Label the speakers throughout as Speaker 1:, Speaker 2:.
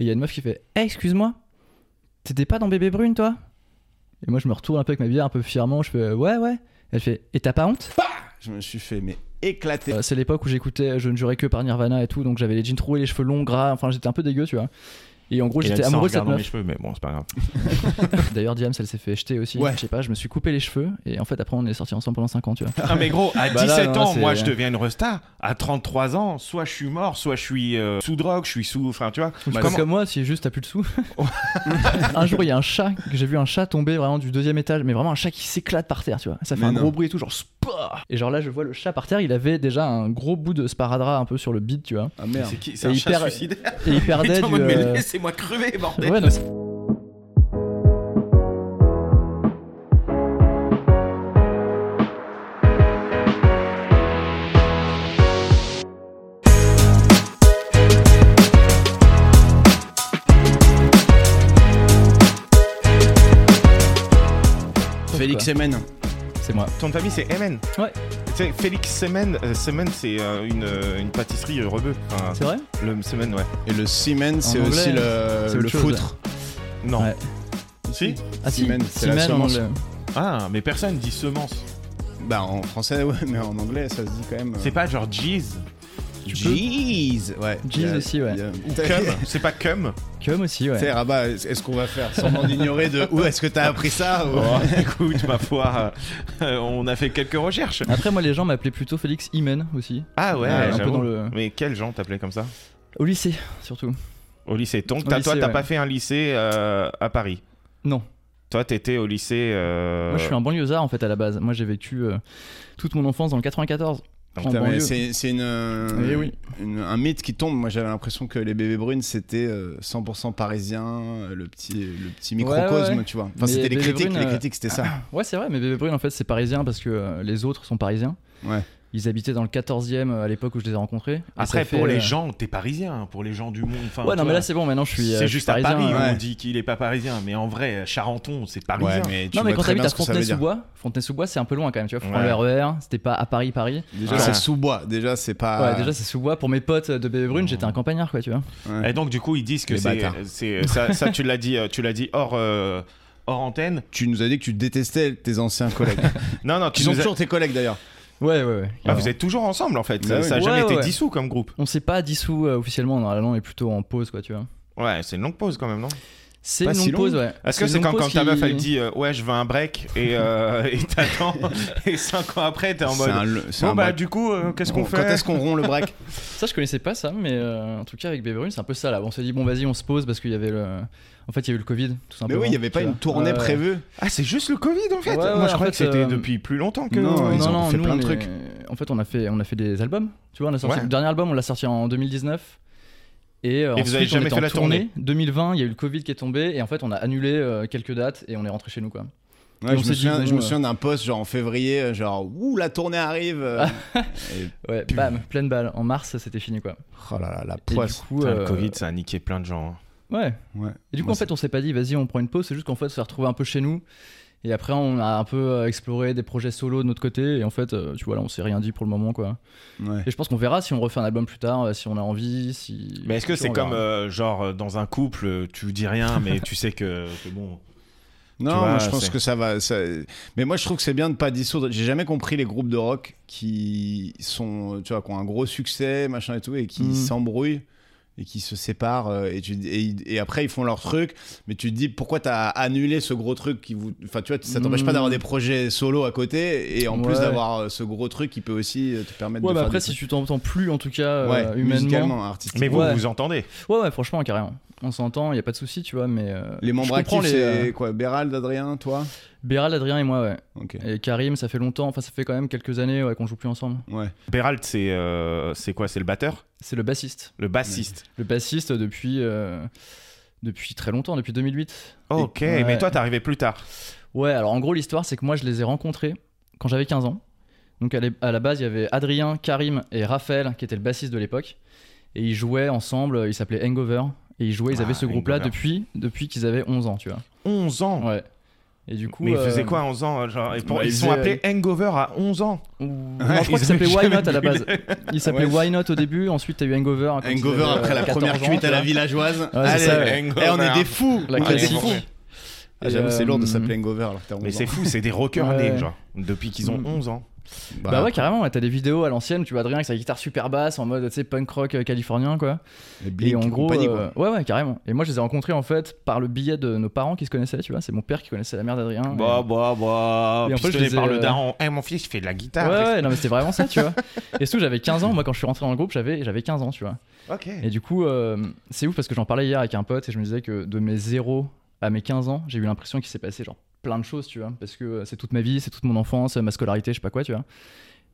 Speaker 1: Et il y a une meuf qui fait Eh, Excuse-moi, t'étais pas dans Bébé Brune, toi Et moi, je me retourne un peu avec ma bière, un peu fièrement. Je fais Ouais, ouais. Elle fait Et t'as pas honte
Speaker 2: Je me suis fait mais éclater.
Speaker 1: Euh, C'est l'époque où j'écoutais Je ne jurais que par Nirvana et tout. Donc j'avais les jeans troués, les cheveux longs, gras. Enfin, j'étais un peu dégueu, tu vois. Et en gros,
Speaker 3: Il a
Speaker 1: j'étais
Speaker 3: dit ça en
Speaker 1: amoureux de cette
Speaker 3: regardant mes
Speaker 1: meuf.
Speaker 3: cheveux, mais bon, c'est pas grave.
Speaker 1: D'ailleurs, Diams, elle s'est fait jeter aussi.
Speaker 2: Ouais.
Speaker 1: Je sais pas, je me suis coupé les cheveux. Et en fait, après, on est sortis ensemble pendant 5 ans, tu vois.
Speaker 3: Non, mais gros, à
Speaker 1: Bah là,
Speaker 3: 17
Speaker 1: non,
Speaker 3: ans,
Speaker 1: c'est-
Speaker 3: moi, je deviens une resta. À 33 ans, soit je suis mort, soit je suis euh, sous drogue, je suis sous. Enfin, tu vois. Bah,
Speaker 1: Parce
Speaker 3: Comment-
Speaker 1: que moi, si juste t'as plus de sous. un jour, il y a un chat, que j'ai vu un chat tomber vraiment du deuxième étage, mais vraiment un chat qui s'éclate par terre, tu vois. Ça fait
Speaker 2: Mais
Speaker 1: un
Speaker 2: non.
Speaker 1: gros bruit et tout, genre spah Et genre là, je vois le chat par terre, il avait déjà un gros bout de sparadrap un peu sur le bide, tu vois.
Speaker 2: Ah merde.
Speaker 3: C'est qui C'est
Speaker 1: Et
Speaker 3: un
Speaker 1: il
Speaker 3: chat
Speaker 1: perd-
Speaker 3: suicidaire
Speaker 1: Et il
Speaker 3: Il
Speaker 1: perdait
Speaker 3: est
Speaker 1: du.
Speaker 3: en mode, mais
Speaker 1: euh,
Speaker 3: laissez-moi crever, bordel
Speaker 1: ouais, non, c'est-
Speaker 2: Félix Semen.
Speaker 1: c'est moi.
Speaker 3: Ton famille, c'est Emen
Speaker 1: Ouais.
Speaker 3: Tu sais, Félix Semen, euh, Semen, c'est euh, une, euh, une pâtisserie euh, rebeu. Enfin,
Speaker 1: C'est vrai
Speaker 3: le Semen, ouais.
Speaker 2: Et le Semen, c'est
Speaker 1: anglais,
Speaker 2: aussi
Speaker 1: c'est
Speaker 2: le,
Speaker 1: autre
Speaker 2: le
Speaker 1: chose.
Speaker 2: foutre.
Speaker 3: Non.
Speaker 1: Ouais.
Speaker 3: Si
Speaker 1: Ah, si,
Speaker 2: Semen, c'est la
Speaker 1: Semen en
Speaker 2: semence.
Speaker 1: anglais.
Speaker 3: Ah, mais personne dit semence.
Speaker 2: Bah en français, ouais, mais en anglais, ça se dit quand même. euh,
Speaker 3: C'est pas genre jeez
Speaker 1: Tu
Speaker 2: Jeez Ouais.
Speaker 1: Jeez
Speaker 2: Il y a-
Speaker 1: aussi, ouais.
Speaker 2: il y a-
Speaker 3: ou cum. C'est pas cum.
Speaker 1: Comme aussi, ouais.
Speaker 2: T'sais, Rabat, est- est-ce qu'on va faire semblant d'ignorer de où est-ce que t'as appris ça ou-
Speaker 3: Oh, écoute, ma foi, euh, on a fait quelques recherches.
Speaker 1: Après, moi, les gens m'appelaient plutôt Félix Imen aussi.
Speaker 3: Ah ouais,
Speaker 1: Ah, un peu
Speaker 3: j'avoue.
Speaker 1: dans
Speaker 2: Hein
Speaker 1: le-
Speaker 3: Mais quels gens t'appelaient comme ça
Speaker 1: Au lycée, surtout.
Speaker 3: Au lycée. Donc,
Speaker 1: Au
Speaker 3: t'as- toi,
Speaker 1: lycée,
Speaker 3: t'as
Speaker 1: ouais.
Speaker 3: pas fait un lycée euh, à Paris
Speaker 1: Non.
Speaker 3: Toi, t'étais au lycée. euh,
Speaker 1: Moi, je suis un banlieusard en fait à la base. Moi, j'ai vécu euh, toute mon enfance dans le 94.
Speaker 3: Donc,
Speaker 1: en
Speaker 2: Putain, mais
Speaker 1: banlieue.
Speaker 2: C'est c'est une, euh,
Speaker 1: Eh oui.
Speaker 2: une- un mythe qui tombe. Moi, j'avais l'impression que les bébés brunes c'était euh, 100% parisien, euh, le petit, le petit
Speaker 1: Ouais,
Speaker 2: microcosme,
Speaker 1: ouais, ouais.
Speaker 2: tu vois. Enfin,
Speaker 1: Mais
Speaker 2: c'était les
Speaker 1: Bébés
Speaker 2: critiques,
Speaker 1: Brunes,
Speaker 2: les
Speaker 1: euh,
Speaker 2: critiques, c'était ça.
Speaker 1: Ouais, c'est vrai, mais Bébé Brune en fait c'est parisien parce que euh, les autres sont parisiens.
Speaker 2: Ouais.
Speaker 1: Ils habitaient dans le 14e à l'époque où je les ai rencontrés. Et ça
Speaker 3: Après,
Speaker 1: fait,
Speaker 3: pour les
Speaker 1: euh,
Speaker 3: gens, t'es parisien. hein, Pour les gens du monde. enfin,
Speaker 1: Ouais, non,
Speaker 3: toi,
Speaker 1: mais là c'est bon, maintenant je suis. euh,
Speaker 3: C'est
Speaker 1: je suis
Speaker 3: juste à
Speaker 1: parisien,
Speaker 3: Paris,
Speaker 1: hein.
Speaker 2: ouais.
Speaker 3: on dit qu'il est pas parisien. Mais en vrai, Charenton, c'est parisien.
Speaker 2: mais tu
Speaker 1: Non, mais
Speaker 2: vois
Speaker 1: quand
Speaker 2: très
Speaker 1: t'habites
Speaker 2: bien
Speaker 1: à
Speaker 2: ce que ça veut dire.
Speaker 1: Fontenay-sous-Bois, Fontenay-sous-Bois c'est un peu loin quand même, tu vois. Faut prendre
Speaker 3: Ouais.
Speaker 1: le RER, c'était pas à Paris, Paris.
Speaker 2: Déjà,
Speaker 3: Ah.
Speaker 2: c'est sous bois. Déjà, c'est pas.
Speaker 1: Ouais, déjà c'est sous-bois. Pour mes potes de Bébé Brune, j'étais un campagnard quoi, tu vois.
Speaker 2: Ouais.
Speaker 3: Et donc, du coup, ils disent que
Speaker 2: Les
Speaker 3: c'est.
Speaker 2: bâtards.
Speaker 3: c'est- Ça, ça, tu l'as dit, euh, tu l'as dit hors, euh, hors antenne.
Speaker 2: Tu nous as dit que tu détestais tes anciens collègues.
Speaker 3: Non, non, tu
Speaker 2: qui sont
Speaker 3: nous as-
Speaker 2: toujours tes collègues d'ailleurs.
Speaker 1: Ouais, ouais, ouais.
Speaker 3: Ah, vous êtes toujours ensemble en fait. Ça,
Speaker 2: Bah oui.
Speaker 3: ça a jamais
Speaker 1: Ouais,
Speaker 3: été
Speaker 1: ouais.
Speaker 3: dissous comme groupe.
Speaker 1: On s'est pas dissous euh, officiellement, normalement, on est plutôt en pause quoi, tu vois.
Speaker 3: Ouais, c'est une longue pause quand même, non
Speaker 1: C'est
Speaker 2: Pas
Speaker 1: une
Speaker 2: si
Speaker 1: longue pause, ouais.
Speaker 3: Est-ce que c'est
Speaker 1: une
Speaker 3: quand,
Speaker 1: longue
Speaker 3: quand
Speaker 1: pause
Speaker 3: ta
Speaker 1: qui-
Speaker 3: meuf elle dit euh, ouais je veux un break et euh, et t'attends et 5 ans après t'es en
Speaker 2: C'est
Speaker 3: mode
Speaker 2: un le- c'est
Speaker 3: bon
Speaker 2: un
Speaker 3: bah
Speaker 2: break.
Speaker 3: du coup euh, qu'est-ce qu'on
Speaker 2: Quand
Speaker 3: fait
Speaker 2: est-ce qu'on rompt le break
Speaker 1: Ça, je connaissais pas ça, mais euh, en tout cas, avec Bébé Brune, c'est un peu ça là. On s'est dit, bon, vas-y, on se pose parce qu'il y avait le. En fait, il y a eu le Covid, tout
Speaker 2: Mais
Speaker 1: simplement.
Speaker 2: oui, il n'y avait pas
Speaker 1: Ah, bah, tu vois.
Speaker 2: une tournée
Speaker 1: Ouais, ouais.
Speaker 2: prévue.
Speaker 3: Ah c'est juste le Covid en fait.
Speaker 1: Ouais,
Speaker 3: Moi
Speaker 1: ouais,
Speaker 3: je
Speaker 1: en
Speaker 3: croyais que
Speaker 1: fait,
Speaker 3: c'était
Speaker 1: euh,
Speaker 3: depuis plus longtemps que
Speaker 2: Non, ils
Speaker 1: non,
Speaker 2: ont
Speaker 1: non,
Speaker 2: fait
Speaker 1: nous,
Speaker 2: plein
Speaker 1: on
Speaker 2: de
Speaker 1: est-
Speaker 2: trucs.
Speaker 1: En fait, on a fait, on a fait des albums. Tu vois, on a sorti
Speaker 3: Ouais.
Speaker 1: le dernier album, on l'a sorti en 2019. Et, euh,
Speaker 3: Et vous
Speaker 1: ensuite,
Speaker 3: avez
Speaker 1: on
Speaker 3: jamais
Speaker 1: était
Speaker 3: fait
Speaker 1: en
Speaker 3: la tournée
Speaker 1: 2020, il y a eu le Covid qui est tombé, et en fait, on a annulé euh, quelques dates et on est rentré chez nous, quoi.
Speaker 2: Ouais,
Speaker 1: Et on
Speaker 2: je,
Speaker 1: s'est
Speaker 2: me
Speaker 1: dit,
Speaker 2: souviens,
Speaker 1: bon,
Speaker 2: je me
Speaker 1: euh,
Speaker 2: souviens d'un post genre en février, euh, genre ouh la tournée arrive.
Speaker 1: Ah.
Speaker 2: euh, et-
Speaker 1: Ouais,
Speaker 2: Putain.
Speaker 1: bam, pleine balle. En mars, c'était fini, quoi.
Speaker 2: oh là là, la
Speaker 1: Et
Speaker 2: poisse.
Speaker 1: du coup,
Speaker 3: Putain,
Speaker 1: euh,
Speaker 3: le Covid ça a niqué plein de gens. hein.
Speaker 1: Ouais.
Speaker 2: Ouais.
Speaker 1: Et du coup,
Speaker 2: Moi,
Speaker 1: en fait, on s'est pas dit, vas-y, on prend une pause. C'est juste qu'en fait, on s'est retrouvé un peu chez nous. Et après, on a un peu euh, exploré des projets solo de notre côté. Et en fait, euh, tu vois, là, on s'est rien dit pour le moment, quoi.
Speaker 2: Ouais.
Speaker 1: Et je pense qu'on verra si on refait un album plus tard, euh, si on a envie, si.
Speaker 3: Mais est-ce que
Speaker 1: si on
Speaker 3: c'est comme
Speaker 1: verra.
Speaker 3: euh, genre euh, dans un couple euh, tu dis rien mais tu sais que, que bon
Speaker 2: Non,
Speaker 3: vois,
Speaker 2: moi, je pense
Speaker 3: c'est-
Speaker 2: que ça va. ça- Mais moi, je trouve que c'est bien de pas dissoudre. J'ai jamais compris les groupes de rock qui sont, tu vois, qui ont un gros succès, machin et tout, et qui
Speaker 1: Mm.
Speaker 2: s'embrouillent et qui se séparent. euh, Et, tu- et- et après, ils font leur truc. Mais tu te dis pourquoi t'as annulé ce gros truc qui vous. Enfin, tu vois, ça t'empêche
Speaker 1: Mm.
Speaker 2: pas d'avoir des projets solo à côté et en plus
Speaker 1: Ouais.
Speaker 2: d'avoir euh, ce gros truc qui peut aussi euh, te permettre
Speaker 1: Ouais,
Speaker 2: de
Speaker 1: bah
Speaker 2: faire
Speaker 1: après,
Speaker 2: des
Speaker 1: si
Speaker 2: trucs.
Speaker 1: tu t'entends plus, en tout cas, euh,
Speaker 2: ouais,
Speaker 1: humainement.
Speaker 2: musicalement, artistiquement.
Speaker 3: mais vous
Speaker 1: Ouais.
Speaker 3: vous entendez
Speaker 1: Ouais, ouais, franchement, carrément. On s'entend, il y a pas de souci, tu vois, mais. euh,
Speaker 2: Les membres
Speaker 1: je comprends
Speaker 2: actifs, c'est
Speaker 1: euh,
Speaker 2: quoi Bérald, Adrien, toi
Speaker 1: Béral, Adrien et moi, ouais.
Speaker 2: Ok.
Speaker 1: Et Karim, ça fait longtemps, enfin, ça fait quand même quelques années ouais, qu'on joue plus ensemble.
Speaker 2: Ouais.
Speaker 3: Bérald c'est euh, c'est quoi c'est le batteur
Speaker 1: C'est le bassiste.
Speaker 3: le bassiste
Speaker 1: Le bassiste depuis. euh, depuis très longtemps, depuis 2008.
Speaker 3: ok
Speaker 1: Ouais.
Speaker 3: mais toi t'es arrivé plus tard
Speaker 1: Ouais, alors en gros, l'histoire, c'est que moi, je les ai rencontrés quand j'avais 15 ans. Donc à l'é- à la base, il y avait Adrien, Karim et Raphaël, qui étaient le bassiste de l'époque. Et ils jouaient ensemble, euh, ils s'appelaient Hangover. Et ils jouaient, ils
Speaker 3: Ah,
Speaker 1: avaient ce groupe-là
Speaker 3: Hangover.
Speaker 2: Oh.
Speaker 1: depuis, depuis qu'ils avaient 11 ans, tu vois.
Speaker 3: 11 ans
Speaker 1: Ouais. Et du coup.
Speaker 3: Mais ils
Speaker 1: euh,
Speaker 3: faisaient quoi à 11 ans euh, genre, et pour-
Speaker 1: bah,
Speaker 3: Ils
Speaker 1: ils
Speaker 3: sont
Speaker 1: faisaient,
Speaker 3: appelés Hangover à 11 ans.
Speaker 1: ou- Non, je crois
Speaker 3: Ils
Speaker 1: qu'il s'appelait
Speaker 3: avaient
Speaker 1: Why Not à la
Speaker 3: jamais
Speaker 1: base. Il s'appelait
Speaker 2: Ouais.
Speaker 1: Why Not au début, ensuite t'as eu Hangover. quand ils
Speaker 2: Hangover
Speaker 1: avaient, euh,
Speaker 2: après la
Speaker 1: 14
Speaker 2: première
Speaker 1: ans,
Speaker 2: cuite
Speaker 1: tu
Speaker 2: à la
Speaker 1: vois.
Speaker 2: villageoise.
Speaker 1: Ouais, c'est
Speaker 2: Allez,
Speaker 1: ça,
Speaker 3: ouais.
Speaker 2: eh, on est des fous.
Speaker 1: La
Speaker 2: on est des
Speaker 1: classique.
Speaker 2: fous. Ah,
Speaker 1: Et,
Speaker 2: J'avoue, c'est lourd de
Speaker 1: euh,
Speaker 2: s'appeler Hangover alors que t'as 11
Speaker 3: Mais c'est
Speaker 2: ans.
Speaker 3: fou, c'est des rockers
Speaker 1: Ouais.
Speaker 3: nés, genre, depuis qu'ils ont
Speaker 1: Mm.
Speaker 3: 11 ans.
Speaker 1: Bah, ouais, carrément, ouais, t'as des vidéos à l'ancienne, où tu vois Adrien avec sa guitare super basse en mode, tu sais, punk rock euh, californien, quoi.
Speaker 2: les
Speaker 1: Et
Speaker 2: Blink
Speaker 1: en
Speaker 2: et
Speaker 1: gros,
Speaker 2: compagnie, quoi.
Speaker 1: euh, ouais, ouais, carrément. Et moi, je les ai rencontrés en fait par le billet de nos parents qui se connaissaient, tu vois. C'est mon père qui connaissait la mère d'Adrien. Et-
Speaker 3: Bah, bah, bah.
Speaker 1: Et en fait,
Speaker 3: Pistonné
Speaker 1: je les ai,
Speaker 3: par le
Speaker 1: euh,
Speaker 3: daron. Eh, mon fils, il fait de la
Speaker 1: Ouais,
Speaker 3: guitare.
Speaker 1: ouais, non, mais c'était vraiment ça, tu vois. Et surtout, j'avais 15 ans. Moi, quand je suis rentré dans le groupe, j'avais j'avais 15 ans, tu vois.
Speaker 3: Ok.
Speaker 1: Et du coup, euh, c'est ouf parce que j'en parlais hier avec un pote et je me disais que de mes 0 à mes 15 ans, j'ai eu l'impression qu'il s'est passé genre plein de choses, tu vois. Parce que euh, c'est toute ma vie, c'est toute mon enfance, euh, ma scolarité, je sais pas quoi, tu vois.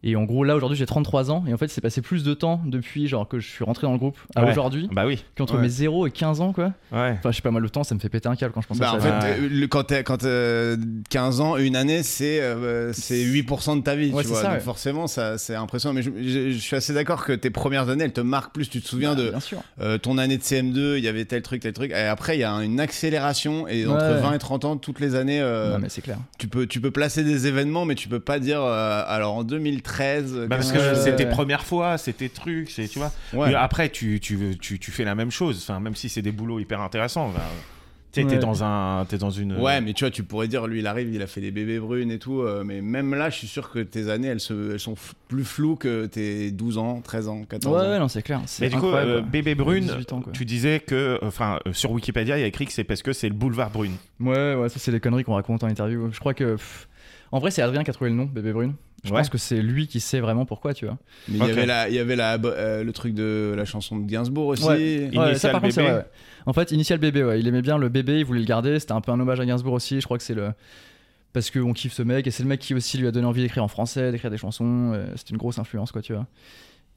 Speaker 1: Et en gros, là, aujourd'hui, j'ai 33 ans. Et en fait, c'est passé plus de temps depuis genre que je suis rentré dans le groupe à
Speaker 3: Ouais.
Speaker 1: aujourd'hui
Speaker 3: Bah oui.
Speaker 1: qu'entre
Speaker 2: Ouais.
Speaker 1: mes 0 et 15 ans, quoi.
Speaker 3: Ouais.
Speaker 1: Enfin, je sais pas, moi, le temps, ça me fait péter un câble quand je pense à
Speaker 2: Bah,
Speaker 1: ça.
Speaker 2: en
Speaker 1: tu vois.
Speaker 3: ça.
Speaker 2: fait, euh, le- quand t'as quand, euh, 15 ans, une année, c'est euh, c'est 8% de ta vie,
Speaker 1: Ouais, c'est
Speaker 2: tu vois.
Speaker 1: ça,
Speaker 2: Donc
Speaker 1: ouais.
Speaker 2: forcément, ça, c'est impressionnant. Mais je, je- je suis assez d'accord que tes premières années, elles te marquent plus. Tu te souviens de
Speaker 1: Bien sûr.
Speaker 2: euh, ton année de CM2, il y avait tel truc, tel truc. Et après, il y a un- une accélération. Et entre
Speaker 1: Ouais.
Speaker 2: 20 et 30 ans, toutes les années, euh,
Speaker 1: non, mais c'est clair.
Speaker 2: tu, peux, tu peux placer des événements, mais tu peux pas dire, euh, alors en 2013.
Speaker 3: Bah, parce
Speaker 2: qu'est-ce
Speaker 3: que
Speaker 1: Ouais.
Speaker 3: c'est tes premières fois, c'est tes trucs, c'est, tu vois.
Speaker 2: Ouais.
Speaker 3: Mais après, tu, tu, tu, tu fais la même chose, enfin, même si c'est des boulots hyper intéressants. enfin, tu sais, t'es
Speaker 1: Ouais.
Speaker 3: dans un, t'es dans une.
Speaker 2: Ouais, mais tu vois, tu pourrais dire, lui, il arrive, il a fait des bébés brunes et tout, euh, mais même là, je suis sûr que tes années, elles, se, elles sont f- plus floues que tes 12 ans, 13 ans,
Speaker 1: Ouais,
Speaker 2: 14 ans.
Speaker 1: ouais, non, c'est clair. C'est
Speaker 3: Mais du coup,
Speaker 1: incroyable.
Speaker 3: euh, bébé brune,
Speaker 1: 18 ans, quoi.
Speaker 3: tu disais que, enfin, euh, sur Wikipédia, il y a écrit que c'est parce que c'est le boulevard brune.
Speaker 1: Ouais, ouais, ça, c'est des conneries qu'on raconte en interview. Je crois que. pff, En vrai, c'est Adrien qui a trouvé le nom, Bébé Brune. Je
Speaker 3: Ouais.
Speaker 1: pense que c'est lui qui sait vraiment pourquoi, tu vois.
Speaker 2: Mais il
Speaker 3: Ok.
Speaker 2: y avait, la, il y avait la, euh, le truc de la chanson de Gainsbourg aussi.
Speaker 1: Ouais, ouais, ça,
Speaker 3: Initial
Speaker 1: par contre, c'est
Speaker 3: bébé.
Speaker 1: vrai, ouais. En fait, initial bébé, ouais. Il aimait bien le bébé, il voulait le garder. C'était un peu un hommage à Gainsbourg aussi. Je crois que c'est le. Parce qu'on kiffe ce mec, et c'est le mec qui aussi lui a donné envie d'écrire en français, d'écrire des chansons. euh, C'est une grosse influence, quoi, tu vois.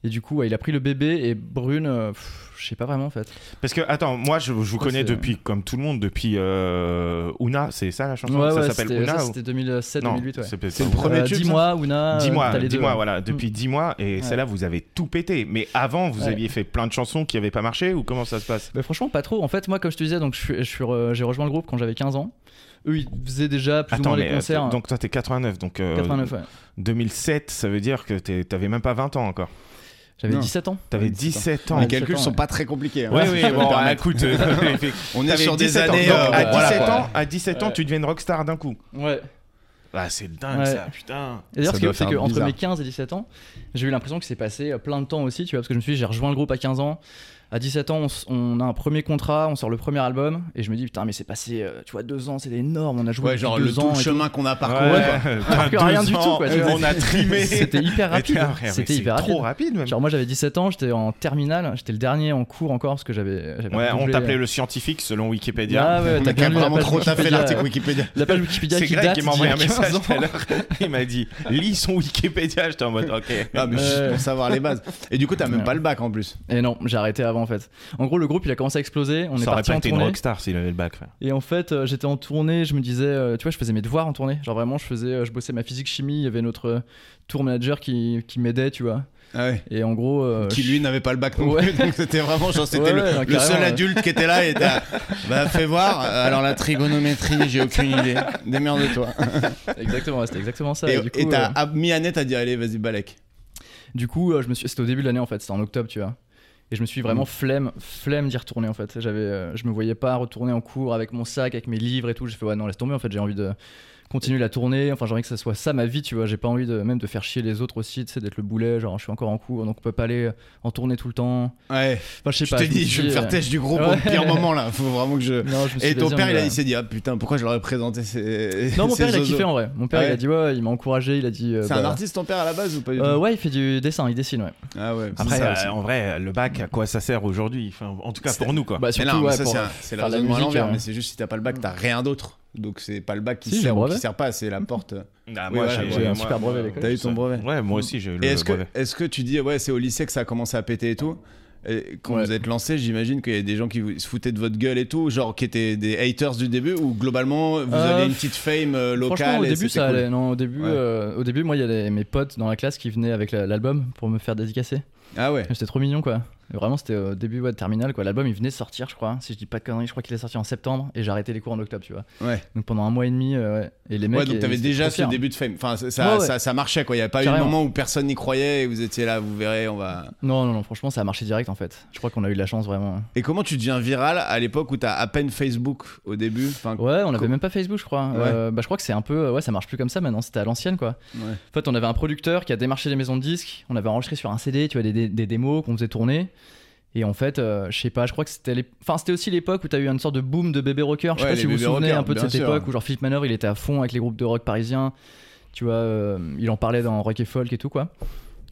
Speaker 1: Et du coup, ouais, il a pris le bébé et Brune, euh, pff, je sais pas vraiment en fait.
Speaker 3: Parce que, attends, moi, je, je vous
Speaker 1: crois
Speaker 3: connais
Speaker 1: que c'est-
Speaker 3: depuis, comme tout le monde, depuis euh, Una, c'est ça la chanson
Speaker 1: ouais,
Speaker 3: Ça
Speaker 1: ouais,
Speaker 3: s'appelle
Speaker 1: c'était-
Speaker 3: Una
Speaker 1: ça,
Speaker 3: ou-
Speaker 1: c'était 2007-2008,
Speaker 3: Non,
Speaker 1: ouais.
Speaker 3: c'est pas-
Speaker 2: C'est
Speaker 3: pas-
Speaker 2: le premier
Speaker 1: Euh,
Speaker 2: tube, ça
Speaker 1: Dis-moi, Ouna.
Speaker 3: Dix
Speaker 1: euh,
Speaker 3: mois,
Speaker 1: t'as les
Speaker 3: dix
Speaker 1: deux,
Speaker 3: mois,
Speaker 1: ouais.
Speaker 3: voilà, depuis dix mois, et celle-là, vous avez tout pété. Mais avant, vous
Speaker 1: Ouais.
Speaker 3: aviez fait plein de chansons qui n'avaient pas marché, ou comment ça se passe
Speaker 1: Bah, franchement, pas trop. En fait, moi, comme je te disais, donc je suis- je suis re- j'ai rejoint le groupe quand j'avais 15 ans. Eux, ils faisaient déjà plus ou
Speaker 3: Attends,
Speaker 1: moins
Speaker 3: mais
Speaker 1: les concerts.
Speaker 3: euh, donc toi, t'es 89, donc euh,
Speaker 1: 89, ouais.
Speaker 3: 2007, ça veut dire que t'es- t'avais même pas 20 ans encore.
Speaker 1: J'avais
Speaker 2: non.
Speaker 1: 17 ans.
Speaker 3: T'avais
Speaker 2: Ouais,
Speaker 3: 17
Speaker 2: Les
Speaker 3: ans.
Speaker 1: Ouais,
Speaker 2: calculs
Speaker 1: ans,
Speaker 2: sont
Speaker 1: ouais.
Speaker 2: pas très compliqués. hein,
Speaker 3: Ouais,
Speaker 2: si
Speaker 3: oui,
Speaker 2: je peux me
Speaker 3: bon,
Speaker 2: permettre.
Speaker 3: écoute, euh,
Speaker 2: on est
Speaker 3: t'avais
Speaker 2: sur des
Speaker 3: 17 ans,
Speaker 2: années.
Speaker 3: donc
Speaker 2: euh,
Speaker 3: à,
Speaker 2: voilà,
Speaker 3: 17
Speaker 2: quoi.
Speaker 3: ans, à 17 ans,
Speaker 1: Ouais.
Speaker 3: tu deviens une rockstar d'un coup.
Speaker 1: Ouais.
Speaker 3: Ah, c'est dingue
Speaker 1: Ouais.
Speaker 3: ça, putain.
Speaker 1: Et D'ailleurs,
Speaker 2: Ça
Speaker 1: ce qui est
Speaker 2: doit
Speaker 1: ouf, c'est
Speaker 2: faire
Speaker 1: qu'entre
Speaker 2: bizarre.
Speaker 1: mes 15 et 17 ans, j'ai eu l'impression que c'est passé euh, plein de temps aussi, tu vois, parce que je me suis dit, j'ai rejoint le groupe à 15 ans. À 17 ans, on, s- on a un premier contrat, on sort le premier album, et je me dis, putain, mais c'est passé, euh, tu vois, deux ans, c'est énorme, on a joué
Speaker 2: Ouais,
Speaker 1: depuis
Speaker 2: genre
Speaker 1: deux
Speaker 2: le
Speaker 1: ans.
Speaker 2: tout
Speaker 1: et
Speaker 2: chemin qu'on a parcouru. quoi.
Speaker 3: Ouais,
Speaker 1: Alors que rien
Speaker 3: deux
Speaker 1: du tout,
Speaker 3: ans,
Speaker 1: quoi, tu vois.
Speaker 3: On a trimé.
Speaker 1: C'était hyper
Speaker 3: Et
Speaker 1: rapide.
Speaker 3: t'es- ah, mais
Speaker 1: C'était
Speaker 3: c'est
Speaker 1: hyper rapide.
Speaker 3: Trop rapide, même.
Speaker 1: Genre, moi, j'avais 17 ans, j'étais en terminale, j'étais le dernier en cours encore, parce que j'avais. j'avais
Speaker 3: Ouais, on
Speaker 1: redoublé-
Speaker 3: t'appelait le scientifique selon Wikipédia.
Speaker 1: euh, Ah ouais,
Speaker 2: On
Speaker 1: t'as bien
Speaker 2: a quand même
Speaker 1: lu la
Speaker 2: vraiment
Speaker 1: page
Speaker 2: trop taffé
Speaker 1: Wikipédia,
Speaker 2: l'article
Speaker 1: euh,
Speaker 2: Wikipédia.
Speaker 1: La page Wikipédia
Speaker 3: C'est
Speaker 1: qui
Speaker 3: Greg
Speaker 1: date
Speaker 3: qui m'a envoyé un
Speaker 1: d'il y a 15
Speaker 3: message
Speaker 1: ans.
Speaker 3: tout à l'heure. Il m'a dit lis son Wikipédia. J'étais en mode ok.
Speaker 2: Ah, mais juste
Speaker 1: Ouais.
Speaker 2: pour savoir les bases. Et du coup, t'as même
Speaker 1: Ouais.
Speaker 2: pas le bac en plus.
Speaker 1: Et non, j'ai arrêté avant en fait. En gros, le groupe il a commencé à exploser, on est
Speaker 3: ça aurait
Speaker 1: parti
Speaker 3: pas
Speaker 1: en
Speaker 3: été une
Speaker 1: tournée.
Speaker 3: rockstar s'il avait le bac. frère.
Speaker 1: Et en fait, euh, j'étais en tournée, je me disais, euh, tu vois, je faisais mes devoirs en tournée. Genre vraiment, je faisais, euh, je bossais ma physique chimie, il y avait notre euh, tour manager qui, qui m'aidait, tu vois.
Speaker 2: Ah ouais.
Speaker 1: Et en gros. euh,
Speaker 2: qui
Speaker 1: je-
Speaker 2: lui n'avait pas le bac non
Speaker 1: Ouais.
Speaker 2: plus. Donc c'était vraiment genre c'était
Speaker 1: Ouais,
Speaker 2: le,
Speaker 1: ouais,
Speaker 2: le
Speaker 1: non, carrément,
Speaker 2: seul
Speaker 1: ouais.
Speaker 2: adulte qui était là et t'as bah fais voir. euh, Alors la trigonométrie, j'ai aucune idée. Démerde-toi.
Speaker 1: Exactement, c'était exactement ça.
Speaker 2: Et
Speaker 1: Et du coup,
Speaker 2: et t'as
Speaker 1: euh,
Speaker 2: ab- mis Annette à dire allez vas-y Balek.
Speaker 1: du coup, euh, je me suis... c'était au début de l'année en fait, c'était en octobre, tu vois. Et je me suis vraiment
Speaker 2: Mm.
Speaker 1: flemme, flemme d'y retourner en fait. J'avais, euh, je me voyais pas retourner en cours avec mon sac, avec mes livres et tout. J'ai fait ouais non laisse tomber en fait. J'ai envie de continuer la tournée. Enfin j'ai envie que ça soit ça ma vie, tu vois. J'ai pas envie de même de faire chier les autres aussi, tu sais d'être le boulet. Genre je suis encore en cours, donc on peut pas aller euh, en tournée tout le temps.
Speaker 2: Ouais.
Speaker 1: Enfin je sais
Speaker 2: Je
Speaker 1: pas.
Speaker 2: te
Speaker 1: me
Speaker 2: dis, je vais me
Speaker 1: suis dit,
Speaker 2: faire
Speaker 1: euh,
Speaker 2: têche du groupe au
Speaker 1: Ouais.
Speaker 2: pire moment là. Faut vraiment que je.
Speaker 1: Non, je me suis
Speaker 2: Et ton
Speaker 1: dit,
Speaker 2: père, il, a-
Speaker 1: euh,
Speaker 2: il s'est dit ah putain pourquoi je leur ai présenté ces.
Speaker 1: Non, mon
Speaker 2: ces
Speaker 1: père, il a
Speaker 2: zozos.
Speaker 1: kiffé en vrai. Mon père,
Speaker 2: Ah
Speaker 1: il
Speaker 2: ouais.
Speaker 1: a dit, ouais, il m'a encouragé, il a dit. euh,
Speaker 2: C'est
Speaker 1: bah,
Speaker 2: un artiste ton père à la base ou pas du tout
Speaker 1: euh, Ouais, il fait du dessin, il dessine, ouais.
Speaker 2: Ah ouais. c'est
Speaker 3: Après,
Speaker 2: ça
Speaker 3: euh,
Speaker 2: aussi.
Speaker 3: en vrai, le bac, à quoi ça sert aujourd'hui Enfin, En tout cas
Speaker 2: C'est-
Speaker 3: pour nous, quoi.
Speaker 1: Bah,
Speaker 2: Mais
Speaker 1: surtout,
Speaker 2: non, mais
Speaker 1: ouais,
Speaker 2: ça
Speaker 1: pour-
Speaker 2: c'est un- c'est le
Speaker 1: faire de la
Speaker 2: raisonnement à
Speaker 1: musique,
Speaker 2: l'envers.
Speaker 1: euh.
Speaker 2: Mais c'est juste si t'as pas le bac, t'as rien d'autre. Donc c'est pas le bac qui
Speaker 1: Si, j'ai
Speaker 2: sert
Speaker 1: le
Speaker 2: ou qui
Speaker 1: brevet.
Speaker 2: sert pas, c'est la porte.
Speaker 3: Ah,
Speaker 2: Oui, voilà, j'ai
Speaker 1: un
Speaker 3: moi-
Speaker 1: super brevet à
Speaker 3: moi-
Speaker 1: l'école.
Speaker 2: T'as eu ton brevet.
Speaker 3: Ouais, moi aussi, j'ai eu
Speaker 2: Et
Speaker 3: le
Speaker 2: est-ce que,
Speaker 3: brevet.
Speaker 2: est-ce que tu dis, ouais, c'est au lycée que ça a commencé à péter et tout et quand
Speaker 1: Ouais.
Speaker 2: vous êtes lancé, j'imagine qu'il y a des gens qui vous- se foutaient de votre gueule et tout, genre qui étaient des haters du début, ou globalement vous
Speaker 1: Euh,
Speaker 2: aviez une petite fame euh,
Speaker 1: Franchement,
Speaker 2: locale.
Speaker 1: au
Speaker 2: et
Speaker 1: début,
Speaker 2: c'était
Speaker 1: ça
Speaker 2: cool.
Speaker 1: allait. Non, au début,
Speaker 2: Ouais.
Speaker 1: euh, au début, moi, il y avait mes potes dans la classe qui venaient avec la- l'album pour me faire dédicacer.
Speaker 2: Ah ouais.
Speaker 1: C'était trop mignon, quoi. Et Vraiment, c'était au début ouais, de terminal, quoi. L'album, il venait de sortir, je crois. Si je dis pas de conneries, je crois qu'il est sorti en septembre et j'ai arrêté les cours en octobre, tu vois.
Speaker 2: Ouais.
Speaker 1: Donc pendant un mois et demi, euh, ouais. Et les mecs.
Speaker 2: ouais, donc
Speaker 1: et-
Speaker 2: t'avais
Speaker 1: ils
Speaker 2: déjà
Speaker 1: étaient
Speaker 2: ce
Speaker 1: trop fiers.
Speaker 2: début de fame. Enfin, ça, ça,
Speaker 1: Ouais, ouais.
Speaker 2: ça- ça marchait quoi. Il n'y a pas eu
Speaker 1: Carrément.
Speaker 2: de moment où personne n'y croyait et vous étiez là, vous verrez, on va.
Speaker 1: Non, non, non, franchement, ça a marché direct en fait. Je crois qu'on a eu de la chance vraiment.
Speaker 2: Et comment tu deviens viral à l'époque où t'as à peine Facebook au début enfin,
Speaker 1: Ouais, on
Speaker 2: Co-
Speaker 1: avait même pas Facebook, je crois.
Speaker 2: Ouais.
Speaker 1: Euh, bah, je crois que c'est un peu. euh, Ouais, ça marche plus comme ça maintenant, c'était à l'ancienne quoi.
Speaker 2: ouais.
Speaker 1: En fait, on avait un producteur qui a démarché les maisons de disques, on avait enregistré sur un CD, tu vois, des, des- des démos qu'on faisait tourner. Et en fait, euh, je sais pas, je crois que c'était l'ép- enfin, c'était aussi l'époque où t'as eu une sorte de boom de bébé rocker. Je sais
Speaker 2: Ouais,
Speaker 1: pas
Speaker 2: les
Speaker 1: si vous vous
Speaker 2: bébés
Speaker 1: souvenez
Speaker 2: rockers,
Speaker 1: un peu de
Speaker 2: bien
Speaker 1: cette
Speaker 2: sûr.
Speaker 1: époque où genre Philippe Manœuvre il était à fond avec les groupes de rock parisiens. Tu vois, euh, il en parlait dans Rock et Folk et tout quoi.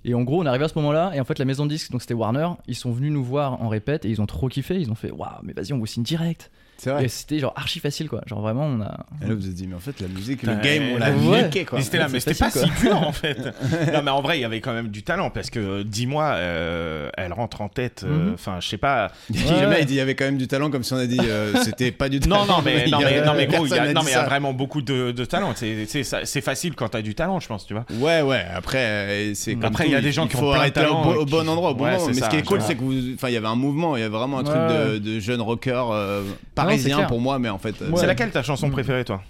Speaker 1: Et en gros, on est arrivé à ce moment-là, et en fait, la maison de disques, donc c'était Warner, ils sont venus nous voir en répète et ils ont trop kiffé. Ils ont fait, waouh, mais vas-y, on vous signe direct.
Speaker 2: C'est vrai.
Speaker 1: Et c'était genre archi facile quoi. Genre vraiment, on a.
Speaker 2: Et là, vous avez dit, mais en fait, la musique, le
Speaker 3: Ouais.
Speaker 2: game, on l'a
Speaker 1: Ouais.
Speaker 2: niqué, quoi.
Speaker 3: Mais c'était là, mais
Speaker 1: c'est
Speaker 3: c'était pas si
Speaker 1: facile,
Speaker 3: dur en fait. non, mais en vrai, il y avait quand même du talent parce que, euh, dis-moi, euh, elle rentre en tête. euh,
Speaker 1: Mhm.
Speaker 3: Enfin, je sais pas.
Speaker 2: Il
Speaker 1: Ouais,
Speaker 2: y en a,
Speaker 1: ouais.
Speaker 2: il dit, il y avait quand même du talent, comme si on a dit, euh, c'était pas du talent.
Speaker 3: Non, non, mais, non,
Speaker 2: il y
Speaker 3: mais,
Speaker 2: a-
Speaker 3: non, mais gros, il y
Speaker 2: personne
Speaker 3: a,
Speaker 2: n'a
Speaker 3: non,
Speaker 2: dit
Speaker 3: mais il y a
Speaker 2: ça.
Speaker 3: vraiment beaucoup de, de talent. C'est- C'est ça- c'est facile quand t'as du talent, je pense, tu vois.
Speaker 2: Ouais, ouais, après, euh, c'est comme
Speaker 3: Après,
Speaker 2: tout,
Speaker 3: il y a des gens qui ont
Speaker 2: faut
Speaker 3: plein de
Speaker 2: arrêter
Speaker 3: talent
Speaker 2: au,
Speaker 3: et
Speaker 2: bon- au
Speaker 3: qui-
Speaker 2: bon endroit, au bon
Speaker 3: Ouais,
Speaker 2: moment.
Speaker 3: c'est
Speaker 2: Mais
Speaker 3: ça,
Speaker 2: ce qui est cool,
Speaker 3: voilà.
Speaker 2: c'est que vous. Enfin, il y avait un mouvement, il y avait vraiment un truc
Speaker 1: Ouais.
Speaker 2: de, de jeune rocker euh, parisien
Speaker 1: clair.
Speaker 2: pour moi, mais en fait. euh,
Speaker 1: Ouais.
Speaker 3: C'est laquelle ta chanson
Speaker 1: Mhm.
Speaker 3: préférée, toi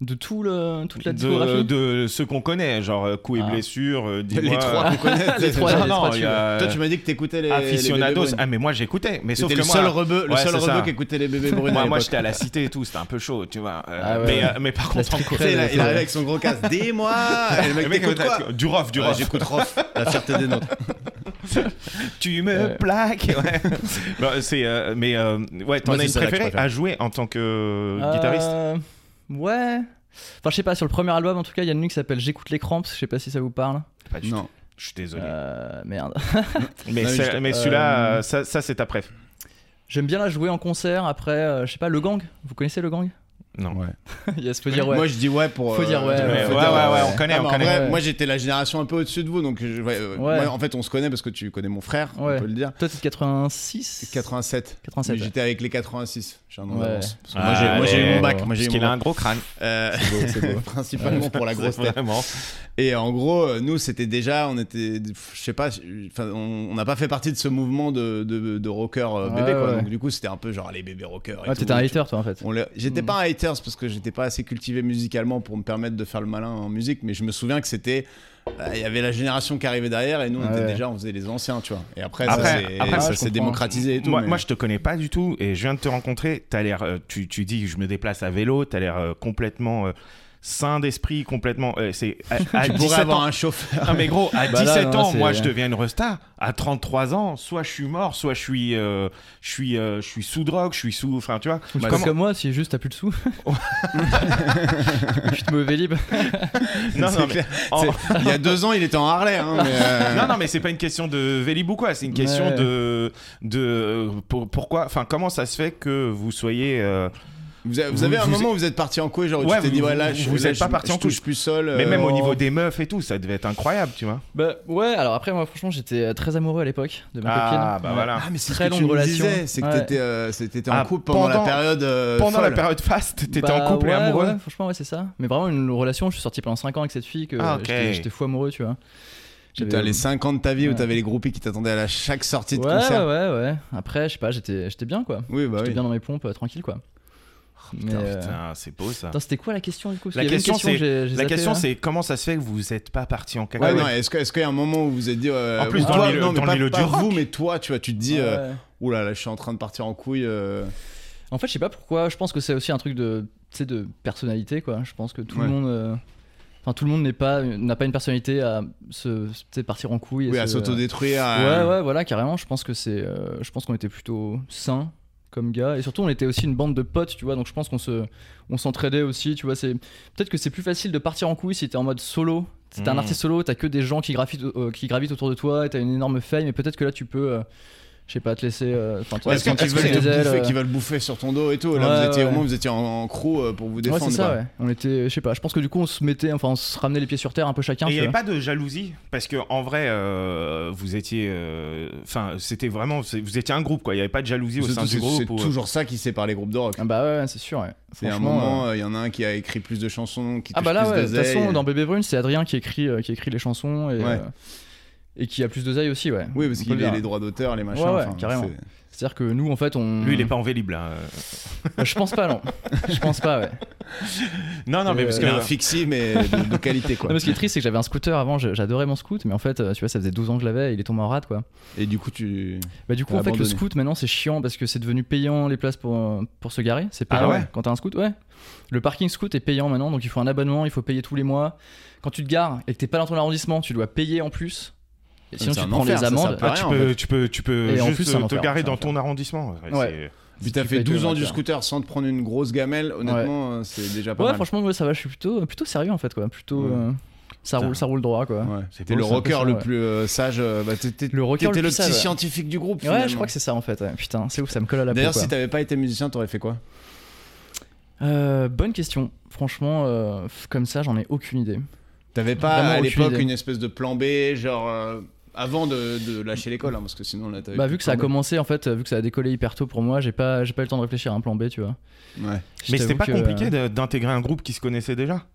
Speaker 1: De tout le... toute la
Speaker 3: de,
Speaker 1: discographie.
Speaker 3: de ceux qu'on connaît, genre euh, coups et
Speaker 1: Ah.
Speaker 3: blessures, euh,
Speaker 2: Les
Speaker 3: dis-moi.
Speaker 2: trois qu'on connaît.
Speaker 1: Les trois,
Speaker 2: c'est-
Speaker 3: Non,
Speaker 1: les trois,
Speaker 3: non, il y a
Speaker 2: Toi, tu m'as dit que t'écoutais les.
Speaker 3: aficionados.
Speaker 2: les bébés
Speaker 3: ah, mais moi j'écoutais, mais sauf
Speaker 2: C'était
Speaker 3: que
Speaker 2: le
Speaker 3: moi,
Speaker 2: seul rebeu, le
Speaker 3: Ouais,
Speaker 2: seul
Speaker 3: c'est
Speaker 2: rebeu
Speaker 3: ça.
Speaker 2: qui écoutait les bébés brunes.
Speaker 3: moi,
Speaker 2: à
Speaker 3: moi
Speaker 2: l'époque.
Speaker 3: j'étais à la cité et tout, c'était un peu chaud, tu vois. Euh,
Speaker 1: Ah ouais,
Speaker 3: mais,
Speaker 1: ouais.
Speaker 3: euh, mais par
Speaker 1: La
Speaker 3: contre,
Speaker 1: street
Speaker 3: en-
Speaker 1: cred,
Speaker 2: Tu sais, il, a- il
Speaker 1: ouais.
Speaker 2: arrive avec son gros casque. Dis-moi Et le
Speaker 3: le
Speaker 2: mec,
Speaker 3: mec,
Speaker 2: t'écoutes quoi
Speaker 3: t'écoutes du rough, du
Speaker 2: Ouais,
Speaker 3: rough.
Speaker 2: J'écoute Rof, la fierté des nôtres.
Speaker 3: Tu me
Speaker 1: Ouais.
Speaker 3: plaques. Ouais. Bon, Euh. c'est, euh, mais euh, ouais, t'en
Speaker 2: Moi, c'est celle-là
Speaker 3: as une
Speaker 2: que je
Speaker 3: préférée
Speaker 2: préfère.
Speaker 3: à jouer en tant que euh, guitariste
Speaker 1: Euh, Ouais. Enfin, je sais pas, sur le premier album, en tout cas, il y a une ligne qui s'appelle J'écoute les cramps, je sais pas si ça vous parle.
Speaker 3: Pas du tout.
Speaker 2: Non.
Speaker 3: Je suis désolé.
Speaker 1: Euh, merde.
Speaker 3: mais
Speaker 2: non, mais
Speaker 3: c'est-
Speaker 2: je-
Speaker 3: mais
Speaker 1: euh,
Speaker 3: celui-là, euh, ça, ça, c'est ta préf.
Speaker 1: J'aime bien la jouer en concert, après, euh, je sais pas, Le Gang. Vous connaissez Le Gang
Speaker 3: Non.
Speaker 2: Ouais.
Speaker 1: Yes, faut dire ouais.
Speaker 2: Moi, je dis ouais pour.
Speaker 1: Faut
Speaker 2: euh,
Speaker 1: dire ouais,
Speaker 2: faut
Speaker 1: ouais,
Speaker 2: dire
Speaker 1: ouais,
Speaker 3: ouais, ouais, on connaît,
Speaker 2: Ah,
Speaker 3: on
Speaker 2: mais en
Speaker 3: connaît.
Speaker 2: vrai,
Speaker 1: Ouais.
Speaker 2: Moi, j'étais la génération un peu au-dessus de vous, donc je- ouais,
Speaker 1: Ouais.
Speaker 2: euh, moi, en fait, on se connaît parce que tu connais mon frère, on
Speaker 1: Ouais.
Speaker 2: peut le dire.
Speaker 1: Toi, t'es de 86
Speaker 2: 87.
Speaker 1: 87,
Speaker 2: Mais
Speaker 1: ouais.
Speaker 2: j'étais avec les 86. J'ai un nom
Speaker 1: Ouais.
Speaker 2: d'avance. Parce que
Speaker 3: Ah,
Speaker 2: moi, j'ai- moi, j'ai eu
Speaker 3: mais-
Speaker 2: mon bac. Moi, j'ai eu
Speaker 3: Parce
Speaker 2: mon
Speaker 3: qu'il a un
Speaker 2: bac.
Speaker 3: gros crâne.
Speaker 2: Euh,
Speaker 1: c'est beau.
Speaker 2: Principalement pour la grosse
Speaker 3: C'est
Speaker 2: tête.
Speaker 3: Vraiment.
Speaker 2: Et en gros, euh, nous, c'était déjà, on était, pff, je sais pas, je- enfin, on on n'a pas fait partie de ce mouvement de, de, de rocker euh,
Speaker 1: Ouais,
Speaker 2: bébé, quoi.
Speaker 1: ouais.
Speaker 2: Donc, du coup, c'était un peu genre les bébés rockers. et
Speaker 1: Ouais,
Speaker 2: tout.
Speaker 1: t'étais un hater, toi, en fait.
Speaker 2: On l'a- J'étais
Speaker 1: Mm.
Speaker 2: pas un haters parce que j'étais pas assez cultivé musicalement pour me permettre de faire le malin en musique, mais je me souviens que c'était. euh, Il y avait la génération qui arrivait derrière et nous, on
Speaker 1: Ouais,
Speaker 2: était
Speaker 1: ouais.
Speaker 2: déjà, on faisait les anciens, tu vois. Et après,
Speaker 3: Après-
Speaker 2: ça s'est-
Speaker 3: après,
Speaker 2: ça
Speaker 1: je
Speaker 2: s'est
Speaker 1: comprends.
Speaker 2: démocratisé et tout.
Speaker 3: Moi,
Speaker 2: mais-
Speaker 3: moi, je te connais pas du tout et je viens de te rencontrer. T'as l'air, euh, tu, tu dis, je me déplace à vélo. T'as l'air euh, complètement euh, sain d'esprit, complètement. euh, c'est à, à
Speaker 2: tu pourrais
Speaker 3: 17
Speaker 2: avoir
Speaker 3: ans.
Speaker 2: un chauffeur.
Speaker 3: Non, Ah, mais gros, à
Speaker 1: Bah là,
Speaker 3: 17
Speaker 1: non,
Speaker 3: ans,
Speaker 1: c'est-
Speaker 3: moi je deviens une resta. À 33 ans, soit je suis mort, soit je suis, euh, je suis, euh, je suis sous drogue, je suis sous. Enfin, tu vois. Bah,
Speaker 1: Parce
Speaker 3: comment-
Speaker 1: que comme moi, si juste t'as plus de sous. Juste mauvais libre.
Speaker 3: Non,
Speaker 2: C'est
Speaker 3: non, mais,
Speaker 2: clair.
Speaker 1: Oh.
Speaker 3: en-
Speaker 2: C'est- Il y a deux ans, il était en Harley. hein, mais, euh,
Speaker 3: non, non, mais c'est pas une question de Vélib ou quoi. C'est une question
Speaker 1: Ouais.
Speaker 3: de, de euh, pour- pourquoi. Enfin, comment ça se fait que vous soyez. euh,
Speaker 2: Vous, avez- vous
Speaker 3: Vous-
Speaker 2: avez un
Speaker 3: vous-
Speaker 2: moment où vous êtes parti en couille, genre où
Speaker 3: Ouais,
Speaker 2: tu t'es
Speaker 3: vous-
Speaker 2: dit, ouais, là,
Speaker 3: vous-
Speaker 2: je,
Speaker 3: vous
Speaker 2: là,
Speaker 3: êtes pas
Speaker 2: je-
Speaker 3: parti
Speaker 2: je
Speaker 3: en
Speaker 2: touche
Speaker 3: couille.
Speaker 2: plus seul.
Speaker 3: Mais
Speaker 2: euh,
Speaker 3: même au
Speaker 1: euh,
Speaker 3: niveau des meufs et tout, ça devait être incroyable, tu vois.
Speaker 1: Bah ouais, alors après, moi, franchement, j'étais euh, très amoureux à l'époque de ma copine.
Speaker 3: Ah, bah
Speaker 1: Ouais.
Speaker 3: voilà.
Speaker 2: Ah, mais c'est ce
Speaker 1: Très
Speaker 2: que tu
Speaker 1: longue
Speaker 2: me
Speaker 1: relation.
Speaker 2: disais, c'est que
Speaker 1: Ouais.
Speaker 2: t'étais, euh, c'est- t'étais en
Speaker 3: Ah,
Speaker 2: couple pendant, la
Speaker 3: pendant-
Speaker 2: période. euh,
Speaker 3: pendant la
Speaker 2: folle.
Speaker 3: période faste, t'étais
Speaker 1: Bah
Speaker 3: en couple et
Speaker 1: ouais,
Speaker 3: amoureux.
Speaker 1: ouais, franchement, ouais, c'est ça. Mais vraiment, une relation, je suis sorti pendant 5 ans avec cette fille que
Speaker 3: Ah, ok.
Speaker 1: j'étais- j'étais fou amoureux, tu vois.
Speaker 2: Putain, les 5 ans de ta vie où
Speaker 1: Ouais.
Speaker 2: t'avais les groupies qui t'attendaient à la- chaque sortie
Speaker 1: ouais,
Speaker 2: de
Speaker 1: ouais,
Speaker 2: concert.
Speaker 1: ouais, ouais. Après, je sais pas, j'étais j'étais bien, quoi.
Speaker 2: Oui, bah
Speaker 1: j'étais
Speaker 2: oui.
Speaker 1: bien dans mes pompes, euh, tranquille, quoi. Mais,
Speaker 3: Oh, Putain,
Speaker 1: euh,
Speaker 3: putain, c'est beau ça.
Speaker 1: Attends, c'était quoi la question, du coup Parce
Speaker 3: La
Speaker 1: qu'il y avait une
Speaker 3: question, c'est-
Speaker 1: j'ai- hein. j'ai
Speaker 3: La
Speaker 1: zappé,
Speaker 3: question
Speaker 1: là.
Speaker 3: c'est comment ça se fait que vous n'êtes pas parti en
Speaker 2: Ouais,
Speaker 3: cacao
Speaker 2: non, est-ce que- est-ce qu'il y a un moment où vous vous êtes dit. euh,
Speaker 3: En plus,
Speaker 2: ou
Speaker 3: dans
Speaker 2: toi-
Speaker 3: le-
Speaker 2: non, mais
Speaker 3: dans le
Speaker 2: pas-
Speaker 3: milieu
Speaker 2: pas
Speaker 3: du
Speaker 2: vous,
Speaker 3: rock.
Speaker 2: mais toi, tu vois, tu te dis.
Speaker 1: Ouais.
Speaker 2: euh, Ouh là, là, je suis en train de partir en couille. euh.
Speaker 1: En fait, je sais pas pourquoi. Je pense que c'est aussi un truc de, tu sais, de personnalité, quoi. Je pense que tout
Speaker 2: Ouais.
Speaker 1: le monde. euh, Enfin, tout le monde n'est pas n'a pas une personnalité à se tu sais, partir en couille. et
Speaker 2: Oui, à
Speaker 1: se-
Speaker 2: s'autodétruire.
Speaker 1: Ouais,
Speaker 2: à-
Speaker 1: ouais, voilà, carrément. Je pense que c'est, euh, je pense qu'on était plutôt sains comme gars, et surtout on était aussi une bande de potes, tu vois. Donc je pense qu'on se, on s'entraidait aussi, tu vois. C'est peut-être que c'est plus facile de partir en couille si t'es en mode solo. Si t'es
Speaker 3: Mm.
Speaker 1: un artiste solo, t'as que des gens qui gravitent, euh, qui gravitent autour de toi, et t'as une énorme fame. Et peut-être que là tu peux, euh, je sais pas, te laisser. euh, Enfin, te
Speaker 2: Ouais,
Speaker 1: laisser
Speaker 2: est-ce
Speaker 1: un petit
Speaker 2: qu'ils
Speaker 1: peu
Speaker 2: veulent, te
Speaker 1: les ailes,
Speaker 2: bouffer,
Speaker 1: euh.
Speaker 2: qu'ils veulent bouffer sur ton dos et tout Là,
Speaker 1: Ouais,
Speaker 2: vous étiez, au
Speaker 1: ouais.
Speaker 2: moins, vous étiez en, en crew euh, pour vous
Speaker 1: Ouais,
Speaker 2: défendre.
Speaker 1: c'est ça,
Speaker 2: quoi.
Speaker 1: ouais. On était, je sais pas, je pense que du coup on se mettait, enfin on se ramenait les pieds sur terre un peu chacun.
Speaker 3: Et il
Speaker 1: tu
Speaker 3: n'y avait
Speaker 1: vois.
Speaker 3: pas de jalousie parce que en vrai, euh, vous étiez, euh, enfin, c'était vraiment, c'est- vous étiez un groupe quoi. Il n'y avait pas de jalousie au
Speaker 2: C'est
Speaker 3: sein du
Speaker 2: c'est- c'est
Speaker 3: groupe. ou- euh,
Speaker 2: toujours ça qui sépare les groupes de rock.
Speaker 1: Ah bah ouais, ouais, c'est sûr, ouais.
Speaker 2: C'est un
Speaker 1: Franchement,
Speaker 2: moment,
Speaker 3: euh,
Speaker 2: il y en a un qui a écrit plus de chansons, qui
Speaker 1: Ah
Speaker 2: touche
Speaker 1: bah là
Speaker 2: plus
Speaker 1: ouais, de toute
Speaker 2: d'oseille.
Speaker 1: façon dans Bébé Brune c'est Adrien qui écrit euh, qui écrit les chansons et,
Speaker 2: Ouais.
Speaker 1: euh, Et qui a plus d'oseille aussi, ouais.
Speaker 2: Oui, parce
Speaker 1: On peut
Speaker 2: qu'il
Speaker 1: le
Speaker 2: a
Speaker 1: dire.
Speaker 2: les droits d'auteur, les machins.
Speaker 1: Ouais, ouais,
Speaker 2: enfin,
Speaker 1: carrément.
Speaker 2: c'est-
Speaker 1: C'est-à-dire que nous, en fait, on.
Speaker 3: Lui, il est pas en vélib là. euh.
Speaker 1: Je pense pas, non. Je pense pas, ouais.
Speaker 3: Non, non, mais
Speaker 1: Et,
Speaker 3: parce
Speaker 1: euh,
Speaker 3: que.
Speaker 2: Il a un fixie, mais de, de qualité, quoi.
Speaker 1: Non, mais ce qui est triste, c'est que j'avais un scooter avant, je- j'adorais mon scoot, mais en fait, euh, tu vois, ça faisait 12 ans que je l'avais, et il est tombé en rade, quoi.
Speaker 2: Et du coup, tu.
Speaker 1: Bah, du coup,
Speaker 2: T'as
Speaker 1: en fait, le
Speaker 2: abandonné.
Speaker 1: scoot, maintenant, c'est chiant parce que c'est devenu payant les places pour, euh, pour se garer. C'est payant
Speaker 2: Ah ouais
Speaker 1: quand t'as un scoot, ouais. Le parking scoot est payant maintenant, donc il faut un abonnement, il faut payer tous les mois. Quand tu te gares et que t'es pas dans ton arrondissement, tu dois payer en plus. Et sinon,
Speaker 2: Ah, C'est
Speaker 1: tu
Speaker 2: un
Speaker 1: te prends
Speaker 2: enfer,
Speaker 1: des
Speaker 2: ça, ça
Speaker 1: amendes.
Speaker 2: paraît,
Speaker 3: ah, tu,
Speaker 2: en
Speaker 3: peux, tu peux, tu peux
Speaker 1: Et en
Speaker 3: juste
Speaker 1: plus, c'est un
Speaker 3: euh, te
Speaker 1: enfer,
Speaker 3: garer
Speaker 1: c'est un
Speaker 3: dans
Speaker 1: enfer.
Speaker 3: ton arrondissement. Ouais,
Speaker 1: Ouais.
Speaker 2: Puis t'as
Speaker 1: Tu
Speaker 2: fait
Speaker 1: payes
Speaker 2: 12
Speaker 1: quand
Speaker 2: ans
Speaker 1: même,
Speaker 2: du
Speaker 1: ouais.
Speaker 2: scooter sans te prendre une grosse gamelle, honnêtement, euh, c'est déjà pas
Speaker 1: ouais,
Speaker 2: mal.
Speaker 1: franchement, ouais, ça va, je suis plutôt, plutôt sérieux en fait, quoi. Plutôt.
Speaker 2: Ouais.
Speaker 1: euh, ça,
Speaker 3: Putain.
Speaker 1: roule, ça roule droit, quoi.
Speaker 2: Ouais.
Speaker 3: C'est
Speaker 2: T'es
Speaker 3: beau,
Speaker 2: le
Speaker 3: c'est un peu
Speaker 2: rocker
Speaker 1: ça,
Speaker 2: le
Speaker 1: ouais.
Speaker 2: plus euh, sage. euh, bah, t'étais
Speaker 1: Le rocker
Speaker 2: t'étais
Speaker 1: le
Speaker 2: le
Speaker 1: plus
Speaker 2: petit
Speaker 1: sage, ouais.
Speaker 2: scientifique du groupe.
Speaker 1: Ouais, je crois que c'est ça en fait. ouais. Putain, c'est ouf, ça me colle à la peau.
Speaker 2: D'ailleurs,
Speaker 1: quoi.
Speaker 2: si t'avais pas été musicien, t'aurais fait quoi
Speaker 1: Euh, bonne question. Franchement, euh, f- comme ça, j'en ai aucune idée.
Speaker 2: T'avais pas
Speaker 1: Vraiment
Speaker 2: à
Speaker 1: aucune
Speaker 2: l'époque
Speaker 1: idée.
Speaker 2: une espèce de plan B, genre euh, avant de, de lâcher l'école, hein, parce que sinon là t'avais.
Speaker 1: Bah,
Speaker 2: plus
Speaker 1: vu
Speaker 2: de
Speaker 1: que ça a
Speaker 2: plan
Speaker 1: commencé, en fait, euh, vu que ça a décollé hyper tôt pour moi, j'ai pas, j'ai pas eu le temps de réfléchir à un plan B, tu vois.
Speaker 2: B. Ouais.
Speaker 1: Je
Speaker 3: Mais c'était
Speaker 1: t'avoue
Speaker 3: pas
Speaker 1: que,
Speaker 3: compliqué
Speaker 1: euh,
Speaker 3: de- d'intégrer un groupe qui se connaissait déjà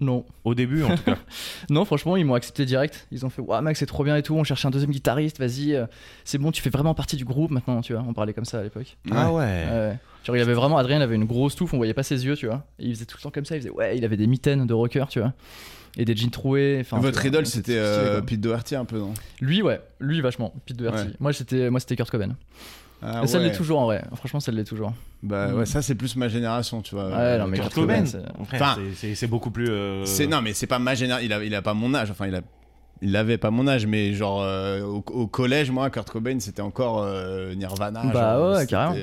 Speaker 1: Non.
Speaker 3: au début, en tout cas.
Speaker 1: Non, franchement, ils m'ont accepté direct. Ils ont fait Waouh, mec, c'est trop bien et tout. On cherche un deuxième guitariste, vas-y. euh, C'est bon, tu fais vraiment partie du groupe maintenant, tu vois. On parlait comme ça à l'époque.
Speaker 3: Ah
Speaker 2: Ouais.
Speaker 3: ouais.
Speaker 1: Ouais. Genre, il avait vraiment, Adrien, il avait une grosse touffe, on voyait pas ses yeux, tu vois. Et il faisait tout le temps comme ça, il faisait Ouais, il avait des mitaines de rocker, tu vois. Et des jeans troués. enfin, tu
Speaker 2: Votre
Speaker 1: vois,
Speaker 2: idole, c'était
Speaker 1: stylé,
Speaker 2: euh,
Speaker 1: quoi.
Speaker 2: Pete Doherty un peu, non
Speaker 1: Lui, ouais, lui vachement, Pete Doherty.
Speaker 2: Ouais.
Speaker 1: Moi, c'était, moi, c'était Kurt Cobain.
Speaker 2: Ah
Speaker 1: Et ça
Speaker 2: ouais.
Speaker 1: l'est toujours en vrai. Franchement, ça l'est toujours.
Speaker 2: Bah
Speaker 1: Mm.
Speaker 2: ouais, ça c'est plus ma génération, tu vois.
Speaker 1: Ouais,
Speaker 2: Euh,
Speaker 1: non, mais
Speaker 2: Kurt
Speaker 1: Kurt
Speaker 2: Cobain.
Speaker 1: Cobain,
Speaker 3: Cobain,
Speaker 1: c'est-
Speaker 3: Frère,
Speaker 2: Enfin,
Speaker 3: c'est- c'est c'est beaucoup plus. euh,
Speaker 2: C'est non, mais c'est pas ma génération. Il a, il a pas mon âge. Enfin, il a, il avait pas mon âge, mais genre euh, au, au collège, moi, Kurt Cobain, c'était encore euh, Nirvana.
Speaker 1: Bah
Speaker 2: genre,
Speaker 1: ouais,
Speaker 2: c'était-
Speaker 1: carrément.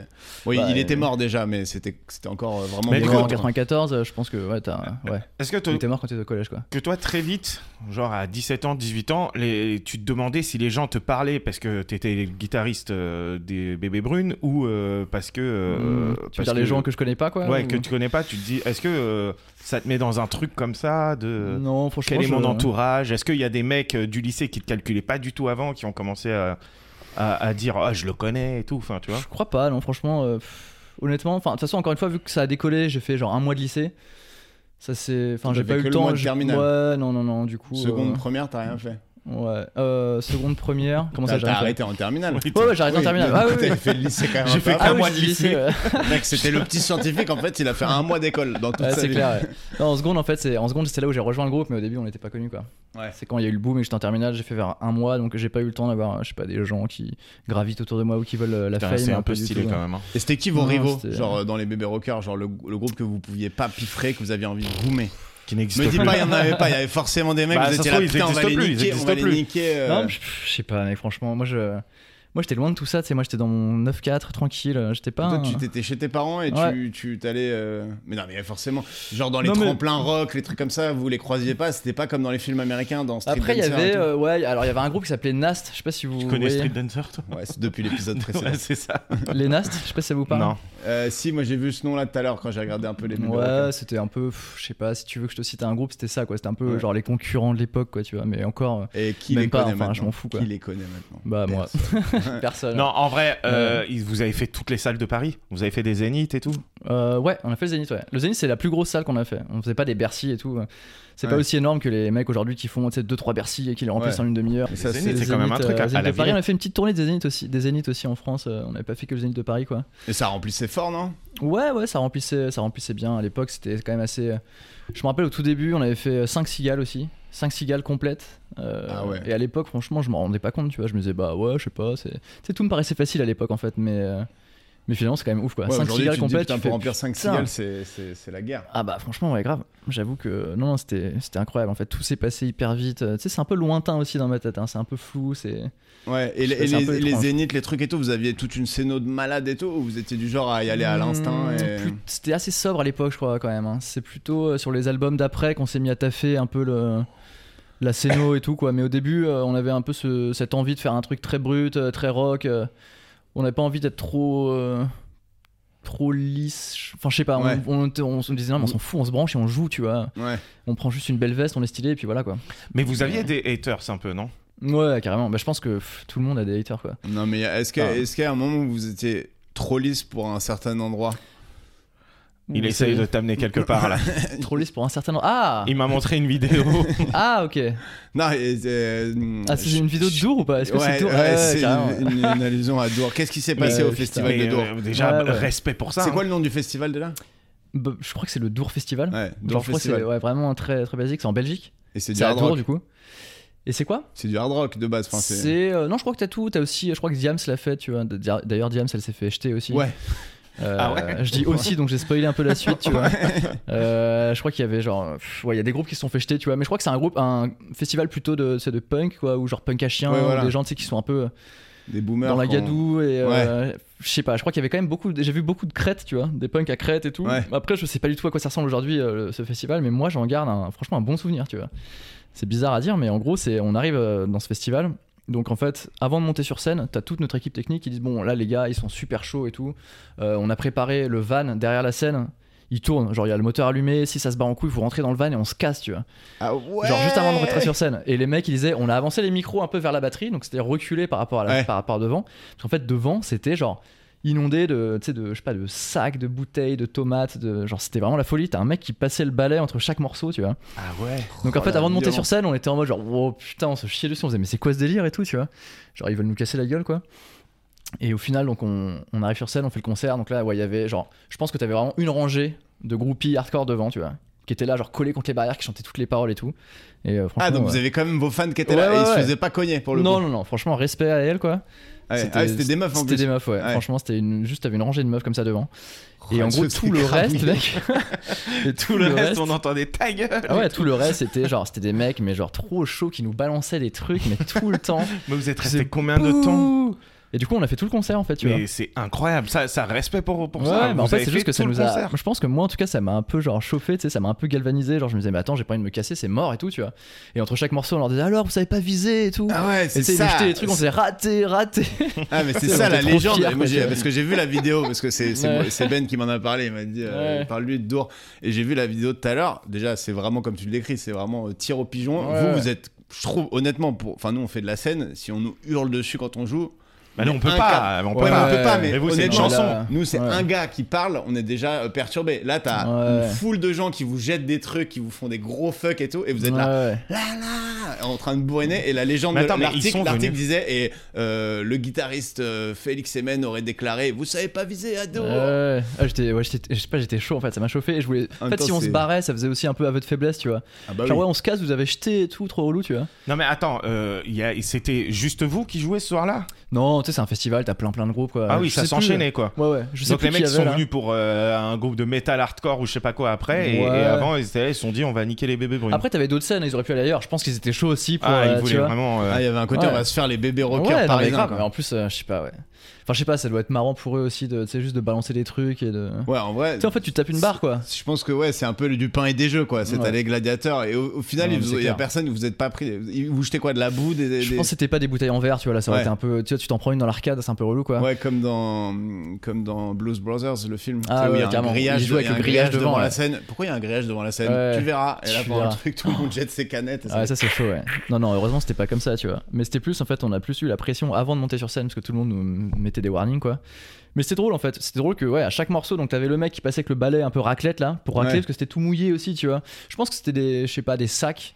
Speaker 2: Oui,
Speaker 1: Bah,
Speaker 2: il était
Speaker 1: euh,
Speaker 2: mort déjà, mais c'était, c'était encore euh, vraiment.
Speaker 3: Mais
Speaker 1: Il est
Speaker 2: bon.
Speaker 3: du coup,
Speaker 1: mort en 94, euh, je pense que ouais, t'as, ouais.
Speaker 3: Est-ce que,
Speaker 1: Il
Speaker 3: toi-
Speaker 1: était mort quand t'étais au collège, quoi.
Speaker 3: que toi, très vite, genre à 17 ans, 18 ans, les- tu te demandais si les gens te parlaient parce que t'étais guitariste euh, des Bébés Brunes ou euh, parce que. euh,
Speaker 1: Hum, tu veux
Speaker 3: parce
Speaker 1: dire les
Speaker 3: que-
Speaker 1: gens que je connais pas, quoi.
Speaker 3: Ouais,
Speaker 1: ou-
Speaker 3: que tu connais pas, tu te dis, est-ce que euh, ça te met dans un truc comme ça de...
Speaker 1: Non, franchement.
Speaker 3: Quel est
Speaker 1: je-
Speaker 3: mon entourage Est-ce qu'il y a des mecs euh, du lycée qui te calculaient pas du tout avant, qui ont commencé à, à, à dire ah je le connais et tout, enfin tu vois
Speaker 1: Je crois pas, non, franchement. euh, pff, honnêtement, enfin, de toute façon, encore une fois, vu que ça a décollé, j'ai fait genre un mois de lycée. Ça c'est. Enfin, j'ai
Speaker 2: T'avais
Speaker 1: pas eu
Speaker 2: que
Speaker 1: le
Speaker 2: le mois
Speaker 1: temps.
Speaker 2: de
Speaker 1: j'ai-
Speaker 2: terminale.
Speaker 1: Ouais, non, non, non, du coup.
Speaker 2: Seconde,
Speaker 1: euh,
Speaker 2: première, t'as rien fait.
Speaker 1: Ouais. Euh, seconde première. Comment
Speaker 2: Bah,
Speaker 1: ça,
Speaker 2: T'as,
Speaker 1: j'ai
Speaker 2: t'as
Speaker 1: rien fait
Speaker 2: arrêté en terminale.
Speaker 1: Ouais, ouais, j'ai arrêté en
Speaker 2: Oui,
Speaker 1: terminale.
Speaker 2: donc
Speaker 1: Ah oui, oui.
Speaker 2: T'avais fait le lycée quand même.
Speaker 3: J'ai
Speaker 2: un
Speaker 3: fait
Speaker 2: peu
Speaker 3: qu'un
Speaker 2: avant.
Speaker 1: Ah oui,
Speaker 3: mois
Speaker 1: je
Speaker 3: de
Speaker 1: suis
Speaker 3: lycée.
Speaker 1: ouais.
Speaker 2: Mec, c'était le petit scientifique. En fait, il a fait un mois d'école dans toute
Speaker 1: Ouais,
Speaker 2: sa
Speaker 1: c'est
Speaker 2: vie.
Speaker 1: clair. ouais. Non, en seconde, en fait, c'est en seconde, c'était là où j'ai rejoint le groupe, mais au début, on n'était pas connus quoi.
Speaker 2: Ouais.
Speaker 1: C'est quand il y a eu le boom et que j'étais en terminale, j'ai fait vers un mois, donc j'ai pas eu le temps d'avoir, euh, je sais pas, des gens qui gravitent autour de moi ou qui veulent euh, la
Speaker 3: Putain,
Speaker 1: fame.
Speaker 3: C'est un peu
Speaker 1: du
Speaker 3: stylé
Speaker 1: tout,
Speaker 3: quand
Speaker 1: hein.
Speaker 3: même. hein.
Speaker 2: Et c'était qui vos
Speaker 1: Non,
Speaker 2: rivaux,
Speaker 1: c'était-
Speaker 2: genre euh, dans les bébés rockers, genre le, le groupe que vous pouviez pas piffrer, que vous aviez envie de goumer.
Speaker 3: Qui n'existe
Speaker 2: Me dis
Speaker 3: plus.
Speaker 2: pas, il y en avait pas. Il y avait forcément des mecs.
Speaker 3: Bah,
Speaker 2: vous
Speaker 3: ça se
Speaker 2: étiez là,
Speaker 3: trouve, ils
Speaker 2: putain, on va
Speaker 3: existent
Speaker 2: les
Speaker 3: plus, ils
Speaker 2: niquer, on va
Speaker 3: existent
Speaker 2: les
Speaker 3: plus.
Speaker 2: niquer. euh.
Speaker 1: Non, mais je je sais pas, mais franchement, moi je. Moi j'étais loin de tout ça, tu sais, moi j'étais dans mon 9-4 tranquille, euh, j'étais pas.
Speaker 2: Toi,
Speaker 1: un-
Speaker 2: tu t'étais chez tes parents et
Speaker 1: Ouais.
Speaker 2: tu, tu t'allais. euh, Mais non, mais forcément. Genre dans les
Speaker 1: Non, mais-
Speaker 2: tremplins rock, les trucs comme ça, vous les croisiez pas. C'était pas comme dans les films américains, dans Street
Speaker 1: Après il y
Speaker 2: Dancer et
Speaker 1: avait,
Speaker 2: tout.
Speaker 1: euh, ouais, alors il y avait un groupe qui s'appelait Nast, je sais pas si vous
Speaker 3: Tu connais
Speaker 1: voyez.
Speaker 3: Street Dancer toi
Speaker 2: Ouais, c'est depuis l'épisode précédent.
Speaker 3: Ouais, c'est ça.
Speaker 1: les Nast, je sais pas si ça vous parle.
Speaker 3: Non.
Speaker 2: Euh, si, moi j'ai vu ce nom-là tout à l'heure quand j'ai regardé un peu les bébés rockers.
Speaker 1: Ouais, c'était un peu, pff, je sais pas, si tu veux que je te cite un groupe, c'était ça quoi, c'était un peu
Speaker 2: Ouais.
Speaker 1: genre les concurrents de l'époque quoi, tu vois, mais encore. euh,
Speaker 2: Et qui
Speaker 1: Même
Speaker 2: les
Speaker 1: pas,
Speaker 2: connaît
Speaker 1: enfin,
Speaker 2: maintenant
Speaker 1: je m'en fous, quoi.
Speaker 2: Qui les connaît maintenant
Speaker 1: Bah moi,
Speaker 2: Personne.
Speaker 1: personne.
Speaker 3: Non, en vrai, euh, ils- vous avez fait toutes les salles de Paris. Vous avez fait des zéniths et tout.
Speaker 1: Euh, ouais, on a fait le Zénith. Ouais. Le Zénith, c'est la plus grosse salle qu'on a fait. On faisait pas des Bercy et tout. C'est pas
Speaker 2: Ouais.
Speaker 1: aussi énorme que les mecs aujourd'hui qui font 2-3 Bercy et qui les remplissent
Speaker 2: Ouais.
Speaker 1: en une demi-heure.
Speaker 2: Mais ça,
Speaker 3: Les
Speaker 2: c'est-
Speaker 3: Zéniths, c'est quand même un
Speaker 1: Zénith,
Speaker 3: truc à-
Speaker 2: hein,
Speaker 1: euh, Zénith
Speaker 3: à la
Speaker 1: de Paris.
Speaker 3: Villette.
Speaker 1: On a fait une petite tournée des Zéniths aussi, des Zéniths aussi en France. euh, on n'avait pas fait que le Zénith de Paris quoi.
Speaker 2: Et ça remplissait fort, non
Speaker 1: Ouais, ouais, ça remplissait, ça remplissait bien. À l'époque, c'était quand même assez. euh, Je me rappelle au tout début, on avait fait 5 cigales aussi. 5 cigales complètes. Euh,
Speaker 2: Ah ouais.
Speaker 1: Et à l'époque, franchement, je m'en rendais pas compte. Tu vois, je me disais, bah ouais, je sais pas. c'est- Tu sais, tout me paraissait facile à l'époque en fait, mais. euh, Mais finalement, c'est quand même ouf quoi.
Speaker 2: Ouais,
Speaker 1: 5
Speaker 2: Aujourd'hui, tu
Speaker 1: cigales
Speaker 2: te dis,
Speaker 1: Bah, complètes.
Speaker 2: putain,
Speaker 1: tu
Speaker 2: pour
Speaker 1: fais,
Speaker 2: remplir 5
Speaker 1: putain.
Speaker 2: cigales, c'est- c'est c'est la guerre.
Speaker 1: Ah bah franchement ouais grave, j'avoue que non, non c'était c'était incroyable en fait, tout s'est passé hyper vite, Euh, tu sais c'est un peu lointain aussi dans ma tête, hein. c'est un peu flou, c'est...
Speaker 2: Ouais, et, les-
Speaker 1: Ça,
Speaker 2: et
Speaker 1: c'est un
Speaker 2: les,
Speaker 1: peu
Speaker 2: les
Speaker 1: étrange.
Speaker 2: zéniths, les trucs et tout, vous aviez toute une scéno de malades et tout, ou vous étiez du genre à y aller à l'instinct
Speaker 1: Mmh,
Speaker 2: et...
Speaker 1: plus- C'était assez sobre à l'époque je crois quand même, hein. c'est plutôt euh, sur les albums d'après qu'on s'est mis à taffer un peu le... la scéno et tout quoi, mais au début euh, on avait un peu ce- cette envie de faire un truc très brut, euh, très rock, euh, on n'avait pas envie d'être trop... euh, trop lisse, Je- enfin je sais pas, on-
Speaker 2: Ouais.
Speaker 1: on, était- on se disait non mais on s'en fout, on se branche et on joue tu vois,
Speaker 2: Ouais.
Speaker 1: on prend juste une belle veste, on est stylé et puis voilà quoi.
Speaker 3: Mais vous aviez des haters un peu, non
Speaker 1: Ouais, carrément. Bah, je pense que pff, tout le monde a des haters, quoi.
Speaker 2: Non, mais est-ce que-
Speaker 1: Ah.
Speaker 2: est-ce qu'il y a un moment où vous étiez trop lisse pour un certain endroit
Speaker 3: Il
Speaker 1: Mais
Speaker 3: essaye
Speaker 1: ça y
Speaker 3: de
Speaker 1: est.
Speaker 3: t'amener quelque part là.
Speaker 1: Trollis pour un certain nombre. Ah
Speaker 3: Il m'a montré une vidéo.
Speaker 1: Ah, ok.
Speaker 2: Non, et, euh,
Speaker 1: Ah, c'est une vidéo de Dour ou pas Est-ce que
Speaker 2: Ouais,
Speaker 1: c'est Dour
Speaker 2: ouais,
Speaker 1: Ouais,
Speaker 2: c'est
Speaker 1: carrément.
Speaker 2: une, une- une allusion à Dour. Qu'est-ce qui s'est
Speaker 1: Mais,
Speaker 2: passé au
Speaker 1: putain.
Speaker 2: festival
Speaker 3: Mais,
Speaker 2: de Dour
Speaker 3: euh, déjà,
Speaker 1: Ouais, ouais.
Speaker 3: respect pour ça.
Speaker 2: C'est
Speaker 3: hein.
Speaker 2: quoi le nom du festival déjà
Speaker 1: Bah, Je crois que c'est le Dour Festival.
Speaker 2: Ouais,
Speaker 1: Genre,
Speaker 2: Dour
Speaker 1: je crois que c'est
Speaker 2: Festival.
Speaker 1: ouais, vraiment très, très basique. C'est en Belgique.
Speaker 2: Et c'est du
Speaker 1: C'est à
Speaker 2: hard
Speaker 1: Dour,
Speaker 2: rock.
Speaker 1: du coup. Et c'est quoi
Speaker 2: C'est du hard rock de base. Enfin, c'est.
Speaker 1: C'est euh, non, je crois que t'as tout. T'as aussi, je crois que Diams l'a fait. Tu vois. D'ailleurs, Diams, elle s'est fait jeter aussi.
Speaker 2: Ouais.
Speaker 1: Euh,
Speaker 3: Ah ouais
Speaker 1: je dis aussi, donc j'ai spoilé un peu la suite, tu vois. Euh, je crois qu'il y avait genre, pff, ouais, il y a des groupes qui se sont fait jeter, tu vois. Mais je crois que c'est un groupe, un festival plutôt de, c'est de punk, quoi, ou genre punk à chien,
Speaker 2: Ouais,
Speaker 1: ou
Speaker 2: voilà.
Speaker 1: des gens tu sais, qui sont un peu
Speaker 2: Des boomers.
Speaker 1: dans la
Speaker 2: qu'on-
Speaker 1: gadoue et euh, je sais pas. Je crois qu'il y avait quand même beaucoup, de- j'ai vu beaucoup de crêtes, tu vois, des punks à crête et tout.
Speaker 2: Ouais.
Speaker 1: Après, je sais pas du tout à quoi ça ressemble aujourd'hui euh, le- ce festival, mais moi j'en garde un- franchement un bon souvenir, tu vois. C'est bizarre à dire, mais en gros, c'est on arrive euh, dans ce festival. Donc en fait, avant de monter sur scène, t'as toute notre équipe technique qui dit bon là les gars ils sont super chauds et tout. Euh, on a préparé le van derrière la scène. Il tourne, genre il y a le moteur allumé, si ça se bat en couille, vous rentrez dans le van et on se casse, tu vois.
Speaker 2: Ah ouais Ah,
Speaker 1: Genre juste avant de rentrer sur scène. Et les mecs, ils disaient, on a avancé les micros un peu vers la batterie, donc c'était reculé par rapport à la,
Speaker 2: Ouais.
Speaker 1: par rapport devant. Parce qu'en fait, devant, c'était genre inondé de, tu sais, de, je sais pas, de sacs, de bouteilles, de tomates, de, genre c'était vraiment la folie. T'as un mec qui passait le balai entre chaque morceau, tu vois.
Speaker 3: Ah ouais.
Speaker 1: Donc en
Speaker 2: Oh,
Speaker 1: fait,
Speaker 2: la
Speaker 1: avant de monter
Speaker 2: violence.
Speaker 1: sur scène, on était en mode genre, oh putain, on se chiait dessus, on se disait, mais c'est quoi ce délire et tout, tu vois. Genre, ils veulent nous casser la gueule, quoi. Et au final, donc on, on arrive sur scène, on fait le concert. Donc là, ouais, il y avait genre, je pense que t'avais vraiment une rangée de groupies hardcore devant, tu vois, qui étaient là, genre collés contre les barrières, qui chantaient toutes les paroles et tout. Et euh, franchement,
Speaker 2: Ah, donc
Speaker 1: ouais.
Speaker 2: vous avez quand même vos fans qui étaient
Speaker 1: Ouais,
Speaker 2: là et ils
Speaker 1: ouais,
Speaker 2: se
Speaker 1: ouais.
Speaker 2: faisaient pas cogner pour le
Speaker 1: non,
Speaker 2: coup.
Speaker 1: non, non, franchement, respect à elle, quoi.
Speaker 2: Ah ouais, ah ouais, c'était des meufs en
Speaker 1: C'était
Speaker 2: plus.
Speaker 1: des meufs, ouais.
Speaker 2: Ouais.
Speaker 1: Franchement, c'était une, juste, t'avais une rangée de meufs comme ça devant. Et
Speaker 2: Oh,
Speaker 1: en
Speaker 2: ce
Speaker 1: gros,
Speaker 2: c'est
Speaker 1: tout le
Speaker 2: grave
Speaker 1: reste,
Speaker 2: mignon.
Speaker 1: mec. et
Speaker 3: Tout le reste, on entendait ta gueule.
Speaker 1: Ah ouais, tout le reste, c'était genre, c'était des mecs, mais genre trop chauds qui nous balançaient des trucs, mais tout le temps.
Speaker 3: Mais vous êtes
Speaker 1: C'est
Speaker 3: resté combien de temps
Speaker 1: Bouh Et du coup, on a fait tout le concert, en fait, tu vois.
Speaker 3: Mais c'est incroyable. Ça, ça respect pour, pour
Speaker 1: Ouais,
Speaker 3: ça.
Speaker 1: mais
Speaker 3: Vous
Speaker 1: en fait,
Speaker 3: avez
Speaker 1: c'est juste que ça
Speaker 3: tout le
Speaker 1: nous a.
Speaker 3: concert.
Speaker 1: Je pense que moi, en tout cas, ça m'a un peu genre chauffé, tu sais, ça m'a un peu galvanisé. Genre, je me disais, mais attends, j'ai pas envie de me casser, c'est mort et tout, tu vois. Et entre chaque morceau, on leur disait, alors, vous savez pas viser et tout.
Speaker 2: Ah ouais,
Speaker 1: et
Speaker 2: c'est
Speaker 1: tu sais, ils nous
Speaker 2: ça.
Speaker 1: jetaient des trucs, on s'est raté, raté.
Speaker 2: Ah mais c'est
Speaker 1: On
Speaker 2: ça
Speaker 1: était
Speaker 2: la
Speaker 1: trop
Speaker 2: légende.
Speaker 1: fiers,
Speaker 2: Et moi,
Speaker 1: quoi,
Speaker 2: j'ai-
Speaker 1: tu vois.
Speaker 2: parce que j'ai vu la vidéo parce que c'est c'est moi-
Speaker 1: Ouais.
Speaker 2: c'est Ben qui m'en a parlé. Il m'a dit euh,
Speaker 1: Ouais.
Speaker 2: parle-lui de Dour. Et j'ai vu la vidéo de tout à l'heure. Déjà c'est vraiment comme tu le décris, c'est vraiment euh, tir au pigeon.
Speaker 1: Ouais.
Speaker 2: Vous vous êtes, je trouve honnêtement, pour, enfin nous on fait de la scène. Si on nous hurle dessus quand on joue,
Speaker 3: Bah non, on peut
Speaker 2: Un
Speaker 3: pas. On peut
Speaker 2: ouais, mais
Speaker 3: pas.
Speaker 2: on peut pas. Mais
Speaker 3: Mais vous, c'est une
Speaker 2: honnêtement,
Speaker 1: chanson.
Speaker 2: là, Nous c'est
Speaker 1: Ouais.
Speaker 2: un gars qui parle, on est déjà euh, perturbé. Là t'as
Speaker 1: Ouais.
Speaker 2: une foule de gens qui vous jettent des trucs, qui vous font des gros fuck et tout, et vous êtes là.
Speaker 1: Ouais, ouais.
Speaker 2: là là en train de bourriner et la légende
Speaker 3: Mais attends,
Speaker 2: de
Speaker 3: mais ils
Speaker 2: l'article
Speaker 3: sont
Speaker 2: l'article
Speaker 3: venus.
Speaker 2: disait et euh, le guitariste euh, Félix Semen aurait déclaré vous savez pas viser ado
Speaker 1: Ouais, Ah, j'étais, ouais, j'étais- je sais pas, j'étais chaud en fait, ça m'a chauffé. Et je voulais.
Speaker 2: En
Speaker 1: En
Speaker 2: même
Speaker 1: fait,
Speaker 2: temps,
Speaker 1: si on se
Speaker 2: c'est-
Speaker 1: barrait, ça faisait aussi un peu aveu de faiblesse, tu vois.
Speaker 2: ah bah
Speaker 1: Genre,
Speaker 2: oui.
Speaker 1: ouais, on se casse, vous avez jeté et tout, trop relou, tu vois.
Speaker 3: Non, mais attends, euh, il y a- c'était juste vous qui jouez ce soir-là
Speaker 1: Non, tu sais, c'est un festival, t'as plein plein de groupes, quoi.
Speaker 3: Ah oui,
Speaker 1: Euh, Je sais
Speaker 3: ça
Speaker 1: plus.
Speaker 3: s'enchaînait quoi.
Speaker 1: Ouais, ouais, je sais
Speaker 3: Donc
Speaker 1: plus
Speaker 3: les mecs
Speaker 1: qui
Speaker 3: ils
Speaker 1: y
Speaker 3: sont
Speaker 1: avait, là.
Speaker 3: venus pour euh, un groupe de metal hardcore ou je sais pas quoi après et, et
Speaker 1: Ouais.
Speaker 3: avant ils étaient là, ils se sont dit on va niquer les bébés brunes.
Speaker 1: Après, t'avais d'autres scènes, ils auraient pu aller ailleurs. Je pense qu'ils étaient chauds aussi pour.
Speaker 3: ah
Speaker 1: euh,
Speaker 3: ils
Speaker 1: tu
Speaker 3: voulaient
Speaker 1: vois.
Speaker 3: vraiment. euh,
Speaker 2: Ah, il y avait un côté
Speaker 1: Ouais.
Speaker 2: on va se faire les bébés rockers
Speaker 1: Ouais, non, mais
Speaker 2: parisiens
Speaker 1: grave,
Speaker 2: quoi.
Speaker 1: mais en plus, euh, je sais pas, ouais. Enfin, je sais pas, ça doit être marrant pour eux aussi de, tu sais, juste de balancer des trucs et de.
Speaker 2: ouais en vrai
Speaker 1: Tu sais, en fait, tu tapes une barre, quoi.
Speaker 2: je pense que ouais c'est un peu le- du pain et des jeux quoi c'est
Speaker 1: Ouais.
Speaker 2: à les gladiateurs et au, au final
Speaker 1: Non,
Speaker 2: ils
Speaker 1: mais
Speaker 2: vous-
Speaker 1: c'est
Speaker 2: il y a
Speaker 1: clair.
Speaker 2: personne vous êtes pas pris ils vous jetez quoi de la boue des, des-
Speaker 1: Je pense que c'était pas des bouteilles en verre, tu vois, là, ça aurait
Speaker 2: Ouais.
Speaker 1: été un peu. Tu vois, tu t'en prends une dans l'arcade, c'est un peu relou, quoi.
Speaker 2: Ouais, comme dans, comme dans Blues Brothers, le film.
Speaker 1: Ah
Speaker 2: Tu sais, où
Speaker 1: ouais,
Speaker 2: il y a un
Speaker 1: carrément.
Speaker 2: grillage,
Speaker 1: Il joue
Speaker 2: de- il y a
Speaker 1: avec
Speaker 2: un
Speaker 1: le grillage
Speaker 2: devant,
Speaker 1: devant,
Speaker 2: la
Speaker 1: ouais.
Speaker 2: scène. Pourquoi il y a un grillage devant la scène
Speaker 1: Ouais.
Speaker 2: Tu verras. Et là,
Speaker 1: Tu
Speaker 2: pendant le
Speaker 1: verras.
Speaker 2: truc, tout le monde jette ses canettes. et
Speaker 1: Ah ouais, ça c'est chaud, ouais. Non, non, heureusement c'était pas comme ça, tu vois. Mais c'était plus, en fait, on a plus eu la pression avant de monter sur scène parce que tout le monde nous mettait des warnings, quoi. Mais c'était drôle en fait, c'était drôle que ouais, à chaque morceau, donc t'avais le mec qui passait avec le balai un peu raclette là, pour racler
Speaker 2: Ouais.
Speaker 1: parce que c'était tout mouillé aussi, tu vois. Je pense que c'était des, je sais pas, des sacs.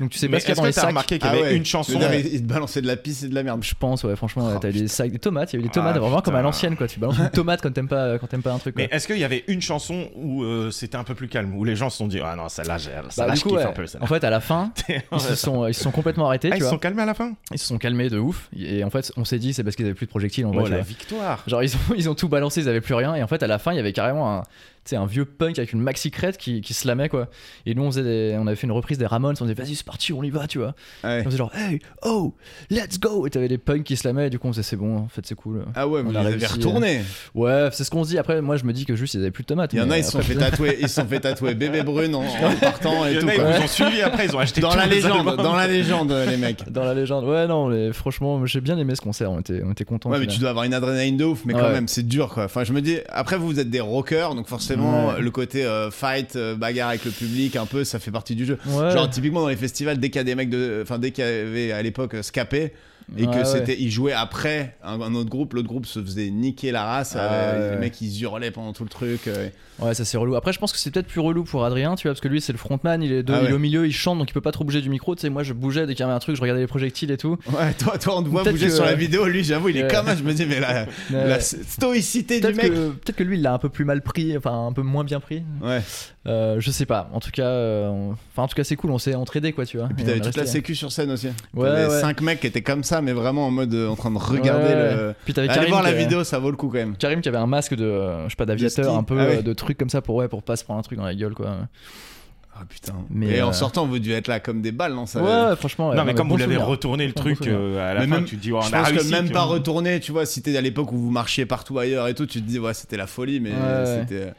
Speaker 1: Donc tu sais
Speaker 3: mais
Speaker 1: pas ce qu'il y a
Speaker 3: est-ce
Speaker 1: dans les
Speaker 3: que t'as
Speaker 1: sacs.
Speaker 3: remarqué qu'il y
Speaker 2: Ah
Speaker 3: avait
Speaker 2: ouais,
Speaker 3: une chanson
Speaker 2: le gars, il, il te balançait de la pisse et de la merde.
Speaker 1: Je pense, ouais, franchement,
Speaker 2: Oh,
Speaker 1: t'avais des sacs, des tomates, il y avait des tomates,
Speaker 3: Ah,
Speaker 1: vraiment comme à
Speaker 3: putain.
Speaker 1: l'ancienne quoi. Tu balances une tomate quand t'aimes pas, quand t'aimes pas un truc. quoi.
Speaker 3: Mais est-ce qu'il y avait une chanson où euh, c'était un peu plus calme où les gens se sont dit ah non celle-là j'ai- celle-là,
Speaker 1: Bah, du
Speaker 3: je
Speaker 1: coup,
Speaker 3: kiffe
Speaker 1: ouais.
Speaker 3: un peu
Speaker 1: en
Speaker 3: celle-là.
Speaker 1: fait, à la fin, ils se sont, ils se sont complètement arrêtés, tu
Speaker 3: Ah, ils se
Speaker 1: vois.
Speaker 3: sont calmés à la fin
Speaker 1: Ils se sont calmés de ouf. Et en fait, on s'est dit, c'est parce qu'ils avaient plus de projectiles en vrai.
Speaker 3: Oh
Speaker 1: tu
Speaker 3: la
Speaker 1: vois.
Speaker 3: victoire
Speaker 1: Genre ils ont, ils ont tout balancé, ils avaient plus rien et en fait à la fin il y avait carrément un, tu sais, un vieux punk avec une maxi crête qui, qui se lamait quoi. Et nous on, faisait des- on avait fait une reprise des Ramones, on disait vas-y c'est parti on y va tu vois.
Speaker 2: Ouais.
Speaker 1: Et on faisait genre hey oh let's go et t'avais des punks qui se lamaient et du coup on faisait c'est bon en fait c'est cool.
Speaker 2: Ah ouais,
Speaker 1: On
Speaker 2: vous
Speaker 1: a
Speaker 2: les avez
Speaker 1: réussi,
Speaker 2: retournés.
Speaker 1: Ouais c'est ce qu'on se dit après moi je me dis que juste ils avaient plus de tomates.
Speaker 2: Il y en
Speaker 1: mais
Speaker 2: a, ils se sont
Speaker 1: après,
Speaker 2: fait
Speaker 1: putain,
Speaker 2: tatouer, ils se sont fait tatouer bébé brune en, en partant et
Speaker 3: Il y
Speaker 2: tout.
Speaker 3: en a, ils
Speaker 2: quoi.
Speaker 3: vous ont suivi après ils ont acheté
Speaker 2: Dans
Speaker 3: tous
Speaker 2: la
Speaker 3: les
Speaker 2: légende,
Speaker 3: albums.
Speaker 2: dans la légende, les mecs.
Speaker 1: dans la légende. Ouais non mais franchement j'ai bien aimé ce concert on était, on était contents.
Speaker 2: Ouais, mais
Speaker 1: au
Speaker 2: tu
Speaker 1: final.
Speaker 2: dois avoir une adrénaline de ouf, mais quand
Speaker 1: Ouais.
Speaker 2: même, c'est dur quoi. Enfin, je me dis, après, vous êtes des rockers, donc forcément,
Speaker 1: Ouais.
Speaker 2: le côté euh, fight, euh, bagarre avec le public, un peu, ça fait partie du jeu.
Speaker 1: Ouais.
Speaker 2: Genre, typiquement, dans les festivals, dès qu'il y a des mecs de. Enfin, dès qu'il y avait à l'époque euh, Scapé, et
Speaker 1: Ouais,
Speaker 2: que
Speaker 1: ouais.
Speaker 2: c'était ils jouaient après un, un autre groupe l'autre groupe se faisait niquer la race
Speaker 1: Ah,
Speaker 2: euh, les
Speaker 1: ouais.
Speaker 2: mecs ils hurlaient pendant tout le truc euh,
Speaker 1: Ouais, ça c'est relou. Après, je pense que c'est peut-être plus relou pour Adrien, tu vois, parce que lui c'est le frontman, il est, de-
Speaker 2: Ah ouais.
Speaker 1: il est au milieu, il chante donc il peut pas trop bouger du micro. Tu sais, moi je bougeais dès qu'il y avait un truc, je regardais les projectiles et tout.
Speaker 2: ouais toi toi on te voit
Speaker 1: Peut-être
Speaker 2: bouger
Speaker 1: que-
Speaker 2: sur la vidéo lui j'avoue il est
Speaker 1: Ouais.
Speaker 2: comme un, je me dis mais la,
Speaker 1: Mais,
Speaker 2: la
Speaker 1: euh,
Speaker 2: stoïcité du
Speaker 1: Peut-être
Speaker 2: mec
Speaker 1: que, peut-être que lui il l'a un peu plus mal pris, enfin un peu moins bien pris.
Speaker 2: ouais
Speaker 1: Euh, je sais pas. En tout cas, euh, on- enfin en tout cas c'est cool, on s'est entraidé quoi, tu vois.
Speaker 2: et puis
Speaker 1: Et
Speaker 2: t'avais
Speaker 1: on est
Speaker 2: toute la
Speaker 1: resté- hein.
Speaker 2: sécu sur scène aussi
Speaker 1: Ouais,
Speaker 2: t'avais
Speaker 1: ouais.
Speaker 2: cinq mecs qui étaient comme ça mais vraiment en mode euh, en train de regarder
Speaker 1: Ouais.
Speaker 2: le
Speaker 1: Puis t'avais
Speaker 2: allez
Speaker 1: Karim
Speaker 2: voir la
Speaker 1: qui-
Speaker 2: vidéo ça vaut le coup quand même
Speaker 1: Karim qui avait un masque de euh, je sais pas
Speaker 2: De
Speaker 1: d'aviateur
Speaker 2: ski.
Speaker 1: un peu
Speaker 2: Ah ouais.
Speaker 1: euh, de trucs comme ça pour ouais pour pas se prendre un truc dans la gueule quoi.
Speaker 2: ah putain
Speaker 1: Mais,
Speaker 2: et en
Speaker 1: euh,
Speaker 2: sortant vous deviez être là comme des balles non ça
Speaker 1: ouais, ouais, franchement. ouais,
Speaker 3: non, mais comme
Speaker 1: bon
Speaker 3: vous l'avez
Speaker 1: souvenir.
Speaker 3: retourné le
Speaker 1: Bon
Speaker 3: truc
Speaker 1: souvenir.
Speaker 3: euh, à la
Speaker 2: Mais
Speaker 3: fin,
Speaker 2: même-
Speaker 3: tu te dis, oh, on
Speaker 2: je
Speaker 3: a
Speaker 2: pense que
Speaker 3: réussi.
Speaker 2: même
Speaker 3: tu
Speaker 2: pas
Speaker 3: vois.
Speaker 2: retourner, tu vois, si t'étais à l'époque où vous marchiez partout ailleurs et tout, tu te dis, ouais, c'était la folie, mais
Speaker 1: Ouais,
Speaker 2: euh,
Speaker 1: ouais.
Speaker 2: c'était.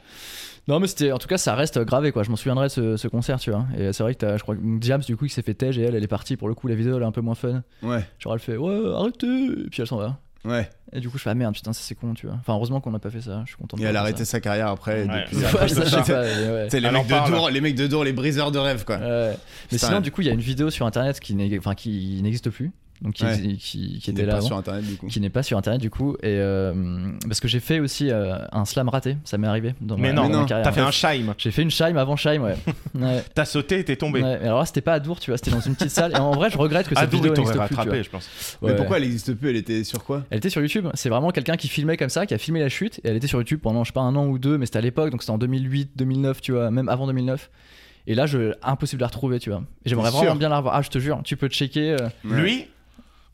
Speaker 1: Non mais c'était en tout cas ça reste gravé quoi. Je m'en souviendrai de ce, ce concert tu vois. Et c'est vrai que t'as- je crois que Diams du coup il s'est fait tège et elle elle est partie pour le coup la vidéo elle est un peu moins fun.
Speaker 2: Ouais,
Speaker 1: Genre elle fait ouais arrêtez et puis elle s'en va.
Speaker 2: ouais.
Speaker 1: Et du coup je fais ah merde putain ça c'est con tu vois. Enfin heureusement qu'on n'a pas fait ça. Je suis content. de
Speaker 2: Et
Speaker 1: pas
Speaker 2: elle a
Speaker 1: faire
Speaker 2: arrêté sa carrière après. et
Speaker 3: Ouais.
Speaker 2: depuis,
Speaker 1: ça.
Speaker 2: elle a
Speaker 1: Ouais,
Speaker 2: fait
Speaker 1: ça, je sais
Speaker 2: ça.
Speaker 1: pas, mais ouais.
Speaker 2: Tu sais, les,
Speaker 3: Elle en
Speaker 2: mecs de
Speaker 3: parle.
Speaker 2: Dour, les mecs de Dour, les briseurs de rêve, quoi.
Speaker 1: Ouais. Mais
Speaker 2: Putain,
Speaker 1: sinon,
Speaker 2: ouais.
Speaker 1: du coup, il y a une vidéo sur internet qui n'ex- enfin, qui n'existe plus, donc qui,
Speaker 2: Ouais.
Speaker 1: qui, qui
Speaker 2: Qui
Speaker 1: était
Speaker 2: n'est
Speaker 1: là
Speaker 2: pas
Speaker 1: avant,
Speaker 2: sur internet, du coup.
Speaker 1: qui n'est pas sur internet du coup, et euh, parce que j'ai fait aussi euh, un slam raté, ça m'est arrivé dans ma,
Speaker 3: Mais non,
Speaker 1: dans ma
Speaker 2: non,
Speaker 1: carrière.
Speaker 3: T'as fait un shime.
Speaker 1: J'ai fait une shime avant shime, ouais. ouais.
Speaker 3: T'as sauté et t'es tombé.
Speaker 1: Ouais, mais alors là, c'était pas à Dour, tu vois, c'était dans une petite salle. Et en vrai, je regrette que cette
Speaker 3: Ah, Dour, il
Speaker 1: vidéo
Speaker 3: t'aurait
Speaker 1: n'existe plus. tu
Speaker 3: rattrapé, je pense.
Speaker 1: vois.
Speaker 2: Mais
Speaker 1: Ouais.
Speaker 2: pourquoi elle existe plus Elle était sur quoi
Speaker 1: Elle était sur YouTube. C'est vraiment quelqu'un qui filmait comme ça, qui a filmé la chute. Et elle était sur YouTube pendant, je sais pas, un an ou deux, mais c'était à l'époque, donc c'était en 2008, 2009, tu vois, même avant 2009. Et là, je... impossible de la retrouver, tu vois. Et J'aimerais
Speaker 2: T'es
Speaker 1: vraiment
Speaker 2: sûr
Speaker 1: bien la revoir. Ah, je te jure, tu peux checker. euh,
Speaker 2: Ouais.
Speaker 3: Lui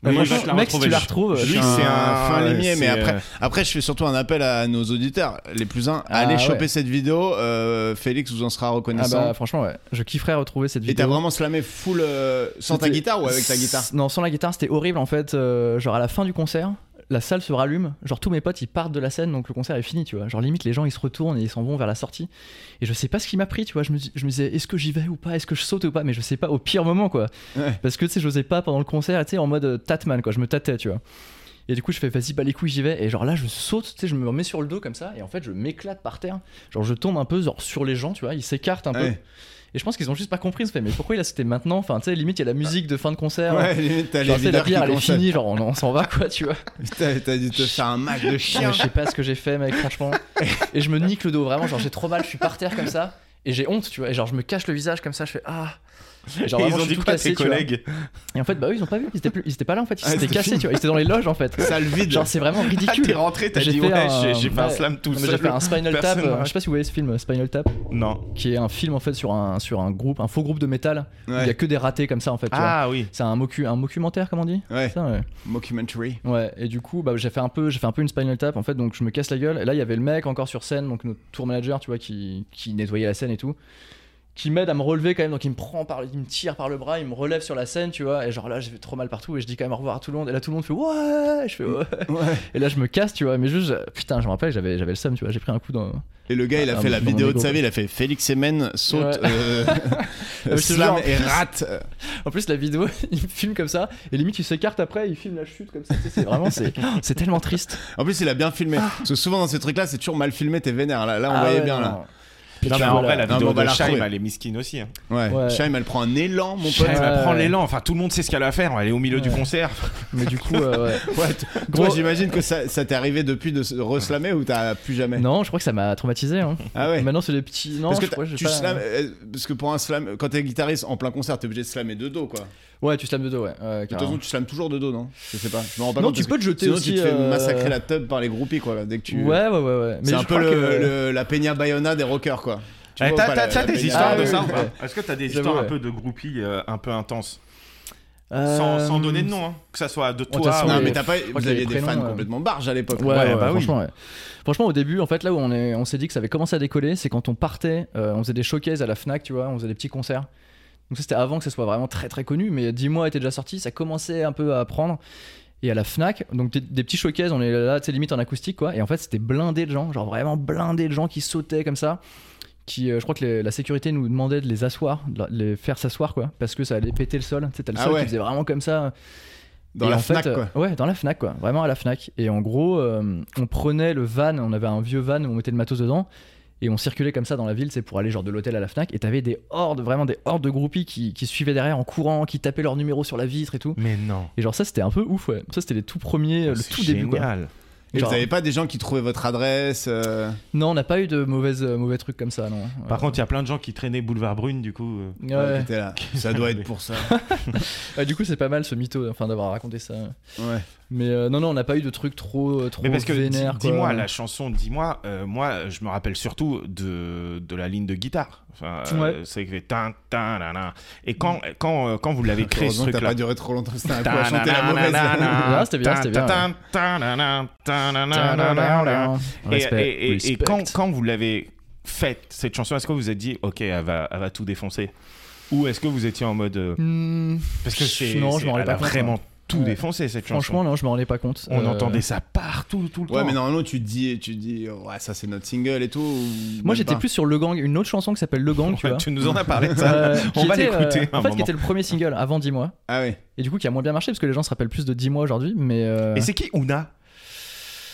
Speaker 1: Bah,
Speaker 3: Lui, il
Speaker 1: franchement,
Speaker 3: va te la
Speaker 1: mec, si
Speaker 3: retrouver.
Speaker 1: tu la retrouves, euh,
Speaker 2: je suis
Speaker 3: Lui,
Speaker 2: un
Speaker 3: c'est un
Speaker 2: fin limier,
Speaker 3: c'est,
Speaker 2: mais après-
Speaker 3: euh,
Speaker 2: Après, je fais surtout un appel à nos auditeurs, les plus uns.
Speaker 1: Ah,
Speaker 2: allez
Speaker 1: ouais.
Speaker 2: choper cette vidéo. euh, Félix vous en sera
Speaker 1: Ah
Speaker 2: reconnaissant.
Speaker 1: bah franchement ouais, je kifferais retrouver cette
Speaker 2: et t'as
Speaker 1: vidéo.
Speaker 2: vraiment slamé full euh, sans ta
Speaker 1: C'était-
Speaker 2: guitare ou avec ta guitare
Speaker 1: S- Non, sans la guitare, c'était horrible en fait. Euh, genre à la fin du concert, la salle se rallume, genre tous mes potes ils partent de la scène donc le concert est fini, tu vois. Genre limite les gens ils se retournent et ils s'en vont vers la sortie. Et je sais pas ce qui m'a pris, tu vois. Je me, dis- je me disais est-ce que j'y vais ou pas, est-ce que je saute ou pas, mais je sais pas au pire moment quoi.
Speaker 2: Ouais.
Speaker 1: Parce que tu sais, j'osais pas pendant le concert, tu sais, en mode euh, Tatman quoi, je me tâtais, tu vois. Et du coup, je fais vas-y, bah les couilles, j'y vais. Et genre là, je saute, tu sais, je me remets sur le dos comme ça. Et en fait, je m'éclate par terre. Genre, je tombe un peu genre, sur les gens, tu vois. Ils s'écartent un peu.
Speaker 2: Ouais,
Speaker 1: Et je pense qu'ils ont juste pas compris, ils se fait, mais pourquoi il a sauté maintenant Enfin, tu sais, limite, il y a la musique de fin de concert.
Speaker 2: ouais limite, t'as
Speaker 1: Genre,
Speaker 2: les
Speaker 1: tu sais, la
Speaker 2: leaders qui
Speaker 1: bière, elle est
Speaker 2: commencent à-
Speaker 1: finie, genre, on, on s'en va, quoi, tu vois.
Speaker 2: Putain, t'as dû te faire un match de chien.
Speaker 1: Mais je sais pas ce que j'ai fait, mec, franchement. Et je me nique le dos, vraiment, genre, j'ai trop mal, je suis par terre comme ça. Et j'ai honte, tu vois. Et genre, je me cache le visage comme ça, je fais, ah. Et genre,
Speaker 3: et
Speaker 1: vraiment,
Speaker 3: ils
Speaker 1: je
Speaker 3: ont
Speaker 1: suis
Speaker 3: dit
Speaker 1: tout
Speaker 3: quoi,
Speaker 1: cassé,
Speaker 3: tes
Speaker 1: tu vois.
Speaker 3: collègues
Speaker 1: Et en fait, bah eux, ils ont pas vu, ils étaient, plus- ils étaient pas là, en fait, ils
Speaker 2: Ah,
Speaker 1: étaient
Speaker 2: c'était
Speaker 1: cassés,
Speaker 2: fini.
Speaker 1: tu vois. Ils étaient dans les loges, en fait.
Speaker 2: Ça le vide.
Speaker 1: Genre, c'est vraiment
Speaker 3: Ah,
Speaker 1: ridicule.
Speaker 3: t'es rentré, t'as
Speaker 1: J'ai
Speaker 3: dit
Speaker 1: fait
Speaker 3: ouais,
Speaker 1: un-
Speaker 3: j'ai- j'ai fait un
Speaker 1: ouais.
Speaker 3: slam tout
Speaker 1: Non, mais J'ai fait
Speaker 3: seul.
Speaker 1: un Spinal Tap,
Speaker 3: Personne hein.
Speaker 1: euh,
Speaker 3: m'a-
Speaker 1: je sais pas si vous voyez ce film, Spinal Tap,
Speaker 3: Non.
Speaker 1: qui est un film en fait sur un, sur un groupe, un faux groupe de métal, où il y a
Speaker 2: Ouais,
Speaker 1: que des ratés comme ça en fait. tu vois.
Speaker 3: Ah oui.
Speaker 1: C'est un, mocu, un mocumentaire, comme on dit
Speaker 2: ouais.
Speaker 1: Ça, ouais.
Speaker 2: Mockumentary.
Speaker 1: Ouais, et du coup, bah, j'ai fait un peu, j'ai fait un peu une spinal tap en fait, donc je me casse la gueule. Et là, il y avait le mec encore sur scène, donc notre tour manager, tu vois, qui, qui nettoyait la scène et tout, qui m'aide à me relever quand même. Donc il me prend par, il me tire par le bras, il me relève sur la scène, tu vois. Et genre là, j'ai fait trop mal partout et je dis quand même au revoir à tout le monde. Et là, tout le monde fait ouais, je fais ouais.
Speaker 2: Ouais.
Speaker 1: Et là, je me casse, tu vois. Mais juste, je- putain, je me rappelle, que j'avais, j'avais le seum, tu vois. J'ai pris un coup dans.
Speaker 2: Et le gars, il a
Speaker 1: Ah,
Speaker 2: fait
Speaker 1: mais
Speaker 2: la
Speaker 1: dans mon
Speaker 2: vidéo de
Speaker 1: ego,
Speaker 2: sa
Speaker 1: quoi.
Speaker 2: vie, il a fait Félix Semen saute,
Speaker 1: Ouais. Ah, je
Speaker 2: euh,
Speaker 1: te jure,
Speaker 2: slam
Speaker 1: en
Speaker 2: et
Speaker 1: plus-
Speaker 2: rate.
Speaker 1: En plus, la vidéo, il me filme comme ça et limite, il s'écarte après, il filme la chute comme ça. Tu sais, C'est vraiment, c'est, c'est tellement triste.
Speaker 2: En plus, il a bien filmé. Parce que souvent dans ces trucs-là, c'est toujours mal filmé, t'es vénère. Là, là on
Speaker 1: Ah
Speaker 2: voyait
Speaker 1: ouais,
Speaker 2: bien,
Speaker 1: non. Et
Speaker 3: Non,
Speaker 1: tu
Speaker 3: mais en
Speaker 1: vois, là-
Speaker 3: vrai, la
Speaker 2: Non, mais
Speaker 3: vidéo
Speaker 2: on va
Speaker 3: de
Speaker 2: la
Speaker 3: Shime,
Speaker 2: retrouver.
Speaker 3: elle est miskine aussi. hein.
Speaker 2: là. Ouais.
Speaker 1: Ouais.
Speaker 2: Chaim, elle prend un élan, mon pote.
Speaker 1: Ouais,
Speaker 3: Elle va
Speaker 1: ouais,
Speaker 3: prendre
Speaker 1: ouais.
Speaker 3: l'élan. Enfin, tout le monde sait ce qu'elle va faire. Elle est au milieu du
Speaker 1: Ouais.
Speaker 3: concert.
Speaker 1: Mais du coup, euh, ouais.
Speaker 2: Ouais, t-
Speaker 1: Gros-
Speaker 2: Toi, j'imagine que ça, ça t'est arrivé depuis de se reslammer ou t'as plus jamais
Speaker 1: Non, je crois que ça m'a traumatisé. hein.
Speaker 2: Ah ouais
Speaker 1: Maintenant, c'est des petits. Non,
Speaker 2: parce que,
Speaker 1: je crois
Speaker 2: t'as-
Speaker 1: j'ai
Speaker 2: tu
Speaker 1: pas-
Speaker 2: slams- euh, parce que pour un slam, quand t'es guitariste en plein concert, t'es obligé de slammer de dos quoi. De
Speaker 1: Ouais, tu slams de dos, ouais. ouais,
Speaker 2: toute
Speaker 1: carrément.
Speaker 2: façon, tu slams toujours de dos, non Je sais pas. Je me rends pas
Speaker 1: non,
Speaker 2: compte
Speaker 1: tu
Speaker 2: parce
Speaker 1: peux te
Speaker 2: que
Speaker 1: jeter
Speaker 2: Sinon,
Speaker 1: aussi.
Speaker 2: tu te fais
Speaker 1: euh,
Speaker 2: massacrer la tub par les groupies quoi. là, dès que tu.
Speaker 1: Ouais, ouais, ouais. ouais. Mais
Speaker 2: C'est un
Speaker 1: je
Speaker 2: peu
Speaker 1: crois
Speaker 2: le,
Speaker 1: que-
Speaker 2: le- la Peña Bayona des rockers, quoi. Tu
Speaker 3: Eh,
Speaker 2: vois ou
Speaker 3: T'as
Speaker 2: pas,
Speaker 3: t'as-
Speaker 2: la-
Speaker 3: t'as
Speaker 2: la
Speaker 3: des
Speaker 2: Peña
Speaker 3: histoires
Speaker 1: Ah,
Speaker 3: de
Speaker 2: Bayona
Speaker 3: ça
Speaker 1: oui,
Speaker 3: ou pas
Speaker 1: ouais.
Speaker 3: Est-ce que t'as des
Speaker 1: J'avoue,
Speaker 3: histoires un
Speaker 1: ouais.
Speaker 3: peu de groupies euh, un peu intenses
Speaker 1: Euh,
Speaker 3: Sans sans donner de nom, hein. que ça soit de
Speaker 1: de toute
Speaker 3: toi.
Speaker 1: façon,
Speaker 3: ou-
Speaker 2: Non,
Speaker 1: Ouais,
Speaker 2: mais t'as pas.
Speaker 1: crois
Speaker 2: Vous
Speaker 1: qu'il y a
Speaker 2: aviez
Speaker 1: des
Speaker 2: des fans
Speaker 1: prénoms, euh.
Speaker 2: complètement barges à l'époque.
Speaker 1: Ouais,
Speaker 2: quoi.
Speaker 1: ouais,
Speaker 3: bah oui.
Speaker 1: franchement, ouais. Franchement, au début, en fait, là où on, est, on s'est dit que ça avait commencé à décoller, c'est quand on partait, euh, on faisait des showcases à la Fnac, tu vois, on faisait des petits concerts. Donc ça, c'était avant que ça soit vraiment très très connu, mais 10 mois était déjà sorti, ça commençait un peu à prendre. Et à la Fnac, donc des, des petits showcases, on est là, tu sais, limite en acoustique quoi. Et en fait, c'était blindé de gens, genre vraiment blindé de gens qui sautaient comme ça. Qui, euh, je crois que les- la sécurité nous demandait de les asseoir, de la- les faire s'asseoir quoi, parce que ça allait péter le sol. Tu sais, t'as le
Speaker 2: Ah
Speaker 1: sol
Speaker 2: ouais.
Speaker 1: qui faisait vraiment comme ça.
Speaker 2: Dans
Speaker 1: Et
Speaker 2: la
Speaker 1: en fait,
Speaker 2: Fnac,
Speaker 1: euh,
Speaker 2: quoi.
Speaker 1: Ouais, dans la Fnac, quoi. Vraiment à la Fnac. Et en gros, euh, on prenait le van, on avait un vieux van où on mettait le matos dedans. Et on circulait comme ça dans la ville, c'est pour aller genre de l'hôtel à la Fnac. Et t'avais des hordes, vraiment des hordes de groupies qui, qui suivaient derrière en courant, qui tapaient leur numéro sur la vitre et tout.
Speaker 3: Mais non.
Speaker 1: Et genre ça c'était un peu ouf, ouais. Ça c'était les tout premiers, le
Speaker 3: Ah, C'est
Speaker 1: tout début. Quoi.
Speaker 3: génial.
Speaker 2: Et
Speaker 1: euh, Genre-
Speaker 2: vous avez pas des gens qui trouvaient votre adresse euh,
Speaker 1: Non, on n'a pas eu de mauvaises, euh, mauvais trucs comme ça, non.
Speaker 3: Par
Speaker 1: Ouais.
Speaker 3: contre, il y a plein de gens qui traînaient boulevard Brune, du coup. euh.
Speaker 1: Ouais.
Speaker 2: qui étaient là Ça doit être pour ça.
Speaker 1: Ouais, du coup c'est pas mal ce mytho, enfin d'avoir raconté ça.
Speaker 2: Ouais.
Speaker 1: Mais euh, non, non, on n'a pas eu de trucs trop, euh, trop
Speaker 3: Mais parce que dis-
Speaker 1: vénères. quoi.
Speaker 3: dis-moi la chanson, dis-moi, euh, moi je me rappelle surtout de, de la ligne de guitare. Enfin, euh, c'est que tin, tin, nan, nan. Et quand quand euh, quand vous l'avez créé ce
Speaker 2: Heureusement que t'as
Speaker 3: truc là.
Speaker 2: pas duré trop longtemps, c'était un coup à chanter la mauvaise.
Speaker 1: Non, c'était bien, c'était bien,
Speaker 3: Et
Speaker 1: Respect,
Speaker 3: et- et- et
Speaker 1: respect.
Speaker 3: quand quand vous l'avez faite cette chanson, est-ce que vous vous êtes dit ok, elle va elle va tout défoncer, ou est-ce que vous étiez en mode euh,
Speaker 1: Hmm,
Speaker 3: parce que c'est
Speaker 1: Non, je
Speaker 3: c'est-
Speaker 1: m'en rendais
Speaker 3: elle
Speaker 1: pas
Speaker 3: a
Speaker 1: compte, hein.
Speaker 3: vraiment tout
Speaker 1: Ouais.
Speaker 3: défoncé cette
Speaker 1: franchement,
Speaker 3: chanson.
Speaker 1: non, je m'en rendais pas compte.
Speaker 3: On
Speaker 1: Euh,
Speaker 3: entendait ça partout tout le
Speaker 2: Ouais,
Speaker 3: temps.
Speaker 2: mais normalement, tu te dis, tu te dis, ouais, ça c'est notre single et tout. ou
Speaker 1: Moi
Speaker 2: même
Speaker 1: j'étais
Speaker 2: pas.
Speaker 1: plus sur Le Gang, une autre chanson qui s'appelle Le Gang, tu
Speaker 3: Ouais,
Speaker 1: vois.
Speaker 3: tu nous en as parlé de ça.
Speaker 1: Euh,
Speaker 3: On
Speaker 1: qui
Speaker 3: va
Speaker 1: était, euh,
Speaker 3: l'écouter à un
Speaker 1: En fait, qui
Speaker 3: moment.
Speaker 1: était le premier single avant 10 mois.
Speaker 2: Ah ouais.
Speaker 1: Et du coup, qui a moins bien marché parce que les gens se rappellent plus de 10 mois aujourd'hui. Mais. euh,
Speaker 3: Et c'est qui Ouna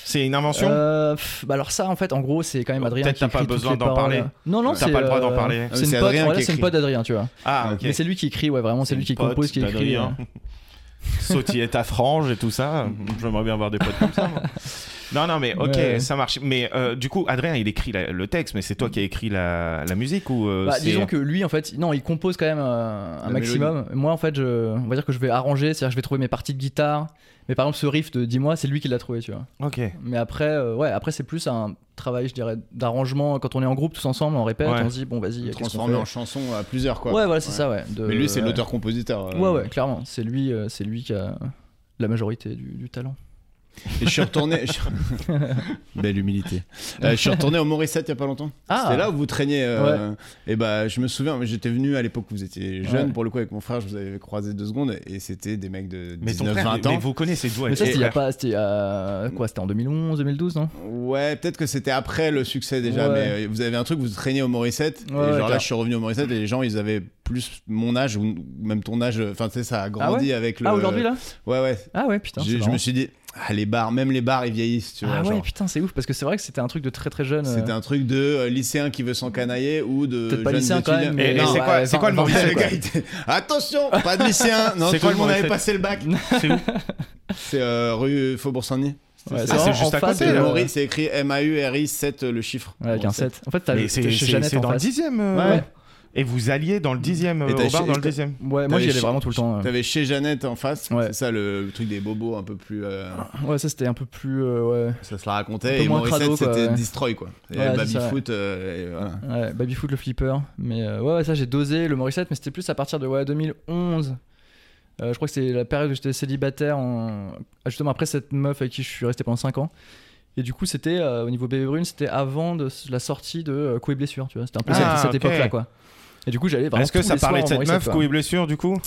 Speaker 3: C'est une invention
Speaker 1: euh, pff, bah alors ça en fait en gros c'est quand même
Speaker 3: Oh,
Speaker 1: Adrien
Speaker 3: peut-être
Speaker 1: qui
Speaker 3: t'as pas
Speaker 1: écrit toutes
Speaker 3: besoin
Speaker 1: les
Speaker 3: d'en
Speaker 1: paroles.
Speaker 3: parler.
Speaker 1: non non
Speaker 3: T'as
Speaker 1: c'est,
Speaker 3: pas le droit d'en
Speaker 1: euh,
Speaker 3: parler.
Speaker 1: c'est
Speaker 2: C'est
Speaker 1: une pote
Speaker 2: Adrien
Speaker 1: voilà,
Speaker 2: qui
Speaker 1: c'est une
Speaker 2: écrit.
Speaker 1: pote d'Adrien tu vois
Speaker 3: Ah, ok.
Speaker 1: mais c'est lui qui écrit ouais vraiment c'est lui qui
Speaker 3: Pote,
Speaker 1: compose qui écrit euh.
Speaker 3: d'Adrien. Sautillette à frange et tout ça. J'aimerais bien avoir des potes comme ça. moi. Non, non, mais ok,
Speaker 1: Ouais. Mm.
Speaker 3: ça marche. Mais euh, du coup, Adrien, il écrit la- le texte, mais c'est toi qui as écrit la, la musique ou euh,
Speaker 1: Bah,
Speaker 3: c'est-
Speaker 1: disons que lui en fait non il compose quand même euh, un
Speaker 2: La
Speaker 1: maximum moi en fait je, on va dire que je vais arranger c'est à dire je vais trouver mes parties de guitare mais par exemple ce riff de 10 mois c'est lui qui l'a trouvé tu vois
Speaker 3: Ok.
Speaker 1: mais après euh, ouais après c'est plus un travail je dirais d'arrangement quand on est en groupe tous ensemble on répète
Speaker 3: Ouais.
Speaker 1: on se dit bon vas-y qu'est-ce qu'on
Speaker 2: Transformé
Speaker 1: fait
Speaker 2: en chanson à plusieurs, quoi.
Speaker 1: ouais voilà c'est ça ouais de-
Speaker 2: Mais lui, c'est
Speaker 1: ouais.
Speaker 2: l'auteur-compositeur. euh.
Speaker 1: ouais ouais clairement c'est lui euh, c'est lui qui a la majorité du, du talent
Speaker 2: Et je suis retourné. je suis- Belle humilité. Euh, je suis retourné au Morissette il y a pas longtemps.
Speaker 1: Ah.
Speaker 2: C'était là où vous traîniez. euh, Et bah, je me souviens, mais j'étais venu à l'époque où vous étiez jeune
Speaker 1: Ouais.
Speaker 2: pour le coup avec mon frère. Je vous avais croisé deux secondes et c'était des mecs de
Speaker 3: Mais ton frère,
Speaker 2: 19-20
Speaker 3: mais
Speaker 2: ans.
Speaker 3: vous connaissez d'où
Speaker 1: mais ça
Speaker 3: est
Speaker 1: c'était il y a pas c'était euh, quoi c'était en 2011 2012 non
Speaker 2: Ouais, peut-être que c'était après le succès déjà,
Speaker 1: Ouais.
Speaker 2: mais euh, vous avez un truc, vous traînez au Morissette. et
Speaker 1: Ouais,
Speaker 2: genre
Speaker 1: ouais,
Speaker 2: là,
Speaker 1: clair.
Speaker 2: je suis revenu au Morissette et les gens, ils avaient plus mon âge ou même ton âge. Enfin, tu sais, ça a grandi avec le.
Speaker 1: ah aujourd'hui là
Speaker 2: Ouais, ouais.
Speaker 1: ah ouais putain c'est
Speaker 2: J'ai- je
Speaker 1: marrant.
Speaker 2: me suis dit, ah, les bars, même les bars, ils vieillissent, tu vois.
Speaker 1: ah ouais
Speaker 2: genre.
Speaker 1: putain c'est ouf parce que c'est vrai que c'était un truc de très très jeune euh,
Speaker 2: C'était un truc de euh, lycéen qui veut s'encanailler ou de.
Speaker 1: Peut-être pas
Speaker 2: jeune
Speaker 1: lycéen quand
Speaker 2: étudiant.
Speaker 1: même,
Speaker 3: Et,
Speaker 1: mais
Speaker 3: et
Speaker 1: non,
Speaker 3: c'est quoi,
Speaker 1: ouais,
Speaker 3: c'est quoi le
Speaker 1: vingt-
Speaker 2: Ouais,
Speaker 3: Morissette
Speaker 2: le gars, il était, Attention, pas de lycéen. Non,
Speaker 3: C'est
Speaker 2: tout
Speaker 3: quoi
Speaker 2: le
Speaker 3: le
Speaker 2: monde avait
Speaker 3: Morissette
Speaker 2: passé le bac.
Speaker 3: C'est où
Speaker 2: C'est euh, rue Faubourg-Saint-Denis.
Speaker 1: Ouais,
Speaker 2: ça.
Speaker 1: c'est vraiment
Speaker 3: juste
Speaker 1: en
Speaker 3: à
Speaker 1: face
Speaker 3: côté,
Speaker 1: de-
Speaker 2: C'est Maury, c'est écrit M-A-U-R-I 7, euh, le chiffre.
Speaker 1: Euh. hein. Ouais, avec un
Speaker 2: Morissette.
Speaker 1: 7. En fait, t'as
Speaker 3: Mais c'est-
Speaker 1: t'es chez
Speaker 3: C'est
Speaker 1: Jeannette
Speaker 3: c'est
Speaker 1: en
Speaker 3: dans le
Speaker 1: face.
Speaker 3: dixième. euh,
Speaker 1: Ouais.
Speaker 3: ouais. Et vous alliez dans le dixième,
Speaker 2: Et
Speaker 3: euh,
Speaker 2: t'as
Speaker 3: au bar
Speaker 2: chez-
Speaker 3: dans le dixième.
Speaker 1: Ouais, moi j'y
Speaker 2: T'avais
Speaker 1: allais
Speaker 2: chez-
Speaker 1: vraiment tout le temps. euh.
Speaker 2: T'avais chez Jeannette en face,
Speaker 1: Ouais.
Speaker 2: c'est ça le truc des bobos un peu plus. euh,
Speaker 1: Ouais, ça c'était un peu plus. euh, ouais.
Speaker 2: ça se la
Speaker 1: Un
Speaker 2: racontait.
Speaker 1: peu
Speaker 2: Et
Speaker 1: moins
Speaker 2: Morissette,
Speaker 1: crado, quoi,
Speaker 2: c'était
Speaker 1: ouais.
Speaker 2: Destroy quoi. Et
Speaker 1: Ouais, c'est
Speaker 2: Babyfoot, euh, et voilà.
Speaker 1: ouais Babyfoot le flipper. Mais euh, ouais, ouais, ça j'ai dosé le Morissette, mais c'était plus à partir de ouais, 2011. Euh, je crois que c'est la période où j'étais célibataire, en... ah, justement après cette meuf avec qui je suis resté pendant 5 ans. Et du coup, c'était euh, au niveau Bébé Brune, c'était avant de s- la sortie de euh, Coups et Blessures, tu vois. C'était un peu cette-
Speaker 3: Ah,
Speaker 1: cette,
Speaker 3: ok.
Speaker 1: époque-là, quoi. Et du coup, j'allais vraiment.
Speaker 3: Est-ce que
Speaker 1: tous
Speaker 3: ça
Speaker 1: les
Speaker 3: parlait de
Speaker 1: soirs
Speaker 3: cette
Speaker 1: en
Speaker 3: meuf,
Speaker 1: Morissette,
Speaker 3: coup et blessure, du coup
Speaker 1: quoi.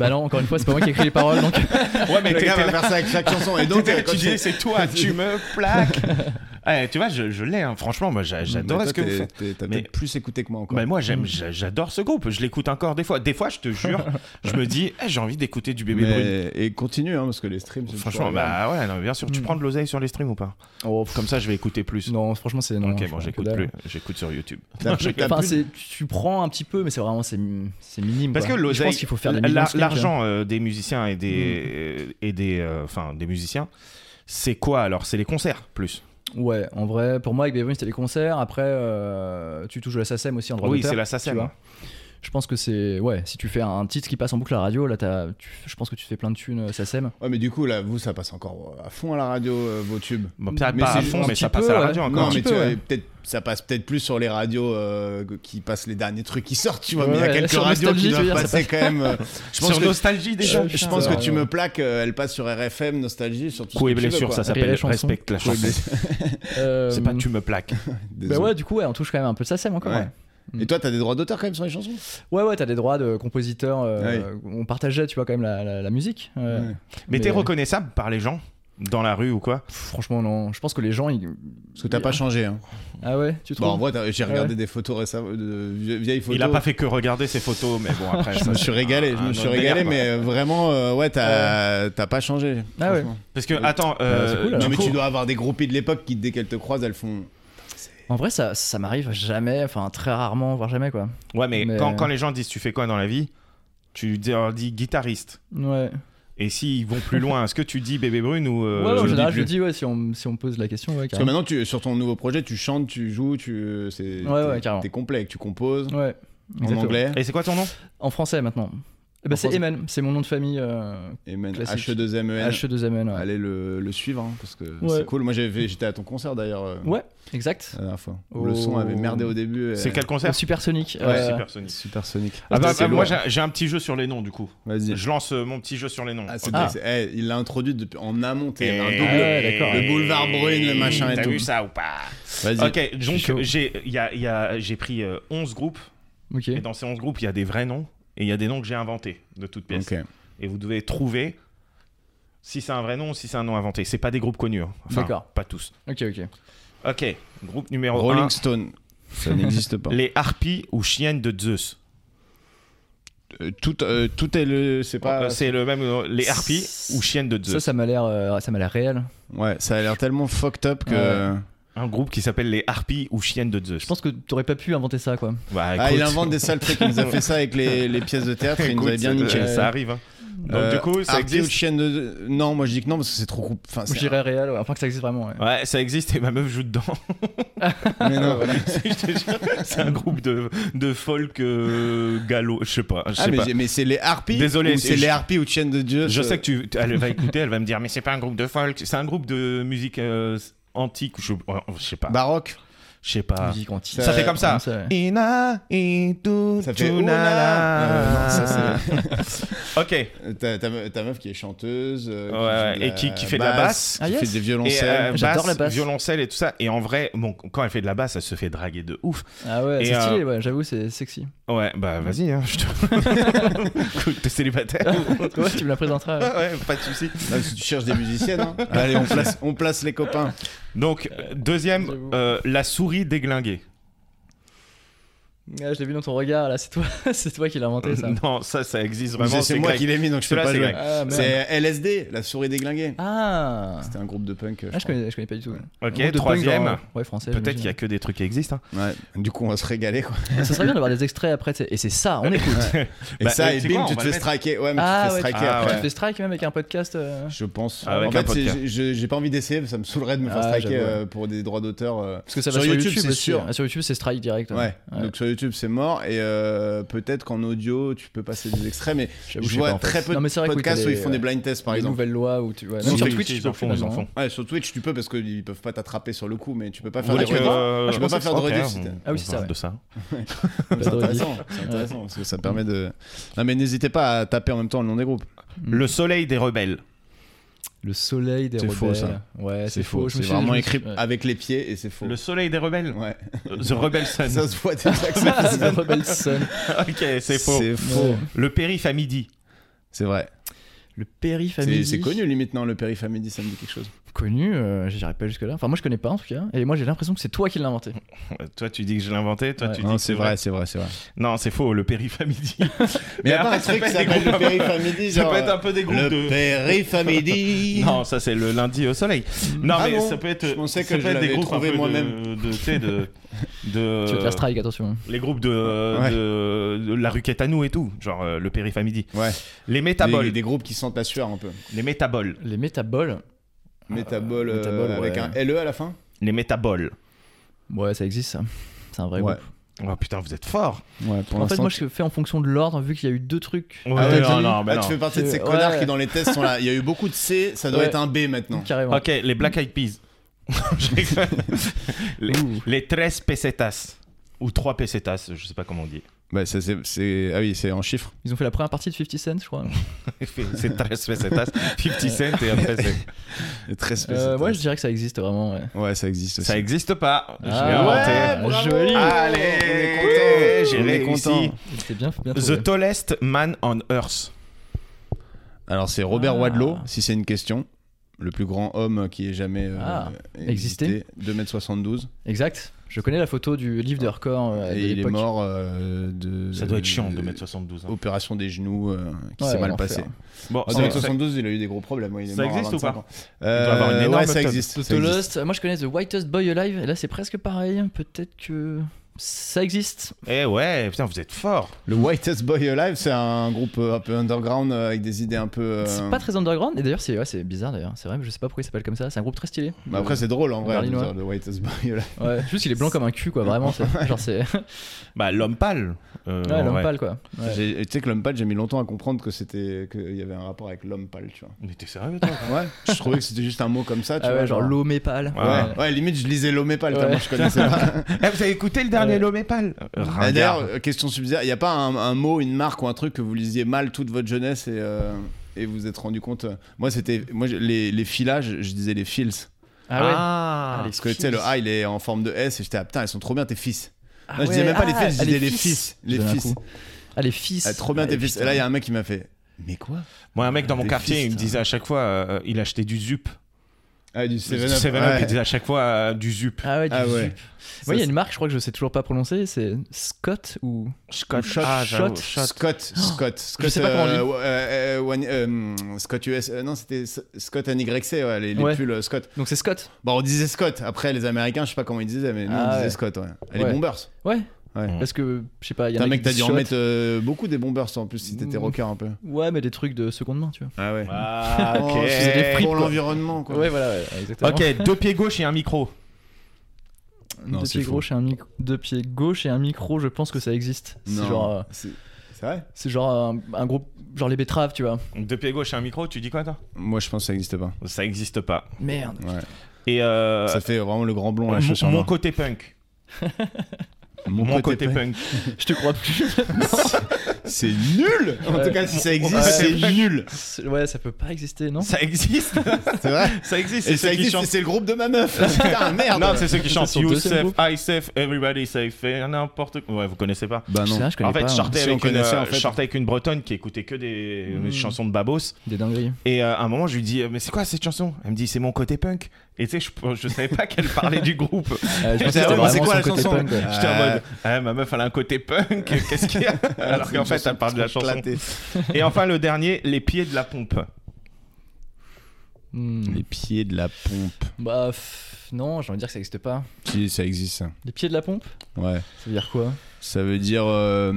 Speaker 1: Bah non, encore une fois, c'est pas moi qui ai écrit les paroles, donc.
Speaker 3: Ouais, mais
Speaker 2: Le gars
Speaker 3: t'étais
Speaker 2: va
Speaker 3: là.
Speaker 2: faire ça avec chaque chanson. Et donc,
Speaker 3: Donc
Speaker 2: euh, quand
Speaker 3: tu disais c'est toi, tu me plaques. Eh, tu vois, je, je l'ai. hein. Franchement, moi j'a- j'adore
Speaker 2: Mais
Speaker 3: ce que
Speaker 2: toi,
Speaker 3: vous
Speaker 2: t'es-
Speaker 3: faites.
Speaker 2: t'es- T'as
Speaker 3: Mais-
Speaker 2: peut-être plus écouté que moi encore.
Speaker 3: Mais moi j'aime,
Speaker 1: Mm.
Speaker 3: j'a- j'adore ce groupe. Je l'écoute encore des fois. Des fois, je te jure, je me dis, eh, j'ai envie d'écouter du bébé brune.
Speaker 2: Mais- Et continue, hein, parce que les streams. c'est
Speaker 3: Franchement,
Speaker 2: toujours
Speaker 3: bah ouais, non, bien sûr. Tu
Speaker 1: Mm.
Speaker 3: prends de l'oseille sur les streams ou pas
Speaker 1: Oh, pff,
Speaker 3: Comme ça, je vais écouter plus.
Speaker 1: non, franchement, c'est. Non,
Speaker 3: ok,
Speaker 1: je
Speaker 3: bon,
Speaker 1: crois que
Speaker 3: j'écoute
Speaker 1: dalle. Bah,
Speaker 3: plus. J'écoute sur YouTube.
Speaker 2: T'as plus- t'as
Speaker 1: Enfin,
Speaker 2: plus-
Speaker 1: c'est- tu prends un petit peu, mais c'est vraiment c'est, c'est minime.
Speaker 3: Parce que
Speaker 1: quoi. Je
Speaker 3: l'oseille,
Speaker 1: pense qu'il faut faire des hein. Mm.
Speaker 3: la-
Speaker 1: millions de streams,
Speaker 3: l'argent euh, des musiciens et des et des, euh, enfin, des musiciens, c'est quoi alors C'est les concerts plus.
Speaker 1: tu vois. hein. Ouais, en vrai, pour moi, avec Bevin, c'était les concerts. Après, euh, tu touches à la SACEM aussi en droit
Speaker 3: oui,
Speaker 1: d'auteur,
Speaker 3: c'est la
Speaker 1: tu
Speaker 3: SACEM.
Speaker 1: vois. Je pense que c'est. Ouais, si tu fais un titre qui passe en boucle à la radio, là, t'as- tu- je pense que tu fais plein de thunes euh, SACEM.
Speaker 2: Ouais, mais du coup, là, vous, ça passe encore à fond à la radio, euh, vos tubes.
Speaker 3: Bon, peut-être
Speaker 2: Mais
Speaker 3: pas à
Speaker 2: c'est
Speaker 3: fond,
Speaker 2: un
Speaker 3: mais ça
Speaker 1: petit
Speaker 3: passe
Speaker 1: peu,
Speaker 3: à la
Speaker 1: ouais.
Speaker 3: radio encore.
Speaker 1: un
Speaker 2: Non, mais
Speaker 1: petit
Speaker 2: tu
Speaker 1: peu,
Speaker 2: vois,
Speaker 1: ouais.
Speaker 2: peut-être ça passe peut-être plus sur les radios euh, qui passent les derniers trucs qui sortent, tu vois.
Speaker 1: Ouais,
Speaker 2: mais il y a
Speaker 1: ouais,
Speaker 2: quelques
Speaker 1: sur
Speaker 2: radios
Speaker 1: Nostalgie,
Speaker 2: qui
Speaker 1: tu veux
Speaker 2: doivent
Speaker 1: dire, ça
Speaker 2: passer quand même. euh, je pense
Speaker 3: Sur
Speaker 2: que
Speaker 3: Nostalgie déjà.
Speaker 2: je, je
Speaker 1: putain,
Speaker 2: pense que
Speaker 1: ouais,
Speaker 2: tu
Speaker 1: ouais.
Speaker 2: me plaques, euh, elle passe sur RFM, Nostalgie, sur tout
Speaker 3: Coup
Speaker 2: ce
Speaker 3: et
Speaker 2: que tu veux,
Speaker 3: blessure,
Speaker 2: quoi.
Speaker 3: ça
Speaker 1: Rire
Speaker 3: s'appelle
Speaker 1: et chanson.
Speaker 3: Respecte la
Speaker 2: Coup et
Speaker 3: chanson.
Speaker 2: blessure.
Speaker 1: Euh,
Speaker 3: C'est pas tu me plaques.
Speaker 1: Bah
Speaker 2: Désolé.
Speaker 1: ouais, du coup, ouais, on touche quand même un peu de SACEM encore.
Speaker 2: Ouais.
Speaker 1: Ouais,
Speaker 2: Et toi, t'as des droits d'auteur quand même sur les chansons
Speaker 1: ouais, ouais, t'as des droits de compositeur. euh, On partageait, tu vois, quand même la, la- la musique. euh,
Speaker 2: Ouais.
Speaker 3: Ah Mais t'es
Speaker 1: euh,
Speaker 3: reconnaissable par les gens dans la rue ou quoi
Speaker 1: pff, Franchement, non. Je pense que les gens. Ils...
Speaker 2: Parce que t'as pas changé. Hein.
Speaker 1: Ah ouais, euh, tu
Speaker 3: Bah,
Speaker 2: Bon, en
Speaker 1: trouves
Speaker 2: vrai, t'as- j'ai
Speaker 1: Ouais.
Speaker 2: regardé des photos récemment, de vie- vieilles photos.
Speaker 3: Il a pas fait que regarder ses photos, mais bon après.
Speaker 2: Je me suis régalé, je me suis régalé, mais euh, vraiment, euh, ouais, t'as t'as pas changé.
Speaker 1: Ah ouais.
Speaker 2: franchement.
Speaker 3: Parce que attends,
Speaker 1: c'est cool,
Speaker 3: euh,
Speaker 1: alors.
Speaker 2: hein. Non,
Speaker 3: du
Speaker 2: mais
Speaker 3: coup,
Speaker 2: tu dois avoir des groupies de l'époque qui, dès qu'elles te croisent, elles font.
Speaker 1: En vrai, ça, ça m'arrive jamais, enfin très rarement, voire jamais quoi.
Speaker 3: Ouais, mais,
Speaker 1: Mais-
Speaker 3: Quand, quand les gens disent tu fais quoi dans la vie, tu leur dis guitariste.
Speaker 1: Ouais.
Speaker 3: Et s'ils vont plus loin, est-ce que tu dis bébé brune ou. euh,
Speaker 1: ouais,
Speaker 3: tu
Speaker 1: en
Speaker 3: le
Speaker 1: général,
Speaker 3: dis
Speaker 1: je le
Speaker 3: plus
Speaker 1: dis, ouais, si on, si on me pose la question, ouais,
Speaker 2: Parce que
Speaker 1: carrément.
Speaker 2: maintenant, tu, sur ton nouveau projet, tu chantes, tu joues, tu. c'est-
Speaker 1: Ouais, ouais,
Speaker 2: t'es-
Speaker 1: carrément.
Speaker 2: T'es complet, tu composes
Speaker 1: Ouais.
Speaker 2: en
Speaker 1: exactement.
Speaker 2: anglais.
Speaker 3: Et c'est quoi ton nom
Speaker 1: En français maintenant. Eh ben,
Speaker 2: En
Speaker 1: c'est
Speaker 2: français.
Speaker 1: Emen, c'est mon nom de famille euh, E
Speaker 2: Et même E
Speaker 1: Classique.
Speaker 2: H2MEN.
Speaker 1: H2Emen. Ouais.
Speaker 2: Allez le, le suivre, hein, parce que
Speaker 1: Ouais.
Speaker 2: c'est cool. Moi, j'avais- j'étais à ton concert d'ailleurs. euh,
Speaker 1: Ouais, exact.
Speaker 2: La dernière fois. où Le
Speaker 1: Oh.
Speaker 2: son avait merdé au début. et-
Speaker 3: C'est quel concert
Speaker 1: Au Supersonic.
Speaker 3: Ouais,
Speaker 1: euh,
Speaker 3: Super Sonic.
Speaker 2: Super Sonic.
Speaker 3: Ah bah,
Speaker 2: C'est
Speaker 3: bah, moi
Speaker 2: lourd.
Speaker 3: j'ai j'ai un petit jeu sur les noms du coup.
Speaker 2: Vas-y.
Speaker 3: Je lance euh, mon petit jeu sur les noms.
Speaker 2: Ah, c'est
Speaker 3: Ok. Ah,
Speaker 1: Ah.
Speaker 2: c'est- eh, il l'a introduit depuis- en amont. t'es
Speaker 3: Et-
Speaker 2: un double.
Speaker 1: ouais, d'accord.
Speaker 2: Le boulevard Brune, le machin et
Speaker 3: T'as
Speaker 2: tout.
Speaker 3: vu ça ou pas
Speaker 2: Vas-y.
Speaker 3: Ok, donc
Speaker 1: chaud.
Speaker 3: euh, j'ai il y a- il y a- j'ai pris euh, 11 groupes,
Speaker 1: Ok.
Speaker 3: et dans ces 11 groupes, il y a des vrais noms, et il y a des noms que j'ai inventés de toutes pièces.
Speaker 2: Ok.
Speaker 3: Et vous devez trouver si c'est un vrai nom ou si c'est un nom inventé. C'est pas des groupes connus. hein. Enfin,
Speaker 1: D'accord.
Speaker 3: Pas tous.
Speaker 1: Ok, ok.
Speaker 3: Ok, groupe numéro
Speaker 2: Rolling Stone. Ça n'existe pas.
Speaker 3: 1, les harpies ou chiennes de Zeus.
Speaker 2: Euh, tout, euh, tout est le. C'est pas.
Speaker 3: Euh, c'est le même nom, les harpies
Speaker 1: S-
Speaker 3: ou chiennes de
Speaker 1: Ça,
Speaker 3: Zeus.
Speaker 1: ça m'a l'air, euh, ça m'a l'air réel.
Speaker 2: Ouais, ça a l'air tellement fucked up que.
Speaker 1: Ouais.
Speaker 3: Un groupe qui s'appelle les harpies ou chiennes de Zeus.
Speaker 1: Je pense que t'aurais pas pu inventer ça, quoi.
Speaker 3: Bah,
Speaker 2: Ah, il
Speaker 3: écoute,
Speaker 2: invente des sales trucs. Il nous a fait ça avec les, les pièces de théâtre. et il nous
Speaker 3: écoute,
Speaker 2: avait bien
Speaker 3: euh,
Speaker 2: niqué.
Speaker 3: Ça arrive. hein. Donc
Speaker 2: Euh,
Speaker 3: du coup, ça
Speaker 2: Harpie ou
Speaker 3: existe.
Speaker 2: chienne de. Non, moi je dis que non parce que c'est trop. coup- Enfin,
Speaker 1: Moi, je
Speaker 2: c'est.
Speaker 1: dirais réel, ouais. enfin que ça existe vraiment. Ouais.
Speaker 3: Ouais, ça existe et ma meuf joue dedans.
Speaker 2: Mais non. Ah,
Speaker 3: Je te jure, c'est un groupe de, de folk euh, gallo, je sais pas. Je, sais
Speaker 2: Ah, mais,
Speaker 3: pas.
Speaker 2: j'ai- mais c'est les harpies.
Speaker 3: Désolé,
Speaker 2: ou
Speaker 3: c'est-
Speaker 2: C'est
Speaker 3: je-
Speaker 2: les harpies ou chienne de Dieu. euh,
Speaker 3: je
Speaker 2: ça-
Speaker 3: sais que tu, tu- elle va écouter, elle va me dire, mais c'est pas un groupe de folk, c'est un groupe de musique euh, antique, ou je, oh, je sais pas.
Speaker 2: Baroque.
Speaker 3: Je sais pas.
Speaker 1: Musique antique.
Speaker 3: Ah. Ça,
Speaker 2: Ça-
Speaker 3: fait comme ça.
Speaker 1: ouais.
Speaker 3: Ina, itu,
Speaker 2: Ça fait.
Speaker 3: tunala.
Speaker 2: Oula. Euh, non, ça, c'est-
Speaker 3: Ok.
Speaker 2: Ta, ta me- ta meuf qui est chanteuse. euh,
Speaker 3: Ouais, ouais,
Speaker 2: joue de
Speaker 3: et qui- qui fait Euh, de la basse.
Speaker 1: Ah,
Speaker 2: qui
Speaker 1: yes.
Speaker 2: fait des
Speaker 3: Et,
Speaker 2: violoncelles.
Speaker 3: euh,
Speaker 1: J'adore
Speaker 3: basse,
Speaker 1: la basse.
Speaker 3: violoncelle et tout ça. Et en vrai, bon, quand elle fait de la basse, elle se fait draguer de ouf.
Speaker 1: Ah ouais,
Speaker 3: Et,
Speaker 1: c'est
Speaker 3: euh,
Speaker 1: stylé, ouais, j'avoue, c'est sexy.
Speaker 3: Ouais, bah vas-y, hein, je te. Écoute, T'es célibataire
Speaker 1: ouais, tu me la présenteras. ouais.
Speaker 3: Ouais, pas de soucis.
Speaker 2: Ah, si tu cherches des musiciennes. hein. Allez, on place, on place les copains.
Speaker 3: Donc, euh, deuxième,
Speaker 1: J'avoue.
Speaker 3: euh, la souris déglinguée.
Speaker 1: Ah, je l'ai vu dans ton regard, là, c'est toi, c'est toi qui l'as inventé ça.
Speaker 3: Non, ça, ça existe
Speaker 2: C'est-
Speaker 3: vraiment.
Speaker 2: c'est moi
Speaker 3: grec.
Speaker 2: qui l'ai mis donc je peux
Speaker 3: Celui-là,
Speaker 2: pas jouer.
Speaker 3: c'est grec.
Speaker 1: Ah, merde.
Speaker 2: C'est euh, LSD, la souris déglinguée.
Speaker 1: Ah.
Speaker 2: C'était un groupe de punk. euh, je
Speaker 1: Ah, je
Speaker 2: crois.
Speaker 1: connais, je connais pas du tout. Un groupe de
Speaker 3: Ok,
Speaker 1: punk
Speaker 3: troisième.
Speaker 1: dans- Ouais, français.
Speaker 3: Peut-être qu'il
Speaker 1: j'imagine.
Speaker 3: y a que des trucs qui existent. hein.
Speaker 2: Ouais. Du coup, on va se régaler quoi.
Speaker 1: Ça serait bien d'avoir des extraits après, tu sais. et c'est ça, on écoute.
Speaker 2: Et
Speaker 3: Bah,
Speaker 2: ça,
Speaker 3: tu
Speaker 2: et
Speaker 3: sais
Speaker 2: bim,
Speaker 3: quoi, on
Speaker 2: tu
Speaker 3: va
Speaker 2: te
Speaker 3: le
Speaker 2: fais
Speaker 3: mettre.
Speaker 2: striker. Ouais, mais
Speaker 1: Ah,
Speaker 2: tu te
Speaker 1: ouais,
Speaker 2: fais
Speaker 1: tu,
Speaker 2: striker
Speaker 3: ah,
Speaker 1: tu
Speaker 2: après.
Speaker 1: te fais strike même avec un podcast. euh.
Speaker 2: Je pense. en
Speaker 3: Avec un
Speaker 2: fait, c'est-
Speaker 3: podcast.
Speaker 2: je- j'ai pas envie d'essayer, parce que ça me saoulerait de me faire
Speaker 1: Ah,
Speaker 2: striker
Speaker 1: j'avoue,
Speaker 2: euh, pour des droits d'auteur. euh.
Speaker 1: Parce que ça va
Speaker 2: Sur
Speaker 1: sur,
Speaker 2: YouTube,
Speaker 1: YouTube,
Speaker 2: c'est
Speaker 1: aussi,
Speaker 2: sûr.
Speaker 1: hein. Sur YouTube, c'est strike direct. hein.
Speaker 2: Ouais.
Speaker 1: Ouais.
Speaker 2: donc sur YouTube c'est mort et euh, peut-être qu'en audio tu peux passer des extraits, mais
Speaker 1: J'avoue,
Speaker 2: je
Speaker 1: sais
Speaker 2: vois
Speaker 1: pas, en fait.
Speaker 2: très peu
Speaker 1: Non, mais c'est
Speaker 2: de
Speaker 1: vrai que oui,
Speaker 2: podcasts
Speaker 1: t'as
Speaker 2: où ils
Speaker 1: des-
Speaker 2: font des
Speaker 1: ouais.
Speaker 2: blind tests par
Speaker 1: les
Speaker 2: exemple.
Speaker 1: nouvelles lois où tu. ouais,
Speaker 2: Sur
Speaker 1: même
Speaker 2: Twitch,
Speaker 1: tu
Speaker 3: ils
Speaker 1: peux
Speaker 3: en font,
Speaker 1: faire
Speaker 3: ils en
Speaker 1: ça,
Speaker 3: font.
Speaker 2: Ouais, sur Twitch tu peux parce qu'ils peuvent pas t'attraper sur le coup, mais tu peux pas
Speaker 3: Vous
Speaker 2: faire
Speaker 3: voulez
Speaker 2: des
Speaker 3: que-
Speaker 2: redifs.
Speaker 3: euh,
Speaker 2: Ah, je peux pas faire de
Speaker 3: ok,
Speaker 2: rediff,
Speaker 3: on-
Speaker 2: c'était-
Speaker 1: Ah oui,
Speaker 3: on
Speaker 1: c'est
Speaker 3: parle
Speaker 1: ça,
Speaker 3: de ça.
Speaker 2: Hmm.
Speaker 1: ouais.
Speaker 2: C'est intéressant, c'est intéressant parce que ça permet de. Non mais n'hésitez pas à taper en même temps le nom des groupes.
Speaker 3: Le soleil des rebelles.
Speaker 1: Le soleil des
Speaker 2: C'est
Speaker 1: rebelles.
Speaker 2: faux, ça.
Speaker 1: Ouais, c'est faux. Je
Speaker 2: C'est
Speaker 1: me suis-
Speaker 2: vraiment
Speaker 1: je me
Speaker 2: écrit
Speaker 1: suis- ouais.
Speaker 2: avec les pieds et c'est faux.
Speaker 3: Le soleil des rebelles
Speaker 2: Ouais.
Speaker 3: The Rebel Sun.
Speaker 2: Ça se voit déjà que c'est-
Speaker 1: Ah, The Rebel Sun.
Speaker 3: ok, c'est faux.
Speaker 2: C'est faux.
Speaker 1: Ouais.
Speaker 3: Le périph' à midi.
Speaker 2: C'est vrai.
Speaker 1: Le
Speaker 2: C'est
Speaker 1: périphamidi.
Speaker 2: c'est connu limite non le périphamidi ça me dit quelque chose.
Speaker 1: Connu, euh, j'irai pas jusque-là. Enfin, moi, je connais pas en tout cas. Et moi, j'ai l'impression que c'est toi qui l'as inventé.
Speaker 3: Euh, Toi, tu dis que je l'ai inventé. Toi,
Speaker 1: Ouais.
Speaker 3: tu dis
Speaker 2: Non
Speaker 3: que
Speaker 2: c'est vrai c'est vrai c'est vrai.
Speaker 3: Non, c'est faux. Le périph' à midi.
Speaker 2: Mais y a pas
Speaker 3: après,
Speaker 2: un
Speaker 3: ça
Speaker 2: truc
Speaker 3: peut
Speaker 2: qui
Speaker 3: être des
Speaker 2: s'appelle le
Speaker 3: groupes-
Speaker 2: périphamidi
Speaker 3: Ça
Speaker 2: genre.
Speaker 3: peut être un peu des groupes de.
Speaker 2: Le périphamidi.
Speaker 3: Non, ça c'est le lundi au soleil. Non,
Speaker 2: Ah
Speaker 3: mais
Speaker 2: bon
Speaker 3: ça peut être,
Speaker 2: Je pensais
Speaker 3: ça
Speaker 2: que je
Speaker 3: peut être des
Speaker 2: l'avais
Speaker 3: groupes un
Speaker 2: trouvé
Speaker 3: peu de-
Speaker 2: moi-même.
Speaker 3: De, tu sais, de, de-
Speaker 1: Tu veux te
Speaker 2: Euh.
Speaker 1: faire strike, attention. hein.
Speaker 3: les groupes de, euh,
Speaker 2: Ouais.
Speaker 3: de, de la Ruquette à nous et tout, genre euh, le périph' à midi.
Speaker 2: Ouais.
Speaker 3: Les
Speaker 2: Des,
Speaker 3: métaboles,
Speaker 2: des groupes qui sentent la sueur un peu.
Speaker 3: les métaboles,
Speaker 1: Les métaboles.
Speaker 2: Métabole, euh,
Speaker 1: Ah, Métabole,
Speaker 2: avec
Speaker 1: ouais.
Speaker 2: un LE à la fin.
Speaker 3: les métaboles.
Speaker 1: Ouais, ça existe, ça. C'est un vrai
Speaker 2: Ouais.
Speaker 1: groupe.
Speaker 3: Oh putain, vous êtes fort.
Speaker 2: Ouais, pour
Speaker 1: En fait,
Speaker 2: l'instant,
Speaker 1: moi, je fais en fonction de l'ordre, vu qu'il y a eu deux trucs.
Speaker 2: Ah ouais,
Speaker 3: non,
Speaker 2: t'as
Speaker 3: non,
Speaker 2: vu
Speaker 3: mais
Speaker 2: Ah,
Speaker 3: non.
Speaker 2: tu fais partie de ces
Speaker 1: Ouais.
Speaker 2: connards qui dans les tests sont là. Il y a eu beaucoup de C, ça doit
Speaker 1: Ouais.
Speaker 2: être un B maintenant.
Speaker 1: Carrément.
Speaker 3: Ok, les Black Eyed Peas. Je rigole. les,
Speaker 1: Ouh.
Speaker 3: les 13 pesetas. Ou 3 pesetas, je sais pas comment on dit.
Speaker 2: Bah ça c'est, c'est- ah oui c'est en chiffres.
Speaker 1: Ils ont fait la première partie de 50 Cent, je crois. Euh,
Speaker 3: C'est 13 pesetas, 50 cents et après c'est.
Speaker 2: Et très spécial.
Speaker 1: Euh, ouais, je dirais que ça existe vraiment. Ouais.
Speaker 2: Ouais ça existe. Aussi.
Speaker 3: Ça existe pas. Je l'ai
Speaker 1: Ah,
Speaker 3: inventé.
Speaker 1: ouais, joli.
Speaker 3: Allez, j'ai
Speaker 2: on est
Speaker 3: réussi.
Speaker 2: content.
Speaker 1: C'est bien, bien trouvé.
Speaker 3: The tallest man on earth.
Speaker 2: Alors c'est Robert
Speaker 1: Ah.
Speaker 2: Wadlow si c'est une question. le plus grand homme qui ait jamais euh,
Speaker 1: Ah,
Speaker 2: existé, 2m72.
Speaker 1: Exact. Je connais la photo du livre de record euh, de
Speaker 2: Ah. et il est
Speaker 1: l'époque.
Speaker 2: mort euh, de.
Speaker 3: Ça doit être chiant de
Speaker 2: de-
Speaker 3: mettre 72. hein.
Speaker 2: Opération des genoux euh, qui
Speaker 1: Ouais,
Speaker 2: s'est mal
Speaker 1: l'enfer.
Speaker 2: passée.
Speaker 3: Bon,
Speaker 2: Ah,
Speaker 3: ça-
Speaker 2: dans les
Speaker 3: ça-
Speaker 2: 72, il a eu des gros problèmes. ouais, il est
Speaker 3: Oh, Ça
Speaker 2: mort à
Speaker 3: existe ou pas
Speaker 2: 25 ans.
Speaker 3: doit avoir une
Speaker 2: Euh,
Speaker 3: énorme
Speaker 2: Ouais, ça
Speaker 3: tonne.
Speaker 2: existe. ça existe.
Speaker 1: Totolust, moi je connais The Whitest Boy Alive, et là c'est presque pareil, peut-être que ça existe.
Speaker 3: Eh ouais, putain, vous êtes fort.
Speaker 2: Le Whitest Boy Alive, c'est un groupe euh, un peu underground euh, avec des idées un peu. euh,
Speaker 1: C'est pas très underground, et d'ailleurs c'est ouais, c'est bizarre d'ailleurs, c'est vrai, mais je sais pas pourquoi il s'appelle comme ça, c'est un groupe très stylé.
Speaker 2: Mais Bah, après, c'est drôle en vrai, de
Speaker 1: Berlinois.
Speaker 2: dire le Whitest Boy Alive.
Speaker 1: Ouais, juste il est blanc comme un cul quoi, vraiment, c'est genre c'est ouais,
Speaker 3: Bah, l'homme pâle. euh, en
Speaker 1: l'homme
Speaker 3: vrai.
Speaker 1: pâle quoi. Ouais.
Speaker 2: J'ai- Ah, Tu sais que l'homme pâle, j'ai mis longtemps à comprendre que c'était qu'il y avait un rapport avec l'homme pâle, tu
Speaker 3: Mais t'es sérieux, toi
Speaker 2: vois. Ouais. je trouvais que c'était juste un mot comme ça, tu
Speaker 1: Ah
Speaker 2: vois.
Speaker 1: ouais, genre l'homme pâle. Ah
Speaker 3: Ouais.
Speaker 2: Ouais. ouais, limite, je lisais l'homme pâle,
Speaker 1: Ouais.
Speaker 2: tellement je connaissais pas.
Speaker 3: Eh, vous avez écouté le dernier
Speaker 1: Ouais.
Speaker 3: l'homme pâle
Speaker 2: Et D'ailleurs, euh, question subsidiaire, il n'y a pas un, un mot, une marque ou un truc que vous lisiez mal toute votre jeunesse et, euh, et vous vous êtes rendu compte euh, Moi, c'était moi je- les, les filages, je disais les fils.
Speaker 1: Ah ouais.
Speaker 3: Ah,
Speaker 1: les
Speaker 2: Parce que tu sais, le
Speaker 1: fils.
Speaker 2: A, il est en forme de S et j'étais, ah putain, ils sont trop bien tes fils.
Speaker 1: Ah
Speaker 2: Non, je disais
Speaker 1: ouais,
Speaker 2: même pas les
Speaker 1: ah,
Speaker 2: fils, je
Speaker 1: ah,
Speaker 2: disais les fils. Les
Speaker 1: Je donne un
Speaker 2: fils.
Speaker 1: coup. Ah les fils.
Speaker 2: Ah, trop bien
Speaker 1: Ah,
Speaker 2: tes fils. Et là, il y
Speaker 1: putain.
Speaker 2: a un mec qui m'a fait, mais quoi
Speaker 3: Moi, un mec dans mon
Speaker 2: Des
Speaker 3: quartier, il me
Speaker 2: fistes.
Speaker 3: disait à chaque fois, euh, il achetait du zup.
Speaker 2: Ah, du
Speaker 3: Seven
Speaker 2: 7
Speaker 3: up, il disait à chaque fois euh, du zup.
Speaker 1: Ah ouais, du
Speaker 2: Ah ouais.
Speaker 1: zup. Moi, il y a une marque, je crois que je sais toujours pas prononcer, c'est Scott ou
Speaker 3: Scott,
Speaker 1: Shot.
Speaker 3: ah, j'avoue,
Speaker 1: Shot.
Speaker 3: shot.
Speaker 2: Scott, Scott,
Speaker 1: Oh. Je
Speaker 2: Scott,
Speaker 1: sais pas comment on dit.
Speaker 2: euh, euh, euh, one- euh, Scott US, euh, non c'était S- Scott NYC, ouais, les, les
Speaker 1: Ouais.
Speaker 2: pulls euh, Scott.
Speaker 1: donc c'est Scott.
Speaker 2: Bon, on disait Scott. Après, les Américains, je sais pas comment ils disaient, mais nous
Speaker 1: Ah
Speaker 2: on disait
Speaker 1: ouais.
Speaker 2: Scott. Ouais. Elle
Speaker 1: Ouais.
Speaker 2: est bombers.
Speaker 1: Ouais.
Speaker 2: Ouais.
Speaker 1: Parce que je sais pas, il y en a
Speaker 2: T'as mec,
Speaker 1: qui
Speaker 2: t'as
Speaker 1: disent
Speaker 2: dû en
Speaker 1: shot.
Speaker 2: mettre euh, beaucoup des bombers en plus si t'étais
Speaker 1: Mm.
Speaker 2: rocker un peu.
Speaker 1: Ouais, mais des trucs de seconde main, tu vois.
Speaker 2: Ah ouais.
Speaker 3: Ah,
Speaker 1: Oh,
Speaker 3: ok.
Speaker 2: je faisais des frites, pour l'environnement quoi.
Speaker 1: Ouais, voilà, ouais, Ah, exactement.
Speaker 3: Ok, deux pieds gauche et un micro.
Speaker 2: Non,
Speaker 1: deux
Speaker 2: c'est
Speaker 1: pieds
Speaker 2: faux.
Speaker 1: gauche et un micro, deux pieds gauche et un micro, je pense que ça existe. C'est
Speaker 2: Non.
Speaker 1: genre, euh,
Speaker 2: C'est c'est vrai
Speaker 1: c'est genre un, un groupe, genre les betteraves, tu vois.
Speaker 3: Deux pieds gauche et un micro, tu dis quoi, toi
Speaker 2: Moi, je pense que ça n'existe pas.
Speaker 3: Ça existe pas.
Speaker 1: Merde.
Speaker 2: Ouais.
Speaker 3: Et euh,
Speaker 2: ça fait vraiment le grand blond la
Speaker 3: mon-
Speaker 2: chaussure.
Speaker 3: mon,
Speaker 2: noire.
Speaker 3: côté punk. Mon, côté, punk.
Speaker 1: Je te crois plus.
Speaker 2: C'est nul. En
Speaker 1: Ouais.
Speaker 2: tout cas, si ça existe,
Speaker 1: côté
Speaker 2: c'est
Speaker 3: punk.
Speaker 2: nul.
Speaker 1: C'est- ouais, ça peut pas exister, non
Speaker 3: Ça existe.
Speaker 2: C'est vrai.
Speaker 3: ça existe.
Speaker 2: Et
Speaker 3: C'est
Speaker 2: ça
Speaker 3: ceux qui
Speaker 2: existe,
Speaker 3: chantent.
Speaker 2: et c'est le groupe de ma meuf. Putain, merde.
Speaker 3: Non, c'est ceux qui chantent.
Speaker 1: sur
Speaker 3: You
Speaker 1: deux scènes,
Speaker 3: safe, I safe, everybody safe, et n'importe quoi. Ouais, vous connaissez pas.
Speaker 2: Bah
Speaker 1: Je sais, je connais
Speaker 3: en fait,
Speaker 1: pas.
Speaker 3: je
Speaker 1: hein.
Speaker 3: sortais
Speaker 2: Si, on
Speaker 3: avec, une,
Speaker 2: connaissait,
Speaker 3: euh,
Speaker 2: en fait. Hmm.
Speaker 3: je sortais avec une bretonne qui écoutait que des euh,
Speaker 1: Mm.
Speaker 3: chansons de babos.
Speaker 1: Des dingueries.
Speaker 3: Et euh, à un moment, je lui dis euh, Mais c'est quoi cette chanson Elle me dit C'est mon côté punk. Et tu sais, je, je savais pas qu'elle parlait du groupe.
Speaker 1: Euh, je
Speaker 2: Mais
Speaker 1: pense que
Speaker 2: c'est
Speaker 1: c'était
Speaker 2: vrai, mais c'est
Speaker 1: vraiment
Speaker 2: quoi
Speaker 1: son
Speaker 2: la
Speaker 1: côté
Speaker 2: chanson
Speaker 1: punk, ouais.
Speaker 2: Ah.
Speaker 3: J'étais en mode Ah, Ma meuf, elle a un côté punk. Qu'est-ce qu'il y a Alors qu'en fait, elle parle de la chanson. Et enfin, le dernier Les pieds de la pompe.
Speaker 1: Hmm.
Speaker 2: Les pieds de la pompe.
Speaker 1: Bah, pff, non, j'ai envie de dire que ça existe pas.
Speaker 2: Si, ça existe. ça.
Speaker 1: Les pieds de la pompe
Speaker 2: Ouais.
Speaker 1: Ça veut dire quoi
Speaker 2: Ça veut dire. euh,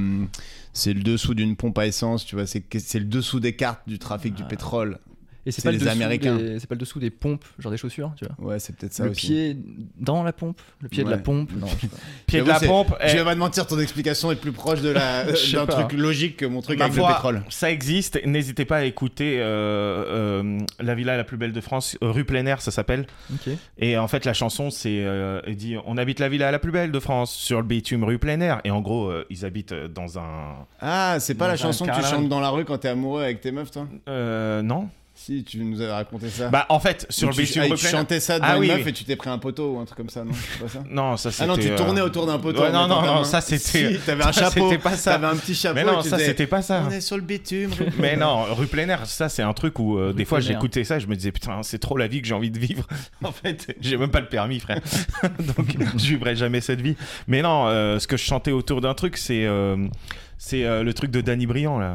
Speaker 2: c'est le dessous d'une pompe à essence, tu vois. C'est que- c'est le dessous des cartes du trafic du
Speaker 1: Ah.
Speaker 2: pétrole.
Speaker 1: Et c'est
Speaker 2: C'est
Speaker 1: pas, le
Speaker 2: les
Speaker 1: dessous
Speaker 2: Américains.
Speaker 1: des- c'est pas le dessous des pompes, genre des chaussures, tu vois.
Speaker 2: Ouais, c'est peut-être ça
Speaker 1: le
Speaker 2: aussi.
Speaker 1: pied dans la pompe Le pied de la
Speaker 2: Ouais.
Speaker 1: pompe Non, je sais pas.
Speaker 3: Pieds de
Speaker 2: J'avoue,
Speaker 3: la
Speaker 2: c'est-
Speaker 3: pompe. eh,
Speaker 2: Je vais pas te mentir, ton explication est plus proche de la
Speaker 1: Je sais
Speaker 2: d'un
Speaker 1: pas.
Speaker 2: truc logique que mon truc
Speaker 3: Ma
Speaker 2: avec
Speaker 3: foi,
Speaker 2: le pétrole.
Speaker 3: Ça existe. N'hésitez pas à écouter euh, euh, La villa la plus belle de France, euh, rue plein air, ça s'appelle.
Speaker 1: Ok.
Speaker 3: Et en fait, la chanson, c'est euh, elle dit On habite la villa la plus belle de France sur le bitume rue plein air. Et en gros, euh, ils habitent euh, dans un.
Speaker 2: Ah, c'est pas
Speaker 3: Dans
Speaker 2: la
Speaker 3: un
Speaker 2: chanson que tu
Speaker 3: carnaval.
Speaker 2: chantes dans la rue quand t'es amoureux avec tes meufs, toi
Speaker 3: Euh, non
Speaker 2: Si, tu nous avais raconté ça.
Speaker 3: Bah, en fait, sur
Speaker 2: Ou
Speaker 3: le
Speaker 2: Ah. tu,
Speaker 3: bitume
Speaker 2: ah,
Speaker 3: rue
Speaker 2: tu
Speaker 3: plein air.
Speaker 2: chantais ça dans
Speaker 3: Ah
Speaker 2: une
Speaker 3: oui,
Speaker 2: meuf
Speaker 3: oui.
Speaker 2: et tu t'es pris un poteau ou un truc comme ça, non C'est pas ça
Speaker 3: Non, ça c'était.
Speaker 2: Ah non, tu
Speaker 3: euh,
Speaker 2: tournais autour d'un poteau.
Speaker 3: ouais,
Speaker 2: en
Speaker 3: non,
Speaker 2: mettant
Speaker 3: non,
Speaker 2: ta
Speaker 3: non,
Speaker 2: main.
Speaker 3: ça, c'était-
Speaker 2: Si, t'avais un
Speaker 3: ça,
Speaker 2: chapeau.
Speaker 3: c'était pas ça.
Speaker 2: T'avais un petit chapeau.
Speaker 3: Mais
Speaker 2: et
Speaker 3: non,
Speaker 2: tu
Speaker 3: ça
Speaker 2: disais,
Speaker 3: c'était pas ça.
Speaker 2: On est sur le bitume.
Speaker 3: Mais non, rue plein air, ça c'est un truc où euh, des
Speaker 1: Rue
Speaker 3: fois
Speaker 1: plein air.
Speaker 3: j'écoutais ça et je me disais putain, c'est trop la vie que j'ai envie de vivre. en fait, j'ai même pas le permis, frère. Donc je vivrai jamais cette vie. Mais non, euh, ce que je chantais autour d'un truc, c'est euh, c'est euh, le truc de Danny Briand là.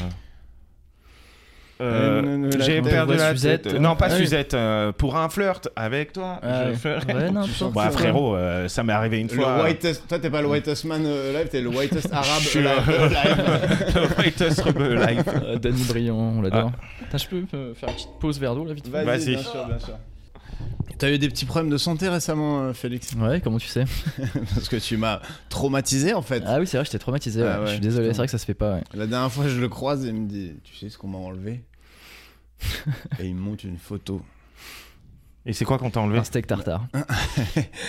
Speaker 3: Euh,
Speaker 2: Euh, ne- ne la
Speaker 3: j'ai
Speaker 2: chantez
Speaker 3: perdu
Speaker 1: pas,
Speaker 3: la
Speaker 1: Suzette.
Speaker 3: tête. Non, pas
Speaker 1: Ah oui.
Speaker 3: Suzette. euh, pour un flirt avec toi,
Speaker 1: Ah
Speaker 3: je
Speaker 1: ouais.
Speaker 3: ferai-
Speaker 1: Ouais, n'importe
Speaker 3: Bah,
Speaker 1: quoi.
Speaker 3: frérot, euh, ça m'est arrivé une fois.
Speaker 2: Le whitest. Toi, t'es pas le whitest man euh, live, t'es le whitest arabe
Speaker 3: Je suis,
Speaker 2: live.
Speaker 3: euh,
Speaker 2: live.
Speaker 3: le whitest rebel life.
Speaker 1: Euh, Danny Briand, on l'adore. Putain, je peux euh, faire une petite pause verre d'eau là vite fait
Speaker 2: Ah. Vas-y,
Speaker 3: Vas-y.
Speaker 2: bien sûr, bien sûr. T'as eu des petits problèmes de santé récemment, euh, Félix
Speaker 1: Ouais, comment tu sais
Speaker 2: Parce que tu m'as traumatisé en fait.
Speaker 1: Ah oui, c'est vrai, j'étais traumatisé. ouais.
Speaker 2: Ah ouais,
Speaker 1: je suis désolé,
Speaker 2: putain.
Speaker 1: c'est vrai que ça se fait pas. ouais.
Speaker 2: La dernière fois, je le croise et il me dit Tu sais ce qu'on m'a enlevé Et il me montre une photo.
Speaker 3: Et c'est quoi qu'on t'a enlevé
Speaker 1: Un steak tartare.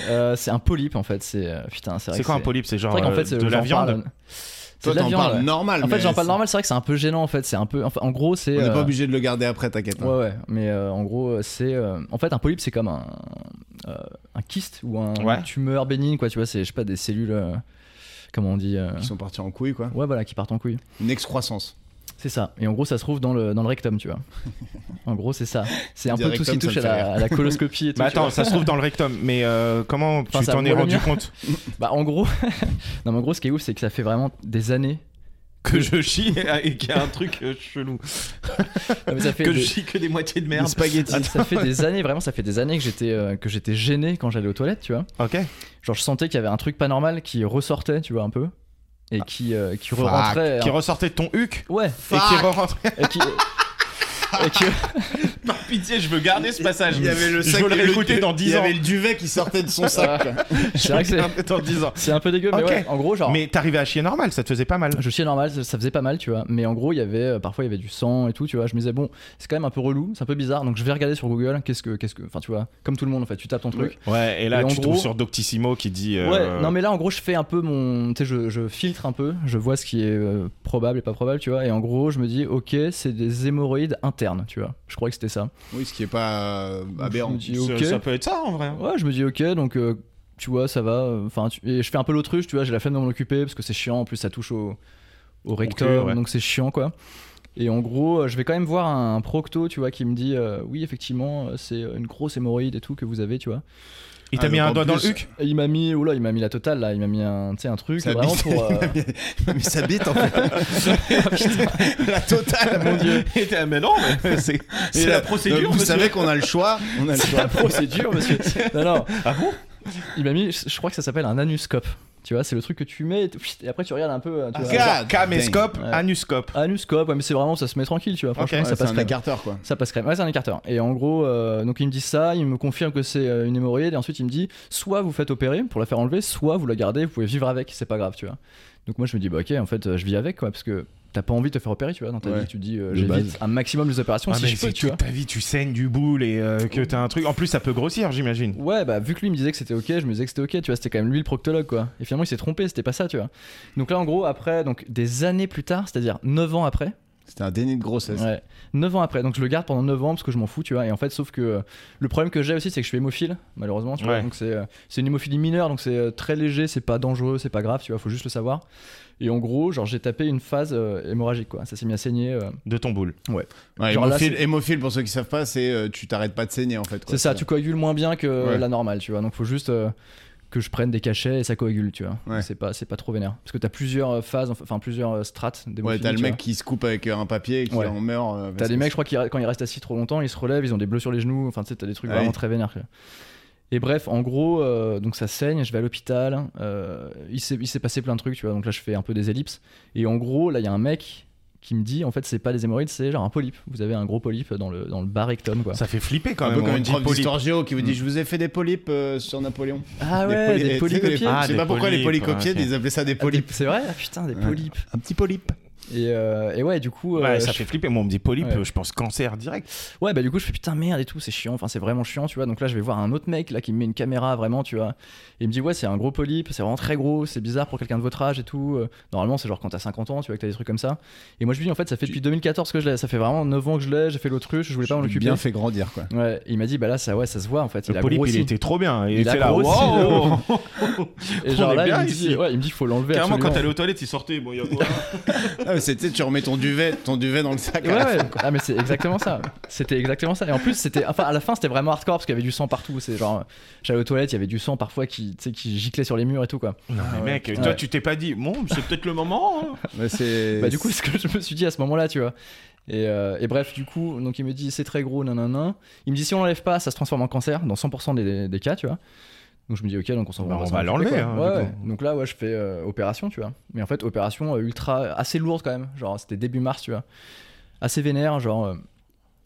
Speaker 1: Euh, c'est un polype en fait. C'est euh, putain, c'est vrai.
Speaker 3: C'est
Speaker 1: que
Speaker 3: quoi un polype C'est
Speaker 1: C'est
Speaker 3: genre
Speaker 1: vrai qu'en fait,
Speaker 3: euh,
Speaker 1: c'est-
Speaker 3: de la
Speaker 1: j'en parle-
Speaker 3: viande
Speaker 1: C'est
Speaker 2: Toi,
Speaker 1: de la
Speaker 2: t'en
Speaker 1: viande.
Speaker 2: parles
Speaker 1: ouais.
Speaker 2: normal.
Speaker 1: En fait,
Speaker 2: mais
Speaker 1: j'en parle
Speaker 2: c'est-
Speaker 1: normal. C'est vrai que c'est un peu gênant en fait. C'est un peu. enfin, en gros, c'est.
Speaker 2: On n'est
Speaker 1: euh,
Speaker 2: pas obligé de le garder après, t'inquiète. hein.
Speaker 1: Ouais, ouais, mais euh, en gros, euh, c'est. euh, en fait, un polype, c'est comme un, euh, un kyste ou un
Speaker 3: Ouais.
Speaker 1: tumeur bénigne, quoi. Tu vois, c'est, je sais pas, des cellules. euh, comment on dit euh,
Speaker 2: Ils sont partis en couille, quoi.
Speaker 1: Ouais, voilà, qui partent en couille.
Speaker 2: Une excroissance.
Speaker 1: C'est ça. Et en gros, ça se trouve dans le, dans le rectum, tu vois. En gros, c'est ça. C'est un
Speaker 2: Dire
Speaker 1: peu tout ce qui
Speaker 2: rectum,
Speaker 1: touche à
Speaker 2: ça me fait
Speaker 1: la, à la coloscopie et tout.
Speaker 3: Bah
Speaker 1: tu vois.
Speaker 3: attends, ça se trouve dans le rectum, mais euh, comment
Speaker 1: Enfin,
Speaker 3: tu
Speaker 1: ça
Speaker 3: t'en es
Speaker 1: voit le
Speaker 3: rendu
Speaker 1: mien.
Speaker 3: compte
Speaker 1: Bah, en gros, non, mais en gros, ce qui est ouf, c'est que ça fait vraiment des années.
Speaker 3: que je chie et qu'il y a un truc euh, chelou
Speaker 1: Non, mais ça fait
Speaker 3: Que
Speaker 1: des-
Speaker 3: je chie que des moitiés de merde.
Speaker 2: Des spaghettis.
Speaker 1: ça- ça fait des années, vraiment, ça fait des années que j'étais euh, que j'étais gêné quand j'allais aux toilettes, tu vois.
Speaker 3: Ok.
Speaker 1: Genre, je sentais qu'il y avait un truc pas normal qui ressortait, tu vois, un peu, et qui euh, qui rentrait.
Speaker 3: Qui ressortait de ton huc
Speaker 1: Ouais.
Speaker 3: et qui re-rentrait.
Speaker 1: Et qui. et qui-
Speaker 3: Par pitié, je veux garder ce passage.
Speaker 2: Il y avait le
Speaker 3: Je
Speaker 2: sac
Speaker 3: veux le
Speaker 2: et le-
Speaker 3: réécouter dans 10
Speaker 2: Il y
Speaker 3: ans.
Speaker 2: avait le duvet qui sortait de son sac. quoi.
Speaker 1: C'est vrai que c'est-
Speaker 3: dans 10 ans.
Speaker 1: c'est un peu dégueu, mais
Speaker 3: Ok.
Speaker 1: ouais, en gros, genre.
Speaker 3: Mais t'arrivais à chier normal, ça te faisait pas mal.
Speaker 1: Je chiais normal, ça ça faisait pas mal, tu vois. Mais en gros, il y avait euh, parfois il y avait du sang et tout, tu vois. Je me disais bon, c'est quand même un peu relou, c'est un peu bizarre. Donc je vais regarder sur Google, qu'est-ce que qu'est-ce que enfin tu vois, comme tout le monde en fait, tu tapes ton truc.
Speaker 3: Ouais, et là
Speaker 1: Et en
Speaker 3: tu
Speaker 1: gros-
Speaker 3: tombes sur Doctissimo qui dit. euh,
Speaker 1: Ouais, non mais là en gros, je fais un peu mon tu sais je, je filtre un peu, je vois ce qui est euh, probable et pas probable, tu vois. Et en gros, je me dis OK, c'est des hémorroïdes internes, tu vois. Je croyais que c'était ça.
Speaker 2: Oui, ce qui est pas euh,
Speaker 1: Je
Speaker 2: aberrant.
Speaker 1: me dis
Speaker 3: Ah, ça-
Speaker 1: OK.
Speaker 3: Ça peut être ça en vrai. hein.
Speaker 1: Ouais, je me dis OK, donc euh, tu vois, ça va enfin tu- et je fais un peu l'autruche, tu vois, j'ai la flemme de m'en occuper parce que c'est chiant en plus ça touche au au rectum,
Speaker 3: ouais.
Speaker 1: donc c'est chiant quoi. Et en gros, euh, je vais quand même voir un, un procto, tu vois, qui me dit euh, oui, effectivement, euh, c'est une grosse hémorroïde et tout que vous avez, tu vois.
Speaker 3: Il t'a
Speaker 2: Ah,
Speaker 3: mis
Speaker 2: donc
Speaker 3: un
Speaker 2: en
Speaker 3: doigt dans le
Speaker 2: plus,
Speaker 3: huc
Speaker 1: Et il m'a mis, oula, il m'a mis la totale là, il m'a mis un, tu sais, un truc
Speaker 2: Ça
Speaker 1: vraiment
Speaker 2: bite.
Speaker 1: pour. euh,
Speaker 2: Mais ça bite en fait. la totale.
Speaker 1: Mon Dieu.
Speaker 3: Et euh, t'es, ah, mais non, mais c'est c'est la procédure.
Speaker 2: euh, Vous
Speaker 3: monsieur.
Speaker 2: savez qu'on a le choix. On a
Speaker 1: la
Speaker 2: le choix.
Speaker 1: procédure, monsieur. Non, non. Il m'a mis, je je crois que ça s'appelle un anuscope. Tu vois, c'est le truc que tu mets et, t- et après tu regardes un peu. euh, Tu vois,
Speaker 2: God
Speaker 3: Ca- Caméscope,
Speaker 1: dang. Ouais.
Speaker 3: anuscope.
Speaker 1: anuscope, ouais, mais c'est vraiment, ça se met tranquille, tu vois. Franchement,
Speaker 3: Ouais,
Speaker 2: Ouais,
Speaker 1: ça
Speaker 2: c'est
Speaker 1: passe
Speaker 2: un
Speaker 1: crème.
Speaker 2: écarteur quoi.
Speaker 1: Ça passe crème. Ouais, c'est un écarteur. Et en gros, euh, donc il me dit ça, il me confirme que c'est euh, une hémorroïde, et ensuite il me dit soit vous faites opérer pour la faire enlever, soit vous la gardez, vous pouvez vivre avec, c'est pas grave, tu vois. Donc moi je me dis, bah ok, en fait euh, je vis avec, quoi, parce que t'as pas envie de te faire opérer, tu vois, dans ta
Speaker 2: Ouais.
Speaker 1: vie, tu te dis euh,
Speaker 2: De base.
Speaker 1: j'évite un maximum les opérations
Speaker 3: Ah,
Speaker 1: si
Speaker 3: mais
Speaker 1: je peux,
Speaker 3: c'est
Speaker 1: tu vois.
Speaker 3: toute ta vie, tu saignes du boule et euh, que t'as un truc. En plus, ça peut grossir, j'imagine.
Speaker 1: Ouais, bah vu que lui me disait que c'était ok, je me disais que c'était ok, tu vois, c'était quand même lui le proctologue, quoi. Et finalement il s'est trompé, c'était pas ça, tu vois. Donc là en gros, après, donc des années plus tard, c'est-à-dire 9 ans après,
Speaker 2: C'était un déni de grossesse.
Speaker 1: Ouais. 9 ans après, donc je le garde pendant 9 ans parce que je m'en fous, tu vois. Et en fait, sauf que euh, le problème que j'ai aussi, c'est que je suis hémophile, malheureusement, tu vois.
Speaker 3: Ouais.
Speaker 1: Donc c'est euh, c'est une hémophilie mineure, donc c'est euh, très léger, c'est pas dangereux, c'est pas grave, tu vois, faut juste le savoir. Et en gros, genre j'ai tapé une phase euh, hémorragique, quoi. Ça s'est mis à saigner. euh.
Speaker 3: De ton boule.
Speaker 2: Ouais,
Speaker 1: Genre là,
Speaker 2: hémophile,
Speaker 1: c'est-
Speaker 2: hémophile, pour ceux qui savent pas, c'est euh, tu t'arrêtes pas de saigner en fait. quoi.
Speaker 1: C'est ça, tu coagules moins bien que
Speaker 2: Ouais.
Speaker 1: la normale, tu vois. Donc faut juste. euh, que je prenne des cachets et ça coagule, tu vois.
Speaker 2: Ouais.
Speaker 1: C'est pas, c'est pas trop vénère. Parce que t'as plusieurs euh, phases, enfin plusieurs euh, strates
Speaker 2: Ouais,
Speaker 1: d'hémophilie,
Speaker 2: t'as le
Speaker 1: tu
Speaker 2: mec
Speaker 1: vois.
Speaker 2: qui se coupe avec euh, un papier et qui
Speaker 1: Ouais.
Speaker 2: en meurt. euh,
Speaker 1: T'as
Speaker 2: parce
Speaker 1: des
Speaker 2: que
Speaker 1: mecs, je crois, qui, quand ils restent assis trop longtemps, ils se relèvent, ils ont des bleus sur les genoux. Enfin, tu sais, t'as des trucs
Speaker 2: Ah
Speaker 1: vraiment
Speaker 2: oui.
Speaker 1: très vénères. quoi. Et bref, en gros, euh, donc ça saigne, je vais à l'hôpital. euh, il s'est il s'est passé plein de trucs, tu vois. Donc là, je fais un peu des ellipses. Et en gros, là, il y a un mec qui me dit, en fait, c'est pas des hémorroïdes, c'est genre un polype. Vous avez un gros polype dans le, dans le bas rectum, quoi.
Speaker 3: Ça fait flipper quand
Speaker 2: Un
Speaker 3: même.
Speaker 2: peu comme
Speaker 3: on
Speaker 2: une
Speaker 3: dit
Speaker 2: prof
Speaker 3: polype.
Speaker 2: d'histoire géo qui
Speaker 1: Mm.
Speaker 2: vous dit Je vous ai fait des polypes euh, sur Napoléon.
Speaker 1: Ah ouais,
Speaker 2: poly-
Speaker 1: des,
Speaker 2: eh,
Speaker 1: polypes
Speaker 2: tu sais,
Speaker 1: au
Speaker 2: les-
Speaker 1: pied.
Speaker 3: Ah,
Speaker 2: Je sais
Speaker 3: des
Speaker 2: pas pourquoi les
Speaker 3: polypes,
Speaker 2: polypes au
Speaker 3: ouais,
Speaker 2: pied,
Speaker 3: ok.
Speaker 2: ils appelaient ça des
Speaker 1: Ah, des-
Speaker 2: polypes.
Speaker 1: C'est vrai, ah, putain, des
Speaker 2: Ouais.
Speaker 1: polypes.
Speaker 2: Un petit polype. hein,
Speaker 1: Et, euh, et ouais, du coup, euh,
Speaker 3: Ouais,
Speaker 1: je
Speaker 3: ça fait flipper. Moi, on me dit polype,
Speaker 1: Ouais.
Speaker 3: je pense cancer direct.
Speaker 1: Ouais, bah du coup, je fais putain merde et tout, c'est chiant, enfin c'est vraiment chiant, tu vois. Donc là, je vais voir un autre mec là qui me met une caméra vraiment, tu vois. Et il me dit, ouais, c'est un gros polype, c'est vraiment très gros, c'est bizarre pour quelqu'un de votre âge et tout. Euh, Normalement, c'est genre quand t'as 50 ans, tu vois, que t'as des trucs comme ça. Et moi, je lui dis, en fait, ça fait depuis 2014 que je l'ai, ça fait vraiment 9 ans que je l'ai, j'ai fait l'autruche, je voulais pas m'en occuper.
Speaker 2: Bien fait grandir quoi.
Speaker 1: Ouais, et il m'a dit, bah là, ça, ouais, ça se voit en fait, il
Speaker 3: le
Speaker 1: a
Speaker 3: polype,
Speaker 1: grossi.
Speaker 3: il était trop bien. Il,
Speaker 1: Il a
Speaker 3: était là.
Speaker 1: grossi,
Speaker 3: Wow
Speaker 1: Et genre
Speaker 3: On est
Speaker 1: là,
Speaker 3: bien
Speaker 1: il me
Speaker 3: ici.
Speaker 1: dit, ouais, il me dit, faut l'enlever.
Speaker 3: Carrément, quand
Speaker 1: absolument.
Speaker 3: t'allais aux toilettes, il sortait. Bon, il y a quoi
Speaker 2: Ah, mais c'était tu remets ton duvet, ton duvet dans le sac.
Speaker 1: Ouais, ouais. Ah, mais c'est exactement ça. C'était exactement ça. Et en plus, c'était. Enfin, à la fin, c'était vraiment hardcore parce qu'il y avait du sang partout. C'est genre. euh, J'allais aux toilettes, il y avait du sang parfois qui, tu sais, qui giclait sur les murs et tout, quoi.
Speaker 3: Non, mais
Speaker 2: ouais,
Speaker 3: mec,
Speaker 1: putain.
Speaker 3: toi,
Speaker 1: Ouais.
Speaker 3: tu t'es pas dit. Bon, c'est peut-être le moment. hein.
Speaker 2: Bah, c'est-
Speaker 1: Bah, du coup, c'est ce que je me suis dit à ce moment-là, tu vois. Et, euh, et bref, du coup, donc il me dit c'est très gros, nanana. Il me dit si on l'enlève pas, ça se transforme en cancer dans 100% des, des cas, tu vois. Donc je me dis ok, donc on s'en
Speaker 3: Bah, on
Speaker 1: s'en
Speaker 3: va
Speaker 1: occuper,
Speaker 3: l'enlever,
Speaker 1: quoi.
Speaker 3: hein,
Speaker 1: Ouais,
Speaker 3: du
Speaker 1: ouais. Donc là, ouais, je fais euh, opération, tu vois. Mais en fait, opération euh, ultra assez lourde quand même. Genre, c'était début mars, tu vois. Assez vénère, genre. euh,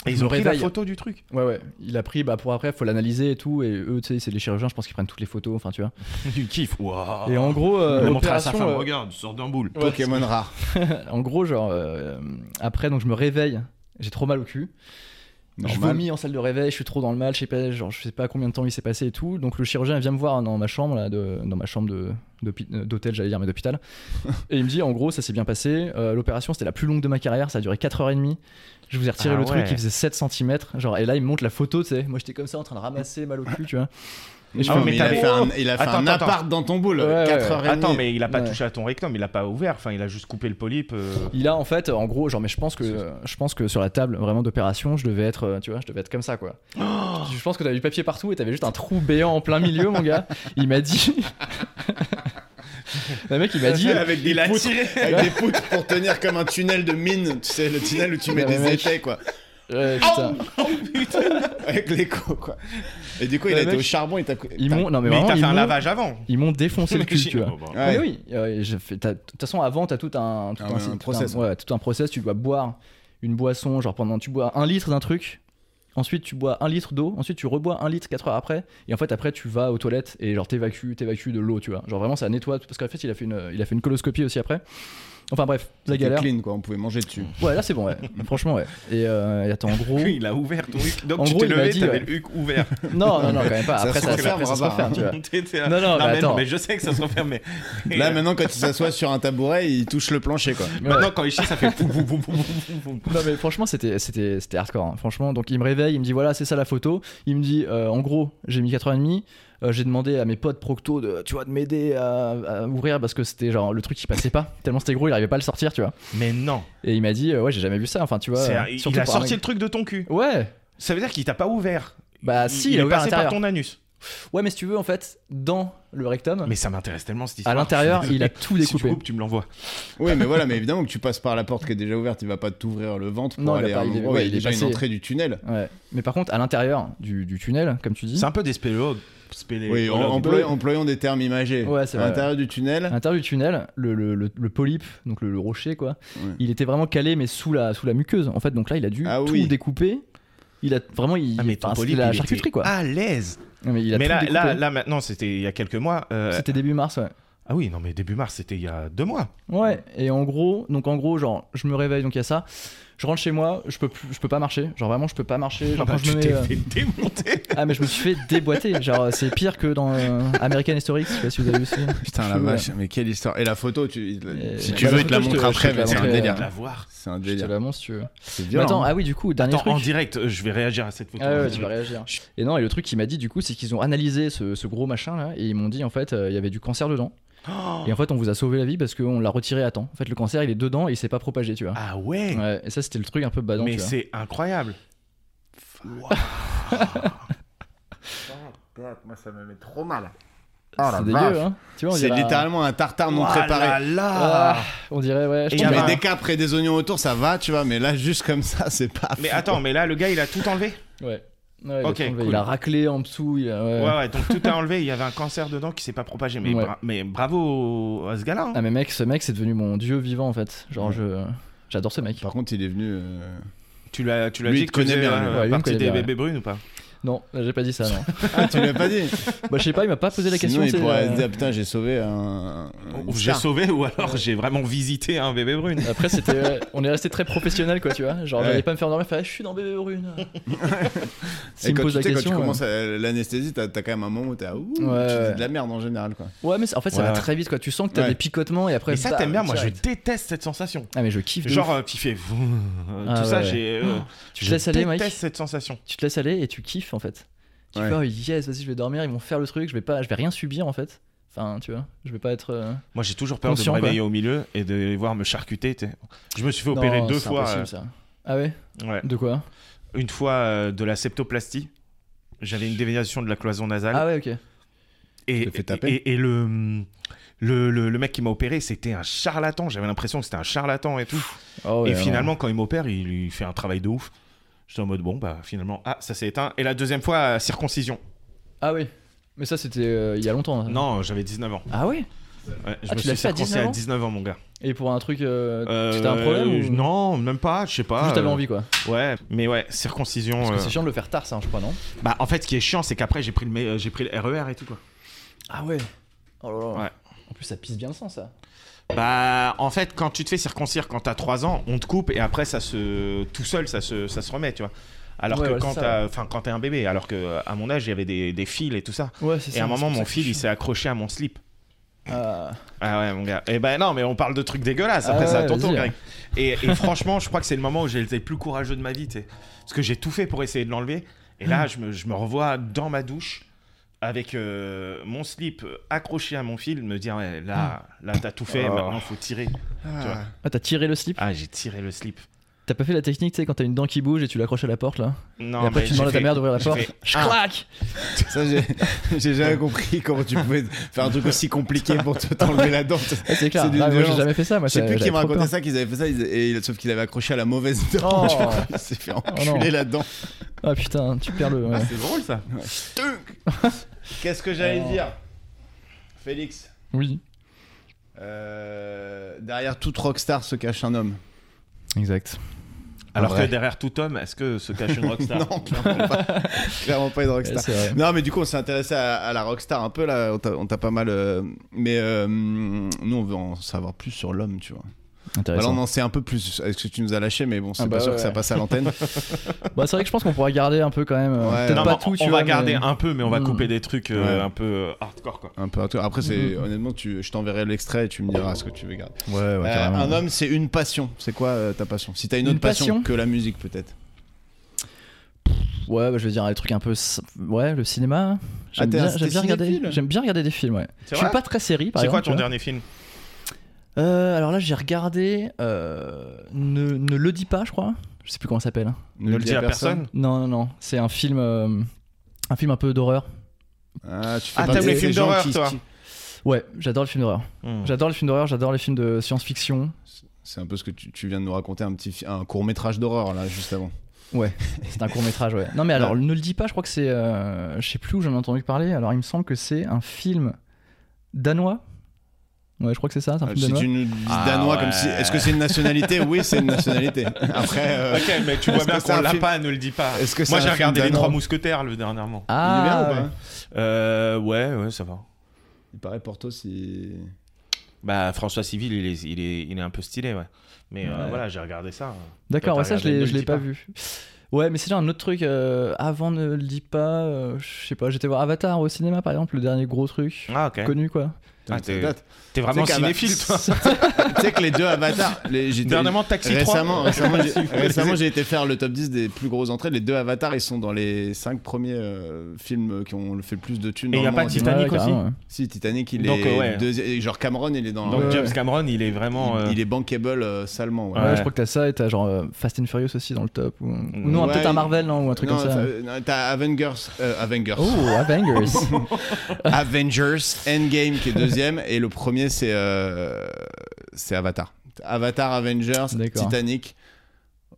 Speaker 3: Et ils
Speaker 1: me
Speaker 3: ont pris la
Speaker 1: réveille.
Speaker 3: photo du truc.
Speaker 1: Ouais, ouais. Il a pris, bah pour après, faut l'analyser et tout. Et eux, tu sais, c'est les chirurgiens, je pense qu'ils prennent toutes les photos, enfin, tu vois.
Speaker 3: Du kiff. Waouh.
Speaker 1: Et en gros, euh,
Speaker 3: Ah. Il a montré à sa
Speaker 1: opération,
Speaker 3: femme,
Speaker 1: euh,
Speaker 3: regarde, sort d'un boule.
Speaker 1: ouais,
Speaker 2: Pokémon rare.
Speaker 1: en gros, genre, euh, après, donc je me réveille, j'ai trop mal au cul. Je
Speaker 2: Normal.
Speaker 1: vomis en salle de réveil, je suis trop dans le mal, je sais pas, genre, je sais pas combien de temps il s'est passé et tout. Donc le chirurgien vient me voir hein, dans ma chambre, là, de- dans ma chambre de- d'hôpi- euh, d'hôtel, j'allais dire, mais d'hôpital. et il me dit, en gros, ça s'est bien passé. Euh, L'opération, c'était la plus longue de ma carrière, ça a duré 4h30. Je vous ai retiré
Speaker 3: Ah
Speaker 1: le
Speaker 3: ouais.
Speaker 1: truc qui faisait 7 cm. Genre, et là, il me montre la photo, tu sais. Moi, j'étais comme ça en train de ramasser mal au cul, tu vois. Et je
Speaker 3: Ah
Speaker 1: fais
Speaker 3: ouais, mais
Speaker 2: il, a
Speaker 3: t'avais-
Speaker 2: fait un, il a fait
Speaker 3: Attends,
Speaker 2: un
Speaker 3: attends,
Speaker 2: appart dans ton boule,
Speaker 1: Ouais, ouais,
Speaker 2: 4
Speaker 1: ouais.
Speaker 2: heures et
Speaker 3: Attends,
Speaker 2: demie.
Speaker 3: mais il a pas
Speaker 1: Ouais.
Speaker 3: touché à ton rectum, il a pas ouvert, enfin il a juste coupé le polype. euh.
Speaker 1: Il a en fait, en gros, genre, mais je pense que, je pense que sur la table vraiment d'opération, je devais être, euh, tu vois, je devais être comme ça quoi.
Speaker 3: Oh
Speaker 1: je pense que t'avais du papier partout et t'avais juste un trou béant en plein milieu, mon gars. Il m'a dit. le mec, il m'a dit.
Speaker 2: avec des poutres,
Speaker 3: tiré.
Speaker 2: avec des poutres pour tenir comme un tunnel de mine, tu sais, le tunnel où tu mets
Speaker 1: Ouais,
Speaker 2: des
Speaker 1: mec.
Speaker 2: épées, quoi,
Speaker 1: Ouais, euh, putain.
Speaker 2: avec l'écho, quoi. Et du coup, il
Speaker 1: Ouais,
Speaker 2: a été
Speaker 1: mec.
Speaker 2: au charbon, il t'a cou-
Speaker 1: Ils
Speaker 2: t'as-
Speaker 1: m'ont, non mais,
Speaker 3: Mais il
Speaker 1: vraiment,
Speaker 3: t'a fait
Speaker 1: ils
Speaker 3: un
Speaker 1: m'ont-
Speaker 3: lavage avant.
Speaker 1: Ils m'ont défoncé le cul, tu vois.
Speaker 3: Oh, bah.
Speaker 2: Ah Ouais.
Speaker 1: Mais oui, euh, je fais- t'as- de toute façon, avant, t'as tout un, tout
Speaker 2: Ah ouais, un
Speaker 1: tout
Speaker 2: process.
Speaker 1: ouais, tout un process. Tu dois boire une boisson, genre pendant, tu bois un litre d'un truc. Ensuite, tu bois un litre d'eau. Ensuite, tu rebois un litre 4 heures après. Et en fait, après, tu vas aux toilettes et genre t'évacues, t'évacues de l'eau, tu vois. Genre vraiment, ça nettoie. Parce qu'en fait, il a fait une, il a fait une coloscopie aussi après. Enfin bref, la
Speaker 2: C'était
Speaker 1: galère.
Speaker 2: clean, quoi, on pouvait manger dessus.
Speaker 1: Ouais, là c'est bon, ouais. Franchement, ouais. Et, euh, et attends, en gros.
Speaker 3: il a ouvert ton huc. Donc
Speaker 1: En
Speaker 3: tu
Speaker 1: gros,
Speaker 3: t'es
Speaker 1: il m'a
Speaker 3: levé,
Speaker 1: dit, euh,
Speaker 3: t'avais
Speaker 1: ouais.
Speaker 3: le huc ouvert.
Speaker 1: Non, non, non, quand même pas.
Speaker 2: Ça
Speaker 1: Après,
Speaker 2: se
Speaker 1: ça,
Speaker 2: referme,
Speaker 1: après, ça se
Speaker 2: Rabat,
Speaker 1: referme,
Speaker 2: hein.
Speaker 1: tu vois.
Speaker 3: T'étais-
Speaker 1: Non, non, mais
Speaker 3: mais,
Speaker 1: attends.
Speaker 3: mais je sais que ça se referme, mais.
Speaker 2: Là,
Speaker 3: euh,
Speaker 2: maintenant, quand il s'assoit sur un tabouret, il touche le plancher, quoi.
Speaker 3: Maintenant, quand il chie, ça fait. poum, poum, poum, poum, poum, poum.
Speaker 1: Non mais franchement c'était c'était c'était hardcore hein. franchement donc il me réveille il me dit voilà c'est ça la photo il me dit euh, en gros j'ai mis 4 h 30 Euh, j'ai demandé à mes potes procto de tu vois de m'aider à, à ouvrir parce que c'était genre le truc qui passait pas tellement c'était gros il arrivait pas à le sortir tu vois
Speaker 3: Mais non.
Speaker 1: et il m'a dit euh, ouais j'ai jamais vu ça enfin tu vois
Speaker 3: C'est-
Speaker 1: euh,
Speaker 3: il
Speaker 1: surtout
Speaker 3: a
Speaker 1: pour un
Speaker 3: sorti le
Speaker 1: mec-
Speaker 3: truc de ton cul.
Speaker 1: ouais
Speaker 3: Ça veut dire qu'il t'a pas ouvert.
Speaker 1: bah
Speaker 3: Il-
Speaker 1: si
Speaker 3: il,
Speaker 1: il, a
Speaker 3: est
Speaker 1: ouvert à
Speaker 3: passé par
Speaker 1: l'intérieur
Speaker 3: ton anus.
Speaker 1: ouais mais si tu veux en fait dans le rectum
Speaker 3: Mais ça m'intéresse tellement cette
Speaker 1: à
Speaker 3: histoire.
Speaker 1: l'intérieur il a tout
Speaker 3: Si tu
Speaker 1: découpé Hmm.
Speaker 3: coupes, tu me l'envoies.
Speaker 2: Oui, mais voilà, mais évidemment que tu passes par la porte qui est déjà ouverte, il va pas t'ouvrir le ventre pour
Speaker 1: Non, il a
Speaker 2: aller
Speaker 1: pas-
Speaker 2: à un
Speaker 1: il est-
Speaker 2: endroit où
Speaker 1: ouais,
Speaker 2: il y a
Speaker 1: il est
Speaker 2: déjà une
Speaker 1: passé.
Speaker 2: entrée du tunnel.
Speaker 1: ouais mais par contre à l'intérieur du, du tunnel comme tu dis
Speaker 3: C'est un peu des spéléo- spéléologues.
Speaker 2: Oui, en- employ- employons des termes imagés.
Speaker 1: Ouais, c'est
Speaker 2: à
Speaker 1: vrai.
Speaker 2: l'intérieur du tunnel,
Speaker 1: À l'intérieur du tunnel, le, le- le- le polype, donc le, le rocher, quoi,
Speaker 2: Ouais.
Speaker 1: il était vraiment calé, mais sous la, sous la muqueuse. En fait, donc là, il a dû
Speaker 2: Ah
Speaker 1: tout
Speaker 2: oui.
Speaker 1: découper. Il a vraiment. Il,
Speaker 3: Ah, mais ton
Speaker 1: enfin, c'était
Speaker 3: polype,
Speaker 1: la
Speaker 3: il
Speaker 1: charcuterie,
Speaker 3: était
Speaker 1: quoi.
Speaker 3: À l'aise.
Speaker 1: Non, mais il a
Speaker 3: mais
Speaker 1: tout
Speaker 3: là,
Speaker 1: découpé.
Speaker 3: là, là, maintenant, c'était il y a quelques mois. euh,
Speaker 1: C'était début mars, ouais.
Speaker 3: Ah oui, non, mais début mars, c'était il y a deux mois.
Speaker 1: Ouais, et en gros, donc en gros, genre, je me réveille, donc il y a ça. Je rentre chez moi, je peux, plus, je peux pas marcher. Genre, vraiment, je peux pas marcher. Genre,
Speaker 3: Ah bah,
Speaker 1: quand je
Speaker 3: tu
Speaker 1: me
Speaker 3: t'es
Speaker 1: mets, euh,
Speaker 3: fait démonter.
Speaker 1: Ah, mais je me suis fait déboîter. Genre, c'est pire que dans euh, American History, je sais pas si vous avez vu ce film.
Speaker 2: Putain, la
Speaker 1: Je-
Speaker 2: vache, mais quelle histoire. Et la photo, tu- il-
Speaker 1: Et-
Speaker 2: si tu
Speaker 1: Bah, la
Speaker 2: veux, il te la
Speaker 1: photo, je te-
Speaker 2: montre
Speaker 1: je te
Speaker 2: après,
Speaker 1: la
Speaker 2: mais c'est un
Speaker 1: montrerai,
Speaker 2: délire.
Speaker 3: De la voir.
Speaker 2: C'est un
Speaker 1: Je te
Speaker 2: délire.
Speaker 1: la montre si tu veux.
Speaker 2: C'est
Speaker 1: Mais
Speaker 2: violent.
Speaker 1: attends,
Speaker 2: hein.
Speaker 1: ah oui, du coup, dernier
Speaker 3: Attends,
Speaker 1: truc.
Speaker 3: en direct, euh, je vais réagir à cette photo.
Speaker 1: Ah ouais, ouais, tu vas réagir. Et non, et le truc qu'il m'a dit du coup, c'est qu'ils ont analysé ce, ce gros machin là et ils m'ont dit en fait, euh, il y avait du cancer dedans.
Speaker 3: Oh,
Speaker 1: Et en fait, on vous a sauvé la vie parce qu'on l'a retiré à temps. En fait, le cancer il est dedans et il s'est pas propagé, tu vois.
Speaker 3: Ah ouais,
Speaker 1: Ouais, et ça, c'était le truc un peu badant.
Speaker 3: Mais
Speaker 1: tu vois.
Speaker 3: c'est incroyable.
Speaker 4: Moi, ça me met trop mal. Oh
Speaker 1: C'est dégueu, hein. Tu vois, on
Speaker 2: C'est
Speaker 1: dirait,
Speaker 2: littéralement un tartare non
Speaker 3: Oh là
Speaker 2: préparé.
Speaker 3: là.
Speaker 1: Ah, on dirait, ouais. je pense-
Speaker 3: Et il y
Speaker 2: Mais
Speaker 3: avait-
Speaker 2: des capres et des oignons autour, ça va, tu vois, mais là, juste comme ça, c'est pas.
Speaker 3: Mais attends, mais là, le gars, il a tout enlevé
Speaker 1: Ouais. Ouais, il,
Speaker 3: Ok,
Speaker 1: a tout enlevé.
Speaker 3: cool. Ah
Speaker 1: Il a raclé en dessous. il a- ouais.
Speaker 3: Ouais, ouais, donc tout a enlevé, il y avait un cancer dedans qui s'est pas propagé. Mais,
Speaker 1: Ouais.
Speaker 3: bra- mais bravo à ce gars-là. hein.
Speaker 1: Ah, mais mec, ce mec, c'est devenu mon dieu vivant en fait. Genre, je. J'adore ce mec.
Speaker 2: Par contre, il est venu. euh,
Speaker 3: Tu l'as tu l'as
Speaker 2: Lui,
Speaker 3: dit
Speaker 2: il
Speaker 3: que
Speaker 2: te
Speaker 3: tu
Speaker 2: connaît
Speaker 3: faisais
Speaker 2: bien,
Speaker 3: euh,
Speaker 2: lui.
Speaker 1: Ouais, lui, il me
Speaker 3: partie
Speaker 1: connaît
Speaker 3: des
Speaker 1: bien, ouais.
Speaker 3: bébés brunes ou pas
Speaker 1: Non, j'ai pas dit ça, non.
Speaker 2: Ah, tu l'as pas dit
Speaker 1: bah, je sais pas, il m'a pas posé la question.
Speaker 2: Sinon, il
Speaker 1: c'est,
Speaker 2: pourrait
Speaker 1: euh,
Speaker 2: se dire ah, putain, j'ai sauvé un. une
Speaker 3: J'ai
Speaker 2: star.
Speaker 3: sauvé ou alors j'ai vraiment visité un bébé brune.
Speaker 1: Après, c'était, ouais, on est resté très professionnel, quoi, tu vois. Genre,
Speaker 2: Ouais.
Speaker 1: j'allais pas me faire dormir, je fais, Ah, je suis dans Bébé Brune.
Speaker 2: Et
Speaker 1: S'il me
Speaker 2: quand tu
Speaker 1: pose la
Speaker 2: sais, quand tu
Speaker 1: question. ouais.
Speaker 2: commences à- l'anesthésie, t'as t'as quand même un moment où t'es à ouh, tu
Speaker 1: Ouais,
Speaker 2: dis
Speaker 1: ouais.
Speaker 2: de la merde en général, quoi.
Speaker 1: euh, Ouais, mais c'est- en fait, ça
Speaker 3: Ouais.
Speaker 1: va très vite, quoi. Tu sens que t'as
Speaker 2: Ouais.
Speaker 1: des picotements et après.
Speaker 3: Et ça,
Speaker 1: bam,
Speaker 3: t'aimes bien, moi, je
Speaker 1: direct.
Speaker 3: déteste cette sensation.
Speaker 1: Ah, mais je kiffe. de
Speaker 3: Genre,
Speaker 1: ouf.
Speaker 3: euh, qui fait. vroom, euh,
Speaker 1: Ah,
Speaker 3: tout ça,
Speaker 1: ouais.
Speaker 3: j'ai. euh,
Speaker 1: Tu te laisses aller,
Speaker 3: Je
Speaker 1: Mike.
Speaker 3: déteste cette sensation.
Speaker 1: Tu te laisses aller et tu kiffes, en fait. Tu
Speaker 2: Ouais.
Speaker 1: fais, oh yes, vas-y, je vais dormir, ils vont faire le truc, je vais pas, je vais rien subir, en fait. Enfin, tu vois, je vais pas être. euh,
Speaker 3: Moi, j'ai toujours peur
Speaker 1: Conscient,
Speaker 3: de me
Speaker 1: quoi.
Speaker 3: réveiller au milieu et de les voir me charcuter. tu sais. Je me suis fait opérer
Speaker 1: non,
Speaker 3: deux
Speaker 1: c'est
Speaker 3: fois.
Speaker 1: impossible, ça. Ah ouais
Speaker 3: euh, ouais.
Speaker 1: De quoi
Speaker 3: Une fois euh, de la septoplastie. J'avais une déviation de la cloison nasale.
Speaker 1: Ah ouais, ok.
Speaker 3: et,
Speaker 2: t'es fait taper.
Speaker 3: et- et le, le, le, le mec qui m'a opéré, c'était un charlatan. J'avais l'impression que c'était un charlatan et tout.
Speaker 1: Oh, ouais,
Speaker 3: et
Speaker 1: ouais.
Speaker 3: finalement, quand il m'opère, il, il fait un travail de ouf. J'étais en mode, bon, bah finalement, ah, ça s'est éteint. Et la deuxième fois, euh, circoncision.
Speaker 1: Ah oui. Mais ça, c'était euh, il y a longtemps. ça.
Speaker 3: Non, j'avais 19 ans.
Speaker 1: Ah ouais
Speaker 3: Ouais, je
Speaker 1: Ah,
Speaker 3: me
Speaker 1: tu
Speaker 3: suis
Speaker 1: l'as fait à
Speaker 3: circoncis
Speaker 1: 19
Speaker 3: à
Speaker 1: ans
Speaker 3: 19 ans, mon gars.
Speaker 1: Et pour un truc. euh,
Speaker 3: Euh,
Speaker 1: C'était un problème ou...
Speaker 3: Non, même pas, je sais pas.
Speaker 1: Juste t'avais
Speaker 3: euh,
Speaker 1: envie, quoi.
Speaker 3: Ouais, mais ouais, circoncision.
Speaker 1: Parce que
Speaker 3: euh,
Speaker 1: c'est chiant de le faire tard, ça, hein, je crois, non
Speaker 3: Bah, en fait, ce qui est chiant, c'est qu'après, j'ai pris, le, mé- euh, j'ai pris le RER et tout, quoi.
Speaker 1: Ah ouais. Oh là là.
Speaker 3: Ouais.
Speaker 1: En plus, ça pisse bien le sang, ça.
Speaker 3: Bah, en fait, quand tu te fais circoncire quand t'as 3 ans, on te coupe et après, ça se. Tout seul, ça se, ça se remet, tu vois. Alors
Speaker 1: Ouais,
Speaker 3: que
Speaker 1: ouais,
Speaker 3: quand
Speaker 1: c'est ça,
Speaker 3: t'as. Enfin, quand t'es un bébé, alors que à mon âge, il y avait des, des fils et tout ça.
Speaker 1: Ouais, c'est
Speaker 3: Et à un moment, mon fil, il s'est accroché à mon slip.
Speaker 1: Ah,
Speaker 3: Ah ouais, mon gars. Et ben non, mais on parle de trucs dégueulasses. Après,
Speaker 1: Ah
Speaker 3: c'est à
Speaker 1: ouais,
Speaker 3: ton tour,
Speaker 1: vas-y.
Speaker 3: Greg. Et, et franchement, je crois que c'est le moment où j'ai été le plus courageux
Speaker 1: Hmm.
Speaker 3: de ma vie, tu sais. Parce que j'ai tout fait pour essayer de l'enlever. Et là, je me, je me revois dans ma douche, avec euh, mon slip accroché à mon fil, me dire ouais, là, là t'as tout fait,
Speaker 2: Oh.
Speaker 3: maintenant faut tirer. vois.
Speaker 1: Ah, t'as tiré le slip
Speaker 3: Ah, j'ai tiré le slip.
Speaker 1: T'as pas fait la technique, tu sais, quand t'as une dent qui bouge et tu l'accroches à la porte là
Speaker 3: Non,
Speaker 1: Et après
Speaker 3: Ah, mais
Speaker 1: tu demandes
Speaker 3: j'ai
Speaker 1: à ta
Speaker 3: fait-
Speaker 1: mère d'ouvrir la
Speaker 3: j'ai
Speaker 1: porte.
Speaker 3: fait,
Speaker 1: Je
Speaker 3: ah.
Speaker 1: claque
Speaker 2: Ça, j'ai j'ai jamais compris comment tu pouvais faire un truc aussi compliqué pour te- t'enlever la dent.
Speaker 1: Ah, C'est clair,
Speaker 2: C'est d'une
Speaker 1: Ah, moi j'ai
Speaker 2: violence.
Speaker 1: jamais fait ça. Moi,
Speaker 2: Je sais
Speaker 1: ça-
Speaker 2: plus qui
Speaker 1: j'avais
Speaker 2: me
Speaker 1: trop
Speaker 2: racontait
Speaker 1: peur.
Speaker 2: ça, qu'ils avaient fait ça, ils- et, sauf qu'ils avaient accroché à la mauvaise dent.
Speaker 1: Oh.
Speaker 2: tu vois. Il s'est fait enculer
Speaker 1: non.
Speaker 2: la dent.
Speaker 1: Ah putain, tu perds le. ouais.
Speaker 3: Ah, c'est drôle ça. Qu'est-ce que j'allais
Speaker 1: Alors.
Speaker 3: dire Félix,
Speaker 1: Oui,
Speaker 2: Euh, derrière toute rockstar se cache un homme.
Speaker 1: exact.
Speaker 3: alors
Speaker 2: vrai.
Speaker 3: que derrière tout homme, est-ce que se cache une rockstar
Speaker 2: Non, clairement pas. clairement pas une
Speaker 1: Ouais,
Speaker 2: rockstar.
Speaker 1: c'est vrai.
Speaker 2: Non, mais du coup, on s'est intéressé à, à la rockstar un peu là. On t'a- On t'a pas mal. euh, mais euh, nous, on veut en savoir plus sur l'homme, tu vois. Bah, là,
Speaker 1: Intéressant.
Speaker 2: on en sait un peu plus. Est-ce que tu nous as lâché Mais bon, c'est
Speaker 1: Ah bah
Speaker 2: pas sûr
Speaker 1: ouais,
Speaker 2: que ça
Speaker 1: ouais.
Speaker 2: passe à l'antenne.
Speaker 1: Bah, c'est vrai que je pense qu'on pourra garder un peu quand même. euh,
Speaker 2: Ouais.
Speaker 1: Peut-être
Speaker 3: Non,
Speaker 1: pas
Speaker 3: mais
Speaker 1: tout,
Speaker 3: on,
Speaker 1: tu
Speaker 3: on
Speaker 1: vois,
Speaker 3: va garder
Speaker 1: mais-
Speaker 3: un peu, mais on va
Speaker 1: Hmm.
Speaker 3: couper des trucs euh,
Speaker 2: Ouais.
Speaker 3: un peu euh, hardcore quoi.
Speaker 2: un peu à toi. Après,
Speaker 3: Mm-hmm.
Speaker 2: c'est
Speaker 1: Mhm.
Speaker 2: honnêtement, tu, je t'enverrai l'extrait et tu me diras ce que tu veux garder.
Speaker 1: Ouais, ouais,
Speaker 2: Euh,
Speaker 1: carrément.
Speaker 2: un homme, c'est une passion. C'est quoi euh, ta passion Si t'as une
Speaker 1: Une
Speaker 2: autre passion,
Speaker 1: passion
Speaker 2: que la musique, peut-être.
Speaker 1: Ouais, bah, je veux dire, les trucs un peu. s- Ouais, le cinéma. hein. J'aime
Speaker 2: t'es un-
Speaker 1: bien,
Speaker 2: t'es
Speaker 1: j'aime bien regarder,
Speaker 2: cinéphile
Speaker 1: j'aime bien regarder des films, ouais. Je
Speaker 3: C'est
Speaker 1: suis
Speaker 3: vrai
Speaker 1: pas très série, par
Speaker 3: C'est quoi
Speaker 1: exemple.
Speaker 3: ton
Speaker 1: tu vois.
Speaker 3: dernier film
Speaker 1: Euh, alors là, j'ai regardé. euh, ne, ne le dis pas, je crois. Je sais plus comment ça s'appelle. hein.
Speaker 3: Ne le dis à personne.
Speaker 1: Non, non, non. C'est un film. euh, un film un peu d'horreur.
Speaker 2: Ah, tu fais
Speaker 3: Ah,
Speaker 2: partie
Speaker 3: t'aimes
Speaker 2: de
Speaker 3: les
Speaker 2: ces
Speaker 3: films
Speaker 2: gens
Speaker 3: d'horreur,
Speaker 2: qui-
Speaker 3: toi.
Speaker 2: qui-
Speaker 1: Ouais, j'adore le film d'horreur.
Speaker 3: Hmm.
Speaker 1: J'adore le film d'horreur, j'adore les films de science-fiction.
Speaker 2: C'est un peu ce que tu, tu viens de nous raconter, un petit fi- un court métrage d'horreur là juste avant.
Speaker 1: C'est un court-métrage, ouais. Non, mais alors, ne le dis pas, je crois que c'est. euh, je sais plus où j'en ai entendu parler. Alors, il me semble que c'est un film danois. Ouais, je crois que c'est ça, c'est un
Speaker 2: Euh,
Speaker 1: film
Speaker 2: si
Speaker 1: danois.
Speaker 2: tu nous dis
Speaker 3: Ah,
Speaker 2: danois
Speaker 3: ouais.
Speaker 2: comme si, est-ce que c'est une nationalité Oui, c'est une nationalité. Après, euh,
Speaker 3: Ok, mais tu vois
Speaker 2: Est-ce
Speaker 3: bien
Speaker 2: que c'est
Speaker 3: qu'on
Speaker 2: un
Speaker 3: l'a
Speaker 2: film-
Speaker 3: pas, ne le dis pas.
Speaker 2: est-ce que c'est
Speaker 3: Moi
Speaker 2: un
Speaker 3: j'ai
Speaker 2: film
Speaker 3: regardé Les
Speaker 2: danois
Speaker 3: Trois Mousquetaires le dernièrement.
Speaker 2: Il est bien
Speaker 1: Ah,
Speaker 2: ou pas
Speaker 1: ouais.
Speaker 3: Euh, ouais, ouais, ça va.
Speaker 2: Il paraît Porto si.
Speaker 3: Bah François Civil, il est, il est, il est un peu stylé, ouais. Mais euh,
Speaker 1: Ouais.
Speaker 3: voilà, j'ai regardé ça.
Speaker 1: D'accord,
Speaker 3: Toi,
Speaker 1: ouais,
Speaker 3: t'as
Speaker 1: ça, je l'ai
Speaker 3: regardé Ne le
Speaker 1: je l'ai
Speaker 3: dis
Speaker 1: pas,
Speaker 3: pas.
Speaker 1: vu. Ouais, mais c'est un autre truc. euh, avant, ne le dis pas. euh, je sais pas, j'étais voir Avatar au cinéma, par exemple, le dernier gros truc.
Speaker 3: Ah ok.
Speaker 1: Connu, quoi.
Speaker 2: Putain,
Speaker 3: Ah,
Speaker 2: ça
Speaker 3: t'es-
Speaker 2: date.
Speaker 3: T'es vraiment
Speaker 2: C'est qu'à-
Speaker 3: cinéphile toi.
Speaker 2: tu sais que les deux avatars, les, j'étais-
Speaker 3: Dernièrement Taxi 3.
Speaker 2: récemment, récemment, j'ai,
Speaker 3: voulez.
Speaker 2: récemment, j'ai été faire le top 10 des plus grosses entrées. Les deux avatars, ils sont dans les 5 premiers euh, films qui ont fait le plus de thunes.
Speaker 3: Et
Speaker 2: dans
Speaker 3: y a
Speaker 2: le
Speaker 3: pas
Speaker 2: monde.
Speaker 3: Titanic
Speaker 1: Ouais,
Speaker 3: aussi.
Speaker 1: carrément, ouais.
Speaker 2: Si Titanic, il
Speaker 3: Donc, euh,
Speaker 2: est
Speaker 3: ouais.
Speaker 2: deuxi- et Genre Cameron, il est dans.
Speaker 3: Donc
Speaker 1: Ouais.
Speaker 3: James Cameron, il est vraiment.
Speaker 2: il,
Speaker 3: euh,
Speaker 2: il est bankable euh, salement. ouais.
Speaker 1: Ouais, je crois que t'as ça et t'as genre euh, Fast and Furious aussi dans le top. Ou, ou non,
Speaker 2: Ouais,
Speaker 1: peut-être un
Speaker 2: il-
Speaker 1: Marvel, non, ou un truc
Speaker 2: Non,
Speaker 1: comme ça.
Speaker 2: t'as- non, T'as Avengers, euh, Avengers.
Speaker 1: Oh, Avengers.
Speaker 2: Avengers Endgame qui est deuxième et le premier c'est euh, c'est Avatar. Avatar Avengers
Speaker 1: D'accord.
Speaker 2: Titanic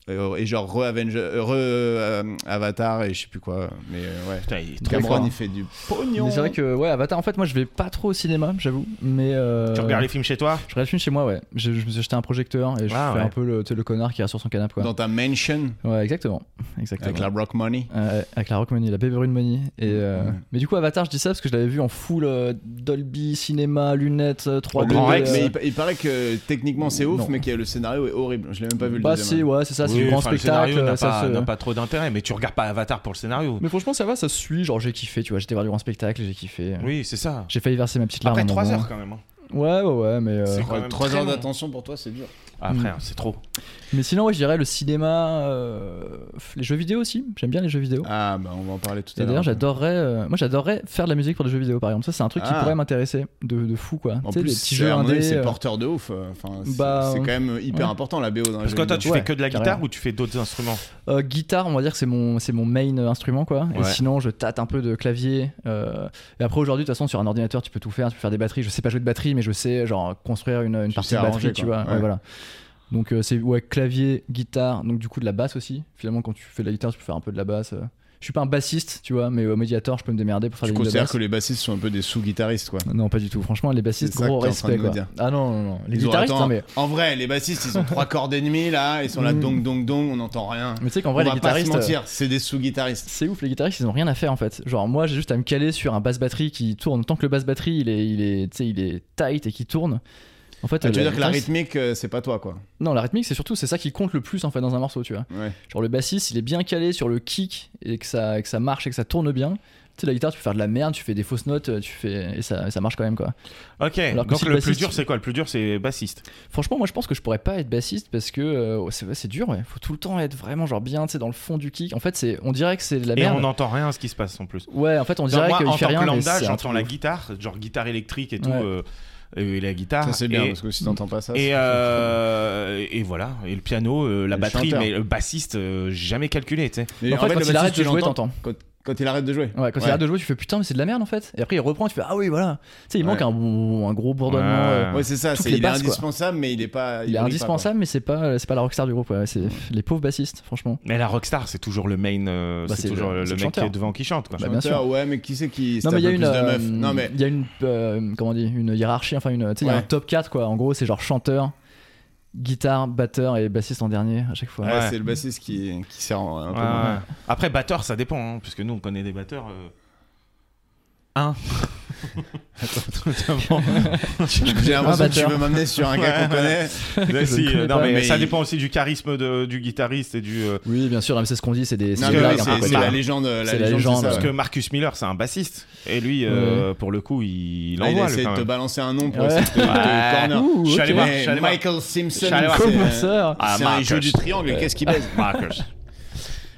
Speaker 2: euh, et genre re Avenger re euh, Avatar et je sais plus quoi mais euh, ouais.
Speaker 3: Putain, il est trop
Speaker 2: Cameron
Speaker 3: fort.
Speaker 2: il fait du
Speaker 1: Mais
Speaker 2: pognon.
Speaker 1: c'est vrai que ouais, Avatar. En fait, moi, je vais pas trop au cinéma, j'avoue. Mais euh,
Speaker 3: Tu regardes les films chez toi
Speaker 1: je regarde le film chez moi, ouais. Je, je me suis acheté un projecteur et je
Speaker 3: Ah,
Speaker 1: fais
Speaker 3: ouais.
Speaker 1: un peu le, tu sais, le connard qui reste sur son canapé, quoi.
Speaker 2: dans ta mansion
Speaker 1: Ouais, exactement, exactement.
Speaker 2: avec la Rock Money.
Speaker 1: Euh, avec la Rock Money, la Baby Money. Et euh,
Speaker 2: Ouais.
Speaker 1: mais du coup, Avatar, je dis ça parce que je l'avais vu en full euh, Dolby, cinéma, lunettes, euh, 3D.
Speaker 3: Grand
Speaker 1: euh,
Speaker 3: Rex,
Speaker 2: mais il, il paraît que techniquement c'est ouf
Speaker 1: Non.
Speaker 2: mais que le scénario est horrible. Je l'ai même pas vu le
Speaker 1: bah, c'est
Speaker 2: deuxième. hein.
Speaker 1: ouais, c'est ça, c'est
Speaker 3: Oui,
Speaker 1: du grand
Speaker 3: enfin, le
Speaker 1: spectacle.
Speaker 3: scénario n'a
Speaker 1: ça
Speaker 3: pas,
Speaker 1: se-
Speaker 3: n'a pas trop d'intérêt, mais tu regardes pas Avatar pour le scénario.
Speaker 1: Mais franchement, ça va, ça se suit. Genre, j'ai kiffé, tu vois. J'étais voir du grand spectacle, j'ai kiffé.
Speaker 3: Oui, c'est ça.
Speaker 1: J'ai failli verser ma petite larme.
Speaker 3: Après
Speaker 1: à un
Speaker 3: 3
Speaker 1: moment.
Speaker 3: heures quand même. hein.
Speaker 1: Ouais, ouais, ouais, mais. euh,
Speaker 3: C'est quand
Speaker 2: Ouais,
Speaker 3: même
Speaker 2: Trois
Speaker 3: très
Speaker 2: heures
Speaker 3: long.
Speaker 2: d'attention pour toi c'est dur.
Speaker 3: Ah
Speaker 1: Mm.
Speaker 3: frère, c'est trop.
Speaker 1: Mais sinon, ouais, je dirais le cinéma, euh, les jeux vidéo aussi. J'aime bien les jeux vidéo.
Speaker 2: Ah bah on va en parler tout
Speaker 1: Oh. Et
Speaker 2: à l'heure.
Speaker 1: d'ailleurs, j'adorerais, euh, moi j'adorerais faire de la musique pour des jeux vidéo par exemple. Ça, c'est un truc qui
Speaker 2: Ah.
Speaker 1: pourrait m'intéresser de, de fou quoi.
Speaker 2: En
Speaker 1: tu sais,
Speaker 2: plus,
Speaker 1: des petits
Speaker 2: c'est-
Speaker 1: jeux
Speaker 2: à mon avis,
Speaker 1: indés.
Speaker 2: c'est
Speaker 1: euh,
Speaker 2: porteur de ouf. euh, Enfin, c'est
Speaker 1: Bah,
Speaker 2: c'est quand même hyper
Speaker 1: ouais.
Speaker 2: important la BO dans les
Speaker 3: Parce
Speaker 2: jeux
Speaker 3: que toi,
Speaker 2: vidéo.
Speaker 3: tu
Speaker 1: Ouais,
Speaker 3: fais que de la guitare
Speaker 1: carrément.
Speaker 3: ou tu fais d'autres instruments
Speaker 1: euh, guitare, on va dire que c'est mon, c'est mon main euh, instrument quoi. Et
Speaker 3: Ouais.
Speaker 1: sinon, je tâte un peu de clavier. euh, et après, aujourd'hui, de toute façon, sur un ordinateur, tu peux tout faire. Tu peux faire des batteries. Je sais pas jouer de batterie, mais je sais genre construire une, une
Speaker 2: Tu
Speaker 1: partie
Speaker 2: sais
Speaker 1: de batterie,
Speaker 2: arranger,
Speaker 1: tu
Speaker 2: quoi.
Speaker 1: vois. Ouais,
Speaker 2: Ouais.
Speaker 1: voilà. Donc euh, c'est ouais, clavier, guitare, donc du coup de la basse aussi. Finalement, quand tu fais de la guitare, tu peux faire un peu de la basse. euh. Je suis pas un bassiste, tu vois, mais au médiator, je peux me démerder pour faire
Speaker 2: Tu
Speaker 1: des lignes de
Speaker 2: considères
Speaker 1: basse.
Speaker 2: que les bassistes sont un peu des sous-guitaristes, quoi.
Speaker 1: Non, pas du tout. Franchement, les bassistes,
Speaker 2: C'est ça
Speaker 1: gros
Speaker 2: que t'es en train
Speaker 1: respect.
Speaker 2: de nous
Speaker 1: quoi.
Speaker 2: dire.
Speaker 1: Ah non, non, non. Les
Speaker 2: Ils ont-
Speaker 1: guitaristes,
Speaker 2: attends,
Speaker 1: non, mais.
Speaker 2: En vrai, les bassistes, ils ont trois cordes et demie, là, ils sont là,
Speaker 1: Mm.
Speaker 2: dong, dong, dong, on n'entend rien.
Speaker 1: Mais tu sais qu'en
Speaker 2: On
Speaker 1: vrai,
Speaker 2: va
Speaker 1: les
Speaker 2: pas se
Speaker 1: guitaristes. euh,
Speaker 2: mentir, c'est des sous-guitaristes.
Speaker 1: C'est ouf, les guitaristes, ils ont rien à faire en fait. Genre, moi, j'ai juste à me caler sur un basse-batterie qui tourne. Tant que le basse-batterie, il est, il, est, tu sais, il est tight et qui tourne. En fait,
Speaker 2: Ah,
Speaker 1: euh,
Speaker 2: tu veux
Speaker 1: la
Speaker 2: dire que la
Speaker 1: guitariste-
Speaker 2: rythmique, euh, c'est pas toi, quoi.
Speaker 1: Non, la rythmique, c'est surtout c'est ça qui compte le plus en fait dans un morceau, tu vois.
Speaker 2: Ouais.
Speaker 1: Genre, le bassiste, il est bien calé sur le kick et que ça, que ça marche et que ça tourne bien. Tu sais, la guitare, tu peux faire de la merde, tu fais des fausses notes, tu fais et ça, et ça marche quand même quoi.
Speaker 3: Ok,
Speaker 1: Alors que
Speaker 3: donc
Speaker 1: si
Speaker 3: le
Speaker 1: le
Speaker 3: plus
Speaker 1: bassiste-
Speaker 3: dur, c'est quoi Le plus dur, c'est bassiste.
Speaker 1: Franchement, moi je pense que je pourrais pas être bassiste parce que euh, c'est c'est dur, ouais. Faut tout le temps être vraiment genre bien, tu sais, dans le fond du kick. En fait, c'est on dirait que c'est de la
Speaker 3: Et
Speaker 1: merde.
Speaker 3: on n'entend rien à ce qui se passe en plus.
Speaker 1: Ouais, en fait, on
Speaker 3: Genre,
Speaker 1: dirait
Speaker 3: moi,
Speaker 1: qu'il
Speaker 3: en
Speaker 1: fait
Speaker 3: tant
Speaker 1: rien.
Speaker 3: que
Speaker 1: mais
Speaker 3: lambda,
Speaker 1: c'est un
Speaker 3: j'entends
Speaker 1: truc
Speaker 3: la
Speaker 1: ouf.
Speaker 3: guitare, genre guitare électrique et tout,
Speaker 1: Ouais.
Speaker 3: euh, et la
Speaker 1: Ah,
Speaker 3: guitare.
Speaker 2: Ça c'est bien
Speaker 3: et,
Speaker 2: parce que si t'entends pas ça.
Speaker 3: Et,
Speaker 2: c'est-
Speaker 3: euh, et voilà, et le piano, euh, la
Speaker 2: Et le
Speaker 3: batterie,
Speaker 2: chanteur.
Speaker 3: mais le bassiste, euh, jamais calculé, tu sais.
Speaker 2: Mais
Speaker 1: En fait, quand
Speaker 2: le
Speaker 1: il arrête
Speaker 2: bassiste, tu
Speaker 1: de jouer,
Speaker 2: l'entends
Speaker 1: t'entends.
Speaker 2: Quand, quand il arrête de jouer.
Speaker 1: Ouais, quand il
Speaker 2: Ouais.
Speaker 1: arrête de jouer, tu fais putain, mais c'est de la merde en fait. Et après, il reprend, tu fais ah oui, voilà. Tu sais, il manque
Speaker 2: Ouais.
Speaker 1: un, bou- un gros bourdonnement.
Speaker 3: Ouais.
Speaker 1: euh,
Speaker 2: Ouais, c'est ça.
Speaker 1: Toutes
Speaker 2: c'est-
Speaker 1: les
Speaker 2: il
Speaker 1: basses,
Speaker 2: est
Speaker 1: quoi.
Speaker 2: indispensable, mais il est
Speaker 1: Il
Speaker 2: pas.
Speaker 1: est
Speaker 2: brille pas,
Speaker 1: indispensable, mais c'est pas, c'est pas la rockstar du groupe. ouais. C'est les pauvres bassistes, franchement.
Speaker 3: Mais la rockstar, c'est toujours le main, euh,
Speaker 1: Bah,
Speaker 3: c'est
Speaker 1: c'est
Speaker 3: toujours
Speaker 1: le-
Speaker 3: le,
Speaker 1: c'est le
Speaker 3: mec qui
Speaker 1: chanteur.
Speaker 3: est devant qui chante, quoi.
Speaker 1: Bah,
Speaker 2: quoi.
Speaker 1: bien sûr.
Speaker 2: Chanteur, ouais, mais qui c'est qui se
Speaker 1: Non, mais
Speaker 2: tape
Speaker 1: il y a
Speaker 2: le
Speaker 1: une,
Speaker 2: plus de
Speaker 1: euh,
Speaker 2: meufs Non mais
Speaker 1: il y a une, euh, comment on dit, une hiérarchie, enfin une, tu sais, il y a un
Speaker 2: Ouais.
Speaker 1: top 4 quoi. En gros, c'est genre chanteur, guitare, batteur et bassiste en dernier à chaque fois.
Speaker 2: Ouais,
Speaker 3: Ouais.
Speaker 2: c'est le bassiste qui, qui sert en- un peu.
Speaker 3: Ouais,
Speaker 2: moins.
Speaker 3: ouais. Après, batteur, ça dépend, hein, parce que nous, on connaît des batteurs. euh, Un. Notamment.
Speaker 2: J'ai l'impression que tu
Speaker 1: batteur.
Speaker 2: veux m'amener sur un gars qu'on connaît.
Speaker 3: Là, si,
Speaker 1: connais
Speaker 3: euh,
Speaker 1: pas,
Speaker 3: non, mais
Speaker 2: mais
Speaker 3: ça
Speaker 2: il-
Speaker 3: dépend aussi du charisme de- du guitariste et du. euh,
Speaker 1: Oui, bien sûr, mais c'est ce qu'on dit, c'est des, c'est
Speaker 2: Non,
Speaker 1: des
Speaker 2: mais
Speaker 1: blagues,
Speaker 2: oui,
Speaker 1: un peu,
Speaker 2: c'est
Speaker 1: quoi.
Speaker 2: c'est
Speaker 3: ça.
Speaker 2: la légende. La
Speaker 1: C'est la
Speaker 2: légende,
Speaker 1: légende,
Speaker 2: c'est ça,
Speaker 1: parce
Speaker 3: Parce
Speaker 2: ouais.
Speaker 3: que Marcus Miller, c'est un bassiste. Et lui, euh, pour le coup, il,
Speaker 2: Là, Ah, il
Speaker 3: envoie le
Speaker 2: essaie
Speaker 3: quand
Speaker 2: de te
Speaker 3: même.
Speaker 2: balancer un nom pour
Speaker 1: Ouais.
Speaker 2: essayer de te- de
Speaker 3: Ouais.
Speaker 2: te corner.
Speaker 1: Ouh,
Speaker 3: Je suis
Speaker 1: ok.
Speaker 3: allé voir, je suis
Speaker 2: Mais
Speaker 3: allé voir.
Speaker 2: Michael Simpson,
Speaker 3: J'allais voir.
Speaker 1: Comment
Speaker 2: c'est euh,
Speaker 1: ça
Speaker 3: Ah,
Speaker 2: c'est un
Speaker 3: Marcus.
Speaker 2: jeu du triangle, qu'est-ce qu'il baise
Speaker 3: Marcus.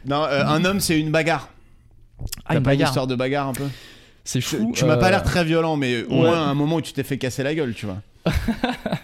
Speaker 2: Non, euh, un homme c'est une bagarre.
Speaker 1: Ah,
Speaker 2: T'as
Speaker 1: une
Speaker 2: pas une
Speaker 1: bagarre.
Speaker 2: histoire de bagarre un peu
Speaker 1: C'est
Speaker 2: Tu,
Speaker 1: fou.
Speaker 2: tu m'as pas
Speaker 1: euh,
Speaker 2: l'air très violent, mais au
Speaker 1: ouais.
Speaker 2: moins un moment où tu t'es fait casser la gueule, tu vois.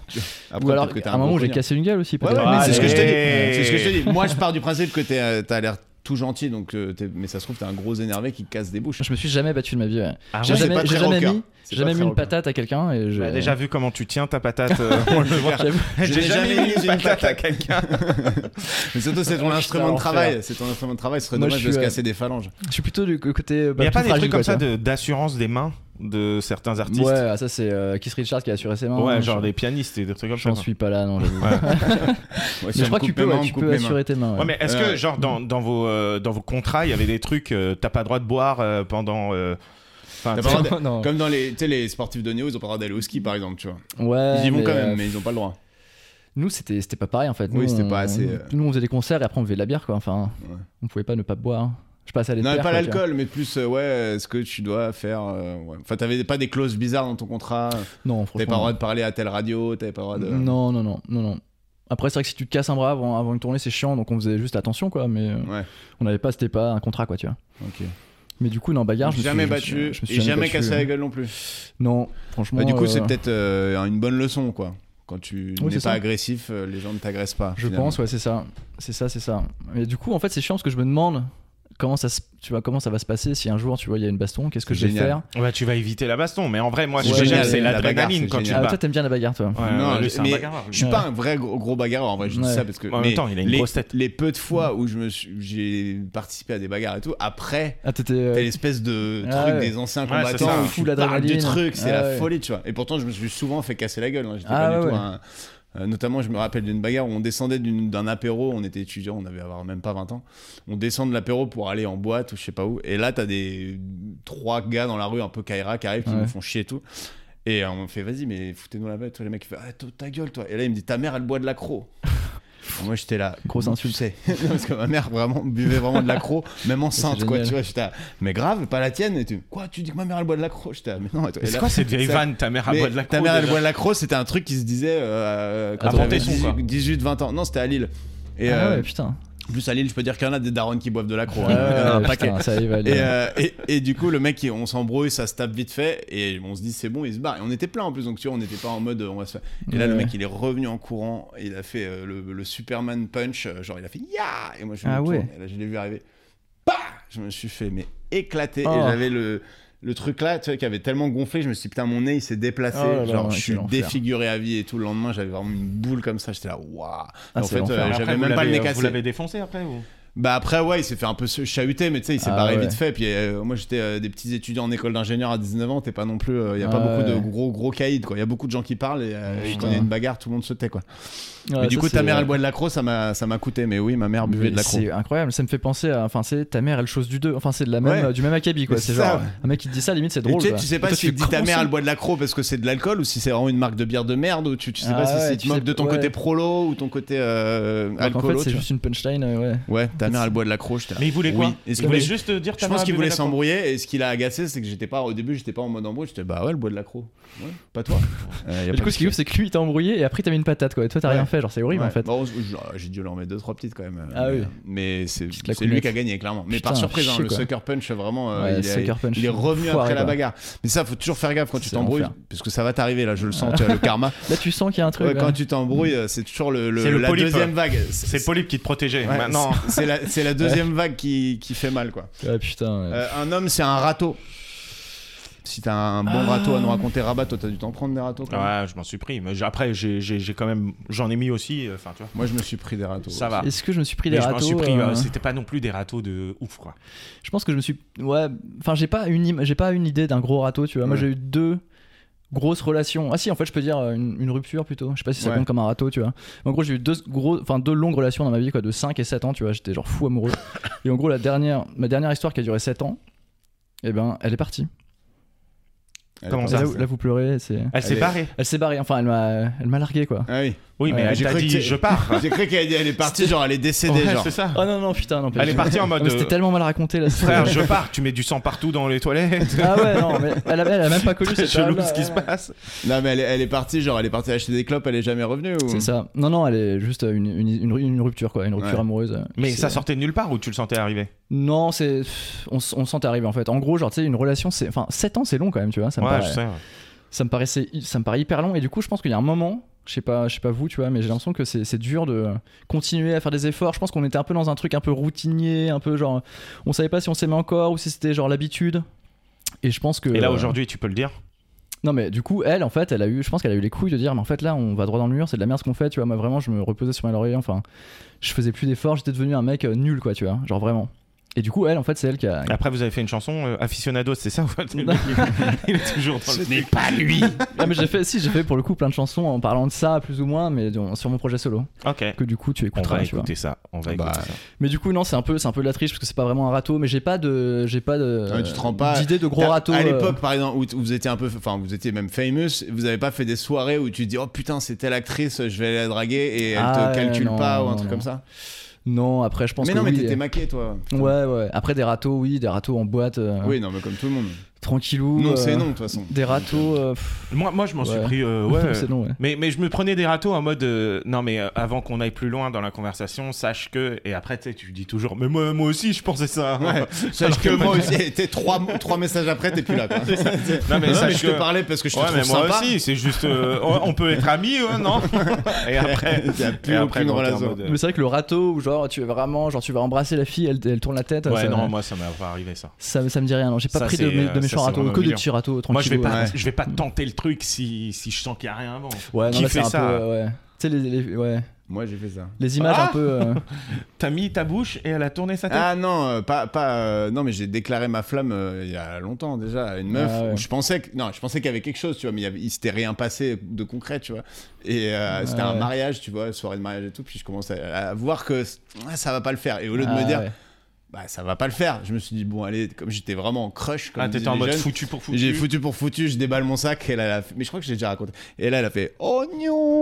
Speaker 2: Tu- Après,
Speaker 1: Ou alors,
Speaker 2: peut-être que t'es
Speaker 1: à un moment
Speaker 2: gros
Speaker 1: où j'ai
Speaker 2: cognard.
Speaker 1: cassé une gueule aussi.
Speaker 2: Ouais,
Speaker 1: peut-être.
Speaker 2: ouais, mais c'est ce que je te dis.
Speaker 3: Allez.
Speaker 2: C'est ce que je te dis. Moi, je pars du principe que t'es, euh, t'as l'air tout gentil, donc euh, t'es- mais ça se trouve t'es un gros énervé qui casse des bouches.
Speaker 1: Je me suis jamais battu de ma vie. ouais.
Speaker 3: Ah
Speaker 1: J'ai
Speaker 3: ouais,
Speaker 2: c'est
Speaker 1: jamais,
Speaker 2: pas
Speaker 1: j'ai
Speaker 2: très
Speaker 1: jamais
Speaker 2: rocker.
Speaker 1: mis, j'ai
Speaker 2: C'est pas
Speaker 1: jamais
Speaker 2: très
Speaker 1: mis une
Speaker 2: rocker.
Speaker 1: patate à quelqu'un et je.
Speaker 2: Bah,
Speaker 3: J'ai déjà vu comment tu tiens ta patate. euh, on le voit.
Speaker 1: J'avoue.
Speaker 3: J'ai jamais mis une patate à quelqu'un. Oh,
Speaker 2: Mais surtout, c'est ton
Speaker 1: Putain,
Speaker 2: instrument de
Speaker 1: l'enfer.
Speaker 2: travail. C'est ton instrument de travail. Ce serait
Speaker 1: Moi,
Speaker 2: dommage
Speaker 1: je
Speaker 2: de se
Speaker 1: suis, euh,
Speaker 2: casser des phalanges.
Speaker 1: Je suis plutôt du côté.
Speaker 3: Il
Speaker 1: bah,
Speaker 3: n'y a
Speaker 1: tout
Speaker 3: pas des
Speaker 1: fragile,
Speaker 3: trucs comme
Speaker 1: quoi,
Speaker 3: ça
Speaker 1: tu
Speaker 3: de- d'assurance des mains de certains artistes
Speaker 1: vois. Ouais, ah, ça c'est euh, Keith Richards qui a assuré ses mains.
Speaker 3: Ouais,
Speaker 1: hein,
Speaker 3: genre
Speaker 1: je-
Speaker 3: des pianistes et des trucs comme ça.
Speaker 1: J'en
Speaker 3: quoi.
Speaker 1: suis pas là, non. j'avoue.
Speaker 2: Moi, si
Speaker 1: Mais
Speaker 2: on
Speaker 1: je crois
Speaker 2: me
Speaker 1: que tu
Speaker 2: coupe mes
Speaker 1: peux, ouais,
Speaker 2: mains, on
Speaker 1: tu
Speaker 2: me coupe
Speaker 1: peux
Speaker 2: mes mains.
Speaker 1: assurer tes mains.
Speaker 3: Ouais,
Speaker 1: ouais.
Speaker 3: mais est-ce
Speaker 2: Ouais,
Speaker 3: que,
Speaker 2: ouais.
Speaker 3: genre, dans, dans vos, euh, dans vos contrats, il y avait des trucs, euh, t'as pas le droit de boire euh, pendant. euh, enfin,
Speaker 2: T'as pas le droit de-
Speaker 1: Non.
Speaker 2: Comme dans les, tu sais, les sportifs de niveau, ils ont pas le droit d'aller au ski, par exemple, tu vois.
Speaker 1: Ouais,
Speaker 2: Ils y vont
Speaker 1: mais,
Speaker 2: quand même,
Speaker 1: euh,
Speaker 2: mais ils ont pas le droit.
Speaker 1: Nous, c'était c'était pas pareil en fait.
Speaker 2: Oui,
Speaker 1: Nous,
Speaker 2: c'était
Speaker 1: on-
Speaker 2: pas assez, euh.
Speaker 1: Nous, on faisait des concerts et après on buvait de la bière quoi. Enfin,
Speaker 2: Ouais.
Speaker 1: on pouvait pas ne pas boire. hein. Je passe à
Speaker 2: Non, mais pas l'alcool, mais plus, euh, ouais, ce que tu dois faire. euh, ouais. Enfin, t'avais pas des clauses bizarres dans ton contrat.
Speaker 1: Non,
Speaker 2: T'avais pas le
Speaker 1: franchement.
Speaker 2: droit de parler à telle radio, t'avais pas le droit de.
Speaker 1: Non, non, non, non, non. Après, c'est vrai que si tu te casses un bras avant, avant une tournée, c'est chiant, donc on faisait juste attention, quoi. Mais euh,
Speaker 2: Ouais.
Speaker 1: on n'avait pas, c'était pas un contrat, quoi, tu vois.
Speaker 2: Ok.
Speaker 1: Mais du coup, non, bagarre, je me suis
Speaker 2: jamais
Speaker 1: je me suis-
Speaker 2: battu
Speaker 1: je me suis
Speaker 2: et jamais
Speaker 1: battu,
Speaker 2: cassé
Speaker 1: euh.
Speaker 2: la gueule non plus.
Speaker 1: Non, franchement.
Speaker 2: Bah, du coup,
Speaker 1: euh,
Speaker 2: c'est peut-être euh, une bonne leçon, quoi. Quand tu
Speaker 1: Oui,
Speaker 2: n'es
Speaker 1: c'est
Speaker 2: pas
Speaker 1: ça.
Speaker 2: agressif, euh, les gens ne t'agressent pas.
Speaker 1: Je
Speaker 2: finalement.
Speaker 1: pense, ouais, c'est ça. C'est ça, c'est ça. Et du coup, en fait, c'est chiant parce que je me demande comment ça, se- tu vois, comment ça va se passer si un jour, tu vois, il y a une baston, qu'est-ce que je vais
Speaker 2: Génial.
Speaker 1: faire
Speaker 3: bah, tu vas éviter la baston, mais en vrai, moi,
Speaker 1: Ouais,
Speaker 3: ce que j'aime,
Speaker 1: mais
Speaker 3: c'est
Speaker 2: la
Speaker 3: l'adrénaline
Speaker 2: bagarre,
Speaker 3: quand
Speaker 2: c'est
Speaker 3: tu te
Speaker 1: Ah,
Speaker 3: bats.
Speaker 1: toi, t'aimes bien la bagarre, toi.
Speaker 3: Ouais,
Speaker 2: Non,
Speaker 3: ouais, lui,
Speaker 2: je-
Speaker 3: c'est un
Speaker 2: mais
Speaker 3: bagarreur, lui.
Speaker 2: je suis pas un vrai gros, gros bagarreur en vrai, je dis
Speaker 1: Ouais.
Speaker 2: ça parce que.
Speaker 3: En même
Speaker 2: mais
Speaker 3: temps, il a une
Speaker 2: les,
Speaker 3: grosse tête.
Speaker 2: Les peu de fois où je me suis- j'ai participé à des bagarres et tout, après,
Speaker 1: Ah, t'étais. euh,
Speaker 2: t'as l'espèce de
Speaker 1: Ah
Speaker 2: truc
Speaker 1: ouais.
Speaker 2: des anciens
Speaker 3: Ouais, c'est ça.
Speaker 2: combattants où
Speaker 1: Fou
Speaker 2: tu parles du
Speaker 1: d'adrénaline.
Speaker 2: truc, c'est
Speaker 1: Ah
Speaker 2: la
Speaker 1: ouais.
Speaker 2: folie, tu vois. Et pourtant, je me suis souvent fait casser la gueule. hein, j'étais
Speaker 1: Ah
Speaker 2: pas du
Speaker 1: ouais,
Speaker 2: tout
Speaker 1: ouais.
Speaker 2: un- euh, Notamment, je me rappelle d'une bagarre où on descendait d'une- d'un apéro, on était étudiants, on avait avoir même pas 20 ans. On descend de l'apéro pour aller en boîte ou je sais pas où. Et là, t'as des trois gars dans la rue un peu Kaira qui arrivent, qui
Speaker 1: Ouais.
Speaker 2: nous font chier et tout. Et euh, on me fait, vas-y, mais foutez-nous la bête. Le mec, il fait, ah, toi, ta gueule, toi. Et là, il me dit, ta mère, elle boit de l'accro. Moi, j'étais là.
Speaker 1: Grosse
Speaker 2: tu
Speaker 1: insulte.
Speaker 2: sais. Non, Parce que ma mère, vraiment, buvait vraiment de l'accro, même enceinte,
Speaker 1: c'est
Speaker 2: quoi.
Speaker 1: génial.
Speaker 2: Tu vois, j'étais là, mais grave, pas la tienne. Et tu, quoi, tu dis que ma mère, elle boit de l'accro J'étais là, mais non, et toi.
Speaker 3: Mais
Speaker 2: Et
Speaker 3: C'est
Speaker 2: là,
Speaker 3: quoi cette vieille
Speaker 2: ça-
Speaker 3: vanne, ta mère à
Speaker 2: mais
Speaker 3: bois de la
Speaker 2: Ta mère, elle boit de l'accro, c'était un truc qui se disait euh, quand
Speaker 1: Avant
Speaker 2: j'avais
Speaker 3: Tesson, quoi.
Speaker 2: 18, 20 ans. Non, c'était à Lille. Et
Speaker 1: ah
Speaker 2: euh,
Speaker 1: ouais, putain.
Speaker 2: en plus, à Lille, je peux dire qu'il y en a des darons qui boivent de l'accro. hein.
Speaker 1: Ouais,
Speaker 2: Il y en a un
Speaker 1: ouais,
Speaker 2: paquet.
Speaker 1: putain, ça y va.
Speaker 2: Et,
Speaker 1: les-
Speaker 2: euh, et, et du coup, le mec, il- on s'embrouille, ça se tape vite fait, et on se dit c'est bon, il se barre. Et on était plein en plus, donc tu vois, on n'était pas en mode euh, on va se faire. Et là,
Speaker 1: Ouais,
Speaker 2: le
Speaker 1: ouais.
Speaker 2: mec, il est revenu en courant, et il a fait euh, le, le Superman punch, euh, genre il a fait ya Et moi, je me
Speaker 1: Ah
Speaker 2: tourne,
Speaker 1: ouais.
Speaker 2: et là, je l'ai vu arriver. Bah Je me suis fait mais éclater,
Speaker 1: Oh.
Speaker 2: et j'avais le. Le truc là, tu vois, qui avait tellement gonflé, je me suis dit, putain, mon nez il s'est déplacé.
Speaker 1: Oh là là,
Speaker 2: genre,
Speaker 1: ouais,
Speaker 2: je suis
Speaker 1: quel enfer.
Speaker 2: défiguré à vie et tout. Le lendemain, j'avais vraiment une boule comme ça. J'étais là, waouh. Et en
Speaker 1: Ah, c'est
Speaker 2: fait,
Speaker 1: l'enfer.
Speaker 2: euh,
Speaker 1: Après,
Speaker 2: j'avais même pas le nez
Speaker 3: Vous
Speaker 2: cassé.
Speaker 3: l'avez défoncé après ou
Speaker 2: Bah après ouais, il s'est fait un peu se- chahuter, mais tu sais, il s'est
Speaker 1: Ah
Speaker 2: barré
Speaker 1: ouais.
Speaker 2: vite fait. Puis euh, moi j'étais euh, des petits étudiants en école d'ingénieur à 19 ans, t'es pas non plus, il y a pas
Speaker 1: Ah
Speaker 2: beaucoup de
Speaker 1: ouais.
Speaker 2: gros gros caïds quoi. Il y a beaucoup de gens qui parlent et euh,
Speaker 1: Putain.
Speaker 2: quand il y a une bagarre, tout le monde se tait quoi.
Speaker 1: Ouais,
Speaker 2: mais
Speaker 1: Ah,
Speaker 2: du
Speaker 1: ça,
Speaker 2: coup ta
Speaker 1: c'est- euh,
Speaker 2: mère elle boit de l'accro, ça m'a ça m'a coûté. Mais oui, ma mère buvait
Speaker 1: Mais
Speaker 2: de l'accro.
Speaker 1: C'est incroyable, ça me fait penser à. Enfin, c'est ta mère, elle chose du deux. Enfin, c'est de la même, euh,
Speaker 2: Ouais.
Speaker 1: du même acabit, quoi.
Speaker 2: Mais
Speaker 1: C'est
Speaker 2: c'est ça,
Speaker 1: genre.
Speaker 2: ouais.
Speaker 1: Un mec qui te dit ça, limite, c'est
Speaker 2: Et
Speaker 1: drôle.
Speaker 2: tu sais,
Speaker 1: quoi.
Speaker 2: tu sais
Speaker 1: Et
Speaker 2: pas
Speaker 1: toi,
Speaker 2: si
Speaker 1: tu
Speaker 2: tu
Speaker 1: fais
Speaker 2: dis ta
Speaker 1: comment
Speaker 2: mère
Speaker 1: ça
Speaker 2: elle boit de l'accro parce que c'est de l'alcool ou si c'est vraiment une marque de bière de merde ou tu, tu sais
Speaker 1: Ah
Speaker 2: pas si
Speaker 1: ouais,
Speaker 2: c'est
Speaker 1: tu
Speaker 2: une marque
Speaker 1: sais-
Speaker 2: de ton côté
Speaker 1: ouais.
Speaker 2: prolo ou ton côté euh,
Speaker 1: Alors qu'en
Speaker 2: alcoolo.
Speaker 1: fait, c'est
Speaker 2: tu
Speaker 1: juste une punchline, euh, ouais.
Speaker 2: vois. Ouais. Ta mère, elle boit de la croche.
Speaker 3: Mais il voulait
Speaker 2: Oui.
Speaker 3: quoi
Speaker 2: Est-ce
Speaker 3: Il
Speaker 2: que-
Speaker 3: voulait juste dire ta
Speaker 2: Je
Speaker 3: mère
Speaker 2: pense
Speaker 3: a
Speaker 2: qu'il
Speaker 3: bu
Speaker 2: voulait
Speaker 3: de la coke.
Speaker 2: s'embrouiller et ce qui l'a agacé, c'est que j'étais pas au début, j'étais pas en mode embrouille. J'étais bah ouais, elle boit de l'accro. Ouais, pas toi. Euh, y a
Speaker 1: Mais
Speaker 2: pas
Speaker 1: Du coup,
Speaker 2: de-
Speaker 1: ce qui est ouf, c'est que lui, il t'a embrouillé et après, t'as mis une patate, quoi. Et toi, t'as
Speaker 2: Ouais.
Speaker 1: rien fait, genre, c'est horrible,
Speaker 2: Ouais.
Speaker 1: en fait.
Speaker 2: Bon, je- je- j'ai dû leur mettre deux trois petites quand même. euh,
Speaker 1: Ah
Speaker 2: mais,
Speaker 1: oui.
Speaker 2: Mais c'est
Speaker 1: Petite la
Speaker 2: c'est lui
Speaker 1: coulette.
Speaker 2: qui a gagné clairement. Mais
Speaker 1: Putain,
Speaker 2: par surprise, hein,
Speaker 1: chier,
Speaker 2: le
Speaker 1: quoi.
Speaker 2: sucker punch vraiment. euh,
Speaker 1: Ouais,
Speaker 2: il, est,
Speaker 1: sucker punch,
Speaker 2: il est revenu
Speaker 1: foiré,
Speaker 2: après la
Speaker 1: quoi.
Speaker 2: bagarre. Mais ça, faut toujours faire gaffe quand tu
Speaker 1: C'est
Speaker 2: t'embrouilles,
Speaker 1: l'enfer.
Speaker 2: parce que ça va t'arriver là. Je le sens, tu vois, le karma.
Speaker 1: Là, tu sens qu'il y a un truc.
Speaker 2: Ouais,
Speaker 1: ouais.
Speaker 2: quand tu t'embrouilles, euh, c'est toujours le, le-
Speaker 3: C'est le
Speaker 2: la
Speaker 3: polype.
Speaker 2: deuxième vague.
Speaker 3: C'est Polype qui te protégeait.
Speaker 2: ouais,
Speaker 3: Maintenant,
Speaker 2: c'est- c'est la, c'est la deuxième vague qui, qui fait mal quoi.
Speaker 1: Ah, putain. ouais.
Speaker 2: Euh, un homme, c'est un râteau. Si t'as un bon râteau à nous raconter, Rabat, toi t'as dû t'en prendre des râteaux. quand même.
Speaker 3: ouais, je m'en suis pris. Mais j'ai- après, j'ai- j'ai j'ai quand même, j'en ai mis aussi. euh, Enfin, tu vois.
Speaker 2: Moi, je me suis pris des râteaux.
Speaker 3: Ça va.
Speaker 1: Est-ce que je me suis pris
Speaker 3: Mais
Speaker 1: des
Speaker 3: je m'en
Speaker 1: râteaux
Speaker 3: suis pris. euh,
Speaker 1: euh,
Speaker 3: C'était pas non plus des râteaux de ouf, quoi.
Speaker 1: Je pense que je me suis. Ouais, enfin, j'ai pas une, im- j'ai pas une idée d'un gros râteau, tu vois. Moi,
Speaker 2: Ouais.
Speaker 1: j'ai eu deux grosses relations. Ah, si, en fait, je peux dire euh, une, une rupture plutôt. Je sais pas si ça
Speaker 2: Ouais.
Speaker 1: compte comme un râteau, tu vois. Mais en gros, j'ai eu deux, gros, enfin, deux longues relations dans ma vie, quoi, de 5 et 7 ans, tu vois. J'étais genre fou amoureux. et en gros, la dernière, ma dernière histoire qui a duré 7 ans, eh ben, elle est partie.
Speaker 2: Elle est
Speaker 3: Comment
Speaker 2: pas
Speaker 1: Et là,
Speaker 3: ça
Speaker 2: partie.
Speaker 1: là, vous pleurez. C'est...
Speaker 3: Elle s'est
Speaker 2: est-
Speaker 3: barrée.
Speaker 1: Elle s'est barrée, enfin, elle m'a, elle m'a largué, quoi.
Speaker 2: Ah oui.
Speaker 3: Oui, mais
Speaker 1: Ouais,
Speaker 3: elle
Speaker 2: j'ai
Speaker 3: t'a
Speaker 2: cru que
Speaker 3: dit,
Speaker 2: t'es-
Speaker 3: je pars.
Speaker 2: J'ai cru qu'elle elle est partie, genre elle est décédée,
Speaker 3: Ouais,
Speaker 2: genre.
Speaker 3: c'est ça.
Speaker 1: Oh non, non, putain, non, pas
Speaker 3: Elle
Speaker 1: du
Speaker 3: est
Speaker 1: tout.
Speaker 3: partie en
Speaker 1: Ah,
Speaker 3: mode.
Speaker 1: mais c'était
Speaker 3: euh,
Speaker 1: tellement mal raconté, là.
Speaker 3: Frère, je pars. Tu mets du sang partout dans les toilettes.
Speaker 1: Ah ouais, non, mais elle a, elle a même pas connu
Speaker 3: C'est
Speaker 1: cette
Speaker 3: chelou
Speaker 1: période-là,
Speaker 3: ce qui
Speaker 1: ouais.
Speaker 3: se passe.
Speaker 2: Non mais elle est, elle est partie, genre elle est partie acheter des clopes, elle est jamais revenue ou
Speaker 1: C'est ça. Non, non, elle est juste euh, une, une, une- une rupture, quoi. Une rupture
Speaker 2: Ouais.
Speaker 1: amoureuse. euh,
Speaker 3: Mais
Speaker 1: qui
Speaker 3: ça
Speaker 1: s'est-
Speaker 3: sortait de nulle part ou tu le sentais arriver
Speaker 1: Non, c'est. pff, On, s- on sent arriver, en fait. En gros, genre, tu sais, une relation, c'est. Enfin, 7 ans, c'est long, quand même, tu vois. Ça me,
Speaker 3: Ouais,
Speaker 1: paraît...
Speaker 3: je sais. ouais.
Speaker 1: ça me paraissait. Ça me paraît hyper long. Et du coup, je pense qu'il y a un moment. Je sais pas, je sais pas vous, tu vois, mais j'ai l'impression que c'est c'est dur de continuer à faire des efforts. Je pense qu'on était un peu dans un truc un peu routinier, un peu genre, on savait pas si on s'aimait encore ou si c'était genre l'habitude. Et je pense que
Speaker 3: Et là
Speaker 1: euh,
Speaker 3: aujourd'hui, tu peux le dire.
Speaker 1: non mais du coup elle en fait elle a eu je pense qu'elle a eu les couilles de dire mais en fait là on va droit dans le mur c'est de la merde ce qu'on fait tu vois moi vraiment je me reposais sur mes lauriers enfin je faisais plus d'efforts j'étais devenu un mec euh, nul quoi tu vois genre vraiment et du coup elle en fait c'est elle qui a
Speaker 3: Après, vous avez fait une chanson, euh, Aficionados, c'est ça
Speaker 1: Non.
Speaker 3: Il est toujours dans le
Speaker 2: n'est pas lui.
Speaker 1: ah, mais j'ai fait si j'ai fait pour le coup plein de chansons en parlant de ça plus ou moins mais dans- sur mon projet solo
Speaker 3: Ok.
Speaker 1: que du coup tu
Speaker 3: On
Speaker 1: écouteras
Speaker 3: va
Speaker 1: tu vois.
Speaker 3: écouter ça. On va
Speaker 2: Bah,
Speaker 3: écouter ça.
Speaker 1: mais du coup non c'est un peu c'est un peu de la triche parce que c'est pas vraiment un râteau mais j'ai pas de j'ai pas de
Speaker 2: Ouais, Ah, tu te rends pas-
Speaker 1: d'idée de gros râteau
Speaker 2: à
Speaker 1: euh,
Speaker 2: l'époque, par exemple, où, t- où vous étiez un peu, enfin, vous étiez même famous, vous avez pas fait des soirées où tu te dis, oh putain, c'est telle actrice, je vais la draguer et elle
Speaker 1: Ah,
Speaker 2: te calcule
Speaker 1: non,
Speaker 2: pas ou un
Speaker 1: non,
Speaker 2: truc
Speaker 1: non.
Speaker 2: comme ça.
Speaker 1: non après je pense
Speaker 2: Mais
Speaker 1: que
Speaker 2: non, mais
Speaker 1: oui,
Speaker 2: t'étais
Speaker 1: euh,
Speaker 2: maqué, toi.
Speaker 1: ouais ouais après des râteaux oui des râteaux en boîte euh,
Speaker 2: Oui, non, mais comme tout le monde.
Speaker 1: tranquillou
Speaker 2: non,
Speaker 1: euh,
Speaker 2: c'est non, de toute façon.
Speaker 1: des râteaux euh, pff,
Speaker 3: Moi, moi, je m'en suis
Speaker 1: Ouais.
Speaker 3: pris. euh, ouais.
Speaker 1: c'est long, ouais.
Speaker 3: Mais, mais je me prenais des râteaux en mode euh, non mais euh, avant qu'on aille plus loin dans la conversation sache que et après tu sais tu dis toujours mais moi moi aussi je pensais ça
Speaker 2: Ouais, sache
Speaker 3: Alors
Speaker 2: que
Speaker 3: que
Speaker 2: moi
Speaker 3: moi-
Speaker 2: aussi, t'es trois, trois messages après, t'es plus là. quoi.
Speaker 3: non mais
Speaker 2: Non, mais
Speaker 3: sache
Speaker 2: je
Speaker 3: que-
Speaker 2: te parlais parce que je te
Speaker 3: ouais
Speaker 2: trouve
Speaker 3: mais moi
Speaker 2: sympa.
Speaker 3: aussi c'est juste euh, on on peut être amis euh, non et après
Speaker 2: Il y a plus
Speaker 3: et après,
Speaker 2: aucune
Speaker 3: bon, t'es en
Speaker 2: relation.
Speaker 3: mode, euh,
Speaker 1: Mais c'est vrai que le râteau où genre tu es vraiment genre tu vas embrasser la fille, elle, elle tourne la tête.
Speaker 3: ouais
Speaker 1: ça,
Speaker 3: non moi ça m'est pas arrivé ça
Speaker 1: ça, ça me dit rien. Non, j'ai pas
Speaker 3: Ça,
Speaker 1: pris de,
Speaker 3: c'est,
Speaker 1: mé-
Speaker 3: euh,
Speaker 1: de
Speaker 3: ça,
Speaker 1: méchants
Speaker 3: c'est
Speaker 1: râteaux,
Speaker 3: vraiment
Speaker 1: que des
Speaker 3: mignon.
Speaker 1: petits râteaux.
Speaker 3: moi je vais
Speaker 1: tranquillou,
Speaker 3: pas
Speaker 1: ouais.
Speaker 3: je vais pas tenter le truc si si je sens qu'il y a rien avant
Speaker 1: Ouais, non,
Speaker 3: qui
Speaker 1: là,
Speaker 3: fait
Speaker 1: c'est un
Speaker 3: ça
Speaker 1: peu, euh, ouais. Tu sais les, les- ouais.
Speaker 2: Moi, j'ai fait ça.
Speaker 1: Les images
Speaker 3: Ah
Speaker 1: un peu. euh,
Speaker 3: t'as mis ta bouche et elle a tourné sa tête
Speaker 2: Ah non, euh, pas, pas euh, non mais j'ai déclaré ma flamme euh, il y a longtemps déjà à une meuf
Speaker 1: Ah ouais.
Speaker 2: où je pensais que non, je pensais qu'il y avait quelque chose, tu vois, mais il, y avait- il s'était rien passé de concret, tu vois. Et euh, c'était un
Speaker 1: Ah ouais.
Speaker 2: mariage, tu vois, soirée de mariage et tout, puis je commence à, à voir que ah, ça va pas le faire et au lieu de
Speaker 1: ah,
Speaker 2: me dire
Speaker 1: ouais.
Speaker 2: bah ça va pas le faire, je me suis dit bon allez, comme j'étais vraiment en crush comme
Speaker 3: Ah,
Speaker 2: disent
Speaker 3: t'étais en
Speaker 2: les
Speaker 3: mode
Speaker 2: jeunes,
Speaker 3: foutu pour foutu
Speaker 2: J'ai foutu pour foutu, je déballe mon sac et là, elle a fait- mais je crois que j'ai déjà raconté. Et là, elle a fait oh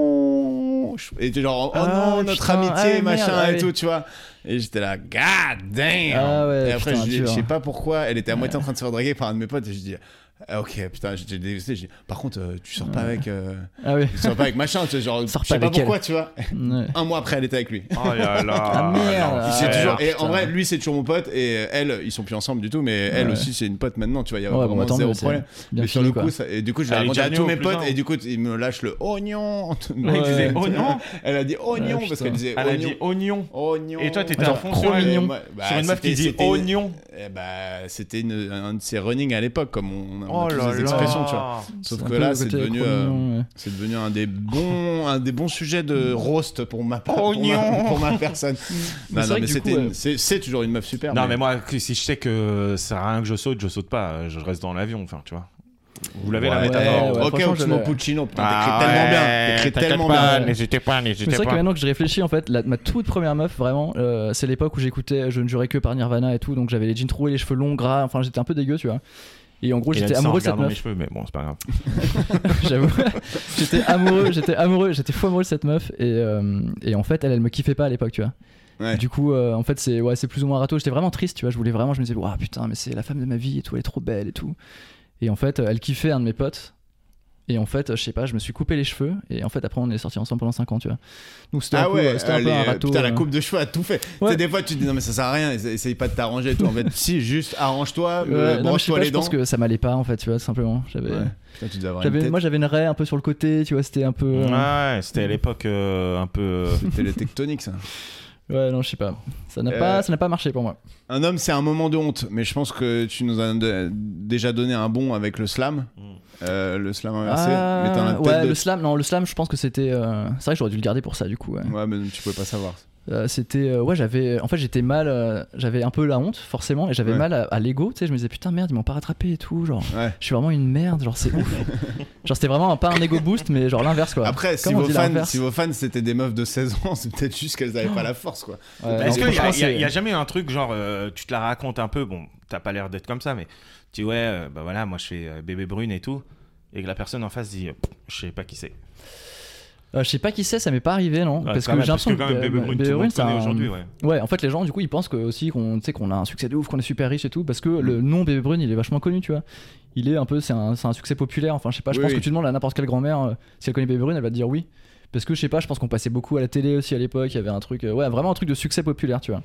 Speaker 2: non, et t'es genre oh
Speaker 1: Ah,
Speaker 2: non notre
Speaker 1: putain,
Speaker 2: amitié
Speaker 1: ah ouais,
Speaker 2: machin
Speaker 1: merde, ah
Speaker 2: et
Speaker 1: oui.
Speaker 2: tout, tu vois. Et j'étais là god damn.
Speaker 1: Ah ouais,
Speaker 2: et après
Speaker 1: putain,
Speaker 2: je, dis-
Speaker 1: dur.
Speaker 2: je sais pas pourquoi, elle était à moitié en train de se faire draguer par un de mes potes et je dis ah, ok putain j'ai dégoûté. J'ai dit, par contre euh, tu sors pas avec, euh,
Speaker 1: Ah oui.
Speaker 2: tu sors pas avec machin, tu sais, genre je
Speaker 1: Sors
Speaker 2: sais
Speaker 1: pas
Speaker 2: pas
Speaker 1: avec elle.
Speaker 2: pourquoi tu
Speaker 3: Ah,
Speaker 2: vois.
Speaker 1: Ouais.
Speaker 2: Un mois après elle était avec lui.
Speaker 3: Oh là là.
Speaker 1: Ah, merde.
Speaker 3: non,
Speaker 1: Ah,
Speaker 2: C'est
Speaker 3: c'est
Speaker 1: ouais,
Speaker 2: toujours...
Speaker 3: toujours-
Speaker 2: Et en
Speaker 1: putain.
Speaker 2: vrai, lui, c'est toujours mon pote. Et euh, elle, ils sont plus ensemble du tout. Mais elle
Speaker 1: Ouais.
Speaker 2: aussi, c'est une pote maintenant. Tu vois, il y a
Speaker 1: Ouais, bon,
Speaker 2: vraiment
Speaker 1: bah, tant
Speaker 2: zéro
Speaker 1: mieux, c'est
Speaker 2: problème.
Speaker 1: bien
Speaker 2: mais sur
Speaker 1: fini,
Speaker 2: le
Speaker 1: quoi.
Speaker 2: coup, ça- et du coup, je l'ai
Speaker 3: Elle est
Speaker 2: raconté à
Speaker 3: déjà
Speaker 2: tous
Speaker 3: née
Speaker 2: mes
Speaker 3: au plus
Speaker 2: potes.
Speaker 3: tard.
Speaker 2: Et du coup, ils me lâchent le oignon.
Speaker 3: Le mec disait oignon.
Speaker 2: Elle a dit oignon
Speaker 1: Ouais,
Speaker 2: parce
Speaker 1: putain.
Speaker 2: qu'elle disait
Speaker 3: Elle a
Speaker 2: oignon.
Speaker 3: dit Ah, oignon.
Speaker 2: Oignon.
Speaker 3: Et toi, t'étais
Speaker 1: Genre,
Speaker 3: à fond
Speaker 1: trop
Speaker 3: sur elle.
Speaker 1: mignon.
Speaker 2: Ouais, bah,
Speaker 3: sur une meuf
Speaker 2: c'était-
Speaker 3: qui dit
Speaker 2: c'était-
Speaker 3: oignon.
Speaker 2: Eh bah, c'était une- un de ses running à l'époque, comme on, on a
Speaker 3: Oh
Speaker 2: tous
Speaker 3: là
Speaker 2: des
Speaker 3: là.
Speaker 2: expressions, tu vois. Sauf
Speaker 1: un
Speaker 2: que
Speaker 1: peu
Speaker 2: là,
Speaker 1: le
Speaker 2: c'est
Speaker 1: côté
Speaker 2: devenu,
Speaker 1: trop
Speaker 2: euh,
Speaker 1: mignon, ouais.
Speaker 2: c'est devenu un des bons, un des bons sujets de roast pour ma, pour ma,
Speaker 3: Oignon.
Speaker 2: pour ma personne.
Speaker 1: Mais c'est
Speaker 2: Non, non,
Speaker 1: vrai
Speaker 2: mais
Speaker 1: que du
Speaker 2: c'était
Speaker 1: coup,
Speaker 2: une-
Speaker 1: ouais.
Speaker 2: c'est c'est toujours une meuf super.
Speaker 3: Non, mais moi, que- si je sais que ça sert à rien que je saute, je saute pas. Je reste dans l'avion, enfin, tu vois. Vous l'avez la
Speaker 2: Ouais,
Speaker 3: métaphore
Speaker 1: ouais,
Speaker 2: ok,
Speaker 1: franchement,
Speaker 2: Oxmo
Speaker 1: je l'ai.
Speaker 2: Puccino,
Speaker 3: Ah
Speaker 2: putain, t'écris tellement bien. T'écris tellement bien.
Speaker 3: N'hésitez pas,
Speaker 1: Mais
Speaker 3: n'hésitez
Speaker 1: c'est vrai que maintenant que je réfléchis, en fait, la- ma toute première meuf, vraiment, euh, c'est l'époque où j'écoutais Je ne jurais que par Nirvana et tout, donc j'avais les jeans troués, les cheveux longs, gras, enfin j'étais un peu dégueu, tu vois. Et en gros, j'étais amoureux de cette meuf.
Speaker 3: mes cheveux, mais bon, c'est pas grave.
Speaker 1: J'avoue. j'étais amoureux, j'étais amoureux, j'étais fou amoureux de cette meuf et, euh, et en fait elle elle me kiffait pas à l'époque, tu vois.
Speaker 2: Ouais.
Speaker 1: Du coup, euh, en fait, c'est ouais, c'est plus ou moins râteau. J'étais vraiment triste, tu vois. Je voulais vraiment, je me disais, waouh, putain, mais c'est la femme de ma vie et tout, elle est trop belle et tout. Et en fait, euh, elle kiffait un de mes potes. Et en fait, euh, je sais pas, je me suis coupé les cheveux. Et en fait, après, on est sortis ensemble pendant 5 ans, tu vois. Donc c'était un,
Speaker 2: Ah
Speaker 1: peu-
Speaker 2: ouais,
Speaker 1: c'était un peu
Speaker 2: allez,
Speaker 1: un
Speaker 2: euh,
Speaker 1: râteau.
Speaker 2: putain, la
Speaker 1: euh.
Speaker 2: coupe de cheveux a tout fait. Tu sais,
Speaker 1: Ouais.
Speaker 2: des fois, tu te dis non, mais ça sert à rien, essa- essaye pas de t'arranger et tout. En fait, si, juste arrange-toi,
Speaker 1: Ouais,
Speaker 2: euh,
Speaker 1: non, mais je, sais
Speaker 2: branche-toi
Speaker 1: pas,
Speaker 2: les
Speaker 1: je
Speaker 2: dents.
Speaker 1: pense que ça m'allait pas en fait, tu vois, tout simplement. J'avais,
Speaker 2: Ouais. Putain, tu devais avoir une
Speaker 1: j'avais-
Speaker 2: tête.
Speaker 1: moi j'avais une raie un peu sur le côté, tu vois, c'était un peu. euh,
Speaker 3: Ouais, c'était à l'époque euh, un peu. euh,
Speaker 2: C'était le tectonique, ça.
Speaker 1: Ouais, non, je sais pas. Ça n'a
Speaker 2: Euh,
Speaker 1: pas, ça n'a pas marché pour moi.
Speaker 2: Un homme, c'est un moment de honte, mais je pense que tu nous as de- déjà donné un bon avec le slam.
Speaker 3: Mm.
Speaker 2: Euh, le slam inversé. mais t'en as
Speaker 1: Ah,
Speaker 2: peut-être
Speaker 1: ouais, le
Speaker 2: d'autres.
Speaker 1: slam, non, le slam, je pense que c'était. euh, C'est vrai que j'aurais dû le garder pour ça, du coup. ouais.
Speaker 2: Ouais, mais tu pouvais pas savoir.
Speaker 1: Euh, c'était euh, ouais j'avais en fait j'étais mal euh, j'avais un peu la honte forcément et j'avais
Speaker 2: Ouais.
Speaker 1: mal à, à l'ego tu sais je me disais putain merde ils m'ont pas rattrapé et tout genre
Speaker 2: Ouais.
Speaker 1: je suis vraiment une merde genre c'est ouf genre c'était vraiment un- pas un ego boost mais genre l'inverse quoi
Speaker 2: Après, si
Speaker 1: Comment on
Speaker 2: vos,
Speaker 1: dit
Speaker 2: fans,
Speaker 1: l'inverse
Speaker 2: si vos fans c'était des meufs de 16 ans, c'est peut-être juste qu'elles avaient pas la force, quoi.
Speaker 1: Ouais,
Speaker 3: Bah,
Speaker 1: Euh, non,
Speaker 3: Est-ce qu'il y, a-
Speaker 1: franchement,
Speaker 3: y a-
Speaker 1: c'est-
Speaker 3: y a jamais un truc genre euh, tu te la racontes un peu bon t'as pas l'air d'être comme ça mais tu dis ouais euh, bah voilà moi je fais euh, bébé brune et tout et que la personne en face dit euh, Pff, je sais pas qui c'est
Speaker 1: euh, je sais pas qui c'est ça m'est pas arrivé non
Speaker 3: Ouais,
Speaker 1: parce
Speaker 3: quand
Speaker 1: que
Speaker 3: même,
Speaker 1: j'ai l'impression
Speaker 3: quand même bébé
Speaker 1: euh,
Speaker 3: brune tout
Speaker 1: Bébé
Speaker 3: le monde
Speaker 1: c'est
Speaker 3: connaît
Speaker 1: un-
Speaker 3: aujourd'hui ouais.
Speaker 1: ouais en fait les gens du coup ils pensent que aussi qu'on tu sais qu'on a un succès de ouf qu'on est super riche et tout parce que le
Speaker 2: Mm.
Speaker 1: nom bébé brune il est vachement connu tu vois il est un peu c'est un, c'est un succès populaire enfin je sais pas je
Speaker 2: Oui,
Speaker 1: pense
Speaker 2: oui.
Speaker 1: que tu demandes à n'importe quelle grand-mère euh, si elle connaît bébé brune elle va te dire oui parce que je sais pas je pense qu'on passait beaucoup à la télé aussi à l'époque il y avait un truc euh, ouais vraiment un truc de succès populaire tu vois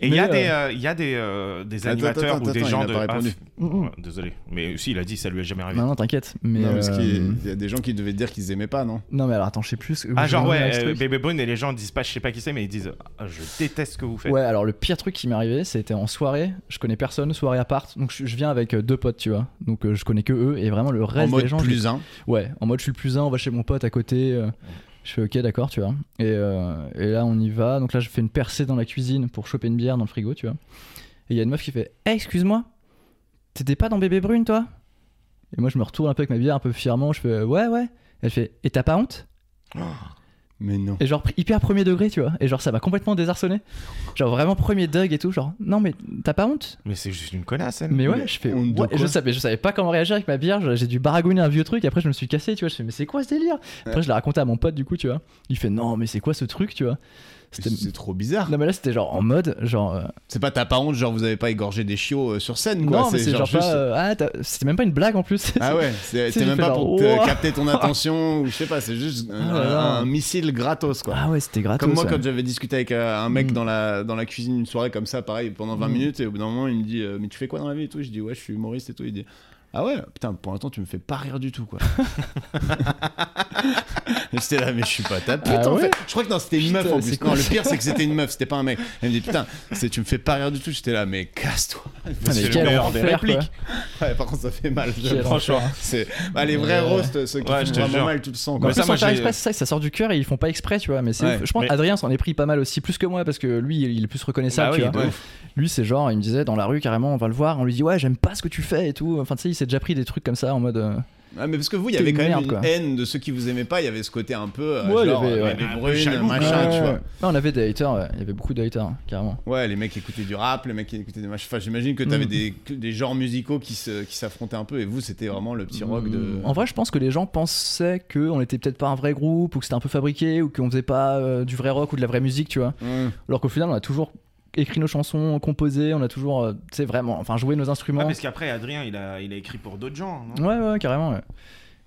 Speaker 3: et il y a
Speaker 1: Mais,
Speaker 3: des euh, il y a des euh, des
Speaker 2: Attends,
Speaker 3: animateurs
Speaker 2: attends,
Speaker 3: ou des
Speaker 2: attends,
Speaker 3: gens
Speaker 2: il a
Speaker 3: de
Speaker 2: pas répondu.
Speaker 3: f- ouais, désolé mais aussi il a dit ça lui est jamais arrivé
Speaker 1: Mm, non non t'inquiète mais
Speaker 2: Ah non, parce
Speaker 1: euh,
Speaker 2: qu'il y a des gens qui devaient dire qu'ils aimaient pas, non
Speaker 1: non mais alors attends je sais plus
Speaker 3: ah genre
Speaker 1: je me
Speaker 3: ouais
Speaker 1: souviens de ce
Speaker 3: euh,
Speaker 1: truc.
Speaker 3: bébé brune et les gens disent pas je sais pas qui c'est mais ils disent Ah, je déteste ce que vous faites
Speaker 1: Ouais, alors le pire truc qui m'est arrivé, c'était en soirée. Je connais personne, soirée à part. Donc je, je viens avec euh, deux potes, tu vois. Donc euh, je connais que eux et vraiment le reste
Speaker 2: En mode
Speaker 1: des gens. je les-
Speaker 2: plus un.
Speaker 1: Ouais, en mode je suis le plus un, on va chez mon pote à côté. euh, je fais ok, d'accord, tu vois. Et, euh, et là, on y va. Donc là, je fais une percée dans la cuisine pour choper une bière dans le frigo, tu vois. Et il y a une meuf qui fait Eh, Excuse-moi, t'étais pas dans Bébé Brune, toi Et moi, je me retourne un peu avec ma bière, un peu fièrement. Je fais Ouais, ouais. Elle fait Et t'as pas honte
Speaker 2: Mais non.
Speaker 1: et genre hyper premier degré, tu vois. Et genre ça m'a complètement désarçonné. Genre vraiment premier Doug et tout. Genre non mais t'as pas honte
Speaker 3: mais c'est juste une connasse elle. Ah,
Speaker 1: Mais ouais,
Speaker 2: Mais
Speaker 1: je fais.
Speaker 2: honte de
Speaker 1: ouais,
Speaker 2: quoi
Speaker 1: je savais, je savais pas comment réagir avec ma bière. je- J'ai dû baragouiner un vieux truc. Après je me suis cassé, tu vois. Je fais mais c'est quoi ce délire Après je l'ai raconté à mon pote du coup, tu vois. Il fait non mais c'est quoi ce truc, tu vois. C'était.
Speaker 2: C'est trop bizarre.
Speaker 1: Non mais là c'était genre en mode genre. euh,
Speaker 2: C'est pas ta parente, genre vous avez pas égorgé des chiots euh, sur scène, quoi.
Speaker 1: non mais c'est genre, pas.
Speaker 2: juste-
Speaker 1: euh, ah t'as- c'était même pas une blague en plus.
Speaker 2: Ah ouais, c'est-
Speaker 1: Tu sais,
Speaker 2: c'était
Speaker 1: j'ai
Speaker 2: même
Speaker 1: fait
Speaker 2: pas
Speaker 1: genre,
Speaker 2: pour te
Speaker 1: Ouah.
Speaker 2: capter ton attention ou je sais pas, c'est juste un,
Speaker 1: Ah là là.
Speaker 2: un missile gratos quoi.
Speaker 1: Ah ouais c'était gratos.
Speaker 2: Comme moi,
Speaker 1: ouais.
Speaker 2: quand j'avais discuté avec euh, un mec
Speaker 1: Mm.
Speaker 2: dans, la, dans la cuisine une soirée comme ça, pareil, pendant 20
Speaker 1: Mm.
Speaker 2: minutes, et au bout d'un moment, il me dit euh, Mais tu fais quoi dans la vie et tout Je dis Ouais, je suis humoriste et tout. Il dit Ah ouais, putain, pour l'instant, tu me fais pas rire du tout, quoi. Et J'étais là, mais je suis pas ta pute,
Speaker 1: Ah
Speaker 2: en
Speaker 1: ouais
Speaker 2: fait. Je crois que non, c'était une
Speaker 1: Putain,
Speaker 2: meuf en
Speaker 1: c'est
Speaker 2: plus.
Speaker 1: quoi
Speaker 2: Non, le
Speaker 1: ça
Speaker 2: pire, c'est que c'était une meuf, c'était pas un mec. Elle me dit Putain, c'est- tu me fais pas rire du tout. J'étais là, mais casse-toi.
Speaker 1: Ah,
Speaker 3: c'est
Speaker 1: mais
Speaker 3: le
Speaker 1: quel
Speaker 3: meilleur
Speaker 1: enfer,
Speaker 3: des
Speaker 1: quoi.
Speaker 3: répliques.
Speaker 2: Ouais, par contre, ça fait mal. je
Speaker 1: Quel
Speaker 2: pense.
Speaker 3: Franchement.
Speaker 2: C'est bah, les vrais
Speaker 1: Ouais.
Speaker 2: roasts, ceux qui
Speaker 3: Ouais, je
Speaker 2: font
Speaker 3: te
Speaker 2: vraiment
Speaker 3: jure.
Speaker 2: mal, tu le sens.
Speaker 1: En
Speaker 2: Quoi.
Speaker 3: Ouais, ça,
Speaker 1: plus,
Speaker 3: moi,
Speaker 1: sans faire
Speaker 3: j'ai-
Speaker 1: exprès, c'est ça, que ça sort du cœur et ils font pas exprès, tu vois. Mais c'est
Speaker 2: Ouais,
Speaker 1: ouf. Je pense
Speaker 3: mais-
Speaker 1: Adrien s'en est pris pas mal aussi, plus que moi, parce que lui, il est plus reconnaissable,
Speaker 3: Bah
Speaker 1: tu
Speaker 3: oui,
Speaker 1: vois.
Speaker 3: de
Speaker 2: Ouais.
Speaker 3: ouf.
Speaker 1: Lui, c'est genre, il me disait dans la rue carrément, on va le voir, on lui dit ouais, j'aime pas ce que tu fais et tout. Enfin, tu sais, il s'est déjà pris des trucs comme ça en mode. euh,
Speaker 2: Ah, mais parce que vous, il y
Speaker 1: T'es
Speaker 2: avait quand même
Speaker 1: une
Speaker 2: une
Speaker 1: merde, quoi.
Speaker 2: haine de ceux qui vous aimaient pas. Il y avait ce côté un peu. euh,
Speaker 1: Ouais, il y
Speaker 2: genre,
Speaker 1: avait,
Speaker 2: euh,
Speaker 1: ouais.
Speaker 2: les
Speaker 3: Un peu
Speaker 2: brunes,
Speaker 3: jaloux,
Speaker 2: machin,
Speaker 1: ouais,
Speaker 2: tu vois.
Speaker 1: ouais. Non, on avait des haters, ouais. il y avait beaucoup de haters, hein, carrément.
Speaker 2: Ouais, les mecs écoutaient du rap, les mecs écoutaient des machins. Enfin, j'imagine que t'avais
Speaker 1: Mm.
Speaker 2: des, que des genres musicaux qui se- qui s'affrontaient un peu. Et vous, c'était vraiment le petit rock de.
Speaker 1: Mm, En vrai, je pense que les gens pensaient qu'on était peut-être pas un vrai groupe ou que c'était un peu fabriqué ou qu'on faisait pas euh, du vrai rock ou de la vraie musique, tu vois.
Speaker 2: Mm.
Speaker 1: Alors qu'au final, on a toujours écrit nos chansons, composé, on a toujours, euh, tu sais, vraiment, enfin, joué nos
Speaker 3: Ah,
Speaker 1: instruments.
Speaker 3: parce qu'après Adrien il a il a écrit pour d'autres gens. hein. non
Speaker 1: Ouais, ouais, carrément. ouais.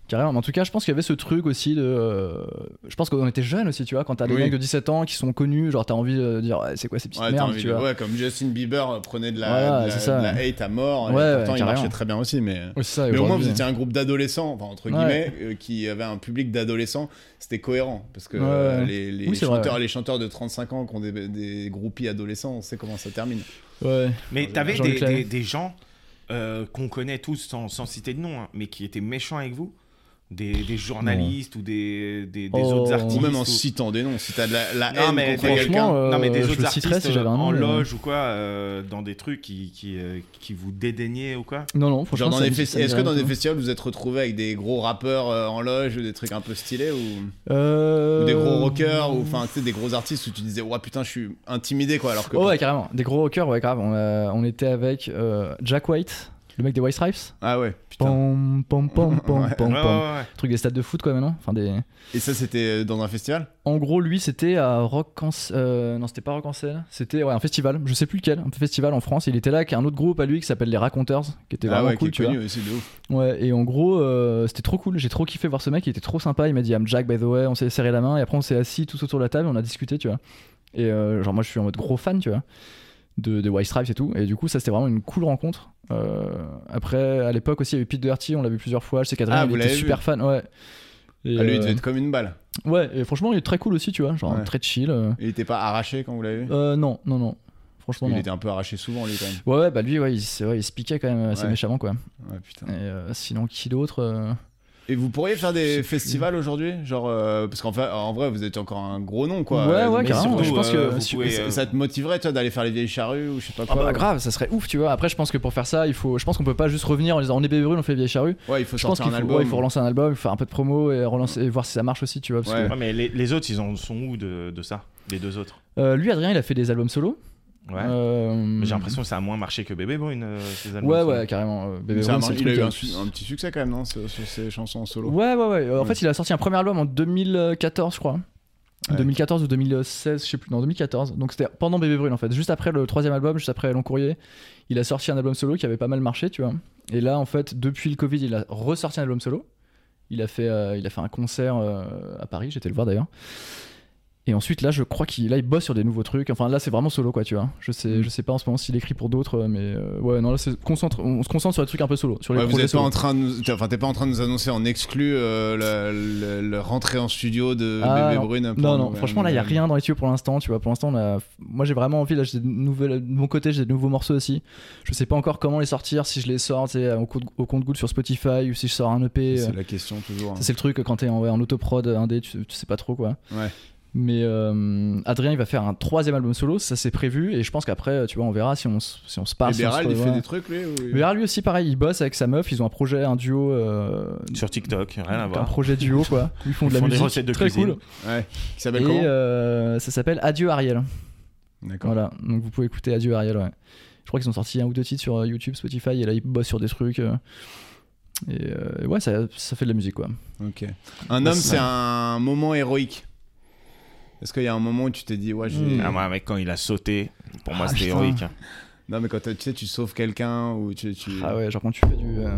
Speaker 1: Carrément. Mais en tout cas, je pense qu'il y avait ce truc aussi de. euh, Je pense qu'on était jeunes aussi, tu vois. Quand t'as des
Speaker 2: Oui.
Speaker 1: mecs de 17 ans qui sont connus, genre t'as envie de dire, ouais, c'est quoi ces petites
Speaker 2: Ouais, t'as
Speaker 1: merdes,
Speaker 2: envie
Speaker 1: tu
Speaker 2: de-
Speaker 1: vois.
Speaker 2: ouais, comme Justin Bieber euh, prenait de la,
Speaker 1: Voilà,
Speaker 2: de la-
Speaker 1: c'est ça.
Speaker 2: de la hate à mort. et
Speaker 1: Ouais, ouais,
Speaker 2: pourtant, il
Speaker 1: carrément.
Speaker 2: marchait très bien aussi. Mais, euh,
Speaker 1: Ouais, c'est ça, et
Speaker 2: mais au moins,
Speaker 1: aujourd'hui,
Speaker 2: vous étiez un groupe d'adolescents, enfin, entre
Speaker 1: Ouais.
Speaker 2: guillemets, euh, qui avait un public d'adolescents. C'était cohérent. Parce que
Speaker 1: Ouais,
Speaker 2: euh,
Speaker 1: ouais.
Speaker 2: les, les
Speaker 1: Oui, c'est vrai,
Speaker 2: chanteurs, les chanteurs de 35 ans qui ont des, des groupies adolescents, on sait comment ça termine.
Speaker 1: Ouais.
Speaker 3: Mais
Speaker 2: Jean-
Speaker 3: t'avais
Speaker 1: Jean-Luc
Speaker 3: des,
Speaker 1: Lahaye.
Speaker 3: des, des gens euh, qu'on connaît tous sans, sans citer de nom, hein, mais qui étaient méchants avec vous Des, des journalistes ou des, des, des
Speaker 1: Oh.
Speaker 3: autres
Speaker 1: Ou
Speaker 3: artistes
Speaker 2: Ou même en
Speaker 3: ou-
Speaker 2: citant des noms. Si t'as de la, la
Speaker 3: Non,
Speaker 2: haine
Speaker 3: mais
Speaker 2: contre
Speaker 3: des-
Speaker 2: quelqu'un.
Speaker 1: Franchement, euh,
Speaker 3: non, mais des
Speaker 1: je
Speaker 3: autres
Speaker 1: le citerais
Speaker 3: artistes
Speaker 1: si j'avais
Speaker 3: euh,
Speaker 1: un nom,
Speaker 3: en
Speaker 1: mais-
Speaker 3: loge ou quoi, euh, dans des trucs qui, qui, euh, qui vous dédaignaient ou quoi
Speaker 1: euh, Non, non, franchement.
Speaker 2: Genre dans
Speaker 1: ça
Speaker 2: des
Speaker 1: me-
Speaker 2: festi-
Speaker 1: ça me
Speaker 2: Est-ce que
Speaker 1: dirait
Speaker 2: dans des
Speaker 1: rien. hein.
Speaker 2: festivals vous êtes retrouvés avec des gros rappeurs euh, en loge ou des trucs un peu stylés ou,
Speaker 1: Euh,
Speaker 2: ou des gros rockers ou enfin tu sais des gros artistes où tu disais ouais putain je suis intimidé quoi alors que
Speaker 1: Oh ouais, carrément. Des gros rockers, ouais, grave. On, a- on était avec euh, Jack White, Le mec des White Stripes
Speaker 2: Ah ouais, putain.
Speaker 1: Pom, pom, pom, pom,
Speaker 2: Ouais.
Speaker 1: pom,
Speaker 3: Ouais,
Speaker 1: pom.
Speaker 3: ouais, ouais.
Speaker 1: Truc des stades de foot, quoi, maintenant. Enfin, des...
Speaker 2: Et ça, c'était euh, dans un festival
Speaker 1: En gros, lui, c'était à Rock en... euh, Non, c'était pas Rock en scène. C'était ouais, un festival. Je sais plus lequel. Un festival en France. Il était là avec un autre groupe à lui qui s'appelle Les Raconteurs, qui était
Speaker 2: Ah
Speaker 1: vraiment
Speaker 2: ouais,
Speaker 1: cool,
Speaker 2: qui
Speaker 1: tu
Speaker 2: est
Speaker 1: vois.
Speaker 2: connu aussi de ouf.
Speaker 1: Ouais, et en gros, euh, c'était trop cool. J'ai trop kiffé voir ce mec. Il était trop sympa. Il m'a dit I'm Jack, by the way. On s'est serré la main. Et après, on s'est assis tous autour de la table. On a discuté, tu vois. Et euh, genre, moi, je suis en mode gros fan, tu vois, de, de White Stripes et tout. Et du coup, ça, c'était vraiment une cool rencontre. Euh, après, à l'époque aussi, il y avait Pete Doherty. On l'a vu plusieurs fois. Je sais qu'Adrien,
Speaker 2: Ah,
Speaker 1: il
Speaker 2: vous
Speaker 1: était
Speaker 2: l'avez
Speaker 1: super
Speaker 2: vu
Speaker 1: fan. Ouais. Et,
Speaker 2: Ah, lui, il
Speaker 1: euh,
Speaker 2: devait être comme une balle.
Speaker 1: Ouais, et franchement, il est très cool aussi, tu vois. Genre,
Speaker 2: Ouais.
Speaker 1: très chill. euh.
Speaker 2: Il était pas arraché quand vous l'avez vu
Speaker 1: Euh, non, non, non. Franchement,
Speaker 2: Il
Speaker 1: non.
Speaker 2: était un peu arraché souvent, lui, quand même.
Speaker 1: Ouais, ouais, bah lui, ouais, il, se- ouais, il se piquait quand même assez
Speaker 2: Ouais.
Speaker 1: méchamment, quoi.
Speaker 2: Ouais, putain.
Speaker 1: Et euh, sinon, qui d'autre euh,
Speaker 2: Et vous pourriez faire
Speaker 1: Je sais
Speaker 2: des
Speaker 1: plus.
Speaker 2: festivals aujourd'hui Genre, euh, parce qu'en fait, en vrai, vous êtes encore un gros nom, quoi.
Speaker 1: Ouais,
Speaker 2: Euh,
Speaker 1: ouais,
Speaker 2: mais
Speaker 1: carrément.
Speaker 2: surtout,
Speaker 1: je pense que
Speaker 3: euh, vous
Speaker 1: si-
Speaker 3: pouvez,
Speaker 2: ça,
Speaker 3: euh,
Speaker 2: ça te motiverait, toi, d'aller faire les vieilles charrues ou je sais pas
Speaker 1: Ah
Speaker 2: quoi
Speaker 1: bah
Speaker 2: ou-
Speaker 1: grave, ça serait ouf, tu vois. Après, je pense que pour faire ça, il faut, je pense qu'on peut pas juste revenir en disant on est bébé brûle, on fait vieille charrue.
Speaker 2: Ouais, il faut
Speaker 1: Je pense
Speaker 2: sortir
Speaker 1: qu'il
Speaker 2: un
Speaker 1: faut,
Speaker 2: album.
Speaker 1: ouais, il faut relancer un album, faire un peu de promo et relancer, et voir si ça marche aussi, tu vois. parce
Speaker 2: Ouais.
Speaker 1: que-
Speaker 3: Ouais, mais les, les autres, ils en sont où de, de ça Les deux autres
Speaker 1: Euh, lui, Adrien, il a fait des albums solo.
Speaker 3: Ouais.
Speaker 1: Euh,
Speaker 3: Mais J'ai l'impression que ça a moins marché que Bébé Brune, euh, ces albums.
Speaker 1: Ouais,
Speaker 3: ça.
Speaker 1: ouais, carrément. euh, Bébé
Speaker 2: Ça
Speaker 1: Brune,
Speaker 2: a
Speaker 1: c'est
Speaker 2: marché,
Speaker 1: le truc
Speaker 2: il a eu
Speaker 1: qui a-
Speaker 2: un, su- un petit succès quand même, non, sur, sur ses chansons en solo.
Speaker 1: Ouais, ouais, ouais. En
Speaker 2: Ouais.
Speaker 1: fait, il a sorti un premier album en 2014, je crois.
Speaker 2: Ouais.
Speaker 1: 2014 ou 2016, je sais plus. Non, 2014. Donc c'était pendant Bébé Brûle, en fait. Juste après le troisième album, juste après Long Courrier, il a sorti un album solo qui avait pas mal marché, tu vois. Et là, en fait, depuis le Covid, il a ressorti un album solo. Il a fait, euh, il a fait un concert euh, à Paris, j'étais le voir d'ailleurs. Et ensuite, là, je crois qu'il là, il bosse sur des nouveaux trucs. Enfin, là, c'est vraiment solo, quoi, tu vois. Je
Speaker 2: Mm.
Speaker 1: sais, je sais pas en ce moment s'il écrit pour d'autres, mais euh, ouais, non, là, c'est- concentre, on se concentre sur les trucs un peu solo, sur les
Speaker 2: Ouais, vous
Speaker 1: projets
Speaker 2: êtes pas
Speaker 1: solo.
Speaker 2: en train de nous... enfin, t'es pas en train de nous annoncer en exclu euh, la, la- la rentrée en studio de
Speaker 1: Ah,
Speaker 2: Bébé Brune. pour
Speaker 1: Non,
Speaker 2: un
Speaker 1: non,
Speaker 2: nouvel-
Speaker 1: franchement, là, il n'y a rien dans les tuyaux pour l'instant, tu vois. Pour l'instant, on a... moi, j'ai vraiment envie, là, j'ai de, nouvelles... de mon côté, j'ai de nouveaux morceaux aussi. Je sais pas encore comment les sortir, si je les sors, tu sais, euh, au, coup de- au compte-goutte sur Spotify, ou si je sors un EP. euh.
Speaker 2: C'est la question toujours. hein.
Speaker 1: Ça, c'est le truc, quand t'es en, ouais, en autoprod euh, indé, tu, tu sais pas trop, quoi.
Speaker 2: Ouais.
Speaker 1: Mais euh, Adrien, il va faire un troisième album solo, ça c'est prévu, et je pense qu'après, euh, tu vois, on verra si on, s- si on se
Speaker 2: Et
Speaker 1: passe. hein,
Speaker 2: Béral, il fait des trucs, lui ou-
Speaker 1: Béral, lui aussi, pareil, il bosse avec sa meuf, ils ont un projet, un duo. euh,
Speaker 3: Sur TikTok, rien à
Speaker 1: un
Speaker 3: voir.
Speaker 1: projet duo, quoi. Ils font
Speaker 3: Ils
Speaker 1: de la
Speaker 3: font des
Speaker 1: musique.
Speaker 3: recettes de
Speaker 1: très
Speaker 3: cuisine.
Speaker 1: cool.
Speaker 2: Ouais, qui s'appelle
Speaker 1: Et
Speaker 2: comment
Speaker 1: euh, ça s'appelle Adieu Ariel.
Speaker 2: D'accord.
Speaker 1: Voilà, donc vous pouvez écouter Adieu Ariel, ouais. Je crois qu'ils ont sorti un ou deux titres sur euh, YouTube, Spotify, et là ils bossent sur des trucs. euh, et euh, ouais, ça, ça fait de la musique quoi.
Speaker 3: Hmm.
Speaker 2: Ok. Un
Speaker 1: Bah,
Speaker 2: homme, c'est un moment héroïque. Est-ce qu'il y a un moment où tu t'es dit, ouais, j'ai.
Speaker 1: Mm.
Speaker 3: Ah, moi, mec, quand il a sauté, pour moi,
Speaker 1: Ah,
Speaker 3: c'était
Speaker 1: putain.
Speaker 3: héroïque. hein.
Speaker 2: Non, mais quand t'as- tu sais, tu sauves quelqu'un ou tu. tu...
Speaker 1: Ah ouais, genre quand tu fais du, euh,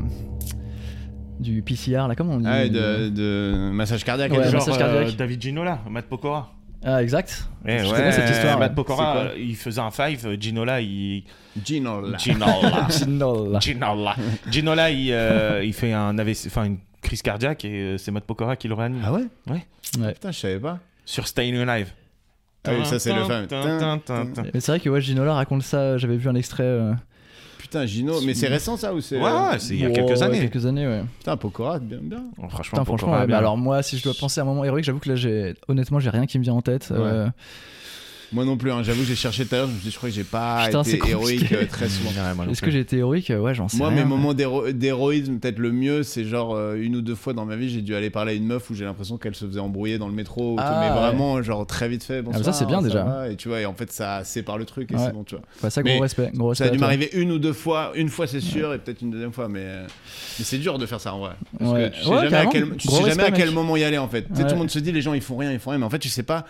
Speaker 1: du PCR, là, comment on dit
Speaker 2: Ah, et de, de massage cardiaque. et
Speaker 1: Hmm. Ouais,
Speaker 2: tout.
Speaker 3: Genre,
Speaker 1: massage
Speaker 3: euh,
Speaker 1: cardiaque.
Speaker 3: David Ginola, Matt Pokora.
Speaker 1: Ah, exact.
Speaker 3: Eh
Speaker 1: Je
Speaker 3: ouais,
Speaker 1: connais cette histoire,
Speaker 3: Matt
Speaker 1: ouais.
Speaker 3: Pokora,
Speaker 2: hein
Speaker 3: hein.
Speaker 2: C'est
Speaker 3: il faisait un five, Ginola, il...
Speaker 2: Ginola.
Speaker 3: Ginola.
Speaker 1: Ginola.
Speaker 3: Ginola. Ginola, il, euh, il fait un AVC, enfin une crise cardiaque et euh, c'est Matt Pokora qui le réanime.
Speaker 2: Ah ouais
Speaker 1: Ouais.
Speaker 2: Putain, je savais pas.
Speaker 3: Sur Staying Alive.
Speaker 2: Ah oui, ça, c'est le fameux.
Speaker 3: Tin, tin, tin, tin.
Speaker 1: Mais c'est vrai que ouais, Ginola raconte ça, euh, j'avais vu un extrait. euh,
Speaker 2: Putain, Gino, mais c'est récent ça ou c'est. euh,
Speaker 3: Ouais, ouais, c'est il y a
Speaker 1: oh,
Speaker 3: quelques
Speaker 1: ouais,
Speaker 3: années.
Speaker 1: Quelques années, ouais.
Speaker 2: Putain, Pokora, bien, bien.
Speaker 3: Oh, Franchement,
Speaker 1: Putain, franchement,
Speaker 3: Pokora,
Speaker 1: ouais, mais
Speaker 2: bah
Speaker 3: bien.
Speaker 1: alors moi, si je dois penser à un moment héroïque, j'avoue que là, j'ai honnêtement, j'ai rien qui me vient en tête. euh,
Speaker 2: Moi non plus, hein, j'avoue, j'ai cherché tout à l'heure, je me suis dit, je crois que j'ai pas
Speaker 1: Putain, c'est
Speaker 2: été
Speaker 1: compliqué.
Speaker 2: héroïque euh, très souvent.
Speaker 3: Ouais, moi non
Speaker 1: Est-ce que
Speaker 3: plus.
Speaker 1: j'ai été héroïque Ouais, j'en sais
Speaker 2: Moi,
Speaker 1: rien.
Speaker 2: mes moments d'héro- d'héroïsme, peut-être le mieux, c'est genre euh, une ou deux fois dans ma vie, j'ai dû aller parler à une meuf où j'ai l'impression qu'elle se faisait embrouiller dans le métro, ou tout,
Speaker 1: Ah,
Speaker 2: mais
Speaker 1: ouais.
Speaker 2: vraiment, genre très vite fait.
Speaker 1: Ah, mais ça,
Speaker 2: bonsoir,
Speaker 1: c'est bien, déjà.
Speaker 2: va, et tu vois, et en fait, ça sépare le truc, et
Speaker 1: Ouais.
Speaker 2: c'est bon, tu vois.
Speaker 1: Ouais, ça, gros
Speaker 2: Mais
Speaker 1: respect. Gros
Speaker 2: Ça a
Speaker 1: respect
Speaker 2: dû
Speaker 1: à toi.
Speaker 2: m'arriver une ou deux fois, une fois c'est sûr, et peut-être une deuxième fois, mais, euh, mais c'est dur de faire ça en vrai. Parce
Speaker 1: Ouais.
Speaker 2: que tu sais
Speaker 1: Ouais,
Speaker 2: jamais, à
Speaker 1: carrément.
Speaker 2: quel, tu
Speaker 1: Gros
Speaker 2: sais jamais
Speaker 1: respect,
Speaker 2: à quel
Speaker 1: mec.
Speaker 2: moment y aller en fait. Tu sais, tout
Speaker 1: Ouais.
Speaker 2: le monde se dit, les gens ils font rien, ils font rien, mais en fait, tu sais pas.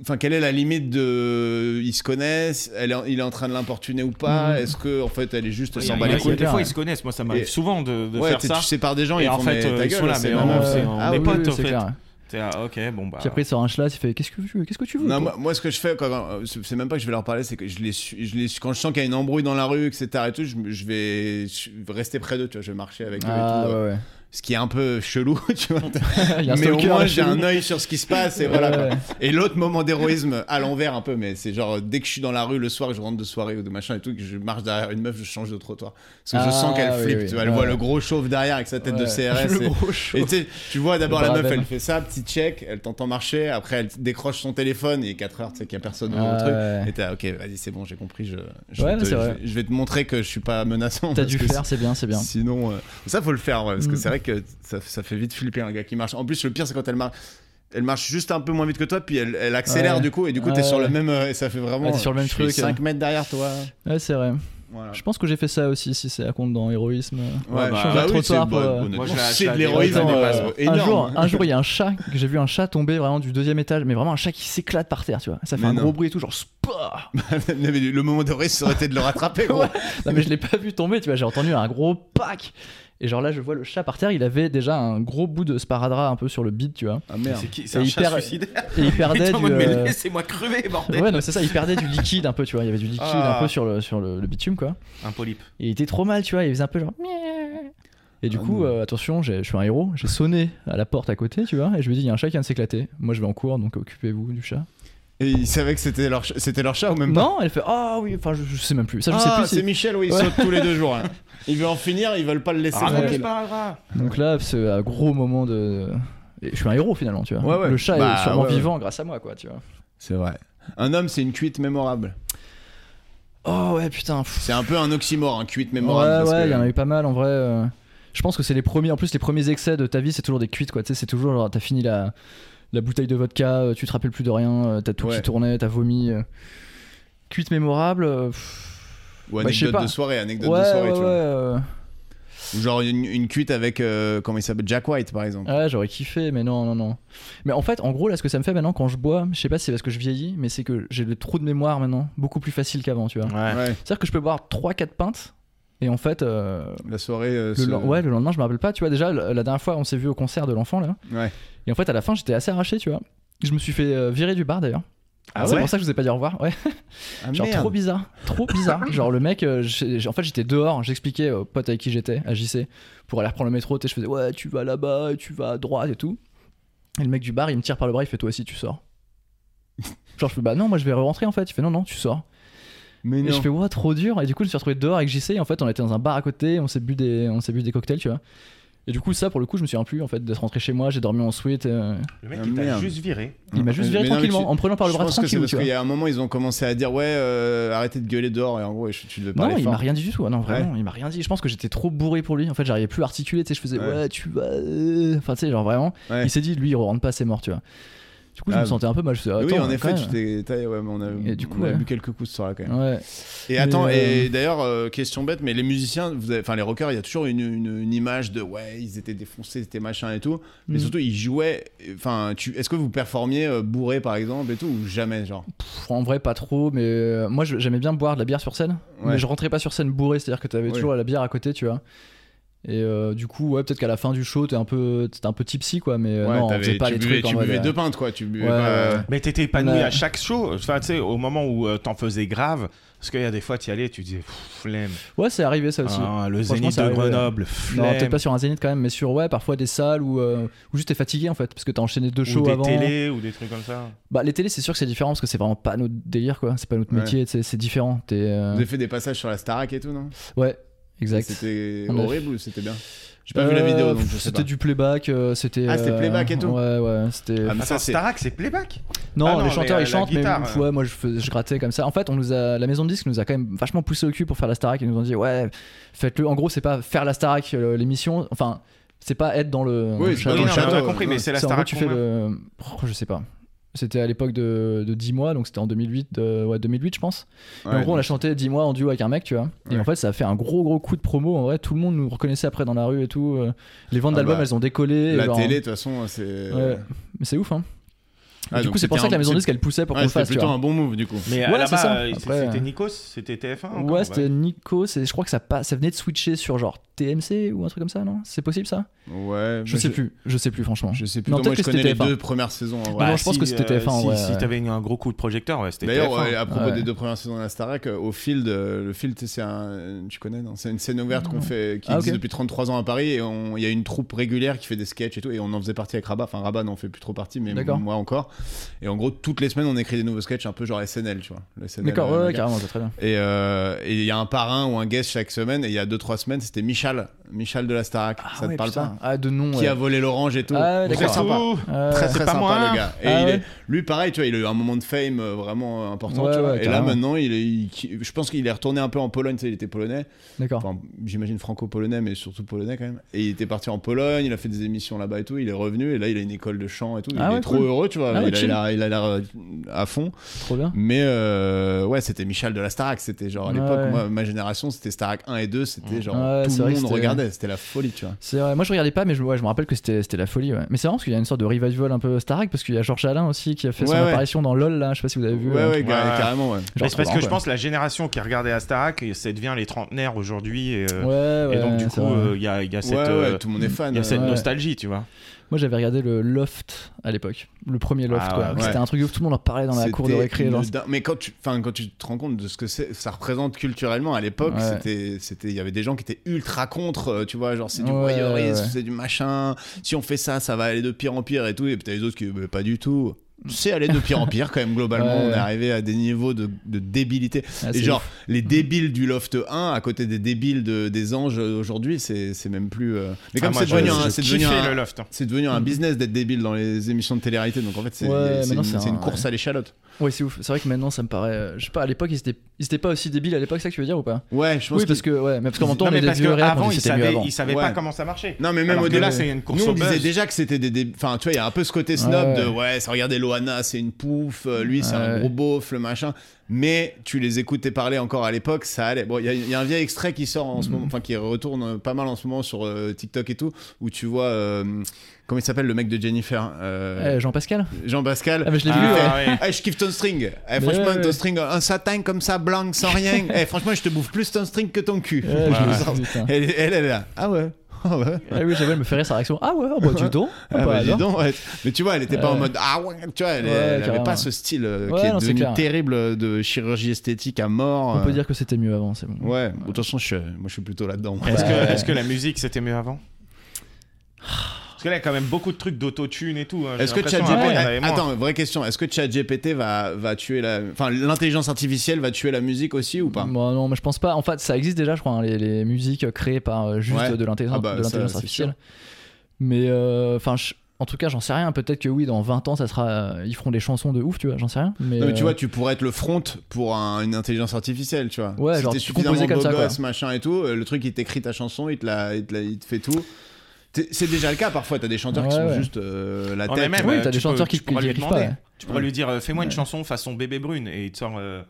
Speaker 2: Enfin, quelle est la limite de. Ils se connaissent, elle est en- il est en train de l'importuner ou pas
Speaker 1: Mhm.
Speaker 2: Est-ce que en fait elle est juste.
Speaker 3: Il
Speaker 2: Elle
Speaker 3: y a-
Speaker 2: s'en
Speaker 3: il
Speaker 2: bat
Speaker 3: y a
Speaker 2: les
Speaker 1: couilles,
Speaker 3: des
Speaker 1: clair,
Speaker 3: fois,
Speaker 1: ouais.
Speaker 3: ils se connaissent. Moi, ça m'arrive
Speaker 2: Et-
Speaker 3: souvent de, de
Speaker 2: Ouais,
Speaker 3: faire
Speaker 2: t'es-
Speaker 3: ça.
Speaker 2: tu sépares des gens,
Speaker 3: Et
Speaker 2: ils
Speaker 3: en
Speaker 2: font,
Speaker 3: fait,
Speaker 2: mais
Speaker 3: euh,
Speaker 2: ta
Speaker 3: ils sont
Speaker 2: gueule,
Speaker 3: là,
Speaker 2: c'est
Speaker 3: mais
Speaker 2: normal.
Speaker 3: vraiment,
Speaker 1: Ouais,
Speaker 3: c'est-
Speaker 1: ouais.
Speaker 3: on
Speaker 1: Ah
Speaker 3: est
Speaker 1: oui,
Speaker 3: potes,
Speaker 1: oui,
Speaker 3: en
Speaker 1: c'est
Speaker 3: fait.
Speaker 1: clair.
Speaker 3: T'es là, ok, bon bah.
Speaker 1: Puis après, il sort un schlass, il fait Qu'est-ce que tu veux Qu'est-ce que tu veux
Speaker 2: Non,
Speaker 1: toi
Speaker 2: moi, moi, ce que je fais, quand, euh, c'est c'est même pas que je vais leur parler, c'est que je les, suis- je les suis- quand je sens qu'il y a une embrouille dans la rue, etc. et tout, je, me- je vais je vais rester près d'eux, tu vois, je vais marcher avec eux et
Speaker 1: Ah
Speaker 2: tout, euh,
Speaker 1: ouais, ouais.
Speaker 2: ce qui est un peu chelou, tu vois.
Speaker 1: Il y a un
Speaker 2: mais au
Speaker 1: stalker,
Speaker 2: moins
Speaker 1: là,
Speaker 2: j'ai
Speaker 1: chez
Speaker 2: un
Speaker 1: lui.
Speaker 2: œil sur ce qui se passe et voilà.
Speaker 1: Ouais,
Speaker 2: quoi. Et l'autre moment d'héroïsme à l'envers un peu, mais c'est genre euh, dès que je suis dans la rue le soir, que je rentre de soirée ou de machin et tout, que je marche derrière une meuf, je change de trottoir parce
Speaker 1: Ah,
Speaker 2: que je sens qu'elle
Speaker 1: oui,
Speaker 2: flippe,
Speaker 1: oui.
Speaker 2: tu vois, elle
Speaker 1: Ouais.
Speaker 2: voit le gros chauve derrière avec sa tête de
Speaker 1: Ouais.
Speaker 2: CRS. et-
Speaker 1: Le gros show.
Speaker 2: et tu sais, tu vois d'abord
Speaker 1: Le
Speaker 2: la meuf,
Speaker 1: bravem.
Speaker 2: elle fait ça, petit check, elle t'entend marcher, après elle décroche son téléphone et 4 heures, tu sais qu'il y a personne dans
Speaker 1: Ah,
Speaker 2: le truc.
Speaker 1: ouais.
Speaker 2: Et t'as, ok, vas-y, c'est bon, j'ai compris, je, je,
Speaker 1: Ouais,
Speaker 2: vais
Speaker 1: mais
Speaker 2: te,
Speaker 1: c'est vrai.
Speaker 2: je vais- je vais te montrer que je suis pas menaçant.
Speaker 1: T'as
Speaker 2: parce
Speaker 1: dû
Speaker 2: que
Speaker 1: faire, c'est bien, c'est bien.
Speaker 2: Sinon, euh, ça faut le faire, ouais, parce que
Speaker 1: Mm.
Speaker 2: c'est vrai que ça, ça fait vite flipper un gars qui marche. En plus, le pire, c'est quand elle marche. Elle marche juste un peu moins vite que toi, puis elle, elle accélère
Speaker 1: Ouais.
Speaker 2: du coup, et du coup, t'es
Speaker 1: Ouais.
Speaker 2: sur le même. euh, et ça fait vraiment.
Speaker 1: Ouais, t'es sur le même truc,
Speaker 2: 5 mètres derrière toi.
Speaker 1: Ouais, c'est vrai.
Speaker 2: Voilà.
Speaker 1: Je pense que j'ai fait ça aussi, si c'est à compte dans héroïsme.
Speaker 2: Ouais,
Speaker 3: bah,
Speaker 2: bah,
Speaker 1: changer
Speaker 2: oui,
Speaker 1: trop
Speaker 2: c'est
Speaker 1: tard,
Speaker 2: bon,
Speaker 1: quoi.
Speaker 2: honnêtement.
Speaker 3: Moi, je l'ai
Speaker 2: c'est
Speaker 3: acheté à
Speaker 2: de
Speaker 3: des-
Speaker 2: l'héroïsme
Speaker 3: Attends,
Speaker 2: euh,
Speaker 3: euh,
Speaker 1: Un jour,
Speaker 2: énorme.
Speaker 1: un jour, il y a un chat que j'ai vu un chat tomber vraiment du deuxième étage, mais vraiment un chat qui s'éclate par terre, tu vois. Ça fait
Speaker 2: Mais
Speaker 1: un
Speaker 2: non.
Speaker 1: gros bruit et tout, genre spah
Speaker 2: Non, mais le moment de rire, ça aurait été de le rattraper. gros.
Speaker 1: Ouais. Non mais je l'ai pas vu tomber, tu vois. J'ai entendu un gros pack. Et genre là, je vois le chat par terre, il avait déjà un gros bout de sparadrap un peu sur le bide, tu vois.
Speaker 2: Ah merde.
Speaker 3: C'est qui C'est
Speaker 1: Et
Speaker 3: un
Speaker 1: il
Speaker 3: chat
Speaker 1: perd-
Speaker 3: suicidaire
Speaker 1: Et il
Speaker 3: Il
Speaker 1: perdait
Speaker 3: était en
Speaker 1: du.
Speaker 3: mode, mais
Speaker 1: euh,
Speaker 3: laissez-moi crever, bordel
Speaker 1: Ouais, non, c'est ça, il perdait du liquide un peu, tu vois. Il y avait du liquide
Speaker 3: Ah.
Speaker 1: un peu sur le, sur le, le bitume, quoi.
Speaker 3: Un polype.
Speaker 1: Et il était trop mal, tu vois. Il faisait un peu genre. miaou. Et du
Speaker 2: Ah
Speaker 1: coup,
Speaker 2: non.
Speaker 1: euh, attention, j'ai- je suis un héros. J'ai sonné à la porte à côté, tu vois. Et je lui ai dit, il y a un chat qui vient de s'éclater. Moi, je vais en cours, donc occupez-vous du chat.
Speaker 2: Et ils savaient que c'était leur, ch- c'était leur chat ou même pas
Speaker 1: Non, elle fait, ah oui, enfin, je, je sais même plus. Ça, je sais
Speaker 2: Ah,
Speaker 1: plus.
Speaker 2: c'est
Speaker 1: si-
Speaker 2: Michel, oui, il
Speaker 1: Ouais. Ah,
Speaker 2: saute tous les deux jours. hein. Il veut en finir, ils veulent pas le laisser
Speaker 1: Raconte-le,
Speaker 2: tranquille.
Speaker 1: Donc là, c'est un gros moment de. et je suis un héros finalement, tu vois.
Speaker 2: Ouais, ouais.
Speaker 1: Le chat
Speaker 2: Bah,
Speaker 1: est sûrement
Speaker 2: ouais, ouais.
Speaker 1: vivant grâce à moi, quoi, tu vois.
Speaker 2: C'est vrai. Un homme, c'est une cuite mémorable.
Speaker 1: Oh ouais, putain. pff.
Speaker 2: C'est un peu un oxymore, un cuite mémorable.
Speaker 1: Ouais,
Speaker 2: parce
Speaker 1: ouais,
Speaker 2: que-
Speaker 1: il y en a eu pas mal en vrai. euh, Je pense que c'est les premiers, en plus, les premiers excès de ta vie, c'est toujours des cuites, quoi. Tu sais, c'est toujours genre, t'as fini la, la bouteille de vodka, euh, tu te rappelles plus de rien, euh, t'as tout
Speaker 2: Ouais.
Speaker 1: qui tournait, t'as vomi. euh. Cuite mémorable. euh, pff.
Speaker 2: Ou
Speaker 1: Bah, je sais
Speaker 2: anecdote
Speaker 1: pas.
Speaker 2: de soirée, anecdote
Speaker 1: Ouais,
Speaker 2: de soirée,
Speaker 1: ouais,
Speaker 2: tu
Speaker 1: ouais,
Speaker 2: vois.
Speaker 1: euh,
Speaker 2: Ou genre une, une cuite avec, euh, comment il s'appelle, Jack White par exemple.
Speaker 1: Ouais, j'aurais kiffé, mais non, non, non. Mais en fait, en gros, là, ce que ça me fait maintenant quand je bois, je sais pas si c'est parce que je vieillis, mais c'est que j'ai le trou de mémoire maintenant, beaucoup plus facile qu'avant, tu vois.
Speaker 3: Ouais.
Speaker 2: Ouais,
Speaker 1: C'est-à-dire que je peux boire 3-4 pintes, et en fait, euh,
Speaker 2: la soirée. euh,
Speaker 1: le,
Speaker 2: se-
Speaker 1: lend- ouais, le lendemain, je me rappelle pas, tu vois, déjà, le- la dernière fois, on s'est vu au concert de l'enfant, là,
Speaker 2: Ouais.
Speaker 1: et en fait, à la fin, j'étais assez arraché, tu vois. Je me suis fait euh, virer du bar d'ailleurs.
Speaker 3: Ah
Speaker 1: c'est
Speaker 3: ouais
Speaker 1: pour ça que je vous ai pas dit au revoir. Ouais.
Speaker 2: Ah,
Speaker 1: Genre
Speaker 2: merde.
Speaker 1: trop bizarre. Trop bizarre. Genre le mec, euh, j'ai- j'ai- en fait j'étais dehors, j'expliquais au pote avec qui j'étais, à JC, pour aller reprendre le métro, tu sais, je faisais ouais tu vas là-bas, et tu vas à droite et tout. Et le mec du bar il me tire par le bras, il fait toi aussi tu sors. Genre je fais bah non moi je vais rentrer en fait, il fait non non tu sors.
Speaker 2: Mais
Speaker 1: Et
Speaker 2: non.
Speaker 1: je fais ouah trop dur et du coup je me suis retrouvé dehors avec JC et en fait on était dans un bar à côté, on s'est bu des, on s'est bu des cocktails tu vois. Et du coup ça pour le coup je me souviens plus en fait d'être rentré chez moi, j'ai dormi en suite, euh,
Speaker 3: Le mec,
Speaker 2: Ah,
Speaker 3: il t'a
Speaker 2: merde.
Speaker 3: juste viré.
Speaker 1: il m'a juste
Speaker 2: Mais
Speaker 1: viré
Speaker 2: non, mais
Speaker 1: tranquillement
Speaker 2: tu-
Speaker 1: en me prenant par le
Speaker 2: je
Speaker 1: bras
Speaker 2: pense que c'est
Speaker 1: tranquille
Speaker 2: parce
Speaker 1: tu
Speaker 2: qu'il
Speaker 1: vois.
Speaker 2: y a un moment, ils ont commencé à dire Ouais, euh, arrêtez de gueuler dehors. Et en gros, je- tu devais parler
Speaker 1: Non, il
Speaker 2: fort.
Speaker 1: m'a rien dit du tout. Ah Non, vraiment, il m'a rien dit. Je pense que j'étais trop bourré pour lui. En fait, j'arrivais plus à articuler. Tu sais, je faisais
Speaker 2: Ouais.
Speaker 1: ouais, tu vas. euh. Enfin, tu sais, genre vraiment.
Speaker 2: Ouais.
Speaker 1: Il s'est dit, lui, il rentre pas, c'est mort, tu vois. Du coup, je
Speaker 2: Ah,
Speaker 1: me sentais un peu mal. Je faisais,
Speaker 2: Mais oui,
Speaker 1: Euh, attends,
Speaker 2: en
Speaker 1: quand
Speaker 2: effet,
Speaker 1: même.
Speaker 2: tu t'es. t'as- Ouais, mais on a,
Speaker 1: Et du coup,
Speaker 2: on a
Speaker 1: ouais.
Speaker 2: bu quelques coups ce soir-là quand même.
Speaker 1: Ouais.
Speaker 2: Et
Speaker 1: Mais,
Speaker 2: attends, et
Speaker 1: euh,
Speaker 2: d'ailleurs, euh, question bête, mais les musiciens, vous avez- enfin les rockers, il y a toujours une, une- une image de ouais, ils étaient défoncés, c'était machin et tout. Mais
Speaker 1: Mm.
Speaker 2: surtout, ils jouaient. Enfin, tu, est-ce que vous performiez euh, bourré par exemple et tout ou jamais genre
Speaker 1: Pff, en vrai, pas trop. Mais euh, moi, je- j'aimais bien boire de la bière sur scène.
Speaker 2: Ouais.
Speaker 1: Mais je rentrais pas sur scène bourré. C'est-à-dire que t'avais
Speaker 2: Oui.
Speaker 1: toujours la bière à côté, tu vois. Et euh, du coup, ouais, peut-être qu'à la fin du show, t'es un peu, t'es un peu tipsy, quoi. Mais euh,
Speaker 2: Ouais,
Speaker 1: non, on
Speaker 2: t'avais-
Speaker 1: faisait pas
Speaker 2: tu
Speaker 1: les
Speaker 2: buvais,
Speaker 1: trucs en
Speaker 2: tu
Speaker 1: mode,
Speaker 2: buvais
Speaker 1: euh,
Speaker 2: deux pintes quoi, tu buvais
Speaker 1: ouais,
Speaker 2: pas- euh,
Speaker 1: ouais, ouais.
Speaker 3: Mais t'étais épanoui
Speaker 1: Ouais.
Speaker 3: à chaque show. Enfin, tu sais, au moment où euh, t'en faisais grave, parce qu'il y a des fois, t'y allais, tu disais Pff, flemme.
Speaker 1: Ouais, c'est arrivé ça aussi.
Speaker 3: Ah, le
Speaker 1: Franchement,
Speaker 3: zénith
Speaker 1: ça
Speaker 3: de
Speaker 1: arrive, ouais.
Speaker 3: Grenoble,
Speaker 1: Non, peut-être
Speaker 3: flemme.
Speaker 1: pas sur un zénith quand même, mais sur ouais, parfois des salles où, euh, où juste t'es fatigué en fait, parce que t'as enchaîné deux shows
Speaker 3: ou des
Speaker 1: avant.
Speaker 3: télés ou des trucs comme ça.
Speaker 1: Bah, les télés, c'est sûr que c'est différent parce que c'est vraiment pas notre délire quoi, c'est pas notre
Speaker 2: Ouais.
Speaker 1: métier, tu sais, c'est différent. T'es, euh,
Speaker 2: Vous avez fait des passages sur la Starac et tout, non
Speaker 1: Ouais, exact.
Speaker 2: C'était
Speaker 1: On a-
Speaker 2: horrible ou c'était bien J'ai pas vu la vidéo,
Speaker 1: Euh,
Speaker 2: donc je sais
Speaker 1: C'était
Speaker 2: pas.
Speaker 1: du playback, euh, c'était.
Speaker 2: Ah, c'était
Speaker 1: euh,
Speaker 2: playback et tout
Speaker 1: Ouais, ouais, c'était.
Speaker 2: Ah, mais ça
Speaker 3: Attends,
Speaker 2: c'est.
Speaker 3: Starak, c'est playback
Speaker 1: non,
Speaker 3: ah non,
Speaker 1: les
Speaker 3: mais,
Speaker 1: chanteurs
Speaker 3: euh,
Speaker 1: ils
Speaker 3: la
Speaker 1: chantent, mais
Speaker 3: guitare,
Speaker 1: ouf,
Speaker 2: hein.
Speaker 3: euh.
Speaker 1: ouais, moi je, fais- je grattais comme ça. En fait, on nous a, la maison de disques nous a quand même vachement poussé au cul pour faire la Starac. Ils nous ont dit, ouais, faites-le. En gros, c'est pas faire la Starac, euh, l'émission, enfin, c'est pas être dans le. dans le
Speaker 2: c'est
Speaker 1: château.
Speaker 2: pas dans
Speaker 3: Oui, non,
Speaker 2: le
Speaker 3: mais
Speaker 2: château,
Speaker 3: on a compris,
Speaker 2: ouais.
Speaker 3: mais c'est la
Speaker 1: C'est en gros,
Speaker 3: Starac.
Speaker 1: tu fais le. Oh, je sais pas. C'était à l'époque de, de 10 mois, donc c'était en 2008, euh, ouais, 2008 je pense. Et en
Speaker 2: Ouais,
Speaker 1: gros, on a chanté 10 mois en duo avec un mec, tu vois. Et
Speaker 2: Ouais.
Speaker 1: en fait, ça a fait un gros, gros coup de promo. En vrai, tout le monde nous reconnaissait après dans la rue et tout. Euh, Les ventes
Speaker 2: Ah
Speaker 1: d'albums,
Speaker 2: bah,
Speaker 1: elles ont décollé. et
Speaker 2: la
Speaker 1: genre- hein.
Speaker 2: télé, de toute façon, c'est.
Speaker 1: Ouais. Mais c'est ouf, hein.
Speaker 2: Ah,
Speaker 1: Et du
Speaker 2: donc
Speaker 1: coup, c'est pour
Speaker 2: c'était
Speaker 1: ça que la
Speaker 2: un-
Speaker 1: maison de
Speaker 2: c'est-
Speaker 1: disque, elle poussait pour qu'on
Speaker 2: Ouais,
Speaker 1: le
Speaker 2: c'était
Speaker 1: fasse, tu
Speaker 2: plutôt
Speaker 1: vois.
Speaker 2: un bon move du coup.
Speaker 3: Mais
Speaker 1: Ouais, c'est ça.
Speaker 3: là-bas, euh,
Speaker 1: Après,
Speaker 3: c'était
Speaker 1: euh,
Speaker 3: Nikos, c'était TF1. encore,
Speaker 1: Ouais, c'était Nico, c'est- je crois que ça, pa- ça venait de switcher sur genre TMC ou un truc comme ça, non C'est possible ça
Speaker 2: Ouais.
Speaker 1: Je
Speaker 2: mais
Speaker 1: sais plus, je sais plus franchement.
Speaker 2: Je sais plus.
Speaker 1: Non,
Speaker 2: Moi,
Speaker 1: peut-être
Speaker 2: je
Speaker 1: que
Speaker 2: connais
Speaker 1: c'était
Speaker 2: les
Speaker 1: TF1.
Speaker 2: deux premières saisons. en vrai.
Speaker 1: Bah, non, je pense
Speaker 3: si,
Speaker 1: que c'était
Speaker 3: euh,
Speaker 1: TF1,
Speaker 3: Si,
Speaker 1: ouais,
Speaker 3: si
Speaker 1: ouais.
Speaker 3: t'avais eu un gros coup de projecteur, ouais, c'était
Speaker 2: D'ailleurs,
Speaker 3: TF1.
Speaker 2: ouais, à propos
Speaker 1: Ouais.
Speaker 2: des deux premières saisons de la Starac, euh, au Field, euh, le Field, c'est un, tu connais, non c'est une scène ouverte qu'on fait, qui
Speaker 1: Ah,
Speaker 2: existe
Speaker 1: ok.
Speaker 2: depuis 33 ans à Paris, et on- il y a une troupe régulière qui fait des sketchs et tout, et on en faisait partie avec Rabat. Enfin, Rabat n'en fait plus trop partie, mais
Speaker 1: D'accord.
Speaker 2: moi encore. Et en gros, toutes les semaines, on écrit des nouveaux sketchs, un peu genre SNL, tu vois. le SNL,
Speaker 1: D'accord,
Speaker 2: euh,
Speaker 1: ouais, ouais,
Speaker 2: machin.
Speaker 1: carrément, c'est très bien.
Speaker 2: Et euh, et il y a un parrain ou un guest chaque semaine, et il y a 2-3 semaines, c'était Michal, Michel de la Starac,
Speaker 1: Ah
Speaker 2: ça
Speaker 1: ouais,
Speaker 2: te parle
Speaker 1: putain.
Speaker 2: pas
Speaker 1: Ah, de nom.
Speaker 2: Qui
Speaker 1: ouais.
Speaker 2: a volé l'orange et tout.
Speaker 1: Ah ouais,
Speaker 2: Très
Speaker 1: d'accord.
Speaker 2: sympa.
Speaker 1: Euh,
Speaker 2: Très très
Speaker 3: pas
Speaker 2: sympa
Speaker 3: moi.
Speaker 2: le gars. Et
Speaker 1: Ah
Speaker 2: il est-
Speaker 1: ouais.
Speaker 2: lui pareil, tu vois, il a eu un moment de fame euh, vraiment euh, important.
Speaker 1: Ouais,
Speaker 2: tu vois.
Speaker 1: ouais,
Speaker 2: et là
Speaker 1: carrément.
Speaker 2: maintenant, il est, il- qui- je pense qu'il est retourné un peu en Pologne. Tu sais, il était polonais,
Speaker 1: D'accord.
Speaker 2: enfin j'imagine franco-polonais, mais surtout polonais quand même. Et il était parti en Pologne, il a fait des émissions là-bas et tout. Il est revenu et là, il a une école de chant et tout.
Speaker 1: Ah
Speaker 2: il
Speaker 1: ouais,
Speaker 2: est trop
Speaker 1: cool.
Speaker 2: heureux, tu vois.
Speaker 1: Ah ouais,
Speaker 2: il, a,
Speaker 1: chill.
Speaker 2: il a- il a l'air euh, à fond.
Speaker 1: Trop bien.
Speaker 2: Mais euh, ouais, c'était Michel de la Starac. C'était genre à
Speaker 1: Ouais,
Speaker 2: l'époque,
Speaker 1: ouais.
Speaker 2: moi, ma génération, c'était Starac 1 et 2. C'était genre
Speaker 1: Ouais,
Speaker 2: tout
Speaker 1: c'est vrai
Speaker 2: le
Speaker 1: que
Speaker 2: monde
Speaker 1: c'était-
Speaker 2: regardait. C'était la folie, tu vois.
Speaker 1: C'est vrai. Moi je regardais pas, mais je, ouais, je me rappelle que c'était c'était la folie. ouais. Mais c'est marrant parce qu'il y a une sorte de revival un peu Starac parce qu'il y a Georges Alain aussi qui a fait son
Speaker 2: Ouais, ouais.
Speaker 1: apparition dans LOL là. Je sais pas si vous avez vu.
Speaker 2: ouais,
Speaker 1: euh,
Speaker 2: ouais, car-
Speaker 3: ouais.
Speaker 2: carrément, ouais.
Speaker 1: genre,
Speaker 3: Mais c'est parce
Speaker 1: trop
Speaker 3: que je
Speaker 1: marrant,
Speaker 3: pense que la génération qui regardait Astarac, et ça devient les trentenaires aujourd'hui. Et, euh,
Speaker 1: quoi. Ouais, ouais.
Speaker 3: et donc, du
Speaker 1: c'est
Speaker 3: coup,
Speaker 1: vrai.
Speaker 3: euh, il y, a, il y a cette,
Speaker 2: ouais, ouais,
Speaker 3: euh,
Speaker 2: tout le monde est fan.
Speaker 3: il y a cette
Speaker 1: ouais.
Speaker 3: nostalgie, tu vois.
Speaker 1: Moi j'avais regardé le Loft à l'époque, le premier Loft
Speaker 3: Ah,
Speaker 1: quoi.
Speaker 3: ouais,
Speaker 1: Donc,
Speaker 2: ouais.
Speaker 1: C'était un truc de ouf, tout le monde en parlait dans la cour de
Speaker 2: C'était
Speaker 1: récré.
Speaker 2: une
Speaker 1: genre,
Speaker 2: din- Mais quand tu, enfin, quand tu te rends compte de ce que c'est, ça représente culturellement à l'époque,
Speaker 1: Ouais.
Speaker 2: c'était, c'était, il y avait des gens qui étaient ultra contre, euh, tu vois, genre c'est du
Speaker 1: Ouais,
Speaker 2: voyeurisme,
Speaker 1: ouais.
Speaker 2: c'est du machin. Si on fait ça, ça va aller de pire en pire et tout. Et puis t'as les autres qui, mais pas du tout. C'est aller de pire en pire quand même globalement.
Speaker 1: Ouais.
Speaker 2: On est arrivé à des niveaux de, de débilité.
Speaker 1: Ah,
Speaker 2: et
Speaker 1: c'est
Speaker 2: genre les débiles du Loft 1 à côté des débiles de- des anges euh, aujourd'hui, c'est, c'est même plus. euh, Mais
Speaker 3: Ah,
Speaker 2: comme
Speaker 3: moi,
Speaker 2: c'est
Speaker 3: je-
Speaker 2: devenu,
Speaker 3: je
Speaker 2: un- c'est devenu
Speaker 3: kiffais
Speaker 2: un-
Speaker 3: le loft. hein.
Speaker 2: c'est devenu un business d'être débile dans les émissions de télé-réalité. Donc en fait, c'est
Speaker 1: Mhm. Ouais,
Speaker 2: c'est
Speaker 1: maintenant,
Speaker 2: une,
Speaker 1: c'est
Speaker 2: c'est
Speaker 1: un-
Speaker 2: une course à l'échalote.
Speaker 1: Ouais, c'est ouf. C'est vrai que maintenant, ça me paraît. euh, je sais pas, à l'époque, ils étaient, ils étaient pas aussi débiles à l'époque, c'est ça que tu veux dire ou pas
Speaker 2: Ouais, je pense
Speaker 1: Oui,
Speaker 2: que
Speaker 1: parce que, ouais, mais parce qu'en même temps,
Speaker 3: Non,
Speaker 1: on est
Speaker 3: mais
Speaker 1: des
Speaker 3: parce
Speaker 1: vieux rêves,
Speaker 3: qu'avant,
Speaker 1: on dit
Speaker 3: ils
Speaker 1: c'était mieux
Speaker 3: savaient,
Speaker 1: avant.
Speaker 3: ils savaient
Speaker 2: Ouais.
Speaker 3: pas comment ça marchait.
Speaker 2: Non, mais même
Speaker 3: Alors que
Speaker 2: au-delà,
Speaker 3: là, c'est une course
Speaker 2: Nous, on
Speaker 3: au buzz.
Speaker 2: disait déjà que c'était des, des- Enfin, tu vois, il y a un peu ce côté snob
Speaker 1: Ouais.
Speaker 2: de ouais, ça regardez Loana, c'est une pouffe, euh, lui, c'est un
Speaker 1: Ouais.
Speaker 2: gros beauf, le machin. Mais tu les écoutais parler encore à l'époque, ça allait. Bon, il y, a- il y a un vieil extrait qui sort
Speaker 1: Mhm.
Speaker 2: en ce moment, enfin, qui retourne euh, pas mal en ce moment sur euh, TikTok et tout, où tu vois. euh, comment il s'appelle le mec de Jennifer euh,
Speaker 1: Eh, Jean-Pascal
Speaker 2: Jean Pascal.
Speaker 1: Ah, mais je l'ai
Speaker 2: qui
Speaker 1: vu,
Speaker 2: fait,
Speaker 3: ouais. Ah,
Speaker 2: Eh, je kiffe ton string. Eh,
Speaker 1: Mais
Speaker 2: franchement,
Speaker 1: Ben ouais,
Speaker 2: ton
Speaker 1: ouais.
Speaker 2: string, un satin comme ça, blanc, sans rien. Eh, franchement, je te bouffe plus ton string que ton cul.
Speaker 1: Eh, je l'ai
Speaker 2: Voilà.
Speaker 1: vu, putain.
Speaker 2: elle, elle, elle est là. Ah ouais. Ah ouais.
Speaker 1: Ah oui, j'avais, elle me fait rire sa réaction. Ah ouais, oh, bah dis donc.
Speaker 2: Ah
Speaker 1: bah,
Speaker 2: bah, dis
Speaker 1: alors.
Speaker 2: donc, ouais. Mais tu vois, elle était pas en
Speaker 1: Ouais.
Speaker 2: mode ah ouais, tu vois, elle,
Speaker 1: Ouais,
Speaker 2: elle avait
Speaker 1: carrément.
Speaker 2: pas ce style euh,
Speaker 1: Ouais,
Speaker 2: qui
Speaker 1: non,
Speaker 2: est
Speaker 1: c'est
Speaker 2: devenu
Speaker 1: clair.
Speaker 2: terrible de chirurgie esthétique à mort.
Speaker 1: On peut
Speaker 2: euh.
Speaker 1: dire que c'était mieux avant, c'est bon.
Speaker 2: Ouais, de toute façon, je suis- moi je suis plutôt là-dedans.
Speaker 1: Bah,
Speaker 3: Est-ce que,
Speaker 1: ouais.
Speaker 3: est-ce que la musique c'était mieux avant Parce que là, il y a quand même beaucoup de trucs d'autotune et tout. hein. J'ai
Speaker 2: Est-ce que
Speaker 3: l'impression
Speaker 2: ChatGPT
Speaker 3: avant, il y en avait moins.
Speaker 2: Attends, vraie question. Est-ce que ChatGPT va va tuer la enfin l'intelligence artificielle va tuer la musique aussi ou pas
Speaker 1: Bon, Bah non, mais je pense pas. En fait, ça existe déjà, je crois, hein, les, les musiques créées par euh, juste
Speaker 2: Ouais.
Speaker 1: de l'intelligence
Speaker 2: Ah bah,
Speaker 1: de
Speaker 2: ça,
Speaker 1: l'intelligence
Speaker 2: c'est
Speaker 1: artificielle. Mais euh, enfin, en tout cas, j'en sais rien. Peut-être que oui, dans 20 ans, ça sera, euh, ils feront des chansons de ouf, tu vois, j'en sais rien. Mais,
Speaker 2: Non, mais tu
Speaker 1: euh,
Speaker 2: vois, tu pourrais être le front pour un- une intelligence artificielle, tu vois.
Speaker 1: Ouais,
Speaker 2: si
Speaker 1: genre,
Speaker 2: t'es
Speaker 1: tu
Speaker 2: suffisamment
Speaker 1: composais comme
Speaker 2: beau
Speaker 1: ça, quoi.
Speaker 2: gosse, machin et tout, euh, le truc, il t'écrit ta chanson, il te, la, il te, la- il te fait tout. T'es- C'est déjà le cas parfois, t'as des chanteurs qui
Speaker 1: Ouais,
Speaker 2: sont
Speaker 1: ouais.
Speaker 2: juste euh, la
Speaker 3: Oh,
Speaker 2: tête.
Speaker 3: mais même,
Speaker 1: Oui,
Speaker 3: euh,
Speaker 1: t'as des
Speaker 3: tu
Speaker 1: chanteurs
Speaker 3: peux-
Speaker 1: qui-
Speaker 3: tu pourras
Speaker 1: qui
Speaker 3: lui
Speaker 1: dirigent
Speaker 3: demander.
Speaker 1: pas, ouais.
Speaker 3: Tu pourras lui dire euh, fais-moi une chanson façon bébé brune et il te sort, euh,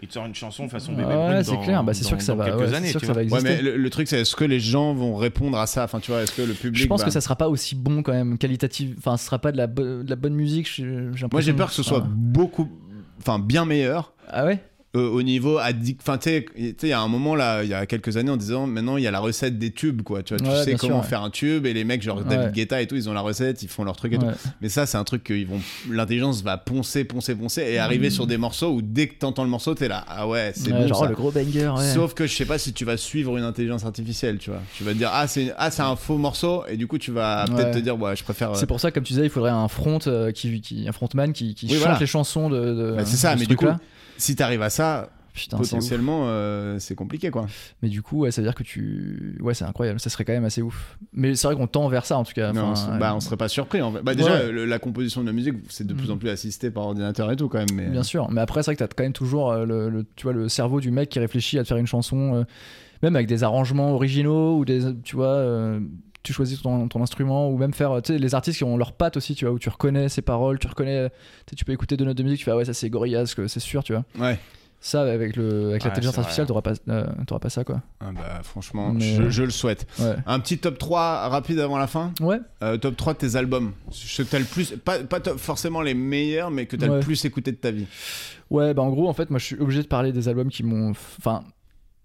Speaker 3: il te sort une chanson façon bébé
Speaker 1: ouais,
Speaker 3: brune.
Speaker 1: c'est
Speaker 3: dans-
Speaker 1: clair. Bah, c'est sûr
Speaker 3: dans-
Speaker 1: que ça
Speaker 3: dans
Speaker 1: va.
Speaker 3: Quelques
Speaker 1: ouais, c'est
Speaker 3: années,
Speaker 1: sûr que
Speaker 3: tu
Speaker 1: ça
Speaker 3: vois.
Speaker 1: va
Speaker 2: Ouais,
Speaker 1: exister.
Speaker 2: mais le, le truc, c'est est-ce que les gens vont répondre à ça Enfin, tu vois, est-ce que le public.
Speaker 1: Je pense
Speaker 2: va-
Speaker 1: que ça sera pas aussi bon quand même, qualitatif. Enfin, ce sera pas de la, bo- de la bonne musique. j'ai- l'impression
Speaker 2: Moi, j'ai peur que ce soit beaucoup. Enfin, bien meilleur.
Speaker 1: Ah ouais
Speaker 2: euh, au niveau addict. Enfin, tu sais, tu sais, il y a un moment là, il y a quelques années, en disant maintenant il y a la recette des tubes, quoi. Tu vois, tu
Speaker 1: Ouais,
Speaker 2: sais
Speaker 1: bien sûr,
Speaker 2: comment
Speaker 1: ouais.
Speaker 2: faire un tube et les mecs genre David
Speaker 1: Ouais.
Speaker 2: Guetta et tout, ils ont la recette, ils font leur truc et
Speaker 1: Ouais.
Speaker 2: tout. Mais ça, c'est un truc que ils vont, l'intelligence va poncer, poncer, poncer et arriver sur des morceaux où dès que t'entends le morceau, t'es là, ah ouais, c'est
Speaker 1: Ouais,
Speaker 2: bon
Speaker 1: genre
Speaker 2: ça.
Speaker 1: le gros banger. Ouais.
Speaker 2: Sauf que je sais pas si tu vas suivre une intelligence artificielle, tu vois. Tu vas te dire ah c'est ah c'est un faux morceau et du coup tu vas
Speaker 1: Ouais.
Speaker 2: peut-être te dire ouais je préfère. euh,
Speaker 1: C'est pour ça, comme tu disais, il faudrait un front euh, qui, qui- un frontman qui, qui
Speaker 2: Oui,
Speaker 1: chante
Speaker 2: voilà.
Speaker 1: les chansons de. de-
Speaker 2: Bah, c'est ça,
Speaker 1: de euh, ce
Speaker 2: mais du coup
Speaker 1: truc-là.
Speaker 2: si t'arrives à ça,
Speaker 1: Putain, c'est ouf.
Speaker 2: potentiellement euh, c'est compliqué quoi.
Speaker 1: Mais du coup, ouais, ça veut dire que tu. Ouais, c'est incroyable. Ça serait quand même assez ouf. Mais c'est vrai qu'on tend vers ça en tout cas.
Speaker 2: Non, on,
Speaker 1: Enfin,
Speaker 2: se-
Speaker 1: ouais.
Speaker 2: bah, on serait pas surpris en fait. Bah, déjà,
Speaker 1: Ouais.
Speaker 2: le- la composition de la musique, c'est de plus
Speaker 1: Mhm.
Speaker 2: en plus assisté par ordinateur et tout quand même. Mais...
Speaker 1: Bien sûr, mais après c'est vrai que t'as quand même toujours euh, le, le- tu vois, le cerveau du mec qui réfléchit à te faire une chanson, euh, même avec des arrangements originaux ou des, tu vois, euh, tu choisis ton, ton instrument ou même faire, euh, tu sais, les artistes qui ont leurs pattes aussi, tu vois, où tu reconnais ses paroles, tu reconnais, euh, tu sais, tu peux écouter deux notes de musique, tu fais ah ouais ça c'est Gorillaz, que c'est sûr, tu vois.
Speaker 2: Ouais.
Speaker 1: Ça avec le, avec
Speaker 3: Ouais,
Speaker 1: l'intelligence
Speaker 3: c'est vrai.
Speaker 1: artificielle t'auras pas, euh, t'auras pas ça quoi.
Speaker 2: Ah, bah, franchement,
Speaker 1: Mais-
Speaker 2: je, je le souhaite.
Speaker 1: Ouais.
Speaker 2: Un petit top 3 rapide avant la fin.
Speaker 1: Ouais.
Speaker 2: Euh, top 3 de tes albums. Ce que t'as le plus. Pas, pas top- forcément les meilleurs, mais que t'as
Speaker 1: Ouais.
Speaker 2: le plus écouté de ta vie.
Speaker 1: Ouais, bah en gros, en fait, moi je suis obligé de parler des albums qui m'ont. Enfin,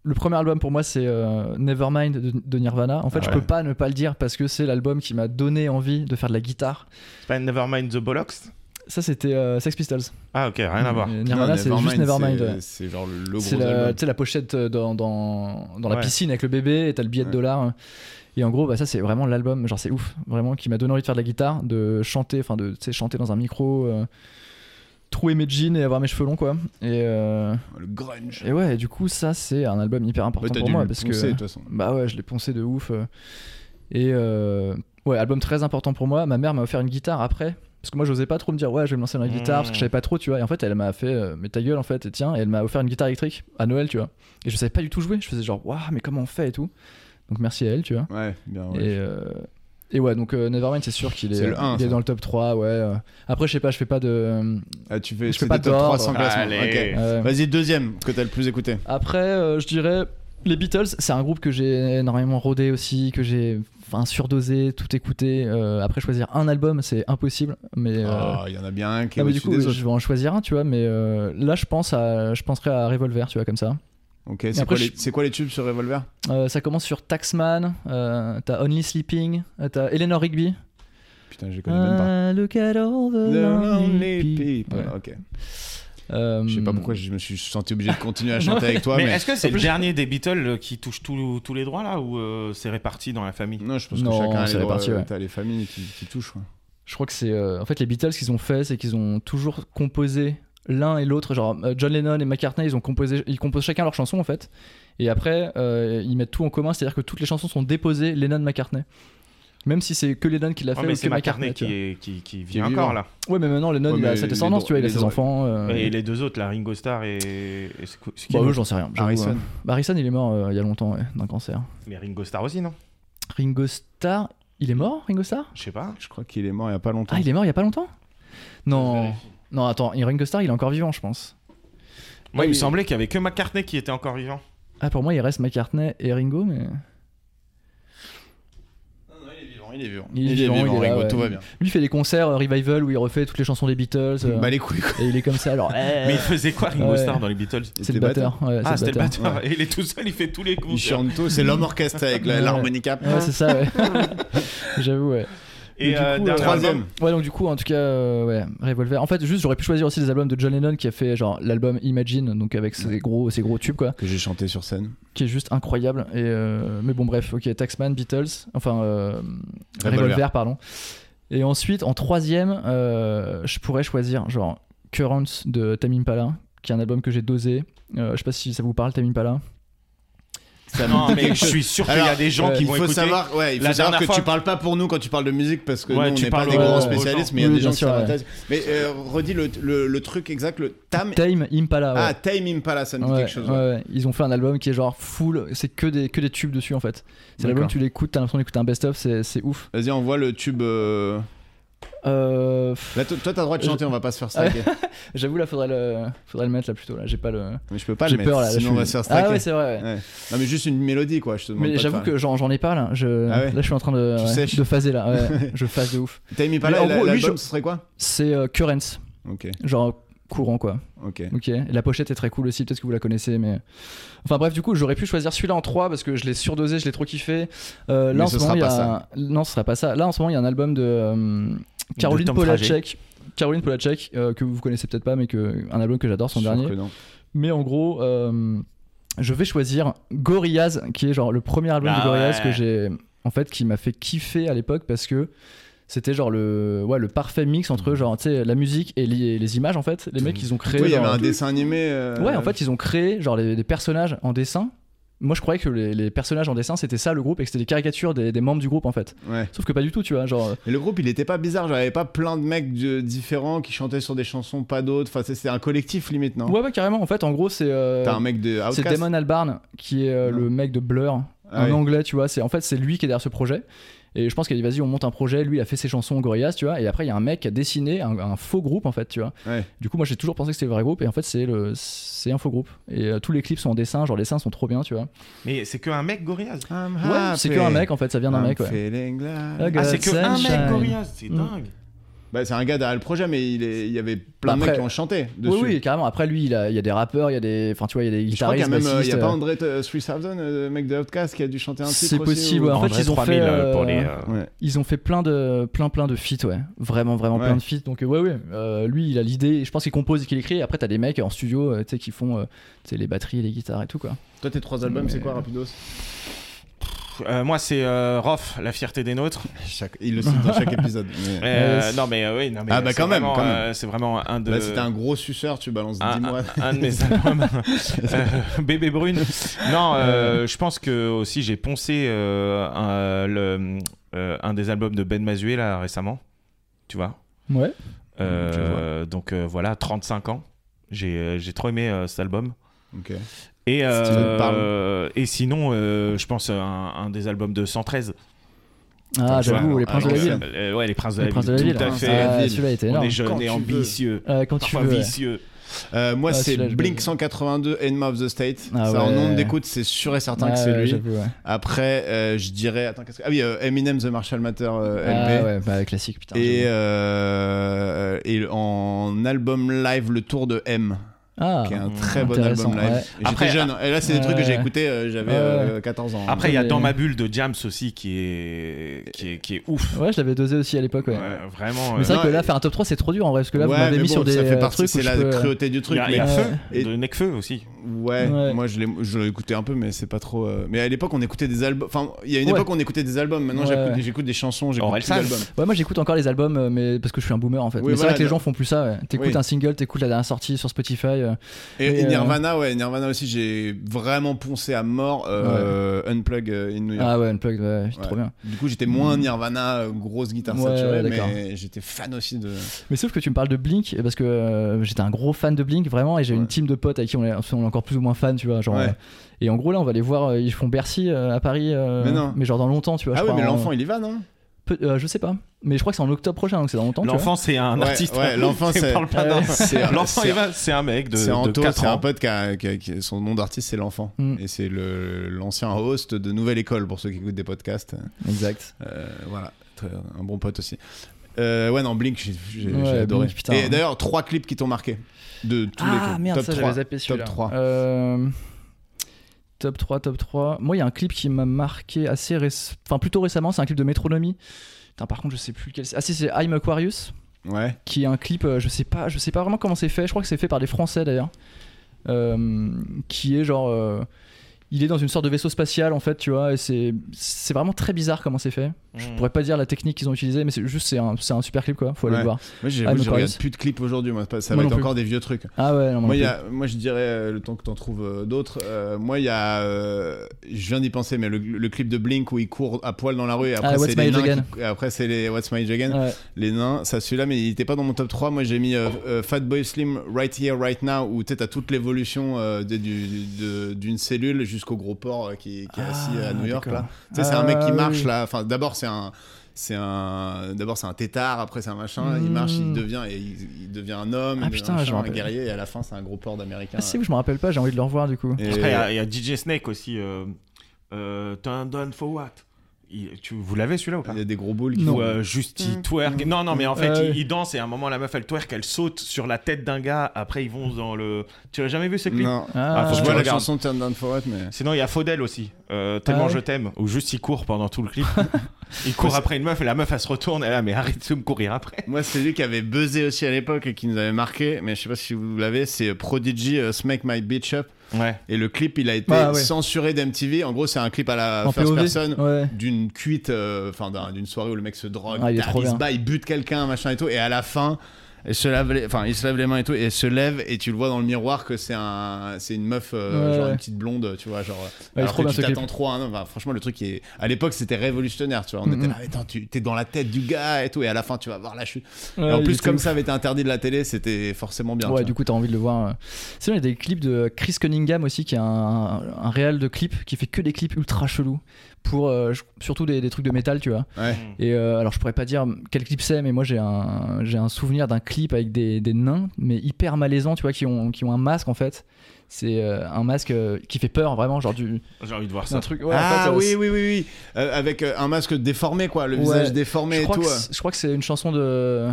Speaker 1: le premier album pour moi c'est euh, Nevermind de, de Nirvana. En fait,
Speaker 3: Ah
Speaker 1: je
Speaker 3: ouais.
Speaker 1: peux pas ne pas le dire parce que c'est l'album qui m'a donné envie de faire de la guitare.
Speaker 3: C'est pas Nevermind the Bollocks
Speaker 1: Ça c'était euh, Sex Pistols.
Speaker 3: Ah, ok, rien à voir.
Speaker 1: Et Nirvana,
Speaker 2: Non,
Speaker 1: c'est juste Nevermind. ouais.
Speaker 2: c'est- C'est genre le, le
Speaker 1: C'est
Speaker 2: gros
Speaker 1: la,
Speaker 2: album.
Speaker 1: tu sais, la pochette euh, dans, dans, dans la
Speaker 3: Ouais.
Speaker 1: piscine avec le bébé et t'as le billet de
Speaker 2: Ouais.
Speaker 1: dollar. hein. Et en gros, bah, ça c'est vraiment l'album, genre c'est ouf, vraiment qui m'a donné envie de faire de la guitare, de chanter, enfin de tu sais, chanter dans un micro. euh, trouer mes jeans et avoir mes cheveux longs quoi. Et, euh,
Speaker 2: Le grunge.
Speaker 1: et ouais, et du coup ça c'est un album hyper important
Speaker 2: Ouais, t'as
Speaker 1: pour
Speaker 2: dû
Speaker 1: moi
Speaker 2: le
Speaker 1: parce
Speaker 2: pousser,
Speaker 1: que
Speaker 2: de toute façon.
Speaker 1: bah ouais, je l'ai poncé de ouf. euh. Et euh, ouais, album très important pour moi. Ma mère m'a offert une guitare après. Parce que moi, j'osais pas trop me dire, ouais, je vais me lancer
Speaker 2: Hmm.
Speaker 1: dans la guitare, parce que je savais pas trop, tu vois. Et en fait, elle m'a fait, euh, mais ta gueule, en fait, et tiens, et elle m'a offert une guitare électrique à Noël, tu vois. Et je savais pas du tout jouer. Je faisais genre, waouh, mais comment on fait et tout. Donc merci à elle, tu vois.
Speaker 2: Ouais, bien. ouais.
Speaker 1: Et, euh, et ouais, donc euh, Nevermind, c'est sûr qu'il est,
Speaker 2: C'est le un,
Speaker 1: il est
Speaker 2: ça.
Speaker 1: dans le top 3, ouais. euh. Après, je sais pas, je fais pas de.
Speaker 2: Ah, tu fais,
Speaker 1: je fais
Speaker 2: c'est
Speaker 1: pas
Speaker 2: des top
Speaker 1: d'ordre.
Speaker 2: 300 classement.
Speaker 3: Allez.
Speaker 2: ok.
Speaker 1: euh,
Speaker 2: Vas-y, deuxième que t'as le plus écouté.
Speaker 1: Après, euh, je dirais les Beatles, c'est un groupe que j'ai énormément rodé aussi, que j'ai enfin surdosé, tout écouté. Euh, après choisir un album, c'est impossible, mais euh,
Speaker 2: Ah, Il y en a bien un qui est
Speaker 1: non, mais
Speaker 2: au-dessus
Speaker 1: du coup,
Speaker 2: des autres.
Speaker 1: je vais en choisir un, tu vois. Mais euh, là, je pense à, je penserais à Revolver, tu vois, comme ça.
Speaker 2: Ok, c'est
Speaker 1: après,
Speaker 2: quoi, les-
Speaker 1: je-
Speaker 2: c'est quoi les tubes sur Revolver
Speaker 1: Euh, ça commence sur Taxman, euh, t'as Only Sleeping, euh, t'as Eleanor Rigby.
Speaker 2: Putain, je les connais même pas.
Speaker 1: Ah, look at all the lonely people. Ouais.
Speaker 2: Ok.
Speaker 1: Euh,
Speaker 2: Je sais pas pourquoi je me suis senti obligé de continuer à chanter avec toi,
Speaker 3: mais
Speaker 2: mais.
Speaker 3: est-ce que c'est
Speaker 2: En
Speaker 3: le
Speaker 2: plus,
Speaker 3: dernier des Beatles euh, qui touche tous- tous les droits là ou euh, c'est réparti dans la famille
Speaker 2: Non, je pense que
Speaker 1: Non,
Speaker 2: chacun a
Speaker 1: c'est
Speaker 2: les, droits,
Speaker 1: réparti,
Speaker 2: euh,
Speaker 1: ouais.
Speaker 2: t'as les familles qui, qui touchent. quoi.
Speaker 1: Je crois que c'est. euh, en fait, les Beatles, ce qu'ils ont fait, c'est qu'ils ont toujours composé l'un et l'autre. Genre, euh, John Lennon et McCartney, ils, ont composé, ils composent chacun leur chanson, en fait. Et après, euh, ils mettent tout en commun, c'est-à-dire que toutes les chansons sont déposées Lennon-McCartney. Même si c'est que Lennon qui l'a
Speaker 3: Ouais,
Speaker 1: fait
Speaker 3: Ah, mais
Speaker 1: ou
Speaker 3: c'est
Speaker 1: que
Speaker 3: McCartney
Speaker 1: McCartney.
Speaker 3: qui,
Speaker 1: tu
Speaker 3: est- qui, qui vit
Speaker 2: est
Speaker 3: encore
Speaker 2: vivant.
Speaker 3: là.
Speaker 1: vois. Ouais, mais maintenant, Lennon,
Speaker 2: Ouais,
Speaker 1: il a
Speaker 2: mais
Speaker 1: sa
Speaker 2: les
Speaker 1: descendance,
Speaker 2: dro-
Speaker 1: tu vois, il a
Speaker 2: les
Speaker 1: ses
Speaker 2: dro-
Speaker 1: enfants. euh,
Speaker 3: Et les deux autres, la Ringo Starr et. et c'est quoi- c'est qui,
Speaker 1: Bah,
Speaker 3: non
Speaker 1: eux, j'en sais rien. j'avoue,
Speaker 2: Harrison.
Speaker 1: hein. Bah, Harrison, il est mort euh, il y a longtemps, ouais, d'un cancer.
Speaker 3: Mais Ringo Starr aussi, non
Speaker 1: Ringo Starr, il est mort, Ringo Starr
Speaker 3: Je sais pas.
Speaker 2: Je crois qu'il est mort il y a pas longtemps.
Speaker 1: Ah, il est mort il y a pas longtemps Non. Non, attends, Ringo Starr, il est encore vivant, je pense.
Speaker 3: Moi,
Speaker 1: Ah,
Speaker 3: il me
Speaker 1: oui.
Speaker 3: semblait qu'il y avait que McCartney qui était encore vivant.
Speaker 1: Ah, pour moi, il reste McCartney et Ringo, mais.
Speaker 2: il est vivant, il est
Speaker 1: Il
Speaker 2: vivant.
Speaker 1: est vivant, il est là,
Speaker 2: Ringo,
Speaker 1: ouais.
Speaker 2: tout va bien.
Speaker 1: Lui, il fait des concerts euh, revival où il refait toutes les chansons des Beatles. euh,
Speaker 2: Bah les couilles, quoi.
Speaker 1: et il est comme ça, alors. eh,
Speaker 3: Mais il faisait quoi, Ringo
Speaker 1: Ouais.
Speaker 3: Starr, dans les Beatles
Speaker 1: c'est le batteur. ouais,
Speaker 3: Ah,
Speaker 1: c'est
Speaker 3: c'était le batteur. Et il est tout seul, il fait tous les
Speaker 2: Il
Speaker 3: concerts.
Speaker 2: chante tout, c'est l'homme orchestre avec la-
Speaker 1: Ouais.
Speaker 2: l'harmonica.
Speaker 1: Ouais, c'est ça, ouais. J'avoue, ouais. Mais
Speaker 3: Et
Speaker 1: du
Speaker 3: euh,
Speaker 1: coup,
Speaker 3: dernier
Speaker 1: euh,
Speaker 2: Troisième.
Speaker 1: Ouais, donc du coup, en tout cas, euh, ouais, Revolver. En fait, juste, j'aurais pu choisir aussi les albums de John Lennon qui a fait genre l'album Imagine, donc avec ses gros, ses gros tubes, quoi,
Speaker 2: Que j'ai chanté sur scène.
Speaker 1: qui est juste incroyable. Et, euh, mais bon, bref, ok, Taxman, Beatles, enfin, euh, Revolver.
Speaker 2: Revolver.
Speaker 1: pardon. Et ensuite, en troisième, euh, je pourrais choisir genre Currents de Tamim Pala, qui est un album que j'ai dosé. Euh, je sais pas si ça vous parle, Tamim Pala.
Speaker 3: Non, mais je suis sûr qu'il y a
Speaker 2: Alors,
Speaker 3: des gens
Speaker 1: euh,
Speaker 3: qui
Speaker 2: il
Speaker 3: vont
Speaker 2: faut
Speaker 3: écouter.
Speaker 2: savoir, ouais, il
Speaker 3: La
Speaker 2: faut savoir
Speaker 3: dernière
Speaker 2: que
Speaker 3: fois-
Speaker 2: tu parles pas pour nous quand tu parles de musique parce que
Speaker 3: Ouais,
Speaker 2: nous, on
Speaker 3: tu
Speaker 2: n'est pas
Speaker 3: parles
Speaker 2: des
Speaker 1: aux-
Speaker 2: grands
Speaker 1: aux
Speaker 2: spécialistes,
Speaker 3: gens.
Speaker 2: mais il y a
Speaker 1: Oui,
Speaker 2: des gens
Speaker 1: bien
Speaker 2: qui
Speaker 1: sûr, ouais.
Speaker 2: s'intéressent. Mais euh, redis le, le, le truc exact, le tam.
Speaker 1: Time Impala. ouais.
Speaker 2: Ah, Time Impala, ça me dit
Speaker 1: Ouais,
Speaker 2: quelque chose. ouais.
Speaker 1: ouais, ouais. Ils ont fait un album qui est genre full, c'est que des, que des tubes dessus en fait. C'est l'album,
Speaker 2: D'accord.
Speaker 1: tu l'écoutes, t'as l'impression d'écouter un best-of, c'est c'est ouf.
Speaker 2: Vas-y, on voit le tube. euh,
Speaker 1: Euh, pff,
Speaker 2: Là, to- toi, t'as le droit de chanter, on va pas se faire striker.
Speaker 1: J'avoue, là, faudrait le, faudrait le mettre là plutôt. Là, j'ai pas le.
Speaker 2: mais je peux pas le
Speaker 1: J'ai
Speaker 2: mettre,
Speaker 1: peur là. là, je
Speaker 2: sinon on
Speaker 1: suis-
Speaker 2: va se faire striker.
Speaker 1: ah ouais, c'est vrai. ouais.
Speaker 2: Ouais. Non, mais juste une mélodie, quoi. Je te demande
Speaker 1: Mais
Speaker 2: pas de
Speaker 1: j'avoue
Speaker 2: faire-
Speaker 1: que j'en j'en ai pas là. Je,
Speaker 2: Ah ouais.
Speaker 1: Là, je suis en train de,
Speaker 2: Tu
Speaker 1: ouais,
Speaker 2: sèches.
Speaker 1: de phaser là. ouais. je phase de ouf.
Speaker 2: Time Impala,
Speaker 1: Mais en
Speaker 2: la-
Speaker 1: gros, lui,
Speaker 2: l'album,
Speaker 1: je-
Speaker 2: ce serait quoi
Speaker 1: C'est euh, Currents,
Speaker 2: Ok,
Speaker 1: genre courant quoi.
Speaker 2: ok.
Speaker 1: Ok. Et La pochette est très cool aussi. Peut-être que vous la connaissez, mais. Enfin bref, du coup, j'aurais pu choisir celui-là en 3 parce que je l'ai surdosé, je l'ai trop kiffé. Euh,
Speaker 2: Mais
Speaker 1: là, en
Speaker 2: ce
Speaker 1: ce, moment,
Speaker 2: sera
Speaker 1: il y
Speaker 2: pas
Speaker 1: a. un- Non, ce sera pas ça. Là, en ce moment, il y a un album de euh, Caroline
Speaker 3: Tom
Speaker 1: Polacek. Caroline Polacek, euh, que vous connaissez peut-être pas, mais que un album que j'adore, son
Speaker 2: Sûr
Speaker 1: dernier.
Speaker 2: que non.
Speaker 1: Mais en gros, euh, je vais choisir Gorillaz, qui est genre le premier album
Speaker 3: Ah
Speaker 1: de Gorillaz
Speaker 3: ouais.
Speaker 1: que j'ai, en fait, qui m'a fait kiffer à l'époque parce que c'était genre le, ouais, le parfait mix entre genre, tu sais, la musique et les, les images en fait. Les mecs, ils ont créé.
Speaker 2: Toi, il y avait
Speaker 1: genre-
Speaker 2: un dessin animé. euh,
Speaker 1: Ouais, en fait, ils ont créé genre les- des personnages en dessin. Moi, je croyais que les, les personnages en dessin c'était ça le groupe et que c'était des caricatures des, des membres du groupe en fait.
Speaker 2: Ouais.
Speaker 1: Sauf que pas du tout, tu vois. Genre,
Speaker 2: Et le groupe, il était pas bizarre. J'avais pas plein de mecs de- différents qui chantaient sur des chansons, pas d'autres. Enfin, c'est- c'était un collectif limite, non
Speaker 1: ouais, ouais, carrément. En fait, en gros, c'est. euh,
Speaker 2: T'as un mec de
Speaker 1: C'est
Speaker 2: Outcast.
Speaker 1: Damon Albarn qui est euh,
Speaker 2: Non.
Speaker 1: le mec de Blur,
Speaker 2: Ah
Speaker 1: un
Speaker 2: oui.
Speaker 1: anglais, tu vois. C'est en fait c'est lui qui est derrière ce projet. Et je pense qu'il a dit vas-y on monte un projet. Lui il a fait ses chansons Gorillaz, tu vois. Et après il y a un mec qui a dessiné un, un faux groupe en fait, tu vois.
Speaker 2: Ouais.
Speaker 1: Du coup moi j'ai toujours pensé que c'était le vrai groupe et en fait c'est le c'est un faux groupe. Et euh, tous les clips sont en dessin, genre les dessins sont trop bien, tu vois.
Speaker 3: Mais c'est qu'un mec Gorillaz.
Speaker 1: Euh,
Speaker 2: I'm
Speaker 1: Ouais, c'est
Speaker 2: happy.
Speaker 1: que un mec en fait, ça vient d'un
Speaker 2: I'm
Speaker 1: mec. Ouais.
Speaker 2: feeling like-
Speaker 1: Ah,
Speaker 3: Ah,
Speaker 1: God
Speaker 3: c'est que un
Speaker 1: Sunshine.
Speaker 3: mec Gorillaz, c'est
Speaker 1: Mm.
Speaker 3: dingue.
Speaker 2: Bah, c'est un gars derrière le projet, mais il, est- il y avait plein de
Speaker 1: Bah, Après-
Speaker 2: mecs qui ont chanté dessus.
Speaker 1: Oui oui carrément. Après lui il a il y a des rappeurs, il y a des enfin tu vois il y a des
Speaker 2: Je crois qu'il y a
Speaker 1: guitaristes.
Speaker 2: même, euh, il y
Speaker 1: bassistes,
Speaker 2: a pas
Speaker 1: euh,
Speaker 2: André euh, 3000, euh, le mec de Outcast, qui a dû chanter un titre.
Speaker 1: C'est
Speaker 2: aussi,
Speaker 1: possible,
Speaker 2: ou-
Speaker 1: En ouais. fait,
Speaker 3: André
Speaker 1: ils ont
Speaker 3: 3000,
Speaker 1: fait,
Speaker 3: euh, pour
Speaker 1: euh,
Speaker 3: les. euh,
Speaker 2: Ouais.
Speaker 1: Ils ont fait plein de plein plein de feats, ouais. Vraiment vraiment
Speaker 2: Ouais.
Speaker 1: plein de feats. Donc euh, ouais ouais. euh, lui il a l'idée. Je pense qu'il compose et qu'il écrit. Et après t'as des mecs en studio, euh, tu sais, qui font euh, tu sais, les batteries, les guitares et tout quoi.
Speaker 2: Toi, tes trois albums,
Speaker 1: Mais-
Speaker 2: c'est quoi, Rapidos
Speaker 3: euh, moi, c'est euh, Rof, la fierté des nôtres.
Speaker 2: Chaque- Il le cite dans chaque épisode. mais-
Speaker 3: Euh,
Speaker 1: Yes.
Speaker 3: non, mais euh, oui, non, mais
Speaker 2: Ah, bah,
Speaker 3: c'est
Speaker 2: quand même,
Speaker 3: vraiment,
Speaker 2: quand même.
Speaker 3: euh, c'est vraiment un de. Ah,
Speaker 2: Là, c'était un gros suceur, tu balances
Speaker 3: un-
Speaker 2: 10 mois.
Speaker 3: un- un de mes albums, Euh, Bébé Brune. Non, euh, je pense que aussi j'ai poncé euh, un, le- euh, un des albums de Ben Mazué là récemment. Tu vois
Speaker 1: Ouais.
Speaker 3: Euh,
Speaker 2: Je
Speaker 3: Donc euh, voilà, 35 ans. J'ai euh, j'ai trop aimé euh, cet album.
Speaker 2: Ok.
Speaker 3: Et,
Speaker 2: Steven
Speaker 3: euh,
Speaker 2: Parle.
Speaker 3: et sinon, euh, je pense euh, un, un des albums de 113.
Speaker 1: Ah,
Speaker 3: Tu vois,
Speaker 1: j'avoue, les
Speaker 3: euh,
Speaker 1: princes de la
Speaker 3: avec,
Speaker 1: ville.
Speaker 3: euh, ouais, les princes de
Speaker 1: Les
Speaker 3: la
Speaker 1: princes de
Speaker 3: ville.
Speaker 1: la ville.
Speaker 3: Tout à
Speaker 2: hein.
Speaker 3: fait.
Speaker 1: Ah,
Speaker 2: La ville.
Speaker 1: Celui-là était
Speaker 3: On est
Speaker 1: énorme.
Speaker 3: jeune
Speaker 2: Quand
Speaker 3: et
Speaker 2: tu
Speaker 3: ambitieux.
Speaker 1: Euh, Quand tu
Speaker 3: Enfin,
Speaker 1: veux. ouais.
Speaker 3: vicieux.
Speaker 2: Euh, moi,
Speaker 1: Ah,
Speaker 2: c'est
Speaker 1: celui-là, je
Speaker 2: Blink
Speaker 1: l'ai.
Speaker 2: 182, Enema of the State.
Speaker 1: Ah
Speaker 2: Ça, en
Speaker 1: ouais.
Speaker 2: nombre d'écoutes, c'est sûr et certain
Speaker 1: Ouais,
Speaker 2: que c'est
Speaker 1: ouais,
Speaker 2: lui.
Speaker 1: j'avoue, ouais.
Speaker 2: Après, euh, je dirais. Attends, qu'est-ce que. Ah oui, euh, Eminem, The Marshall Matter euh, LP.
Speaker 1: Ah ouais, bah classique, putain.
Speaker 2: Et,
Speaker 1: j'avoue.
Speaker 2: euh, et en album live, Le Tour de M,
Speaker 1: Ah,
Speaker 2: qui est un
Speaker 3: mm,
Speaker 2: très bon
Speaker 1: intéressant,
Speaker 2: album live.
Speaker 1: ouais.
Speaker 2: Et J'étais
Speaker 3: Après,
Speaker 2: jeune. Et là, c'est des trucs que j'ai
Speaker 1: ouais.
Speaker 2: écoutés, euh, j'avais
Speaker 1: Ouais.
Speaker 2: euh, 14 ans.
Speaker 3: Après, il y a
Speaker 1: Mais-
Speaker 3: Dans ma bulle de Jams aussi qui est, qui est, qui est ouf.
Speaker 1: ouais, je l'avais dosé aussi à l'époque, ouais.
Speaker 3: Ouais, vraiment.
Speaker 1: Mais c'est
Speaker 3: euh,
Speaker 1: vrai que
Speaker 2: non,
Speaker 1: là,
Speaker 2: et-
Speaker 1: faire un top 3, c'est trop dur en vrai, parce que là,
Speaker 2: ouais,
Speaker 1: vous m'avez
Speaker 2: mais
Speaker 1: mis
Speaker 2: bon,
Speaker 1: sur des
Speaker 2: ça fait
Speaker 1: euh,
Speaker 2: partie,
Speaker 1: trucs où
Speaker 2: c'est
Speaker 1: je
Speaker 2: la
Speaker 1: peux, euh,
Speaker 2: cruauté du
Speaker 3: il
Speaker 2: truc.
Speaker 3: y a, il
Speaker 2: mais-
Speaker 3: y a
Speaker 1: mais-
Speaker 3: Feu,
Speaker 2: Et-
Speaker 3: de Necfeu aussi.
Speaker 2: Ouais,
Speaker 1: Ouais.
Speaker 2: moi je l'ai, je l'ai écouté un peu, mais c'est pas trop. euh, Mais à l'époque, on écoutait des albums. Enfin, il y a une
Speaker 1: Ouais.
Speaker 2: époque, on écoutait des albums. Maintenant,
Speaker 1: Ouais,
Speaker 2: j'écoute,
Speaker 1: ouais.
Speaker 2: j'écoute des chansons, j'écoute
Speaker 3: Aurel
Speaker 2: plus
Speaker 3: San.
Speaker 2: d'albums.
Speaker 1: Ouais, moi j'écoute encore les albums, euh, mais parce que je suis un boomer en fait.
Speaker 2: Oui,
Speaker 1: mais c'est
Speaker 2: voilà,
Speaker 1: vrai que les
Speaker 2: non.
Speaker 1: gens font plus ça. Ouais. T'écoutes
Speaker 2: Oui.
Speaker 1: un single, t'écoutes la dernière sortie sur Spotify. euh.
Speaker 2: Et,
Speaker 1: Et,
Speaker 2: et
Speaker 1: euh,
Speaker 2: Nirvana, ouais, Nirvana aussi, j'ai vraiment poncé à mort euh, Unplug euh, in New York.
Speaker 1: Ah ouais, Unplugged, ouais, trop bien.
Speaker 2: Du coup, j'étais moins Nirvana, euh, grosse guitare
Speaker 1: Ouais,
Speaker 2: saturée,
Speaker 1: d'accord.
Speaker 2: mais j'étais fan aussi de.
Speaker 1: Mais sauf que tu me parles de Blink, et parce que euh, j'étais un gros fan de Blink vraiment, et j'ai
Speaker 2: Ouais.
Speaker 1: une team de potes avec qui on est, on est encore plus ou moins fan, tu vois. Genre,
Speaker 2: Ouais.
Speaker 1: euh, et en gros, là, on va les voir, euh, ils font Bercy euh, à Paris, euh,
Speaker 2: Mais non.
Speaker 1: genre dans longtemps, tu vois.
Speaker 2: ah
Speaker 1: je
Speaker 2: oui,
Speaker 1: crois,
Speaker 2: mais
Speaker 1: en-
Speaker 2: l'enfant, il y va, non
Speaker 1: peu- euh, je sais pas, mais je crois que c'est en octobre prochain, donc c'est dans longtemps. tu vois.
Speaker 3: L'enfant, c'est un
Speaker 2: Ouais,
Speaker 3: artiste.
Speaker 2: ouais, l'enfant,
Speaker 3: Il
Speaker 2: c'est-
Speaker 3: parle pas d'un-
Speaker 2: c'est-
Speaker 3: L'enfant,
Speaker 2: c'est-
Speaker 3: il va, c'est un mec de,
Speaker 2: C'est
Speaker 3: de
Speaker 2: Anto,
Speaker 3: 4
Speaker 2: c'est un
Speaker 3: ans.
Speaker 2: pote qui a- qui a- qui a- son nom d'artiste, c'est l'enfant.
Speaker 1: Mm.
Speaker 2: Et c'est le, l'ancien host de Nouvelle École, pour ceux qui écoutent des podcasts.
Speaker 1: Exact.
Speaker 2: Euh, voilà, Très- un bon pote aussi. Euh, ouais, non, Blink, j'ai, j'ai-
Speaker 1: Ouais,
Speaker 2: j'ai adoré.
Speaker 1: Blink, putain.
Speaker 2: Et d'ailleurs, trois clips qui t'ont marqué. De tous les
Speaker 1: Ah
Speaker 2: clips.
Speaker 1: merde,
Speaker 2: top
Speaker 1: ça
Speaker 2: 3.
Speaker 1: j'avais zappé celui-là.
Speaker 2: Top 3.
Speaker 1: Euh, top 3, top 3. Moi, il y a un clip qui m'a marqué assez réc- enfin plutôt récemment, c'est un clip de Métronomie. Putain, par contre, je sais plus lequel c'est. Ah si, c'est I'm Aquarius
Speaker 2: Ouais.
Speaker 1: qui est un clip euh, je sais pas, je sais pas vraiment comment c'est fait, je crois que c'est fait par des Français d'ailleurs. Euh, qui est genre euh, il est dans une sorte de vaisseau spatial en fait, tu vois, et c'est c'est vraiment très bizarre comment c'est fait. Je
Speaker 3: Mm.
Speaker 1: pourrais pas dire la technique qu'ils ont utilisée, mais c'est juste c'est un, c'est un super clip quoi, faut aller
Speaker 2: Ouais.
Speaker 1: le voir.
Speaker 2: Moi, j'ai,
Speaker 1: Ah,
Speaker 2: je
Speaker 1: Notorious.
Speaker 2: regarde plus de clips aujourd'hui. Moi, ça va
Speaker 1: Moi non
Speaker 2: être
Speaker 1: plus.
Speaker 2: encore des vieux trucs.
Speaker 1: Ah ouais, non, moi non
Speaker 2: Moi, il y
Speaker 1: plus.
Speaker 2: a- moi, je dirais, euh, le temps que t'en trouves euh, d'autres, euh, moi, il y a. euh, je viens d'y penser, mais le, le clip de Blink où il court à poil dans la rue et après,
Speaker 1: Ah,
Speaker 2: c'est,
Speaker 1: What's
Speaker 2: les
Speaker 1: My
Speaker 2: nains
Speaker 1: Age
Speaker 2: qui- et après c'est les What's My Age Again.
Speaker 1: Ouais.
Speaker 2: Les nains, ça celui-là, mais il était pas dans mon top 3. Moi, j'ai mis euh, euh, Fatboy Slim Right Here, Right Now, où tu as toute l'évolution euh, de- du- de- d'une cellule jusqu'au gros porc euh, qui, qui est assis
Speaker 1: Ah,
Speaker 2: à New York.
Speaker 1: d'accord.
Speaker 2: là. Tu sais, c'est un
Speaker 1: Ah,
Speaker 2: mec qui
Speaker 1: oui,
Speaker 2: marche
Speaker 1: oui.
Speaker 2: là. Enfin, d'abord, c'est un. C'est un d'abord c'est un tétard après c'est un machin il marche il
Speaker 1: Mm.
Speaker 2: devient et il, il devient un homme
Speaker 1: Ah,
Speaker 2: il devient
Speaker 1: putain,
Speaker 2: un,
Speaker 1: je
Speaker 2: machin,
Speaker 1: me
Speaker 2: un
Speaker 1: rappelle.
Speaker 2: guerrier et à la fin c'est un gros porc d'américain
Speaker 1: Ah, c'est où je me rappelle pas, j'ai envie de le revoir du coup.
Speaker 2: Et-
Speaker 3: Après, il y a- il y, a DJ Snake aussi. Euh, euh, Turn down for what Il- tu, Vous l'avez celui-là ou pas
Speaker 2: il y a des gros boules qui
Speaker 1: Non.
Speaker 3: Ou
Speaker 2: font-
Speaker 3: euh, juste il
Speaker 2: Mm.
Speaker 3: twerk. Non, non, mais en fait,
Speaker 1: Ah
Speaker 3: il,
Speaker 1: oui.
Speaker 3: il danse et à un moment, la meuf, elle twerk, elle saute sur la tête d'un gars. Après, ils vont dans le. Tu l'as jamais vu ce clip
Speaker 2: non
Speaker 1: Ah,
Speaker 3: faut que
Speaker 2: je
Speaker 3: tu
Speaker 2: vois la
Speaker 3: regardes.
Speaker 2: chanson de Turn Down For What mais
Speaker 3: Sinon, il y a Faudel aussi. euh, tellement
Speaker 1: Ah ouais.
Speaker 3: je t'aime. Ou juste il court pendant tout le clip. il court après une meuf et la meuf, elle se retourne. Elle est là, mais arrête de me courir après.
Speaker 2: Moi, c'est lui qui avait buzzé aussi à l'époque et qui nous avait marqué, mais je sais pas si vous l'avez, c'est Prodigy euh, Smack My Bitch Up.
Speaker 3: Ouais.
Speaker 2: Et le clip, il a été
Speaker 1: Ah, ouais.
Speaker 2: censuré d'MTV. En gros, c'est un clip à la
Speaker 1: en
Speaker 2: first
Speaker 1: POV.
Speaker 2: person
Speaker 1: Ouais.
Speaker 2: d'une cuite, euh, enfin d'un- d'une soirée où le mec se drogue,
Speaker 1: Ah, il est
Speaker 2: tard,
Speaker 1: trop
Speaker 2: il se
Speaker 1: bien.
Speaker 2: bat, il bute quelqu'un, machin et tout. Et à la fin, il se lave les, enfin, il se lave les mains et tout, et il se lève et tu le vois dans le miroir que c'est un, c'est une meuf, euh,
Speaker 1: Ouais,
Speaker 2: genre
Speaker 1: ouais.
Speaker 2: une petite blonde, tu vois, genre.
Speaker 1: il est
Speaker 2: alors
Speaker 1: trop
Speaker 2: que
Speaker 1: bien,
Speaker 2: tu
Speaker 1: ce clip.
Speaker 2: t'attends trop à un homme. Enfin, franchement, le truc est, à l'époque, c'était révolutionnaire, tu vois. On
Speaker 1: Mm,
Speaker 2: était
Speaker 1: mm.
Speaker 2: là, attends, tu t'es dans la tête du gars et tout, et à la fin, tu vas voir la chute. Et
Speaker 1: Ouais,
Speaker 2: en
Speaker 1: Euh, il
Speaker 2: plus,
Speaker 1: était
Speaker 2: comme
Speaker 1: ouf.
Speaker 2: ça avait été interdit de la télé, c'était forcément bien.
Speaker 1: Ouais,
Speaker 2: tu
Speaker 1: du coup, t'as envie de le voir. euh. Sinon, il y a des clips de Chris Cunningham aussi, qui est un, un réal de clips, qui fait que des clips ultra chelous, pour, euh, je- surtout des, des trucs de métal, tu vois.
Speaker 2: vois. Ouais.
Speaker 1: Et euh, alors, je pourrais pas dire quel clip c'est, mais moi, j'ai un, j'ai un souvenir d'un clip avec des, des nains, mais hyper malaisants, tu vois, qui ont, qui ont un masque en fait. C'est euh, un masque euh, qui fait peur, vraiment, genre du.
Speaker 3: J'ai envie de voir
Speaker 1: Un
Speaker 3: ça.
Speaker 1: truc. ouais, en
Speaker 2: ah
Speaker 1: fait, euh,
Speaker 2: oui, oui, oui, oui. Euh, avec euh, un masque déformé, quoi. Le
Speaker 1: Ouais.
Speaker 2: visage
Speaker 1: Je
Speaker 2: déformé et
Speaker 1: crois,
Speaker 2: tout. euh.
Speaker 1: que c'est- je crois que c'est une chanson de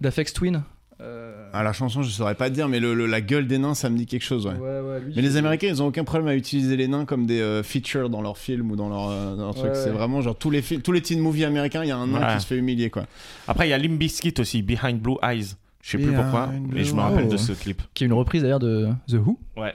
Speaker 1: d'Afex Twin. Euh,
Speaker 2: Ah, la chanson, je saurais pas te dire, mais le, le- la gueule des nains, ça me dit quelque chose, ouais.
Speaker 1: ouais, ouais, lui,
Speaker 2: Mais les
Speaker 1: c'est-
Speaker 2: Américains, ils ont aucun problème à utiliser les nains comme des euh, features dans leurs films ou dans leurs euh, dans leurs trucs.
Speaker 1: Ouais, ouais.
Speaker 2: C'est vraiment genre tous les films, tous les teen movies américains, il y a un nain
Speaker 3: Ouais.
Speaker 2: qui se fait humilier, quoi.
Speaker 3: Après, il y a Limbiskit aussi, Behind Blue Eyes. Je sais plus pourquoi,
Speaker 2: Behind
Speaker 3: mais je
Speaker 2: Blue
Speaker 3: me rappelle
Speaker 1: Eyes.
Speaker 3: de ce clip.
Speaker 1: qui est une reprise d'ailleurs de The Who.
Speaker 3: Ouais.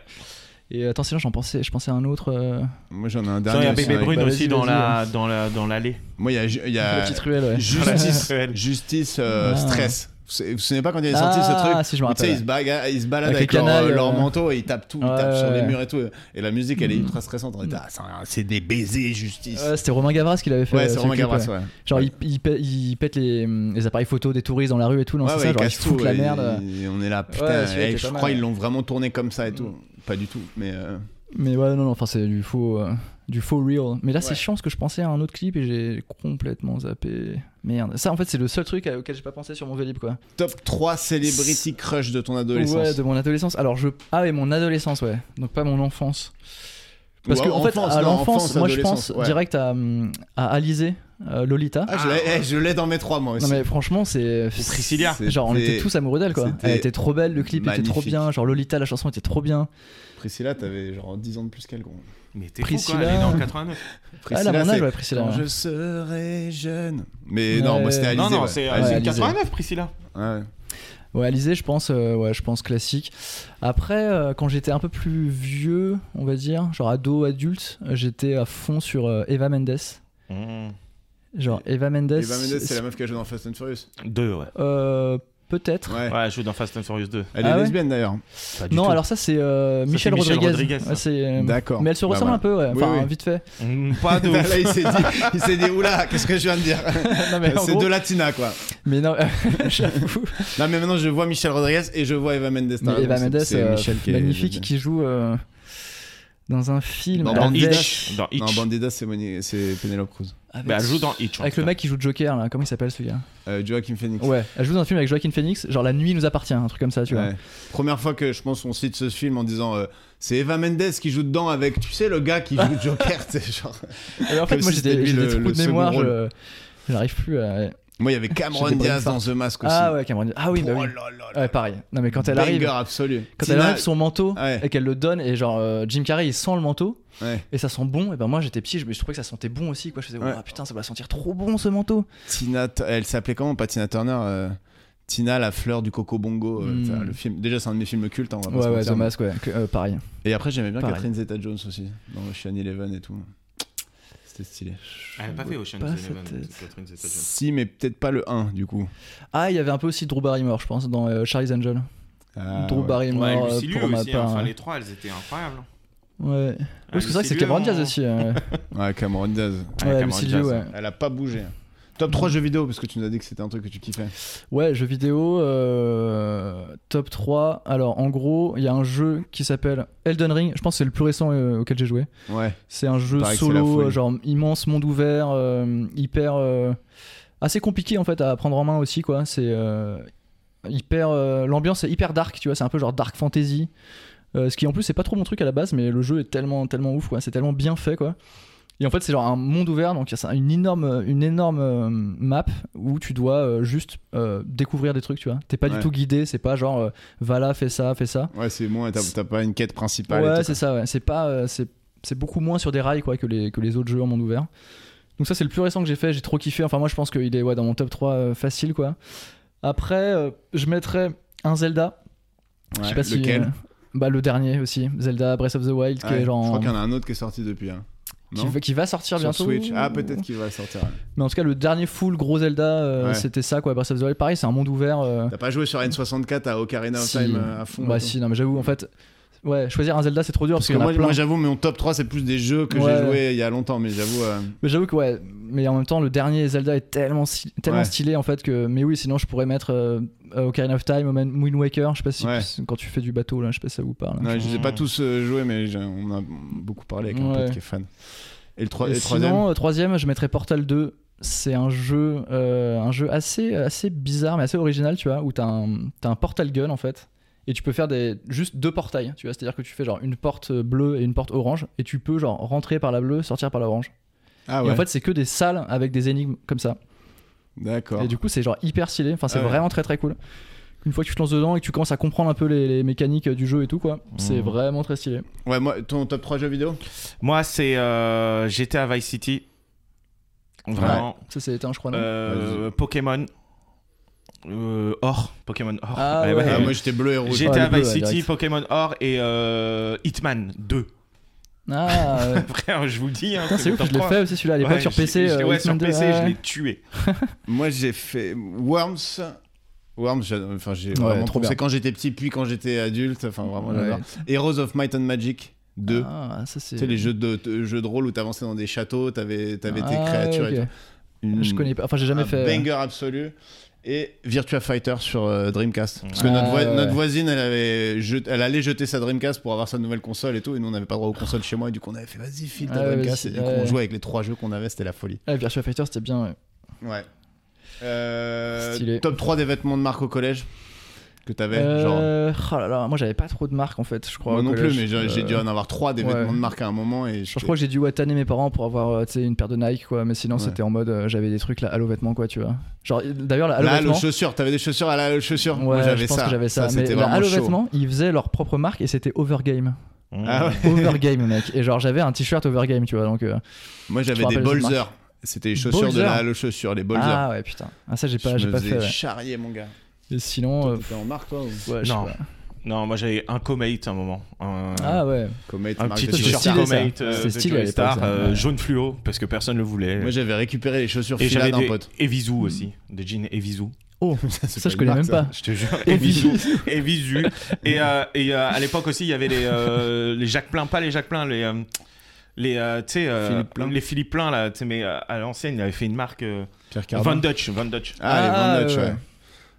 Speaker 1: Et attends, c'est là, j'en pensais, je pensais à un autre. euh,
Speaker 2: Moi j'en ai un
Speaker 3: Tiens, Il
Speaker 2: dernier.
Speaker 3: y a
Speaker 2: aussi,
Speaker 3: Bébé
Speaker 2: avec-
Speaker 3: Brune
Speaker 1: bah,
Speaker 3: aussi
Speaker 1: vas-y,
Speaker 3: dans
Speaker 1: vas-y,
Speaker 3: la- dans la- dans l'allée.
Speaker 2: Moi il y a, il y a-
Speaker 1: La petite ruelle, ouais.
Speaker 2: justice,
Speaker 3: Ruelle.
Speaker 2: justice, euh,
Speaker 1: Ah.
Speaker 2: stress. Vous savez- vous vous souvenez pas quand il est sorti
Speaker 1: ah,
Speaker 2: ce truc
Speaker 1: si je me
Speaker 2: Où, Tu sais,
Speaker 1: rappelle.
Speaker 2: ils se, baga- ils se baladent
Speaker 1: Avec
Speaker 2: avec,
Speaker 1: les
Speaker 2: leur,
Speaker 1: canals,
Speaker 2: leur
Speaker 1: euh.
Speaker 2: manteau et ils tapent tout, ils
Speaker 1: Ouais,
Speaker 2: tapent sur les
Speaker 1: ouais. Mm.
Speaker 2: murs et tout. Et la musique, elle est ultra stressante. On était, ah, c'est un- c'est des baisers, justice.
Speaker 1: Ouais, c'était Romain Gavras qui l'avait fait.
Speaker 2: ouais,
Speaker 1: euh,
Speaker 2: c'est
Speaker 1: ce
Speaker 2: Romain
Speaker 1: clip,
Speaker 2: Gavras,
Speaker 1: ouais.
Speaker 2: ouais.
Speaker 1: Genre, il, il pè- il pète les, hum, les appareils photos des touristes dans la rue et tout. Non,
Speaker 2: Ouais,
Speaker 1: c'est
Speaker 2: ouais,
Speaker 1: ça,
Speaker 2: ils
Speaker 1: genre, il
Speaker 2: cassent
Speaker 1: fout
Speaker 2: tout,
Speaker 1: la
Speaker 2: et-
Speaker 1: merde.
Speaker 2: et on est là, putain,
Speaker 1: celui-là
Speaker 2: eh,
Speaker 1: était
Speaker 2: je
Speaker 1: pas
Speaker 2: crois
Speaker 1: mal. Mm.
Speaker 2: ils l'ont vraiment tourné comme ça et tout. Pas du tout, mais euh,
Speaker 1: Mais ouais, non, non, enfin, c'est du faux. euh, Du faux real. Mais là, c'est
Speaker 2: Ouais.
Speaker 1: chiant parce que je pensais à un autre clip et j'ai complètement zappé. Merde. Ça, en fait, c'est le seul truc à- auquel j'ai pas pensé sur mon Vélib, quoi.
Speaker 2: top 3 celebrity crush de ton adolescence.
Speaker 1: Ouais, de mon adolescence. Alors, je. Ah, ouais, mon adolescence, ouais. Donc, pas mon enfance. Parce
Speaker 2: Ou
Speaker 1: que, en fait,
Speaker 2: enfance,
Speaker 1: à
Speaker 2: non,
Speaker 1: l'enfance,
Speaker 2: enfance,
Speaker 1: moi, je
Speaker 2: adolescence,
Speaker 1: pense
Speaker 2: ouais.
Speaker 1: direct à, hum, à Alizé, euh, Lolita.
Speaker 2: Ah, je l'ai, eh, je l'ai dans mes 3 moi aussi.
Speaker 1: non, mais franchement, c'est.
Speaker 3: Priscilla.
Speaker 1: c'est- Genre, on
Speaker 2: C'était-
Speaker 1: était tous amoureux d'elle, quoi.
Speaker 2: c'était
Speaker 1: Elle était trop belle, le clip était trop
Speaker 2: magnifique.
Speaker 1: bien. Genre, Lolita, la chanson était trop bien.
Speaker 2: Priscilla, t'avais genre 10 ans de plus qu'elle, gros.
Speaker 3: Mais t'es fou quoi,
Speaker 1: Priscilla.
Speaker 3: elle est née en 89.
Speaker 1: Ah, Elle a
Speaker 2: Priscilla,
Speaker 1: mon âge,
Speaker 2: c'est
Speaker 1: ouais, Priscilla.
Speaker 2: Quand
Speaker 1: ouais.
Speaker 2: je serai jeune. Mais non,
Speaker 1: Ouais.
Speaker 2: moi c'était Alizé.
Speaker 3: Non, non,
Speaker 2: ouais.
Speaker 3: c'est euh,
Speaker 1: Alizée.
Speaker 3: c'est
Speaker 1: Alizée.
Speaker 3: 89 Priscilla.
Speaker 2: Ouais.
Speaker 1: Ouais, Alizé, je pense, euh, ouais, je pense classique. Après, euh, quand j'étais un peu plus vieux, on va dire, genre ado, adulte, euh, j'étais à fond sur euh, Eva Mendes.
Speaker 2: Mm.
Speaker 1: Genre Eva Mendes.
Speaker 2: Eva Mendes, c'est la meuf qui a joué dans Fast and Furious.
Speaker 3: Deux, ouais.
Speaker 1: euh, Peut-être.
Speaker 2: Ouais.
Speaker 3: Ouais, Ah, elle joue dans Fast and Furious 2.
Speaker 2: Elle
Speaker 1: Ah
Speaker 2: est
Speaker 1: ouais
Speaker 2: lesbienne d'ailleurs.
Speaker 3: Pas du
Speaker 1: Non,
Speaker 3: tout.
Speaker 1: alors ça c'est euh,
Speaker 3: Ça,
Speaker 1: Michel
Speaker 3: c'est Michel
Speaker 1: Rodriguez.
Speaker 3: Rodriguez, ça.
Speaker 1: Ouais, c'est, euh,
Speaker 2: D'accord.
Speaker 1: Mais elle se
Speaker 2: Bah,
Speaker 1: ressemble
Speaker 2: voilà.
Speaker 1: un peu, ouais.
Speaker 2: Oui,
Speaker 1: enfin
Speaker 2: oui.
Speaker 1: vite fait.
Speaker 3: Mm, Pas de
Speaker 2: Là,
Speaker 3: ouf.
Speaker 2: il s'est dit, il s'est dit, oula, qu'est-ce que je viens de dire
Speaker 1: non, mais en
Speaker 2: Bah, C'est
Speaker 1: gros-
Speaker 2: deux latinas quoi.
Speaker 1: Mais non, j'avoue.
Speaker 2: Non, mais maintenant je vois Michel Rodriguez et je vois Eva Mendes. t'as
Speaker 1: Mais
Speaker 2: raison,
Speaker 1: Eva
Speaker 2: c'est-
Speaker 1: Mendes,
Speaker 2: c'est
Speaker 1: euh,
Speaker 2: Michel qui est
Speaker 1: magnifique,
Speaker 2: lesbienne.
Speaker 1: qui joue euh, dans un film.
Speaker 2: Dans
Speaker 1: avec-
Speaker 2: Bandidas.
Speaker 3: Dans Hitch.
Speaker 2: Non, Bandida, c'est Moni- c'est Penelope Cruz.
Speaker 1: avec-
Speaker 3: Bah, elle joue dans Hitch. en
Speaker 1: avec
Speaker 3: tout
Speaker 1: le mec qui joue Joker, là. Comment il s'appelle ce gars
Speaker 2: Euh, Joaquin Phoenix.
Speaker 1: Ouais, elle joue dans un film avec Joaquin Phoenix, genre La nuit nous appartient, un truc comme ça, tu vois.
Speaker 2: Ouais. Première fois que je pense on cite ce film en disant euh, c'est Eva Mendes qui joue dedans avec tu sais le gars qui joue Joker c'est genre
Speaker 1: Mais en fait,
Speaker 2: Comme
Speaker 1: moi
Speaker 2: si
Speaker 1: j'ai
Speaker 2: c'était
Speaker 1: des, j'ai
Speaker 2: lui
Speaker 1: des
Speaker 2: le-
Speaker 1: trous
Speaker 2: le
Speaker 1: de mémoire,
Speaker 2: second
Speaker 1: je- j'arrive plus à.
Speaker 2: moi il y avait Cameron
Speaker 1: J'ai des
Speaker 2: Diaz
Speaker 1: brain
Speaker 2: dans The Mask aussi
Speaker 1: Ah ouais, Cameron. Diaz. Ah oui, bah
Speaker 2: oh
Speaker 1: oui.
Speaker 2: là là là.
Speaker 1: Ouais, pareil. Non, mais quand elle
Speaker 2: Banger
Speaker 1: arrive,
Speaker 2: absolu
Speaker 1: quand elle
Speaker 2: Tina-
Speaker 1: enlève son manteau
Speaker 2: Ouais.
Speaker 1: et qu'elle le donne, et genre euh, Jim Carrey il sent le manteau
Speaker 2: ouais.
Speaker 1: et ça sent bon, et ben moi j'étais petit, je, je trouvais que ça sentait bon aussi, quoi. Je faisais,
Speaker 2: Ouais.
Speaker 1: oh, putain, ça doit sentir trop bon ce manteau.
Speaker 2: Tina T- elle s'appelait comment pas Tina Turner euh, Tina la fleur du coco bongo euh,
Speaker 1: Hmm.
Speaker 2: ça, le film déjà c'est un de mes films cultes hein, on va pas
Speaker 1: Ouais,
Speaker 2: se
Speaker 1: ouais, The
Speaker 2: mentir.
Speaker 1: Mask, ouais, que- euh, pareil.
Speaker 2: et après j'aimais bien
Speaker 1: Pareil.
Speaker 2: Catherine Zeta-Jones aussi dans Ocean Eleven et tout c'était stylé
Speaker 3: Elle a pas fait Ocean's
Speaker 1: pas sa
Speaker 3: Eleven,
Speaker 1: tête.
Speaker 3: Catherine Zeta-Jones.
Speaker 2: si mais peut-être pas le 1 du coup
Speaker 1: Ah, il y avait un peu aussi Drew Barrymore, je pense, dans euh, Charlie's Angel.
Speaker 2: Ah,
Speaker 1: Drew
Speaker 2: ouais.
Speaker 1: Barrymore,
Speaker 3: Ouais,
Speaker 1: euh,
Speaker 3: Lucy Liu
Speaker 1: pour ma
Speaker 3: aussi, hein.
Speaker 1: part.
Speaker 3: enfin
Speaker 1: hein.
Speaker 3: les trois, elles étaient incroyables. hein.
Speaker 1: Ouais. Oui, parce que
Speaker 3: Lucy
Speaker 1: ça, c'est
Speaker 3: Liu,
Speaker 1: Cameron
Speaker 3: on-
Speaker 1: Diaz aussi. euh,
Speaker 2: ouais Cameron Diaz
Speaker 1: ouais,
Speaker 3: Cameron
Speaker 1: Lucy Liu,
Speaker 3: Diaz.
Speaker 1: ouais.
Speaker 2: Elle a pas bougé. Top 3 jeux vidéo, parce que tu nous as dit que c'était un truc que tu kiffais.
Speaker 1: Ouais, jeux vidéo, euh, top 3. Alors, en gros, il y a un jeu qui s'appelle Elden Ring. Je pense que c'est le plus récent euh, auquel j'ai joué.
Speaker 2: Ouais.
Speaker 1: C'est un jeu
Speaker 2: paraît que c'est la
Speaker 1: solo,
Speaker 2: folie.
Speaker 1: euh, genre immense, monde ouvert, euh, hyper. euh, assez compliqué en fait à prendre en main aussi, quoi. C'est euh, hyper. euh, L'ambiance est hyper dark, tu vois. C'est un peu genre dark fantasy. Euh, ce qui en plus, c'est pas trop mon truc à la base, mais le jeu est tellement, tellement ouf, quoi. C'est tellement bien fait, quoi. Et en fait, c'est genre un monde ouvert, donc il y a une énorme, une énorme euh, map où tu dois euh, juste euh, découvrir des trucs, tu vois. T'es pas
Speaker 2: Ouais.
Speaker 1: du tout guidé, c'est pas genre euh, va là, fais ça, fais ça.
Speaker 2: Ouais, c'est moins, t'as
Speaker 1: C'est-
Speaker 2: t'as pas une quête principale. et
Speaker 1: Ouais,
Speaker 2: tout,
Speaker 1: c'est ça, ouais. C'est pas. euh, c'est c'est beaucoup moins sur des rails quoi, que, les, que les autres jeux en monde ouvert. Donc, ça, c'est le plus récent que j'ai fait. J'ai trop kiffé. Enfin, moi, je pense qu'il est ouais, dans mon top 3 euh, facile. quoi. Après, euh, je mettrais un Zelda. je
Speaker 2: quoi.
Speaker 1: sais
Speaker 2: Ouais.
Speaker 1: pas si.
Speaker 2: Lequel
Speaker 1: euh, bah, le dernier aussi. Zelda Breath of the Wild, qui,
Speaker 2: Ouais,
Speaker 1: est genre
Speaker 2: Je
Speaker 1: en-
Speaker 2: crois qu'il y en a un autre qui est sorti depuis. Hein.
Speaker 1: qui,
Speaker 2: Non
Speaker 1: va- qui va sortir
Speaker 2: Sur
Speaker 1: bientôt.
Speaker 2: Switch. Ah, peut-être qu'il va sortir. ouais.
Speaker 1: Mais en tout cas, le dernier full gros Zelda, euh,
Speaker 2: Ouais.
Speaker 1: c'était ça, quoi. Breath of the Wild, pareil, c'est un monde ouvert. euh,
Speaker 2: T'as pas joué sur N64 à Ocarina of
Speaker 1: Si.
Speaker 2: Time euh, à fond
Speaker 1: Bah,
Speaker 2: et tout
Speaker 1: si, non, mais j'avoue, en fait. Ouais, choisir un Zelda, c'est trop dur parce,
Speaker 2: Parce que
Speaker 1: qu'il y en a
Speaker 2: moi,
Speaker 1: plein.
Speaker 2: moi, j'avoue, mon top 3, c'est plus des jeux que
Speaker 1: Ouais.
Speaker 2: j'ai joué il y a longtemps, mais j'avoue. euh,
Speaker 1: Mais j'avoue que ouais, mais en même temps le dernier Zelda est tellement sty- tellement
Speaker 2: Ouais.
Speaker 1: stylé en fait que mais oui, sinon je pourrais mettre euh, euh, Ocarina of Time, Omen- Wind Waker, je sais pas si
Speaker 2: Ouais.
Speaker 1: quand tu fais du bateau là, je sais pas si ça vous parle.
Speaker 2: non, je les ai pas
Speaker 3: Mm.
Speaker 2: tous euh, joués, mais j'ai- on a beaucoup parlé avec un
Speaker 1: Ouais.
Speaker 2: pote qui est fan. Et le, troi- et
Speaker 1: Et
Speaker 2: le troisième
Speaker 1: sinon euh, troisième, je mettrais Portal 2. C'est un jeu euh, un jeu assez assez bizarre mais assez original, tu vois, où t'as un t'as un portal gun en fait. Et tu peux faire des, juste deux portails, tu vois, c'est-à-dire que tu fais genre une porte bleue et une porte orange, et tu peux genre rentrer par la bleue, sortir par la orange.
Speaker 2: Ah
Speaker 1: Et
Speaker 2: ouais,
Speaker 1: en fait, c'est que des salles avec des énigmes comme ça.
Speaker 2: d'accord.
Speaker 1: Et du coup, c'est genre hyper stylé. Enfin, c'est
Speaker 2: Ah ouais.
Speaker 1: vraiment très très cool. Une fois que tu te lances dedans et que tu commences à comprendre un peu les, les mécaniques euh, du jeu et tout, quoi, c'est
Speaker 3: Mhm.
Speaker 1: vraiment très stylé.
Speaker 2: Ouais, moi, ton top 3 jeux vidéo
Speaker 3: Moi, c'est euh, GTA Vice City. Vraiment.
Speaker 2: Euh,
Speaker 1: Ça, c'est éteint, je crois. non
Speaker 3: Euh, Pokémon. euh, Or, Pokémon Or.
Speaker 1: Ah ouais.
Speaker 2: Ah,
Speaker 1: ouais.
Speaker 2: moi j'étais bleu et rouge.
Speaker 1: Ouais,
Speaker 3: J'étais à
Speaker 1: les deux,
Speaker 3: Vice
Speaker 1: ouais,
Speaker 3: City,
Speaker 1: direct.
Speaker 3: Pokémon Or et euh, Hitman 2.
Speaker 1: Ah, ouais.
Speaker 3: Frère, je vous le dis. Hein,
Speaker 1: Putain, c'est
Speaker 3: vous
Speaker 1: ouf, je
Speaker 3: t'en
Speaker 1: l'ai
Speaker 3: prends.
Speaker 1: fait aussi celui-là à l'époque
Speaker 3: Ouais,
Speaker 1: sur
Speaker 3: je-
Speaker 1: PC.
Speaker 3: je-
Speaker 1: euh,
Speaker 3: ouais, sur
Speaker 1: Hitman 2,
Speaker 3: PC,
Speaker 1: ouais.
Speaker 3: je l'ai tué.
Speaker 2: Moi j'ai fait Worms. Worms, j'a- enfin j'ai
Speaker 1: Ouais,
Speaker 2: vraiment
Speaker 1: trop
Speaker 2: pensé
Speaker 1: bien.
Speaker 2: quand j'étais petit, puis quand j'étais adulte. Enfin vraiment,
Speaker 1: Ouais.
Speaker 2: j'adore. Heroes of Might and Magic 2.
Speaker 1: Ah, ça c'est.
Speaker 2: Tu sais, les jeux de, de- jeux de rôle où t'avançais dans des châteaux, t'avais avais tes
Speaker 1: Ah,
Speaker 2: créatures
Speaker 1: ok.
Speaker 2: et tout. Une-
Speaker 1: Euh, Je connais pas, enfin j'ai jamais
Speaker 2: un
Speaker 1: fait. euh,
Speaker 2: banger absolu. Et Virtua Fighter sur euh, Dreamcast. Parce que
Speaker 1: Ah,
Speaker 2: notre, voi-
Speaker 1: ouais.
Speaker 2: notre voisine, elle, avait jet- elle allait jeter sa Dreamcast pour avoir sa nouvelle console et tout. Et nous, on n'avait pas droit aux consoles chez moi. Et du coup, on avait fait vas-y, file ta
Speaker 1: Ah, ouais,
Speaker 2: Dreamcast. Et
Speaker 1: vas-y,
Speaker 2: du coup,
Speaker 1: ouais.
Speaker 2: on jouait avec les trois jeux qu'on avait. C'était la folie.
Speaker 1: Ah, Virtua Fighter c'était bien. ouais.
Speaker 2: Ouais. Euh,
Speaker 1: Stylé.
Speaker 2: top 3 des vêtements de marque au collège que t'avais genre...
Speaker 1: Euh, oh là là, moi j'avais pas trop de marques en fait, je crois.
Speaker 2: Moi
Speaker 1: au
Speaker 2: non plus,
Speaker 1: collège.
Speaker 2: mais j'ai j'ai
Speaker 1: Euh,
Speaker 2: dû en avoir 3 des
Speaker 1: ouais.
Speaker 2: vêtements de marque à un moment. Et
Speaker 1: Je crois que j'ai dû ouais, tanner mes parents pour avoir euh, tu sais, une paire de Nike quoi, mais sinon
Speaker 2: Ouais.
Speaker 1: c'était en mode euh, j'avais des trucs là, halo vêtements quoi, tu vois. Genre d'ailleurs la halo
Speaker 2: Là,
Speaker 1: vêtements.
Speaker 2: les chaussures, t'avais des chaussures à la halo chaussures.
Speaker 1: Ouais,
Speaker 2: Moi,
Speaker 1: je
Speaker 2: j'avais
Speaker 1: pense
Speaker 2: ça.
Speaker 1: que j'avais ça. mais
Speaker 2: c'était
Speaker 1: la
Speaker 2: vraiment
Speaker 1: halo
Speaker 2: chaud.
Speaker 1: vêtements, ils faisaient leur propre marque et c'était Overgame.
Speaker 2: Ah ouais.
Speaker 1: Overgame mec. Et genre j'avais un t-shirt Overgame, tu vois donc. euh,
Speaker 2: Moi,
Speaker 1: Je
Speaker 2: j'avais
Speaker 1: me
Speaker 2: des
Speaker 1: rappelle cette
Speaker 2: bolzers. C'était les chaussures de
Speaker 1: Bolzer
Speaker 2: la halo chaussures, les bolzers.
Speaker 1: Ah ouais putain. Ah ça j'ai pas,
Speaker 2: je
Speaker 1: j'ai
Speaker 2: me
Speaker 1: pas
Speaker 2: faisais
Speaker 1: fait. ouais.
Speaker 2: charrier, mon gars.
Speaker 1: Et sinon. euh,
Speaker 2: T'étais en marque, toi ou...
Speaker 1: ouais, je sais
Speaker 3: Non.
Speaker 1: pas.
Speaker 3: Non, moi j'avais un Comate à un moment. Un,
Speaker 1: Ah ouais.
Speaker 2: Comate,
Speaker 3: un
Speaker 2: marque
Speaker 3: petit
Speaker 2: de
Speaker 1: c'était
Speaker 3: t-shirt
Speaker 1: stylé, ça.
Speaker 3: Comate euh,
Speaker 1: C'était
Speaker 3: de
Speaker 1: stylé à
Speaker 3: Joey
Speaker 1: l'époque,
Speaker 3: Star,
Speaker 1: ça.
Speaker 3: euh,
Speaker 1: Ouais.
Speaker 3: jaune fluo, parce que personne ne le voulait.
Speaker 2: Moi, j'avais récupéré les chaussures
Speaker 3: et
Speaker 2: fila
Speaker 3: j'avais
Speaker 2: d'un
Speaker 3: des
Speaker 2: pote.
Speaker 3: Evisu aussi, des jeans Evisu.
Speaker 1: Oh,
Speaker 2: Ça, c'est
Speaker 1: ça
Speaker 2: pas
Speaker 1: je
Speaker 2: une
Speaker 1: connais
Speaker 2: marque,
Speaker 1: même
Speaker 2: ça.
Speaker 1: pas.
Speaker 3: Je te jure,
Speaker 1: Et
Speaker 3: Evisu. Evisu. Et, euh, et euh, à l'époque aussi, il y avait les, euh, les Jacques Plein, pas les Jacques Plein, les. euh, les, euh, tu sais, euh,
Speaker 2: Philippe Plein.
Speaker 3: les Philippe Plein, là, tu sais, mais euh, à l'ancienne, il avait fait une marque. euh,
Speaker 2: Pierre Cardin.
Speaker 3: Van Dutch, Van Dutch.
Speaker 2: Ah, les Van Dutch,
Speaker 1: Ah,
Speaker 2: ouais.
Speaker 1: ouais.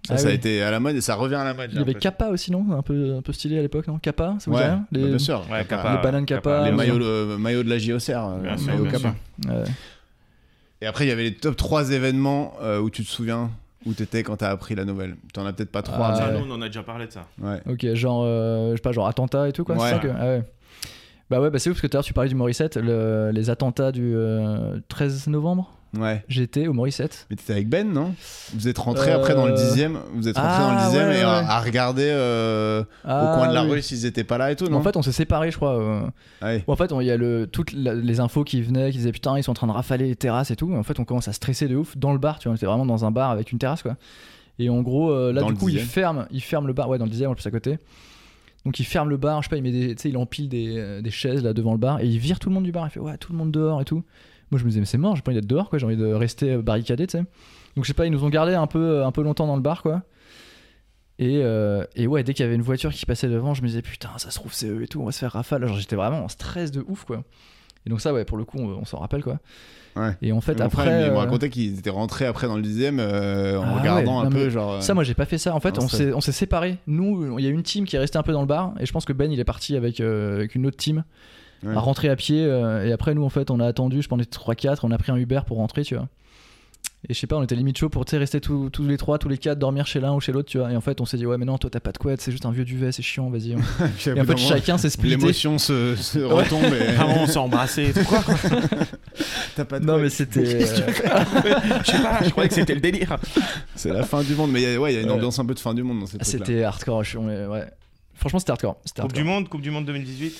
Speaker 2: Ça,
Speaker 1: Ah
Speaker 2: ça a
Speaker 1: oui.
Speaker 2: été à la mode et ça revient à la mode.
Speaker 1: Il y avait Kappa aussi, non un peu, un peu stylé à l'époque, non Kappa, ça vous dit
Speaker 2: Ouais,
Speaker 1: rien
Speaker 2: bah,
Speaker 1: Les-
Speaker 2: bien sûr.
Speaker 3: Ouais,
Speaker 2: Kappa.
Speaker 3: Kappa,
Speaker 1: les bananes Kappa,
Speaker 2: Les
Speaker 1: bien
Speaker 2: maillots, le maillot de la JOCR, euh,
Speaker 3: Bien sûr,
Speaker 2: maillot
Speaker 3: bien
Speaker 2: Kappa.
Speaker 3: sûr.
Speaker 1: Ouais.
Speaker 2: Et après, il y avait les top 3 événements euh, où tu te souviens où t'étais quand t'as appris la nouvelle. T'en as peut-être pas 3.
Speaker 1: Ah,
Speaker 3: Ça,
Speaker 1: ouais.
Speaker 3: nous, on en a déjà parlé de ça.
Speaker 2: ouais.
Speaker 1: Ok, genre, euh, je sais pas, genre attentat et tout, quoi.
Speaker 2: Ouais.
Speaker 1: c'est ça que- ah ouais. Bah ouais, bah c'est ouf parce que tout à l'heure tu parlais du Morissette, le- les attentats du euh, 13 novembre.
Speaker 2: ouais.
Speaker 1: J'étais au Morissette.
Speaker 2: Mais t'étais avec Ben, non Vous êtes rentré après dans le
Speaker 1: Euh,
Speaker 2: dixième. Vous êtes rentré
Speaker 1: ah,
Speaker 2: dans le dixième
Speaker 1: ouais,
Speaker 2: et à,
Speaker 1: ouais. Ah,
Speaker 2: à regarder euh, au coin de la rue s'ils étaient pas là et tout, non Ah
Speaker 1: En fait, on s'est séparés, je crois. euh.
Speaker 2: Ouais.
Speaker 1: Bon, en fait, on- il y a le, toutes la- les infos qui venaient, qui disaient putain, ils sont en train de rafaler les terrasses et tout. Et en fait, on commence à stresser de ouf dans le bar, tu vois. On était vraiment dans un bar avec une terrasse, quoi. Et en gros, euh, là,
Speaker 2: Dans
Speaker 1: du
Speaker 2: le
Speaker 1: coup, ils
Speaker 2: dixième.
Speaker 1: ferment, ils ferment le bar, ouais, dans le dixième, en plus à côté. Donc, ils ferment le bar, je sais pas, il, met des, tu sais, il empile des, euh, des chaises là devant le bar et il vire tout le monde du bar. Il fait ouais, tout le monde dehors et tout. Moi, je me disais, mais c'est mort, j'ai pas envie d'être dehors, quoi. J'ai envie de rester euh, barricadé, tu sais. Donc, je sais pas, ils nous ont gardé un peu, un peu longtemps dans le bar, quoi. Et, euh, et ouais, dès qu'il y avait une voiture qui passait devant, je me disais putain, ça se trouve c'est eux et tout, on va se faire rafale. Genre j'étais vraiment en stress de ouf quoi. Et donc ça ouais, pour le coup, on, on s'en rappelle quoi.
Speaker 2: Ouais.
Speaker 1: Et en fait
Speaker 2: Mon
Speaker 1: après,
Speaker 2: frère, il me
Speaker 1: euh,
Speaker 2: racontait qu'ils étaient rentrés après dans le dixième euh, en
Speaker 1: Ah
Speaker 2: regardant
Speaker 1: ouais,
Speaker 2: un
Speaker 1: non,
Speaker 2: peu,
Speaker 1: mais
Speaker 2: genre. euh,
Speaker 1: ça moi j'ai pas fait ça. En fait,
Speaker 2: Non,
Speaker 1: on
Speaker 2: Ah, ça-
Speaker 1: s'est on s'est séparés. Nous, il y a une team qui est restée un peu dans le bar et je pense que Ben il est parti avec, euh, avec une autre team
Speaker 2: Ouais.
Speaker 1: à rentrer à pied. euh, et après nous en fait, on a attendu, je pense on était 3 4, on a pris un Uber pour rentrer, tu vois. Et je sais pas, on était limite chaud pour tu sais, rester tous tous les trois, tous les quatre, dormir chez l'un ou chez l'autre, tu vois. Et en fait, on s'est dit, ouais, mais non, toi t'as pas de couette, c'est juste un vieux duvet, c'est chiant, vas-y. on-
Speaker 2: puis au
Speaker 1: Et en
Speaker 2: bout d'un
Speaker 1: fait,
Speaker 2: moment,
Speaker 1: chacun s'est splitté.
Speaker 2: L'émotion se, se retombe et
Speaker 3: Vraiment, on s'est embrassé. Quoi, quoi
Speaker 2: t'as pas de
Speaker 1: Non,
Speaker 2: quoi.
Speaker 1: mais c'était. euh,
Speaker 3: Je sais pas, je croyais que c'était le délire.
Speaker 2: C'est la fin du monde, mais il y a- ouais, il y a une
Speaker 1: Ouais.
Speaker 2: ambiance un peu de fin du monde dans cette
Speaker 1: Ah, C'était hardcore. je suis- on est- ouais. Franchement, c'était hardcore. C'était
Speaker 3: Coupe
Speaker 1: hardcore.
Speaker 3: du Monde, Coupe du Monde 2018.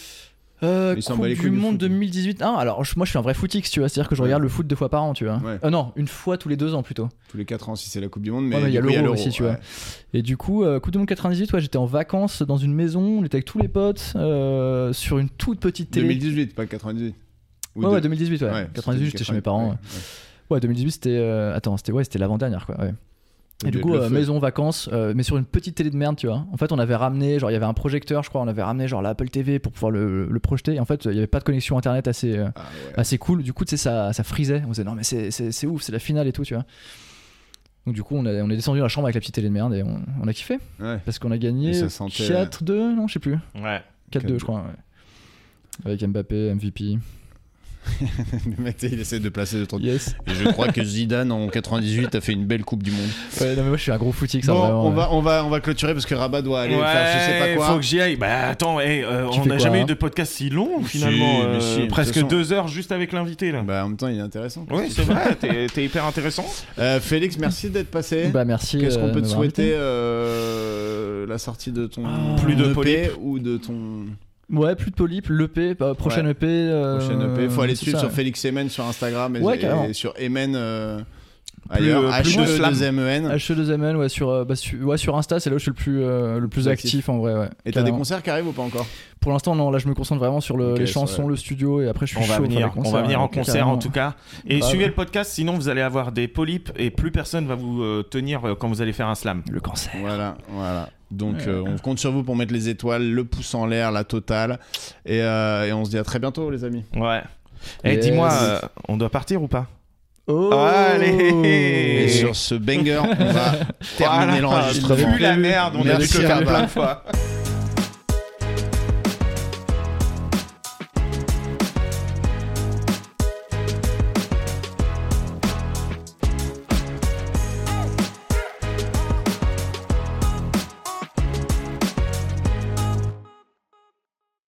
Speaker 1: Euh,
Speaker 2: Il s'en
Speaker 1: Coupe
Speaker 2: bat les
Speaker 1: du
Speaker 2: couilles du
Speaker 1: Monde
Speaker 2: foot. hein.
Speaker 1: 2018. Ah, alors je- moi, je suis un vrai footix, tu vois. C'est-à-dire que je
Speaker 2: Ouais.
Speaker 1: regarde le foot deux fois par an, tu vois.
Speaker 2: Ouais.
Speaker 1: Euh, non, une fois tous les deux ans plutôt.
Speaker 2: Tous les 4 ans, si c'est la Coupe du Monde, mais
Speaker 1: Ouais, mais il y a
Speaker 2: du coup,
Speaker 1: l'Euro aussi, tu vois. Et du coup, euh, Coupe du Monde 98, ouais, j'étais en vacances dans une maison, on était avec tous les potes euh, sur une toute petite télé.
Speaker 2: 2018, pas 98. Ou
Speaker 1: ouais, ouais,
Speaker 2: deux.
Speaker 1: 2018, ouais.
Speaker 2: Ouais,
Speaker 1: 98, j'étais chez mes parents. Ouais,
Speaker 2: ouais.
Speaker 1: Ouais, 2018, c'était. euh, Attends, c'était ouais, c'était l'avant-dernière, quoi. ouais.
Speaker 2: Ouais.
Speaker 1: Et du
Speaker 2: Le
Speaker 1: coup, euh,
Speaker 2: feu.
Speaker 1: maison, vacances, euh, mais sur une petite télé de merde, tu vois. En fait, on avait ramené, genre, il y avait un projecteur, je crois, on avait ramené, genre, l'Apple TV pour pouvoir le, le projeter. Et en fait, il n'y avait pas de connexion internet assez, euh,
Speaker 2: Ah, ouais.
Speaker 1: assez cool. Du coup, tu sais, ça, ça frisait. On disait, non, mais c'est- c'est c'est ouf, c'est la finale et tout, tu vois. Donc, du coup, on, a- on est descendu dans la chambre avec la petite télé de merde et on, on a kiffé.
Speaker 2: Ouais.
Speaker 1: Parce qu'on a gagné
Speaker 2: Et ça sentait, euh,
Speaker 1: 4-2, non, je sais plus.
Speaker 3: Ouais.
Speaker 1: 4-2, je crois, ouais. Avec Mbappé, MVP.
Speaker 2: Le mec, tu sais, il essaie de placer le truc.
Speaker 1: Yes.
Speaker 2: Et je crois que Zidane en 98 a fait une belle Coupe du Monde.
Speaker 1: Ouais, non, mais moi, je suis un gros footix, ça,
Speaker 2: bon,
Speaker 1: vraiment.
Speaker 2: on,
Speaker 1: ouais.
Speaker 2: va, on, va, on va clôturer parce que Rabat doit aller faire je sais pas quoi.
Speaker 3: faut que j'y aille. Bah attends, hey, euh,
Speaker 1: Tu
Speaker 3: on
Speaker 1: fais
Speaker 3: n'a
Speaker 1: quoi,
Speaker 3: jamais
Speaker 1: hein
Speaker 3: eu de podcast si long
Speaker 2: Si,
Speaker 3: finalement.
Speaker 2: mais
Speaker 3: euh,
Speaker 2: si, de toute
Speaker 3: presque
Speaker 2: façon.
Speaker 3: deux heures juste avec l'invité là.
Speaker 2: Bah, en même temps, il est intéressant.
Speaker 3: oui, c'est vrai, t'es t'es hyper intéressant.
Speaker 2: Euh, Félix, merci d'être passé.
Speaker 1: Bah, merci.
Speaker 2: Qu'est-ce
Speaker 1: euh,
Speaker 2: qu'on
Speaker 1: de
Speaker 2: peut te
Speaker 1: m'avoir invité.
Speaker 2: souhaiter euh, La sortie de ton
Speaker 1: Ah.
Speaker 3: Plus de
Speaker 2: EP
Speaker 3: polype.
Speaker 2: ou de ton
Speaker 1: Ouais, plus de polype, l'EP, bah, prochaine
Speaker 2: Ouais.
Speaker 1: EP. euh,
Speaker 2: prochain EP E Faut aller
Speaker 1: c'est
Speaker 2: suivre
Speaker 1: ça,
Speaker 2: sur
Speaker 1: ouais.
Speaker 2: Félix Emen sur Instagram et,
Speaker 1: Ouais,
Speaker 2: et
Speaker 1: carrément.
Speaker 2: sur Emen. euh, Ailleurs,
Speaker 3: euh, plus de
Speaker 2: H2
Speaker 3: slam.
Speaker 2: MEN.
Speaker 1: H2ML, ouais, sur, euh, bah, su- ouais, sur Insta, c'est là où je suis le plus, euh, le plus
Speaker 2: Actif.
Speaker 1: actif. en vrai. Ouais,
Speaker 2: Et t'as des
Speaker 1: Carrément.
Speaker 2: concerts qui arrivent ou pas encore
Speaker 1: Pour l'instant, non, là je me concentre vraiment sur le-
Speaker 2: Ok,
Speaker 1: les
Speaker 2: ça,
Speaker 1: chansons,
Speaker 2: ouais.
Speaker 1: le studio, et après je suis
Speaker 3: On va,
Speaker 1: chaud pour
Speaker 3: venir,
Speaker 1: faire des
Speaker 3: on
Speaker 1: concerts,
Speaker 3: va venir en
Speaker 1: ouais,
Speaker 3: concert
Speaker 1: carrément.
Speaker 3: en tout cas. Et
Speaker 1: Grave.
Speaker 3: suivez le podcast, sinon vous allez avoir des polypes et plus personne va vous euh, tenir euh, quand vous allez faire un slam.
Speaker 1: Le cancer.
Speaker 2: Voilà, voilà. Donc euh, on compte sur vous pour mettre les étoiles, le pouce en l'air, la totale. Et, euh, et on se dit à très bientôt les amis.
Speaker 3: Ouais. Et
Speaker 1: Yes.
Speaker 3: dis-moi, euh, on doit partir ou pas
Speaker 1: Oh
Speaker 3: Allez.
Speaker 2: Et
Speaker 3: Et-
Speaker 2: sur ce banger, on va terminer
Speaker 3: Voilà. Ah,
Speaker 2: l'enregistrement.
Speaker 3: Vu la merde, on a
Speaker 2: Merci,
Speaker 3: dû le faire
Speaker 2: Rabat.
Speaker 3: plein de fois.